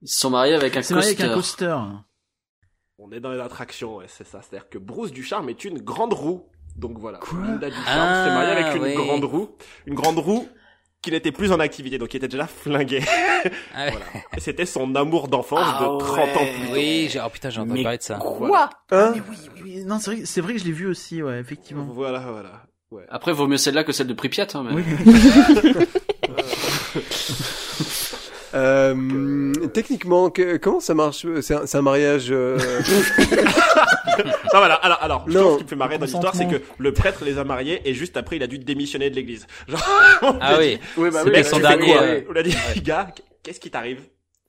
Speaker 7: Ils se sont mariés avec un
Speaker 5: Il s'est marié avec un
Speaker 7: coaster.
Speaker 5: coaster.
Speaker 4: On est dans les attractions, ouais, c'est ça. C'est-à-dire que Bruce Ducharme est une grande roue. Donc voilà.
Speaker 1: Quoi
Speaker 4: Linda Ducharme
Speaker 2: Ah,
Speaker 4: s'est mariée avec une
Speaker 2: oui.
Speaker 4: grande roue. Une grande roue qui n'était plus en activité, donc qui était déjà flinguée.
Speaker 2: Ah ouais.
Speaker 4: Voilà. Et c'était son amour d'enfance
Speaker 7: Ah
Speaker 4: de 30 ans
Speaker 7: ouais.
Speaker 4: plus tôt.
Speaker 2: Oui, j'ai... oh putain, j'ai entendu
Speaker 6: Mais
Speaker 2: parler de ça.
Speaker 4: Voilà.
Speaker 1: Hein
Speaker 5: Oui, Non, c'est vrai, c'est vrai que je l'ai vu aussi, ouais,
Speaker 2: Mm.
Speaker 5: effectivement.
Speaker 4: Voilà, voilà. Ouais.
Speaker 7: Après, vaut mieux celle-là que celle de Pripyat. Hein, mais...
Speaker 5: Oui.
Speaker 1: Euh, techniquement, que- comment ça marche C'est un, c'est un mariage. euh,
Speaker 4: Non, voilà. Alors, alors, je
Speaker 1: Non.
Speaker 4: trouve ce qui me fait marrer dans l'histoire, c'est
Speaker 5: Consentement.
Speaker 4: que le prêtre les a mariés et juste après, il a dû démissionner de l'église. Genre, on lui
Speaker 2: Ah
Speaker 4: a dit-
Speaker 2: oui.
Speaker 7: Oui, bah
Speaker 2: C'est mec,
Speaker 4: on
Speaker 2: son
Speaker 4: lui a dit,
Speaker 2: dernier,
Speaker 4: quoi
Speaker 2: euh,
Speaker 4: On lui a dit, gars, qu'est-ce qui t'arrive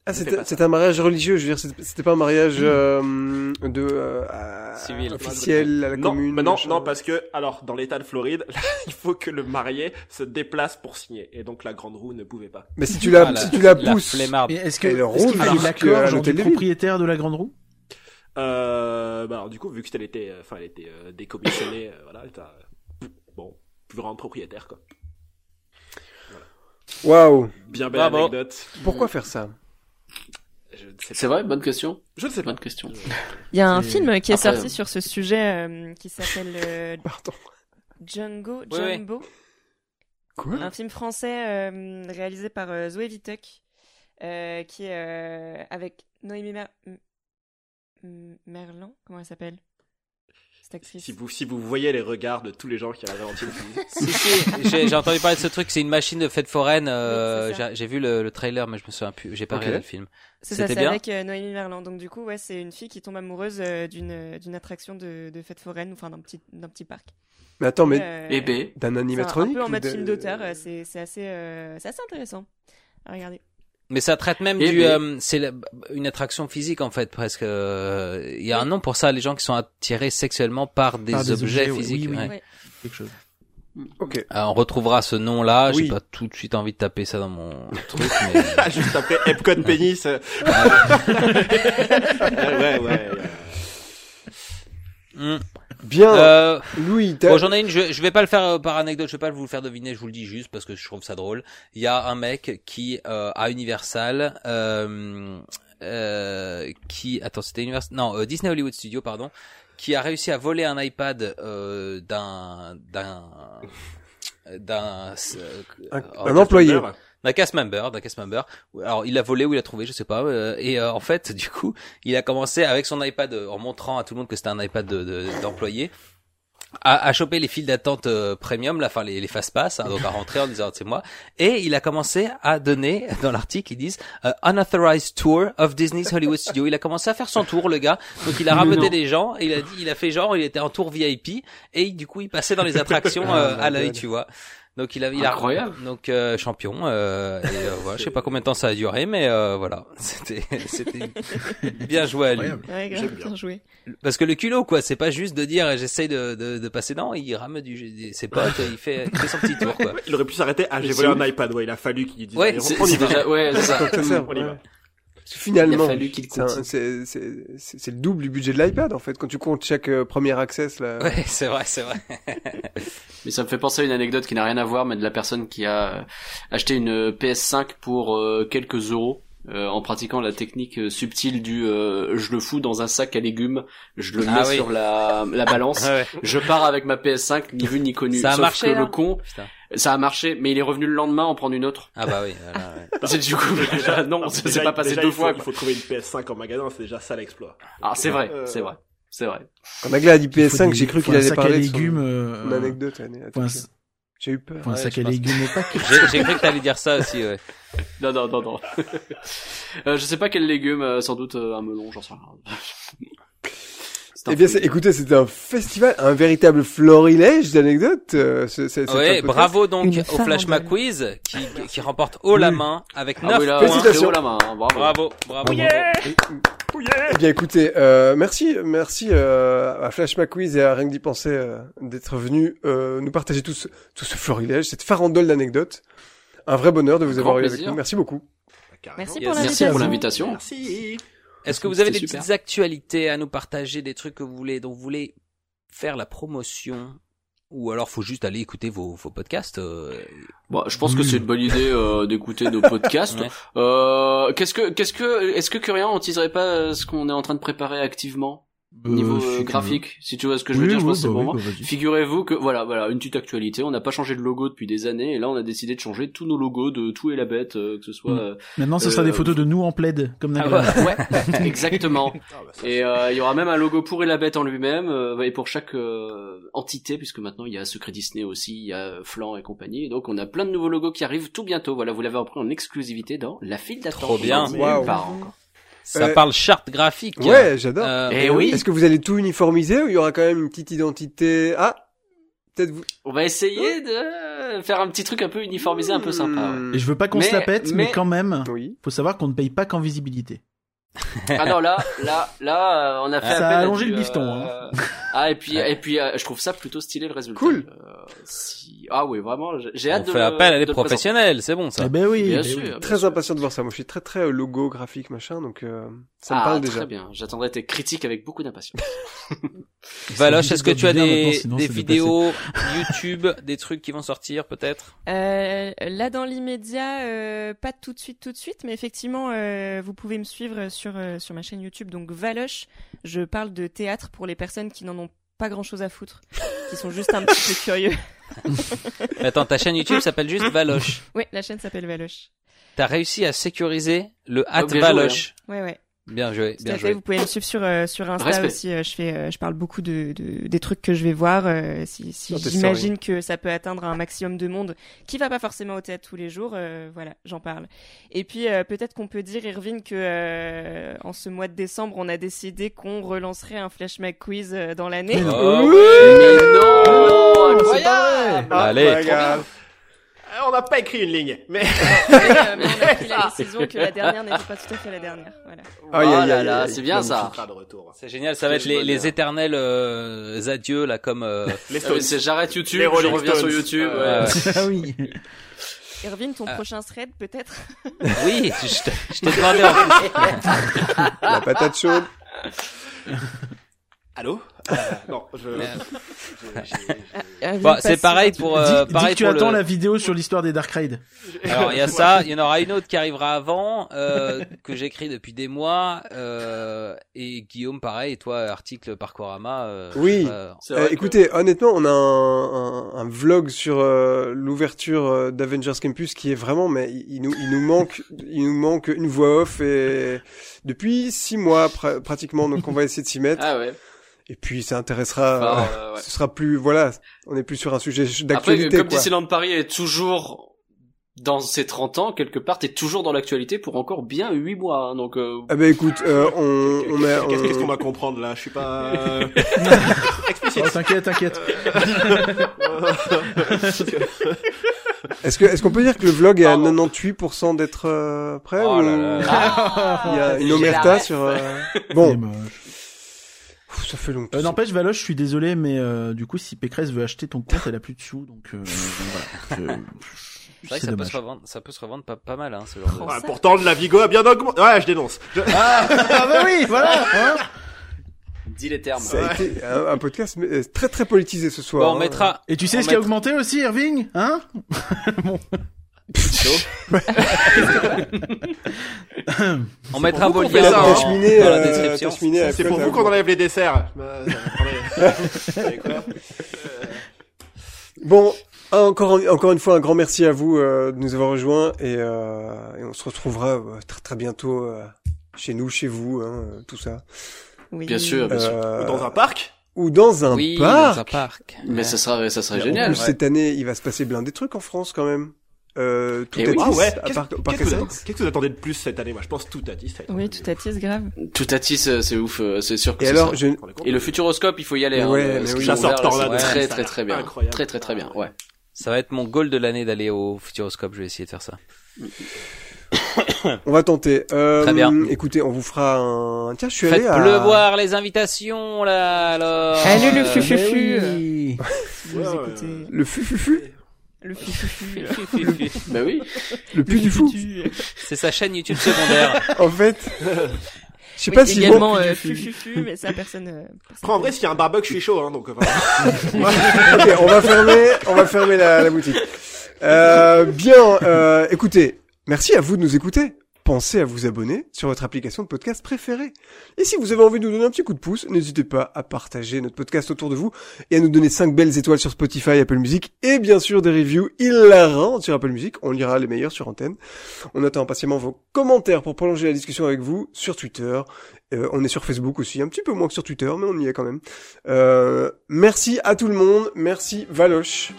Speaker 1: Ah,
Speaker 4: fais
Speaker 1: c'était
Speaker 4: pas ça.
Speaker 1: c'était un mariage religieux. Je veux dire, c'était- c'était pas un mariage euh, de euh, à-
Speaker 2: Civil.
Speaker 1: officiel à la
Speaker 4: Non,
Speaker 1: commune.
Speaker 4: mais non,
Speaker 7: euh,
Speaker 1: machin.
Speaker 4: non, parce que, alors, dans l'état de Floride, il faut que le marié se déplace pour signer. Et donc, la grande roue ne pouvait pas.
Speaker 1: Mais si tu la,
Speaker 2: Ah,
Speaker 1: si tu la
Speaker 2: la
Speaker 1: pousses.
Speaker 2: flemmarde.
Speaker 5: Mais est-ce que
Speaker 1: Et le
Speaker 5: est-ce
Speaker 1: rouge,
Speaker 5: qu'il fallait
Speaker 1: alors que, euh,
Speaker 5: l'accord genre,
Speaker 1: l'hôtel
Speaker 5: du
Speaker 1: de ville.
Speaker 5: propriétaire de la grande roue
Speaker 4: Euh, bah, alors, du coup, vu que elle était, euh, enfin, elle était euh, décommissionnée, euh, voilà, t'as, euh, bon, plus grand propriétaire, quoi.
Speaker 1: Waouh.
Speaker 4: Bien belle
Speaker 2: Bravo.
Speaker 4: anecdote.
Speaker 1: Pourquoi faire ça
Speaker 4: Je ne sais
Speaker 7: C'est
Speaker 4: pas.
Speaker 7: vrai, bonne question.
Speaker 4: Je ne sais pas.
Speaker 7: Bonne question.
Speaker 3: Il y a un
Speaker 5: C'est
Speaker 3: film qui est
Speaker 7: incroyable.
Speaker 3: sorti sur ce sujet euh, qui s'appelle euh,
Speaker 1: Pardon.
Speaker 3: Django
Speaker 2: Oui, oui.
Speaker 3: Jumbo,
Speaker 1: Quoi
Speaker 3: un film français euh, réalisé par euh, Zoé Vitek, euh, qui est euh, avec Noémie Mer- M- M- Merlan, comment elle s'appelle Cette actrice.
Speaker 4: Si vous, si vous voyez les regards de tous les gens qui avaient ralenti le film.
Speaker 2: Si, si, j'ai, j'ai entendu parler de ce truc, c'est une machine de fête foraine. euh,
Speaker 3: Oui, c'est ça.
Speaker 2: j'ai, j'ai vu le, le trailer, mais je me souviens plus. J'ai pas
Speaker 1: Ok.
Speaker 2: regardé le film.
Speaker 3: C'est ça,
Speaker 2: C'était
Speaker 3: c'est
Speaker 2: bien
Speaker 3: avec euh, Noémie Merlan. Donc du coup, ouais, c'est une fille qui tombe amoureuse euh, d'une euh, d'une attraction de, de fête foraine, enfin d'un petit d'un petit parc.
Speaker 1: Mais attends, mais
Speaker 3: Euh,
Speaker 7: Et B.
Speaker 1: d'un
Speaker 3: c'est un-
Speaker 1: animatronique.
Speaker 3: Un peu en
Speaker 1: ou
Speaker 3: mode
Speaker 1: d'un-
Speaker 3: film d'auteur, euh, c'est c'est assez euh, c'est assez intéressant. à regarder.
Speaker 2: Mais ça traite même
Speaker 7: Eh
Speaker 2: du,
Speaker 7: ben.
Speaker 2: euh, c'est la- une attraction physique en fait presque. Euh, Il y a un nom pour ça, les gens qui sont attirés sexuellement par des,
Speaker 5: Par des
Speaker 2: objets,
Speaker 5: objets, oui,
Speaker 2: physiques.
Speaker 5: oui, oui.
Speaker 2: ouais.
Speaker 3: Ouais.
Speaker 5: Quelque chose.
Speaker 1: Ok.
Speaker 2: Euh, on retrouvera ce nom-là.
Speaker 1: Oui.
Speaker 2: J'ai pas tout de suite envie de taper ça dans mon truc. Mais...
Speaker 4: Ah, juste après Epcot pénis. euh. ouais, ouais, ouais.
Speaker 2: Hmm.
Speaker 1: Bien.
Speaker 2: Euh,
Speaker 1: Louis, t'as-
Speaker 2: bon, j'en ai une. Je, je vais pas le faire euh, par anecdote. Je vais pas vous le faire deviner. Je vous le dis juste parce que je trouve ça drôle. Il y a un mec qui euh, à Universal. Euh, euh, qui attends c'était Universal non euh, Disney Hollywood Studio pardon qui a réussi à voler un iPad euh, d'un d'un d'un euh,
Speaker 1: un,
Speaker 2: oh,
Speaker 1: un employé.
Speaker 4: Member.
Speaker 2: d'un cast member, d'un cast member. Alors il l'a volé ou il l'a trouvé, je sais pas. euh, et euh, en fait, du coup, il a commencé avec son iPad euh, en montrant à tout le monde que c'était un iPad de- de- d'employé. à, à choper les files d'attente euh, premium, là, enfin les, les fast pass, hein, donc à rentrer en disant c'est moi, et il a commencé à donner dans l'article ils disent euh, unauthorized tour of Disney's Hollywood Studio. Il a commencé à faire son tour le gars, donc il a
Speaker 7: Non.
Speaker 2: rameuté des gens, et il a dit il a fait genre il était en tour VIP et du coup il passait dans les attractions euh, à l'œil tu vois. Donc il a, il a
Speaker 7: Incroyable.
Speaker 2: donc euh, champion. Euh, et, euh, voilà, je sais pas combien de temps ça a duré, mais euh, voilà, c'était c'était bien joué à lui.
Speaker 5: Incroyable.
Speaker 3: Ouais,
Speaker 4: J'aime
Speaker 3: grave,
Speaker 4: bien.
Speaker 3: bien joué.
Speaker 1: Bah,
Speaker 2: Parce que le culot quoi, c'est pas juste de dire j'essaye de, de, de passer dedans, il rame du ses potes, il fait, il fait son petit tour quoi.
Speaker 4: Il aurait pu s'arrêter. Ah, j'ai volé un iPad. Ouais, il a fallu qu'il dise.
Speaker 2: Ouais,
Speaker 4: allez, on-
Speaker 7: C'est
Speaker 4: on y
Speaker 7: c'est
Speaker 4: va.
Speaker 7: déjà... Ouais, c'est ça.
Speaker 1: Tant que ça serve,
Speaker 4: On y va.
Speaker 1: ouais. Parce que Finalement,
Speaker 7: Il a fallu qu'il
Speaker 1: c'est un-
Speaker 7: continue.
Speaker 1: c'est c'est- c'est- c'est le double du budget de l'iPad en fait. Quand tu comptes chaque euh, premier access là.
Speaker 2: Ouais, c'est vrai, c'est vrai.
Speaker 7: Mais ça me fait penser à une anecdote qui n'a rien à voir, mais de la personne qui a euh, acheté une PS5 pour euh, quelques euros euh, en pratiquant la technique euh, subtile du euh, je le fous dans un sac à légumes, je le mets
Speaker 2: Ah oui.
Speaker 7: sur la, la balance,
Speaker 2: Ouais,
Speaker 7: je pars avec ma PS5, ni vu ni connu.
Speaker 2: Ça a
Speaker 7: Sauf
Speaker 2: marché,
Speaker 7: que
Speaker 2: là
Speaker 7: le con,
Speaker 2: putain.
Speaker 7: ça a marché, mais il est revenu le lendemain en prendre une autre.
Speaker 2: Ah bah oui. voilà, ouais.
Speaker 7: C'est du coup, déjà, non, ça s'est pas passé
Speaker 4: Ah, déjà,
Speaker 7: deux
Speaker 4: il faut-
Speaker 7: fois.
Speaker 4: Il
Speaker 7: quoi.
Speaker 4: faut trouver une PS5 en magasin, c'est déjà ça l'exploit.
Speaker 7: Ah, c'est vrai,
Speaker 4: Euh,
Speaker 7: c'est vrai, c'est vrai.
Speaker 1: Quand Agla a dit
Speaker 5: Il faut
Speaker 1: PS5,
Speaker 5: des-
Speaker 1: j'ai cru
Speaker 5: faut
Speaker 1: qu'il
Speaker 5: un
Speaker 1: allait
Speaker 5: sac à
Speaker 1: parler de son-
Speaker 5: légumes, euh,
Speaker 1: une anecdote. Anne, à
Speaker 5: faut un-
Speaker 1: Tokyo. J'ai eu peur.
Speaker 5: faut un
Speaker 2: Ouais,
Speaker 5: sac
Speaker 2: je
Speaker 5: à
Speaker 2: pense.
Speaker 5: légumes au pack.
Speaker 2: J'ai j'ai cru que t'allais dire ça aussi. Ouais.
Speaker 7: Non, non, non, non. euh, je sais pas quel légume, euh, sans doute euh, un melon, j'en sais rien. C'est un
Speaker 1: Eh bien,
Speaker 7: fruit.
Speaker 1: c'est- écoutez, c'était un festival, un véritable florilège d'anecdotes. euh, ce- ce-
Speaker 7: Ah
Speaker 1: cet
Speaker 2: Ouais,
Speaker 1: podcast.
Speaker 2: bravo donc
Speaker 8: Une
Speaker 2: au Flash
Speaker 8: farandole.
Speaker 2: Quiz qui, qui remporte haut la main avec 9
Speaker 7: Ah oui, là,
Speaker 2: points.
Speaker 1: Félicitations.
Speaker 7: c'est haut la main, hein, bravo.
Speaker 2: Bravo, bravo.
Speaker 1: Eh bien, écoutez, euh, merci, merci euh, à Flash McQuiz et à Rien que d'y penser euh, d'être venus euh, nous partager tout ce, tout ce florilège, cette farandole d'anecdotes. Un vrai bonheur de vous
Speaker 7: Grand
Speaker 1: avoir eu avec
Speaker 7: plaisir.
Speaker 1: nous. Merci beaucoup.
Speaker 4: bah,
Speaker 3: Merci
Speaker 2: Yes.
Speaker 3: pour
Speaker 7: Merci
Speaker 3: l'invitation.
Speaker 7: pour l'invitation.
Speaker 4: Merci.
Speaker 2: Est-ce que vous avez des
Speaker 7: C'était super.
Speaker 2: petites actualités à nous partager, des trucs que vous voulez, dont vous voulez faire la promotion ou alors faut juste aller écouter vos, vos podcasts. euh,
Speaker 7: Bon, je pense que c'est une bonne idée euh, d'écouter nos podcasts.
Speaker 2: Ouais.
Speaker 7: Euh, qu'est-ce que, qu'est-ce que, est-ce que Curien, on teaserait pas euh, ce qu'on est en train de préparer activement niveau euh, graphique, si tu vois ce que je veux dire, je pense
Speaker 5: bah
Speaker 1: bah
Speaker 7: que c'est hein. le moment. Figurez-vous que voilà, voilà, une petite actualité. On n'a pas changé de logo depuis des années, et là, on a décidé de changer tous nos logos de tout et la bête, euh, que ce soit.
Speaker 5: Mm.
Speaker 7: euh,
Speaker 5: Maintenant, ce sera
Speaker 7: Euh,
Speaker 5: des photos de nous en plaid, comme
Speaker 2: Ah
Speaker 5: Nagla.
Speaker 2: bah, ouais.
Speaker 7: exactement.
Speaker 4: Ah, bah, ça,
Speaker 7: Et euh, il y aura même un logo pour et la bête en lui-même, euh, et pour chaque euh, entité, puisque maintenant il y a Secret Disney aussi, il y a euh, Flan et compagnie. Donc on a plein de nouveaux logos qui arrivent tout bientôt. Voilà, vous l'avez appris en exclusivité dans la file d'attente.
Speaker 2: Trop bien.
Speaker 7: Mais
Speaker 1: Waouh.
Speaker 7: par an, quoi.
Speaker 2: Ça
Speaker 1: Euh,
Speaker 2: parle charte graphique.
Speaker 1: Ouais, j'adore.
Speaker 2: Euh,
Speaker 7: Eh oui,
Speaker 1: Est-ce que vous allez tout uniformiser ou il y aura quand même une petite identité Ah, peut-être vous.
Speaker 7: on va essayer de faire un petit truc un peu uniformisé, un peu sympa.
Speaker 2: Hmm.
Speaker 7: ouais.
Speaker 5: Et je veux pas qu'on
Speaker 7: Mais-
Speaker 5: se la pète, mais,
Speaker 7: mais-
Speaker 5: quand même,
Speaker 1: Hmm. Oui.
Speaker 5: faut savoir qu'on ne paye pas qu'en visibilité.
Speaker 7: Ah non, là, là, là, euh, on a fait.
Speaker 5: Ça
Speaker 7: appel
Speaker 5: a
Speaker 7: à
Speaker 5: allongé
Speaker 7: du,
Speaker 5: le bifton, hein.
Speaker 7: euh, Ah et puis et puis euh, je trouve ça plutôt stylé le résultat.
Speaker 1: Cool.
Speaker 7: Euh, si- Ah oui, vraiment, j'ai- j'ai hâte
Speaker 2: on
Speaker 7: de.
Speaker 2: fait appel à des
Speaker 7: de le présenter.
Speaker 2: professionnels, c'est bon ça.
Speaker 5: Eh ben oui.
Speaker 7: Ah, Bien
Speaker 5: ben oui.
Speaker 7: sûr.
Speaker 1: Très impatient de voir ça. Moi, je suis très très euh, logo, graphique, machin, donc euh, ça me
Speaker 7: ah,
Speaker 1: parle
Speaker 7: très
Speaker 1: déjà.
Speaker 7: bien. J'attendrai tes critiques avec beaucoup d'impatience.
Speaker 2: Valoche, est-ce que tu as
Speaker 5: Bien maintenant,
Speaker 2: des,
Speaker 5: sinon
Speaker 2: des
Speaker 5: c'est dépassé.
Speaker 2: vidéos YouTube, des trucs qui vont sortir peut-être
Speaker 3: Euh, là, dans l'immédiat, euh, pas tout de suite, tout de suite, mais effectivement, euh, vous pouvez me suivre sur, euh, sur ma chaîne YouTube, donc Valoche. Je parle de théâtre pour les personnes qui n'en ont pas grand chose à foutre, qui sont juste un petit peu curieux.
Speaker 2: Attends, ta chaîne YouTube s'appelle juste Valoche.
Speaker 3: Oui, la chaîne s'appelle Valoche.
Speaker 2: T'as réussi à sécuriser le at
Speaker 7: Oh, bien joué, hein.
Speaker 2: Valoche.
Speaker 3: Ouais, ouais.
Speaker 2: Bien joué,
Speaker 3: Tout à
Speaker 2: bien
Speaker 3: fait,
Speaker 2: joué.
Speaker 3: vous pouvez me suivre sur, euh, sur Insta
Speaker 7: Respect.
Speaker 3: aussi. euh, je, fais, euh, je parle beaucoup de, de- des trucs que je vais voir. euh, si si
Speaker 1: Sur tes
Speaker 3: j'imagine que ça peut atteindre un maximum de monde qui va pas forcément au théâtre tous les jours, euh, voilà, j'en parle. Et puis euh, peut-être qu'on peut dire, Irvine, que euh, en ce mois de décembre, on a décidé qu'on relancerait un Flash Mac Quiz euh, dans l'année.
Speaker 7: Ah,
Speaker 2: Oh,
Speaker 7: Mais non,
Speaker 1: Oh, c'est pas
Speaker 7: incroyable.
Speaker 4: Ah,
Speaker 2: Allez.
Speaker 4: my God. Ah, On n'a pas écrit une ligne, mais
Speaker 3: Mais, euh, mais on a pris la décision que la dernière n'était pas tout à fait la dernière. Voilà.
Speaker 1: Aïe, aïe,
Speaker 7: Ah
Speaker 1: aïe,
Speaker 7: là
Speaker 1: aïe,
Speaker 7: là,
Speaker 1: aïe.
Speaker 7: c'est bien ça.
Speaker 4: on sera de retour.
Speaker 2: C'est génial, ça va être les, les éternels euh, adieux là comme euh,
Speaker 4: Les
Speaker 7: Ah, mais
Speaker 4: Stones.
Speaker 7: c'est- J'arrête YouTube,
Speaker 4: Les
Speaker 7: je
Speaker 4: Rolling
Speaker 7: reviens sur
Speaker 4: Stones.
Speaker 7: YouTube. ouais.
Speaker 2: Euh,
Speaker 5: Ah oui.
Speaker 3: Irvine, ton
Speaker 2: Ah.
Speaker 3: prochain thread peut-être
Speaker 2: Oui, je te, je te demandais en plus.
Speaker 1: La patate chaude.
Speaker 4: Allô Euh, Non, je. j'ai- j'ai-
Speaker 3: Irvine,
Speaker 2: Bon,
Speaker 3: passe-
Speaker 2: c'est pareil pour euh,
Speaker 5: Dis- dis
Speaker 2: pareil
Speaker 5: que tu
Speaker 2: pour le-
Speaker 5: attends la vidéo sur l'histoire des Dark Raid.
Speaker 4: j'ai-
Speaker 2: Alors il y a ça, il y en aura une autre qui arrivera avant euh, que j'écris depuis des mois euh, et Guillaume pareil et toi article Parcorama. euh,
Speaker 1: Oui.
Speaker 2: euh,
Speaker 7: C'est
Speaker 1: Euh,
Speaker 7: vrai que-
Speaker 1: écoutez, honnêtement, on a un, un- un vlog sur euh, l'ouverture euh, d'Avengers Campus qui est vraiment, mais il, il nous, il nous manque, il nous manque une voix off et depuis six mois pra- pratiquement, donc on va essayer de s'y mettre.
Speaker 7: Ah ouais.
Speaker 1: Et puis ça intéressera,
Speaker 7: Enfin,
Speaker 1: euh,
Speaker 7: euh, ouais.
Speaker 1: ce sera plus, voilà, on est plus sur un sujet
Speaker 7: Après, euh,
Speaker 1: d'actualité.
Speaker 7: comme
Speaker 1: quoi.
Speaker 7: Disneyland Paris est toujours dans ses 30 ans, quelque part, t'es toujours dans l'actualité pour encore bien 8 mois. hein, donc, euh,
Speaker 1: Ah bah écoute, euh, on, on, a-
Speaker 4: Qu'est-ce qu'est-ce qu'on
Speaker 1: on-
Speaker 4: va comprendre là Je suis pas. euh,
Speaker 5: Oh, t'inquiète, t'inquiète.
Speaker 4: Euh,
Speaker 1: est-ce que, est-ce qu'on peut dire que le vlog est à
Speaker 7: Pardon.
Speaker 1: 98% d'être euh, prêt
Speaker 2: Oh
Speaker 1: ou
Speaker 2: là là.
Speaker 1: il y a une
Speaker 7: j'ai la
Speaker 1: omerta
Speaker 7: ref.
Speaker 1: sur euh,
Speaker 5: Il est
Speaker 1: bon,
Speaker 5: moche.
Speaker 1: Pff, ça fait longtemps.
Speaker 5: Euh, N'empêche, Valoche, je suis désolé, mais euh, du coup, si Pécresse veut acheter ton compte, elle a plus de sous, donc euh, voilà.
Speaker 2: C'est
Speaker 5: Je-
Speaker 2: vrai que
Speaker 5: C'est
Speaker 2: ça peut se
Speaker 5: dommage.
Speaker 2: revendre, ça peut se revendre pas, pas mal hein ce genre de.
Speaker 4: Ah, pourtant, la Vigo a bien augmenté. Ouais, je dénonce. Je-
Speaker 5: Ah bah oui, voilà. hein.
Speaker 2: Oh,
Speaker 7: dis les termes.
Speaker 1: Ça a été un, un podcast mais, euh, très très politisé ce soir.
Speaker 2: Bon, on
Speaker 1: hein.
Speaker 2: mettra
Speaker 5: Et tu sais
Speaker 2: On
Speaker 5: ce qui a
Speaker 2: mettra-
Speaker 5: augmenté aussi, Irving Hein
Speaker 2: On mettra
Speaker 4: pour
Speaker 2: vos
Speaker 4: vous qu'on
Speaker 2: liens
Speaker 4: fait ça,
Speaker 2: dans,
Speaker 4: hein.
Speaker 1: Tachminé,
Speaker 2: dans la
Speaker 1: euh,
Speaker 2: description.
Speaker 1: Tachminé, elle
Speaker 4: C'est pour
Speaker 1: flotte
Speaker 4: vous
Speaker 1: à
Speaker 4: qu'on
Speaker 1: vous.
Speaker 4: enlève les desserts. Bah, attendez. C'est quoi
Speaker 1: Bon, encore, encore une fois, un grand merci à vous euh, de nous avoir rejoints et, euh, et on se retrouvera euh, très, très bientôt euh, chez nous, chez vous, hein, euh, tout ça.
Speaker 3: Oui.
Speaker 7: Bien sûr, bien sûr.
Speaker 1: Euh,
Speaker 4: Dans un parc
Speaker 1: Ou dans un
Speaker 2: Oui,
Speaker 1: parc.
Speaker 2: dans un parc.
Speaker 7: Mais ça sera, ça serait
Speaker 1: Et en
Speaker 7: génial.
Speaker 1: plus, Cette année, il va se passer plein des trucs en France quand même. Euh, tout
Speaker 7: Eh
Speaker 1: à
Speaker 7: oui.
Speaker 1: dix,
Speaker 4: Ah ouais.
Speaker 1: à
Speaker 4: Qu'est-ce
Speaker 1: part- au parc
Speaker 4: qu'est-ce
Speaker 1: Astérix.
Speaker 4: que vous attendez- qu'est-ce que vous attendez de plus cette année Moi, je pense tout à 10.
Speaker 3: Oui, tout à tisse, grave.
Speaker 7: Tout à tis, euh, c'est ouf, euh, c'est sûr que
Speaker 1: Et
Speaker 7: ça
Speaker 1: alors,
Speaker 7: sera-
Speaker 1: je...
Speaker 7: Et le futuroscope, il faut y aller.
Speaker 1: Mais
Speaker 7: hein,
Speaker 1: ouais,
Speaker 7: euh,
Speaker 1: mais
Speaker 7: ce
Speaker 1: oui.
Speaker 7: qu'ils ont
Speaker 4: Chasseur
Speaker 7: ouvert, là,
Speaker 4: Tornado,
Speaker 7: c'est Très
Speaker 4: ça a
Speaker 7: très
Speaker 4: l'air
Speaker 7: très bien.
Speaker 4: incroyable.
Speaker 7: Très très très bien. Ouais.
Speaker 2: Ça va être mon goal de l'année d'aller au Futuroscope. Je vais essayer de faire ça.
Speaker 1: on va tenter. Euh,
Speaker 2: Très bien.
Speaker 1: Écoutez, on vous fera un. Tiens, je suis
Speaker 2: Faites
Speaker 1: allé à.
Speaker 2: pleuvoir les invitations là. Alors.
Speaker 3: Allez, le
Speaker 2: Euh,
Speaker 3: fufu.
Speaker 5: Mais oui.
Speaker 3: Si vous
Speaker 4: Ouais,
Speaker 3: écoutez.
Speaker 4: ouais.
Speaker 1: Le fufufu,
Speaker 3: Le fufu.
Speaker 7: Bah oui.
Speaker 1: le pu du fou.
Speaker 2: C'est sa chaîne YouTube secondaire.
Speaker 1: En fait, je sais pas si bon.
Speaker 3: également euh, fufu, mais ça personne. euh, personne-
Speaker 4: Après, en vrai, s'il y a un barbecue, je suis chaud. Hein, donc, euh, voilà.
Speaker 1: Ok, on va fermer, on va fermer la, la boutique. Euh, bien, euh, écoutez, merci à vous de nous écouter. Pensez à vous abonner sur votre application de podcast préférée. Et si vous avez envie de nous donner un petit coup de pouce, n'hésitez pas à partager notre podcast autour de vous et à nous donner 5 belles étoiles sur Spotify, Apple Music et bien sûr des reviews hilarantes sur Apple Music. On lira les meilleurs sur antenne. On attend impatiemment vos commentaires pour prolonger la discussion avec vous sur Twitter. Euh, on est sur Facebook aussi, un petit peu moins que sur Twitter, mais on y est quand même. Euh, merci à tout le monde. Merci Valoche.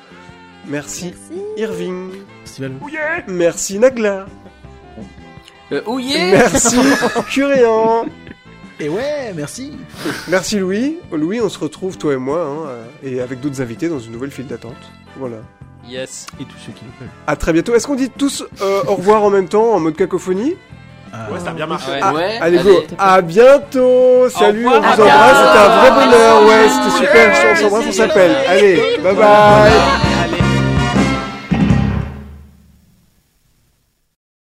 Speaker 1: Merci
Speaker 3: Merci.
Speaker 1: Irving.
Speaker 5: Festival.
Speaker 1: Merci Nagla. Oh,
Speaker 7: Euh, ouillé
Speaker 1: Merci Curian.
Speaker 5: Et ouais, merci.
Speaker 1: hein. Merci Louis. Oh, Louis, on se retrouve toi et moi hein, euh, et avec d'autres invités dans une nouvelle file d'attente. Voilà.
Speaker 2: Yes.
Speaker 5: Et tous ceux qui le veulent.
Speaker 1: À très bientôt. Est-ce qu'on dit tous euh, au revoir en même temps en mode cacophonie
Speaker 5: Ah.
Speaker 4: Ouais, ça a bien marché.
Speaker 2: Ouais.
Speaker 1: Ah,
Speaker 7: Ouais.
Speaker 1: Allez, go. À bientôt. Salut. On
Speaker 2: revoir,
Speaker 1: vous
Speaker 2: à
Speaker 1: embrasse. C'était
Speaker 2: bientôt.
Speaker 1: un vrai
Speaker 3: Au
Speaker 1: bonheur.
Speaker 3: revoir.
Speaker 1: Ouais, c'était super. On s'embrasse. On s'appelle. Allez, bye bye.